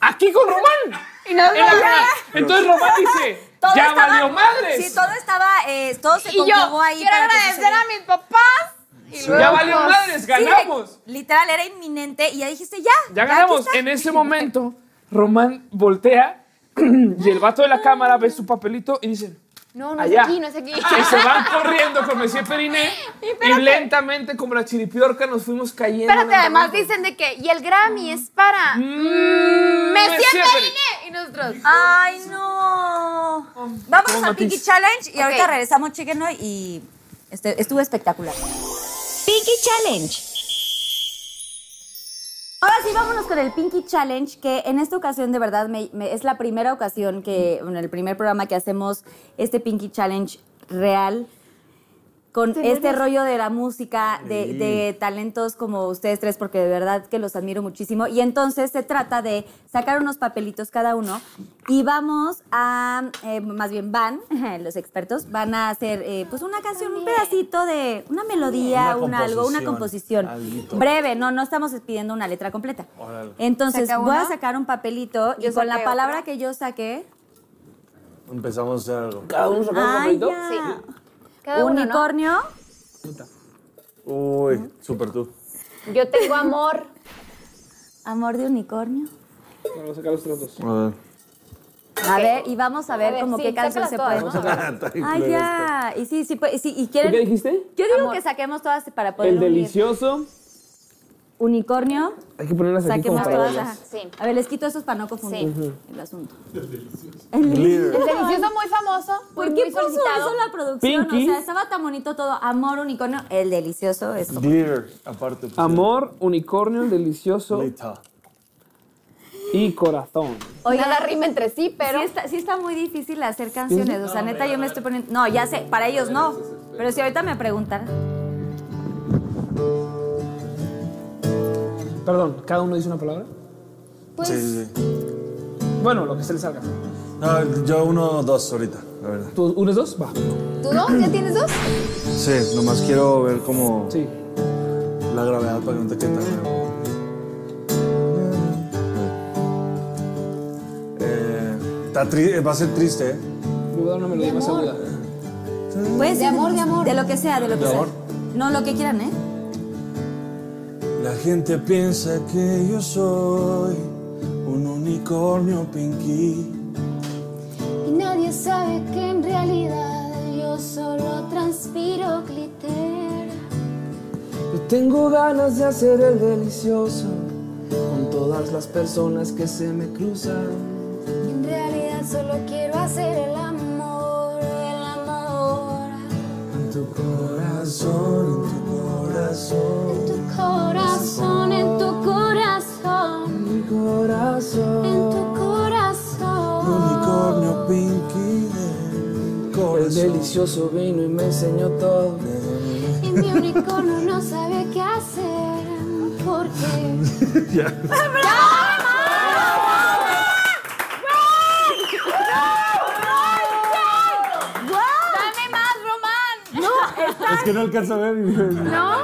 Speaker 3: Aquí con Román.
Speaker 7: Y no,
Speaker 3: En la
Speaker 7: no,
Speaker 3: cámara. Entonces Román dice,
Speaker 2: Todo
Speaker 3: ya
Speaker 2: estaba-
Speaker 3: valió madres.
Speaker 2: Sí, todo estaba, eh, todo se
Speaker 7: Y yo
Speaker 2: conjugó ahí.
Speaker 7: quiero
Speaker 2: para que
Speaker 7: agradecer
Speaker 2: sucediera.
Speaker 7: a mis papás. Y
Speaker 3: Ya
Speaker 7: luego,
Speaker 3: valió
Speaker 7: pues,
Speaker 3: madres,
Speaker 2: Sí, de-
Speaker 3: ganamos.
Speaker 2: literal, era inminente y ya dijiste ya.
Speaker 3: Ya ganamos.
Speaker 2: aquí está.
Speaker 3: En ese momento, Román voltea y el vato de la cámara ve su papelito y dicen.
Speaker 4: No, no es
Speaker 3: Allá.
Speaker 4: aquí, no es aquí.
Speaker 3: Y se van corriendo con Monsieur Periné y lentamente, como la chiripiorca, nos fuimos cayendo.
Speaker 7: Espérate, además
Speaker 3: lentamente.
Speaker 7: dicen de que, y el Grammy es para...
Speaker 3: Mm,
Speaker 7: ¡Me
Speaker 3: Monsieur
Speaker 7: siento
Speaker 3: Periné.
Speaker 7: INE! Y nosotros...
Speaker 2: Ay, no. Vamos al
Speaker 3: Matiz.
Speaker 2: Pinky Challenge y ahorita
Speaker 7: Ok.
Speaker 2: regresamos, chequenlo y este, estuvo espectacular.
Speaker 6: Pinky Challenge.
Speaker 2: Ahora sí, vámonos con el Pinky Challenge, que en esta ocasión de verdad me- me- es la primera ocasión que, bueno, el primer programa que hacemos este Pinky Challenge real, con este rollo de la música, de, de talentos como ustedes tres, porque de verdad que los admiro muchísimo. Y entonces se trata de sacar unos papelitos cada uno y vamos a, eh, más bien van, los expertos, van a hacer eh, pues una canción, un pedacito de una melodía,
Speaker 5: Una
Speaker 2: un algo, una
Speaker 5: composición,
Speaker 2: composición.
Speaker 5: alguito.
Speaker 2: Breve, no, no estamos pidiendo una letra completa.
Speaker 5: Órale.
Speaker 2: Entonces
Speaker 4: ¿Saca
Speaker 2: voy a
Speaker 4: uno?
Speaker 2: sacar un papelito y
Speaker 4: Yo
Speaker 2: con la
Speaker 4: saqué
Speaker 2: palabra
Speaker 4: otra.
Speaker 2: que yo saqué...
Speaker 5: Empezamos a hacer algo.
Speaker 3: Cada uno sacó un
Speaker 2: Ay,
Speaker 3: papelito.
Speaker 2: ya.
Speaker 4: Cada uno, ¿no?
Speaker 2: Unicornio.
Speaker 5: Uy, super tú.
Speaker 4: Yo tengo amor.
Speaker 2: Amor de unicornio.
Speaker 3: Vamos a sacar los otros dos.
Speaker 5: A ver.
Speaker 2: A ver, y vamos a ver
Speaker 4: ver,
Speaker 2: como
Speaker 4: sí,
Speaker 2: qué canción se puede.
Speaker 4: sácalas todas,
Speaker 5: Está bien
Speaker 2: Ay,
Speaker 5: culero
Speaker 2: ya. Y sí, sí, pues, y sí, y
Speaker 3: ¿Tú
Speaker 2: quieren...
Speaker 3: qué dijiste?
Speaker 2: Yo digo que saquemos todas para poder
Speaker 3: El
Speaker 2: unir.
Speaker 3: delicioso.
Speaker 2: Unicornio.
Speaker 3: Hay que ponerlas aquí como
Speaker 2: Saquemos
Speaker 3: para
Speaker 2: todas.
Speaker 3: verlas.
Speaker 2: ajá.
Speaker 4: Sí.
Speaker 2: A ver, les quito esos para no confundir el asunto.
Speaker 5: esto. Líder.
Speaker 7: Delicioso muy famoso.
Speaker 2: ¿Por
Speaker 7: muy-
Speaker 2: qué
Speaker 7: muy
Speaker 2: puso
Speaker 7: solicitado.
Speaker 2: eso la producción?
Speaker 3: Pinky.
Speaker 2: O sea, estaba tan bonito todo. Amor, unicornio, el delicioso, esto.
Speaker 5: Glitter, aparte. pues,
Speaker 3: Amor, unicornio, delicioso
Speaker 5: Lita.
Speaker 3: y corazón.
Speaker 4: Oigan, la rima entre sí, pero...
Speaker 2: sí, está, sí está muy difícil hacer canciones. O sea, neta, yo me estoy poniendo. No, ya sé, para ellos no. Pero si ahorita me preguntan.
Speaker 3: Perdón, cada uno dice una palabra.
Speaker 4: Pues,
Speaker 5: Sí, sí, sí.
Speaker 3: Bueno, lo que se le salga.
Speaker 5: No, yo uno, dos ahorita, la verdad.
Speaker 3: ¿Tú unes dos? Va.
Speaker 4: ¿tú no? ¿Ya tienes dos?
Speaker 5: Sí, nomás quiero ver como
Speaker 3: Sí.
Speaker 5: la gravedad para que no te quede tan grave. Eh, está tri- eh, va a ser triste, ¿eh?
Speaker 3: Le voy a dar una melodía más aguda.
Speaker 2: Pues, de amor, de amor. De lo que sea, de lo que
Speaker 5: De
Speaker 2: sea.
Speaker 5: amor.
Speaker 2: No, lo que quieran, ¿eh?
Speaker 5: La gente piensa que yo soy un unicornio pinky.
Speaker 4: Y nadie sabe que en realidad yo solo transpiro glitter.
Speaker 3: Yo tengo ganas de hacer el delicioso con todas las personas que se me cruzan.
Speaker 4: Y en realidad solo quiero hacer el amor, el amor.
Speaker 5: En tu corazón, en tu corazón,
Speaker 4: En tu corazón, en tu corazón,
Speaker 3: Mi
Speaker 4: en
Speaker 3: corazón,
Speaker 4: tu corazón.
Speaker 5: unicornio pinky. del
Speaker 3: el
Speaker 5: Corazón.
Speaker 3: delicioso vino y me enseñó todo.
Speaker 4: Y mi unicornio no sabe qué hacer. Porque
Speaker 7: ¡Dame más, Román!
Speaker 2: No, está
Speaker 5: Es que no alcanza a ver.
Speaker 4: ¿No?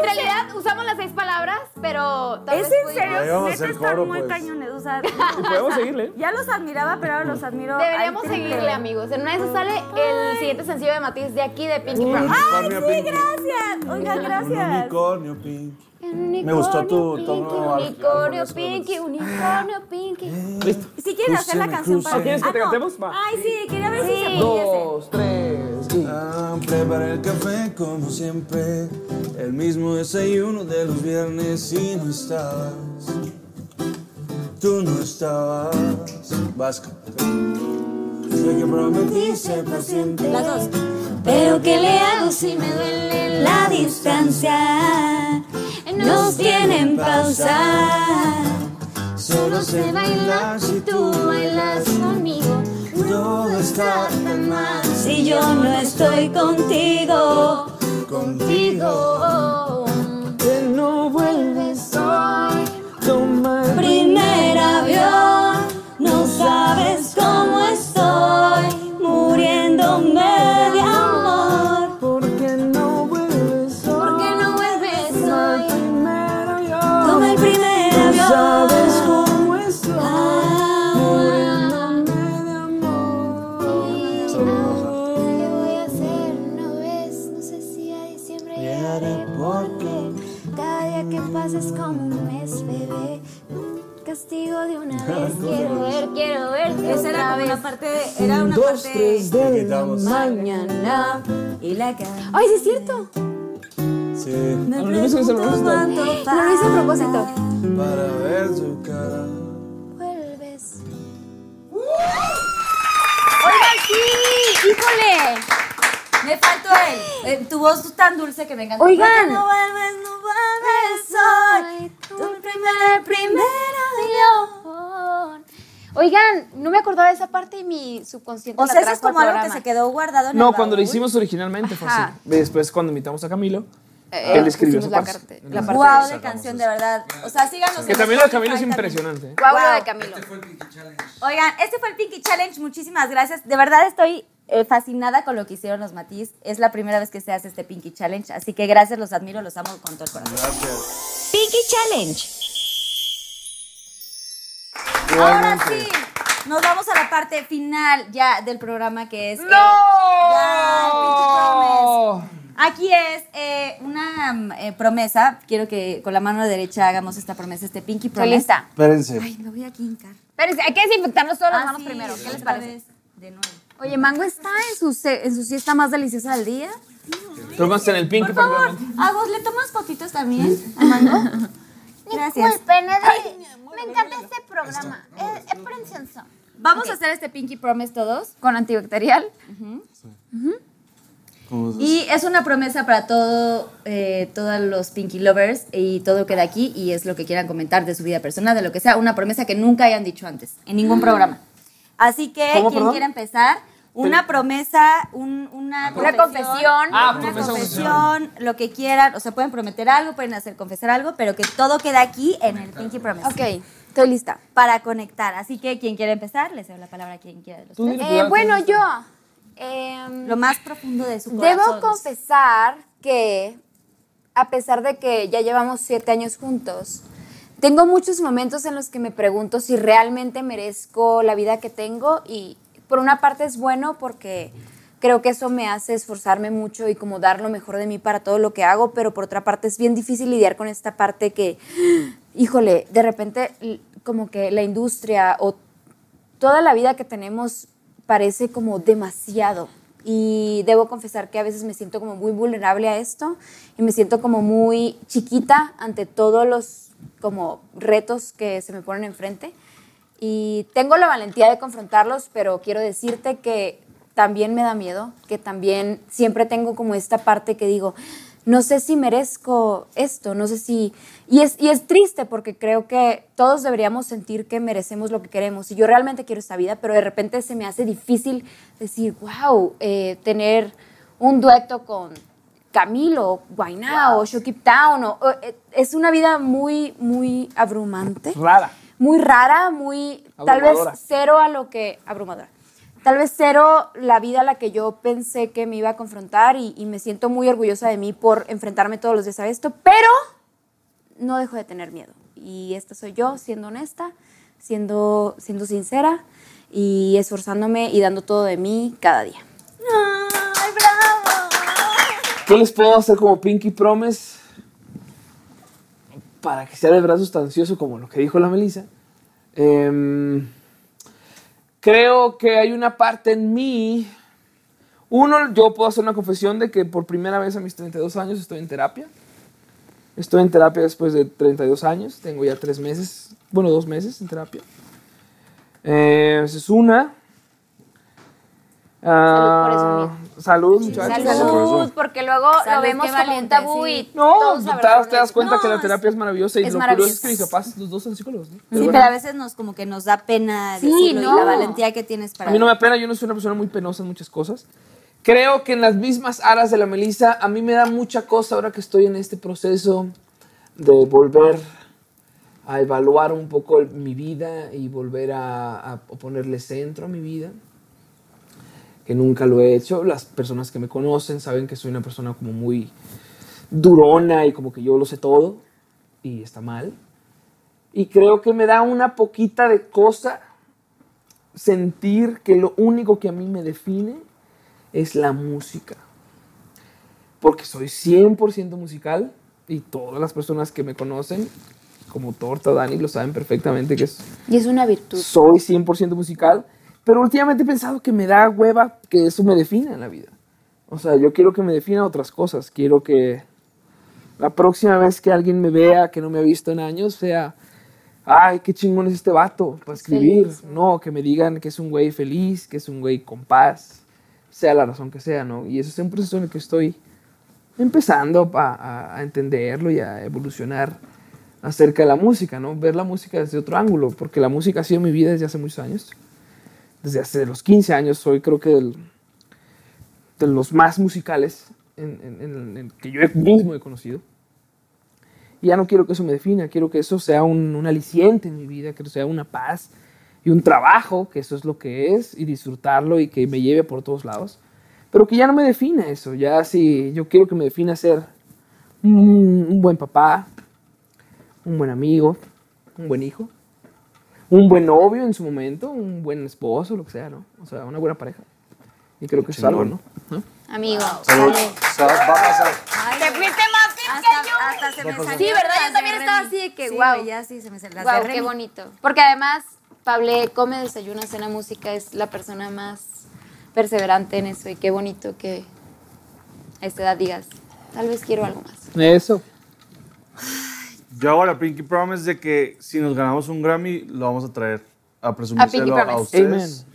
Speaker 4: en realidad usamos las seis palabras, pero tal
Speaker 2: Es
Speaker 4: vez
Speaker 2: en
Speaker 4: pudimos-
Speaker 5: Ahí
Speaker 2: serio,
Speaker 5: vamos a
Speaker 2: neta
Speaker 5: hacer
Speaker 2: están
Speaker 5: coro,
Speaker 2: muy
Speaker 5: pues.
Speaker 2: cañones. O sea,
Speaker 3: Podemos seguirle.
Speaker 2: ya los admiraba, pero ahora los admiro. al
Speaker 4: Deberíamos
Speaker 2: triple.
Speaker 4: seguirle, amigos. En una de esas sale el siguiente sencillo de Matiz de aquí de Pinky Promise.
Speaker 5: ¡Ay,
Speaker 2: Sí, gracias. Oigan, gracias.
Speaker 5: Unicornio Pink. Me gustó tu
Speaker 4: Unicornio,
Speaker 5: tono
Speaker 4: pinky,
Speaker 5: al-
Speaker 4: Unicornio
Speaker 5: algunas
Speaker 4: pinky,
Speaker 5: cosas.
Speaker 4: unicornio
Speaker 5: Eh,
Speaker 4: pinky.
Speaker 3: Listo.
Speaker 2: Si quieren hacer la
Speaker 5: Cruceme,
Speaker 2: canción para.
Speaker 5: cruceme.
Speaker 3: ¿Quieres que te
Speaker 2: Ah, no.
Speaker 3: cantemos? Va.
Speaker 2: Ay, sí, quería ver si se pudiese.
Speaker 3: Dos, tres, y.
Speaker 5: Ah, preparé el café como siempre, el mismo desayuno de los viernes y no estabas. Tú no estabas. Vasco. Sé que prometí ser paciente.
Speaker 2: Las dos.
Speaker 7: Pero qué le hago si me duele la distancia. Nos tienen pausa.
Speaker 5: Solo sé bailar si tú bailas
Speaker 7: conmigo.
Speaker 5: Todo está tan mal
Speaker 7: Si yo no estoy contigo,
Speaker 5: contigo.
Speaker 3: Que no vuelves hoy. Toma.
Speaker 7: primer avión, no sabes cómo estoy muriéndome de amor.
Speaker 3: Porque no vuelves hoy.
Speaker 7: Porque no vuelves hoy.
Speaker 3: Primero yo.
Speaker 7: Toma el primer avión.
Speaker 3: Sabes cómo estoy.
Speaker 7: Ahora
Speaker 3: de amor.
Speaker 7: ¿Qué voy a hacer? No ves, no sé si a diciembre llegaré porque cada día que pasa es como un mes, bebé. Castigo de una vez, quiero ver, quiero ver.
Speaker 2: Esa era como una parte. Era una
Speaker 3: Dos,
Speaker 2: parte.
Speaker 3: tres de la
Speaker 5: Quitamos.
Speaker 2: Mañana y la cara.
Speaker 4: Ay, sí es cierto.
Speaker 5: Sí,
Speaker 2: Me
Speaker 3: A lo mejor se lo
Speaker 2: pregunto
Speaker 3: hizo.
Speaker 2: cuánto
Speaker 4: No lo hice a propósito.
Speaker 5: para ver tu cara.
Speaker 7: Vuelves.
Speaker 4: ¡Oigan, sí! ¡Híjole!
Speaker 2: Me faltó él. Eh, tu voz tan dulce que me encanta.
Speaker 4: Oigan.
Speaker 2: No vuelves, no vuelves hoy. Tu primer, primer avión.
Speaker 4: Oigan, no me acordaba de esa parte y mi subconsciente
Speaker 2: O
Speaker 4: la
Speaker 2: sea, eso
Speaker 4: trajo
Speaker 2: es como
Speaker 4: al
Speaker 2: algo que
Speaker 4: programa.
Speaker 2: se quedó guardado en el
Speaker 3: No, cuando lo
Speaker 2: baúl.
Speaker 3: hicimos originalmente fue así.
Speaker 4: Ajá.
Speaker 3: Después, cuando invitamos a Camilo,
Speaker 4: Eh,
Speaker 3: él escribió
Speaker 4: pusimos
Speaker 3: esa
Speaker 4: la,
Speaker 3: parte.
Speaker 4: parte- la parte.
Speaker 2: Wow, de canción, de verdad. O sea, síganos.
Speaker 3: que
Speaker 2: en
Speaker 3: también lo
Speaker 2: Spotify
Speaker 3: de Camilo es
Speaker 2: también.
Speaker 3: impresionante. ¿eh?
Speaker 4: Guau, lo
Speaker 2: Wow.
Speaker 4: de Camilo.
Speaker 2: Oigan, este fue el Pinky Challenge. Muchísimas gracias. De verdad estoy eh, fascinada con lo que hicieron los Matiz. Es la primera vez que se hace este Pinky Challenge. Así que gracias, los admiro, los amo con todo el corazón.
Speaker 7: Pinky Challenge.
Speaker 2: Ahora sí, nos vamos a la parte final ya del programa que es. ¡No! Aquí es eh, una mm, eh, promesa. Quiero que con la mano derecha hagamos esta promesa, este Pinky
Speaker 4: Estoy
Speaker 2: Promise.
Speaker 4: lista.
Speaker 5: Espérense.
Speaker 2: Me voy aquí a hincar.
Speaker 4: Pero hay que desinfectarnos todas las
Speaker 2: Ah,
Speaker 4: manos
Speaker 2: sí,
Speaker 4: primero. ¿Qué les
Speaker 2: otra
Speaker 4: parece?
Speaker 2: vez, De nuevo.
Speaker 4: Oye, Mango está en su, se- en su siesta más deliciosa del día.
Speaker 3: Tomas en el pink.
Speaker 2: Por favor,
Speaker 4: Ah,
Speaker 2: a vos le tomas fotitos también, a Mango. Gracias.
Speaker 4: Me encanta este programa. Es, precioso.
Speaker 2: Vamos a hacer este Pinky Promise todos.
Speaker 4: Con antibacterial.
Speaker 2: Y es una promesa para todo, eh, todos los Pinky Lovers y todo queda aquí y es lo que quieran comentar de su vida personal, de lo que sea, una promesa que nunca hayan dicho antes, en ningún programa. Así que,
Speaker 3: Ah. ¿Cómo,
Speaker 2: ¿quién
Speaker 3: perdón?
Speaker 2: quiere empezar? Una promesa, un- una,
Speaker 4: Una confesión.
Speaker 3: Ah,
Speaker 2: una
Speaker 3: promesa,
Speaker 2: confesión, lo que quieran, o sea, pueden prometer algo, pueden hacer confesar algo, pero que todo queda aquí en el Pinky Promise.
Speaker 4: Ok, estoy lista.
Speaker 2: Para conectar. Así que, ¿quién quiere empezar? Les doy la palabra a quien quiera de los
Speaker 3: Tú
Speaker 2: tres.
Speaker 3: dile.
Speaker 4: Eh, bueno, yo. em,
Speaker 2: Lo más profundo de su corazón.
Speaker 4: Debo confesar que, a pesar de que ya llevamos siete años juntos, tengo muchos momentos en los que me pregunto si realmente merezco la vida que tengo y por una parte es bueno porque creo que eso me hace esforzarme mucho y como dar lo mejor de mí para todo lo que hago, pero por otra parte es bien difícil lidiar con esta parte que, híjole, de repente l- como que la industria o toda la vida que tenemos parece como demasiado. Y debo confesar que a veces me siento como muy vulnerable a esto y me siento como muy chiquita ante todos los como retos que se me ponen enfrente. Y tengo la valentía de confrontarlos, pero quiero decirte que también me da miedo, que también siempre tengo como esta parte que digo, no sé si merezco esto, no sé si... Y es, y es triste porque creo que todos deberíamos sentir que merecemos lo que queremos. Y yo realmente quiero esta vida, pero de repente se me hace difícil decir, wow, tener un dueto con Camilo, Guainá o Shokip Town. o- o, eh, es una vida muy, muy abrumante
Speaker 3: Rara.
Speaker 4: muy rara, muy tal vez
Speaker 3: Abrumadora.
Speaker 4: cero a lo que abrumadora. tal vez cero la vida a la que yo pensé que me iba a confrontar y, y me siento muy orgullosa de mí por enfrentarme todos los días a esto, pero no dejo de tener miedo. Y esta soy yo, siendo honesta, siendo, siendo sincera y esforzándome y dando todo de mí cada día.
Speaker 6: ¡Ay, bravo!
Speaker 3: ¿Qué les puedo hacer como Pinky Promise para que sea de verdad sustancioso como lo que dijo la Melissa? Em, creo que hay una parte en mí. Uno, yo puedo hacer una confesión de que por primera vez a mis 32 años estoy en terapia. Estoy en terapia después de 32 años. Tengo ya tres meses, bueno, dos meses en terapia. Eh, esa es una. Ah, salud, muchachos.
Speaker 7: Salud, porque luego lo
Speaker 4: Salud,
Speaker 7: vemos
Speaker 4: qué
Speaker 7: como un
Speaker 4: valiente,
Speaker 7: tabú
Speaker 4: sí.
Speaker 7: y
Speaker 3: No,
Speaker 7: todos
Speaker 3: te,
Speaker 7: hablamos
Speaker 3: te
Speaker 7: de
Speaker 3: das
Speaker 7: eso.
Speaker 3: cuenta
Speaker 4: No,
Speaker 3: que la terapia es,
Speaker 4: es-
Speaker 3: maravillosa y
Speaker 4: es
Speaker 3: lo curioso es
Speaker 4: maravilloso.
Speaker 3: que mis papás, los dos son psicólogos. ¿no?
Speaker 2: Sí,
Speaker 3: bueno,
Speaker 2: pero a veces nos como que nos da pena
Speaker 4: Sí,
Speaker 2: decirlo y
Speaker 4: no.
Speaker 2: la valentía que tienes para
Speaker 3: a mí no me da pena, yo no soy una persona muy penosa en muchas cosas. Creo que en las mismas aras de la Melissa, a mí me da mucha cosa ahora que estoy en este proceso de volver a evaluar un poco el- mi vida y volver a, a ponerle centro a mi vida, que nunca lo he hecho. Las personas que me conocen saben que soy una persona como muy durona y como que yo lo sé todo y está mal. Y creo que me da una poquita de cosa sentir que lo único que a mí me define es la música. Porque soy 100% musical y todas las personas que me conocen, como Torta, Dani, lo saben perfectamente que es
Speaker 4: Y es una virtud.
Speaker 3: soy 100% musical, pero últimamente he pensado que me da hueva que eso me defina en la vida. O sea, yo quiero que me defina otras cosas. Quiero que la próxima vez que alguien me vea que no me ha visto en años sea, ay, qué chingón es este vato para escribir. No, que me digan que es un güey feliz, que es un güey con paz, sea la razón que sea, ¿no? Y eso es un proceso en el que estoy empezando a, a- a entenderlo y a evolucionar acerca de la música, ¿no? Ver la música desde otro ángulo, porque la música ha sido mi vida desde hace muchos años. Desde hace los 15 años soy creo que del- de los más musicales en- en- en- en- que yo he- mismo he conocido. Y ya no quiero que eso me defina, quiero que eso sea un, un aliciente en mi vida, que sea una paz y un trabajo, que eso es lo que es, y disfrutarlo y que me lleve por todos lados. Pero que ya no me defina eso, ya si yo quiero que me defina ser un- un buen papá, un buen amigo, un buen hijo, un buen novio en su momento, un buen esposo, lo que sea, ¿no? O sea, una buena pareja. Y creo que eso es algo, ¿no? ¿No?
Speaker 4: Amigo.
Speaker 5: Salud. Sa- va a pasar.
Speaker 7: Te fuiste más hip que yo.
Speaker 2: hasta se me salió
Speaker 7: Sí, ¿verdad? Yo
Speaker 2: las de
Speaker 7: también estaba
Speaker 2: Remy.
Speaker 7: así de que,
Speaker 2: Sí,
Speaker 7: guau.
Speaker 2: güey, ya sí se me sal- las de
Speaker 4: Wow,
Speaker 2: Remy.
Speaker 4: qué bonito. Porque además, Pablo come, desayuna, cena, música, es la persona más perseverante en eso y qué bonito que a esta edad digas, tal vez quiero algo más.
Speaker 3: Eso.
Speaker 5: Yo hago la Pinky Promise de que si nos ganamos un Grammy, lo vamos a traer a presumírselo a,
Speaker 4: Promise.
Speaker 5: ustedes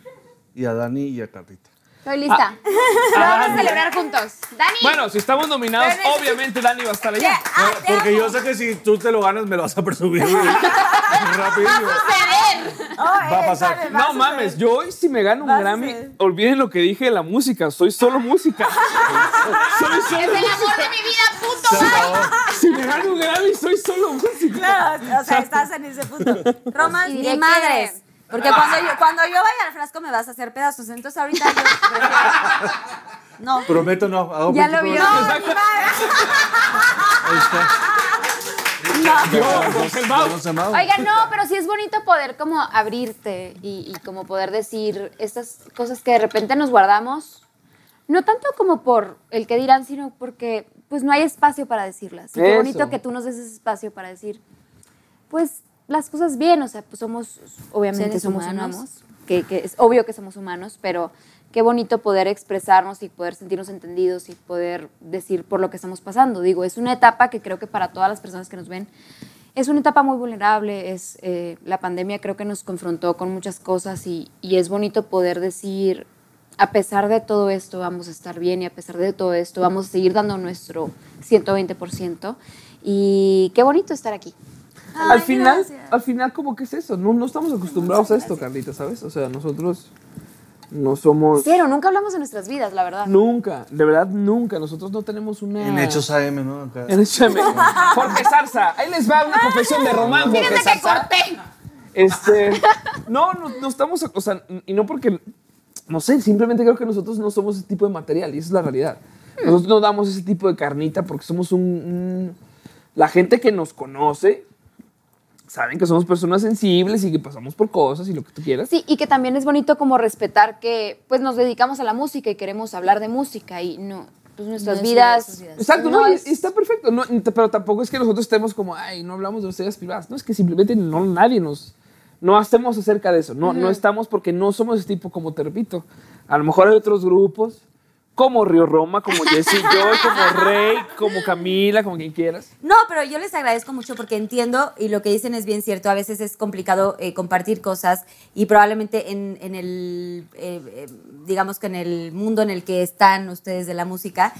Speaker 5: y a Dani y a Carlita.
Speaker 7: Estoy lista. Lo vamos a celebrar juntos. Dani.
Speaker 3: Bueno, si estamos nominados, obviamente Dani va a estar allá.
Speaker 2: ah,
Speaker 5: Porque yo sé que si tú te lo ganas, me lo vas a presumir. güey. Rapidísimo.
Speaker 2: Oh,
Speaker 5: Va a pasar.
Speaker 3: No mames, yo hoy si me gano un Grammy, olviden lo que dije de la música, soy solo música. soy solo música.
Speaker 7: de mi vida, puto.
Speaker 5: Se acabó.
Speaker 3: Si me gano un Grammy, soy solo música.
Speaker 2: Claro, o sea, estás en ese punto. Roman,
Speaker 4: Y diré
Speaker 2: ni
Speaker 4: que-
Speaker 2: madres. Porque cuando yo, cuando yo vaya al frasco me vas a hacer pedazos. Entonces ahorita yo prefiero- No.
Speaker 5: Prometo no. Hago
Speaker 4: Ya
Speaker 5: Pinky
Speaker 4: lo vio.
Speaker 5: Promise.
Speaker 2: No, ni madres.
Speaker 5: Ahí está.
Speaker 3: Yo, Ángel Mau.
Speaker 5: Vamos, Amado.
Speaker 4: Oiga, no, pero sí es bonito poder como abrirte y, y como poder decir estas cosas que de repente nos guardamos, no tanto como por el que dirán, sino porque pues no hay espacio para decirlas. Y qué
Speaker 3: Eso.
Speaker 4: bonito que tú nos des ese espacio para decir, pues las cosas bien, o sea, pues somos, obviamente
Speaker 2: Seres
Speaker 4: somos
Speaker 2: humanos.
Speaker 4: humanos, que, que es obvio que somos humanos, pero qué bonito poder expresarnos y poder sentirnos entendidos y poder decir por lo que estamos pasando. Digo, es una etapa que creo que para todas las personas que nos ven es una etapa muy vulnerable, es, eh, la pandemia creo que nos confrontó con muchas cosas y, y es bonito poder decir, a pesar de todo esto vamos a estar bien y a pesar de todo esto vamos a seguir dando nuestro 120% y qué bonito estar aquí.
Speaker 3: al final, al final como que es eso, no, no estamos acostumbrados a esto, Carlita, ¿sabes? O sea, nosotros no somos
Speaker 4: Cero, nunca hablamos de nuestras vidas, la verdad.
Speaker 3: nunca, de verdad nunca, nosotros no tenemos una
Speaker 5: En Hechos AM, ¿no? Acá.
Speaker 3: En hechos AM. Jorge Zarza, ahí les va una confesión de román, Jorge
Speaker 7: Fíjense que
Speaker 3: Zarza.
Speaker 7: corté.
Speaker 3: Este, no, no, no estamos, o sea, y no porque no sé, simplemente creo que nosotros no somos ese tipo de material y esa es la realidad. Nosotros no damos ese tipo de carnita porque somos un, un- La gente que nos conoce saben que somos personas sensibles y que pasamos por cosas y lo que tú quieras.
Speaker 4: Sí, y que también es bonito como respetar que pues nos dedicamos a la música y queremos hablar de música y no, pues nuestras
Speaker 2: No es
Speaker 4: vidas...
Speaker 2: nuestras vidas.
Speaker 3: Exacto, no,
Speaker 4: No
Speaker 3: y-
Speaker 4: es-
Speaker 3: y está perfecto, no, t- pero tampoco es que nosotros estemos como, ay, no hablamos de ustedes privadas, no, es que simplemente no, nadie nos, no hacemos acerca de eso, no, no estamos porque no somos ese tipo, como te repito, a lo mejor hay otros grupos, como Río Roma, como Jesse Joy, como Rey, como Camila, como quien quieras.
Speaker 2: No, pero yo les agradezco mucho porque entiendo y lo que dicen es bien cierto. A veces es complicado eh, compartir cosas y probablemente en, en el, eh, eh, digamos que en el mundo en el que están ustedes de la música,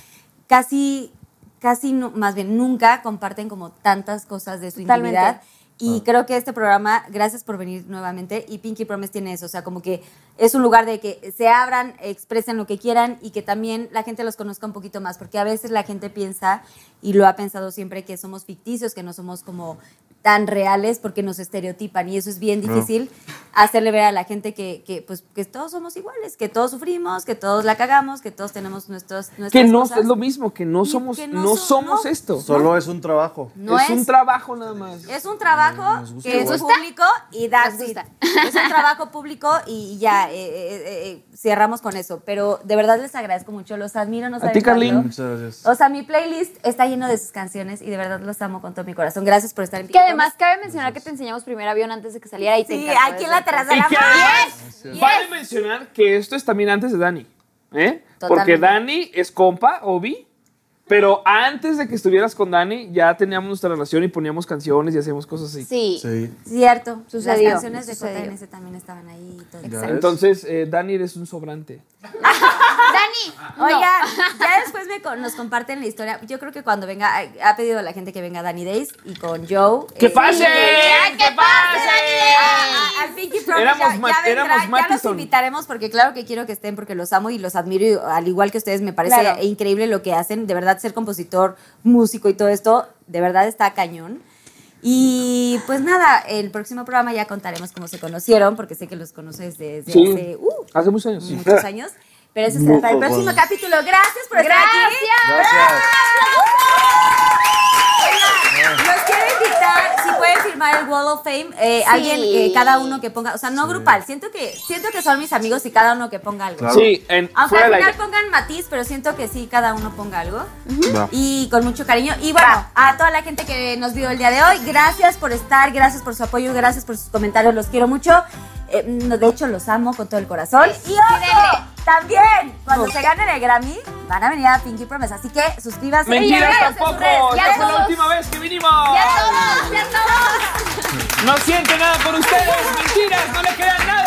Speaker 2: casi, casi, nu- más bien nunca comparten como tantas cosas de su
Speaker 4: Totalmente.
Speaker 2: intimidad.
Speaker 3: Ah.
Speaker 2: Y creo que este programa, gracias por venir nuevamente, y Pinky Promise tiene eso, o sea, como que es un lugar de que se abran, expresen lo que quieran y que también la gente los conozca un poquito más, porque a veces la gente piensa, y lo ha pensado siempre, que somos ficticios, que no somos como tan reales porque nos estereotipan y eso es bien difícil hacerle ver a la gente que, que, pues, que todos somos iguales, que todos sufrimos, que todos la cagamos, que todos tenemos nuestros, nuestras
Speaker 3: Que no
Speaker 2: cosas.
Speaker 3: es lo mismo, que no somos,
Speaker 2: que no
Speaker 3: no,
Speaker 2: so-
Speaker 3: somos
Speaker 2: no.
Speaker 3: esto.
Speaker 5: Solo es un trabajo.
Speaker 2: No
Speaker 3: es, un trabajo nada más.
Speaker 2: Es un trabajo que es
Speaker 4: igual.
Speaker 2: público y da
Speaker 4: Nos gusta.
Speaker 2: Es un trabajo público y ya eh, eh, eh, eh, cerramos con eso. Pero de verdad les agradezco mucho, los admiro, no
Speaker 3: A
Speaker 2: saben
Speaker 3: ti, Carlín.
Speaker 2: cuánto.
Speaker 5: Muchas gracias.
Speaker 2: O sea, mi playlist está lleno de sus canciones y de verdad los amo con todo mi corazón. Gracias por estar en
Speaker 4: Que además cabe mencionar que te enseñamos primer avión antes de que saliera y te
Speaker 2: Sí,
Speaker 4: encantó
Speaker 2: aquí en
Speaker 4: desde
Speaker 2: la terraza de
Speaker 3: Y
Speaker 2: la
Speaker 3: que
Speaker 2: mar.
Speaker 3: además, vale mencionar que esto es también antes de Dani. ¿eh? Porque
Speaker 2: Totalmente.
Speaker 3: Dani es compa, Obi. Pero antes de que estuvieras con Dani, ya teníamos nuestra relación y poníamos canciones y hacíamos cosas así.
Speaker 4: Sí.
Speaker 5: Sí.
Speaker 2: Cierto,
Speaker 4: Sucedió,
Speaker 2: las canciones de
Speaker 4: sucedió.
Speaker 2: JNS también estaban ahí. y todo.
Speaker 5: Ya ves.
Speaker 3: Entonces, eh, Dani, eres un sobrante.
Speaker 4: Dani,
Speaker 2: Oiga, ya después me con- nos comparten la historia. Yo creo que cuando venga, ha ha pedido la gente que venga Danny Days y con Joe.
Speaker 3: ¡Que
Speaker 2: eh,
Speaker 3: pase! ¡Que pase!
Speaker 2: A- a Pinky Promise
Speaker 3: Éramos
Speaker 2: ya,
Speaker 3: ma-
Speaker 2: ya vendrá,
Speaker 3: éramos
Speaker 2: ya los
Speaker 3: Mattison.
Speaker 2: invitaremos porque claro que quiero que estén porque los amo y los admiro y al igual que ustedes me parece
Speaker 4: Claro.
Speaker 2: increíble lo que hacen, de verdad ser compositor, músico y todo esto, de verdad está cañón. Y pues nada, el próximo programa ya contaremos cómo se conocieron porque sé que los conoces desde
Speaker 3: Sí.
Speaker 2: hace uh,
Speaker 3: Hace muchos años.
Speaker 2: muchos años. Pero eso será para el próximo capítulo. Gracias por estar aquí.
Speaker 5: Gracias.
Speaker 2: Los quiero invitar, si pueden firmar el Wall of Fame, eh, alguien, eh, cada uno que ponga, o sea, no grupal, siento que, siento que son mis amigos y cada uno que ponga algo.
Speaker 3: Sí, en,
Speaker 2: Aunque
Speaker 3: fuera
Speaker 2: al
Speaker 3: del
Speaker 2: final
Speaker 3: aire.
Speaker 2: pongan matiz, pero siento que sí, cada uno ponga algo.
Speaker 5: Va.
Speaker 2: Y con mucho cariño. Y bueno, a toda la gente que nos vio el día de hoy, gracias por estar, gracias por su apoyo, gracias por sus comentarios, los quiero mucho. Eh, no, de hecho, los amo con todo el corazón. Y ojo, también, cuando se ganen el Grammy, van a venir a Pinky Promise. Así que suscríbanse.
Speaker 3: Mentiras
Speaker 2: Síganos en sus
Speaker 3: tampoco.
Speaker 2: redes.
Speaker 3: Esta fue la última vez que vinimos.
Speaker 2: todos, ya todos.
Speaker 3: No siente nada por ustedes. Mentiras, no le queda nada.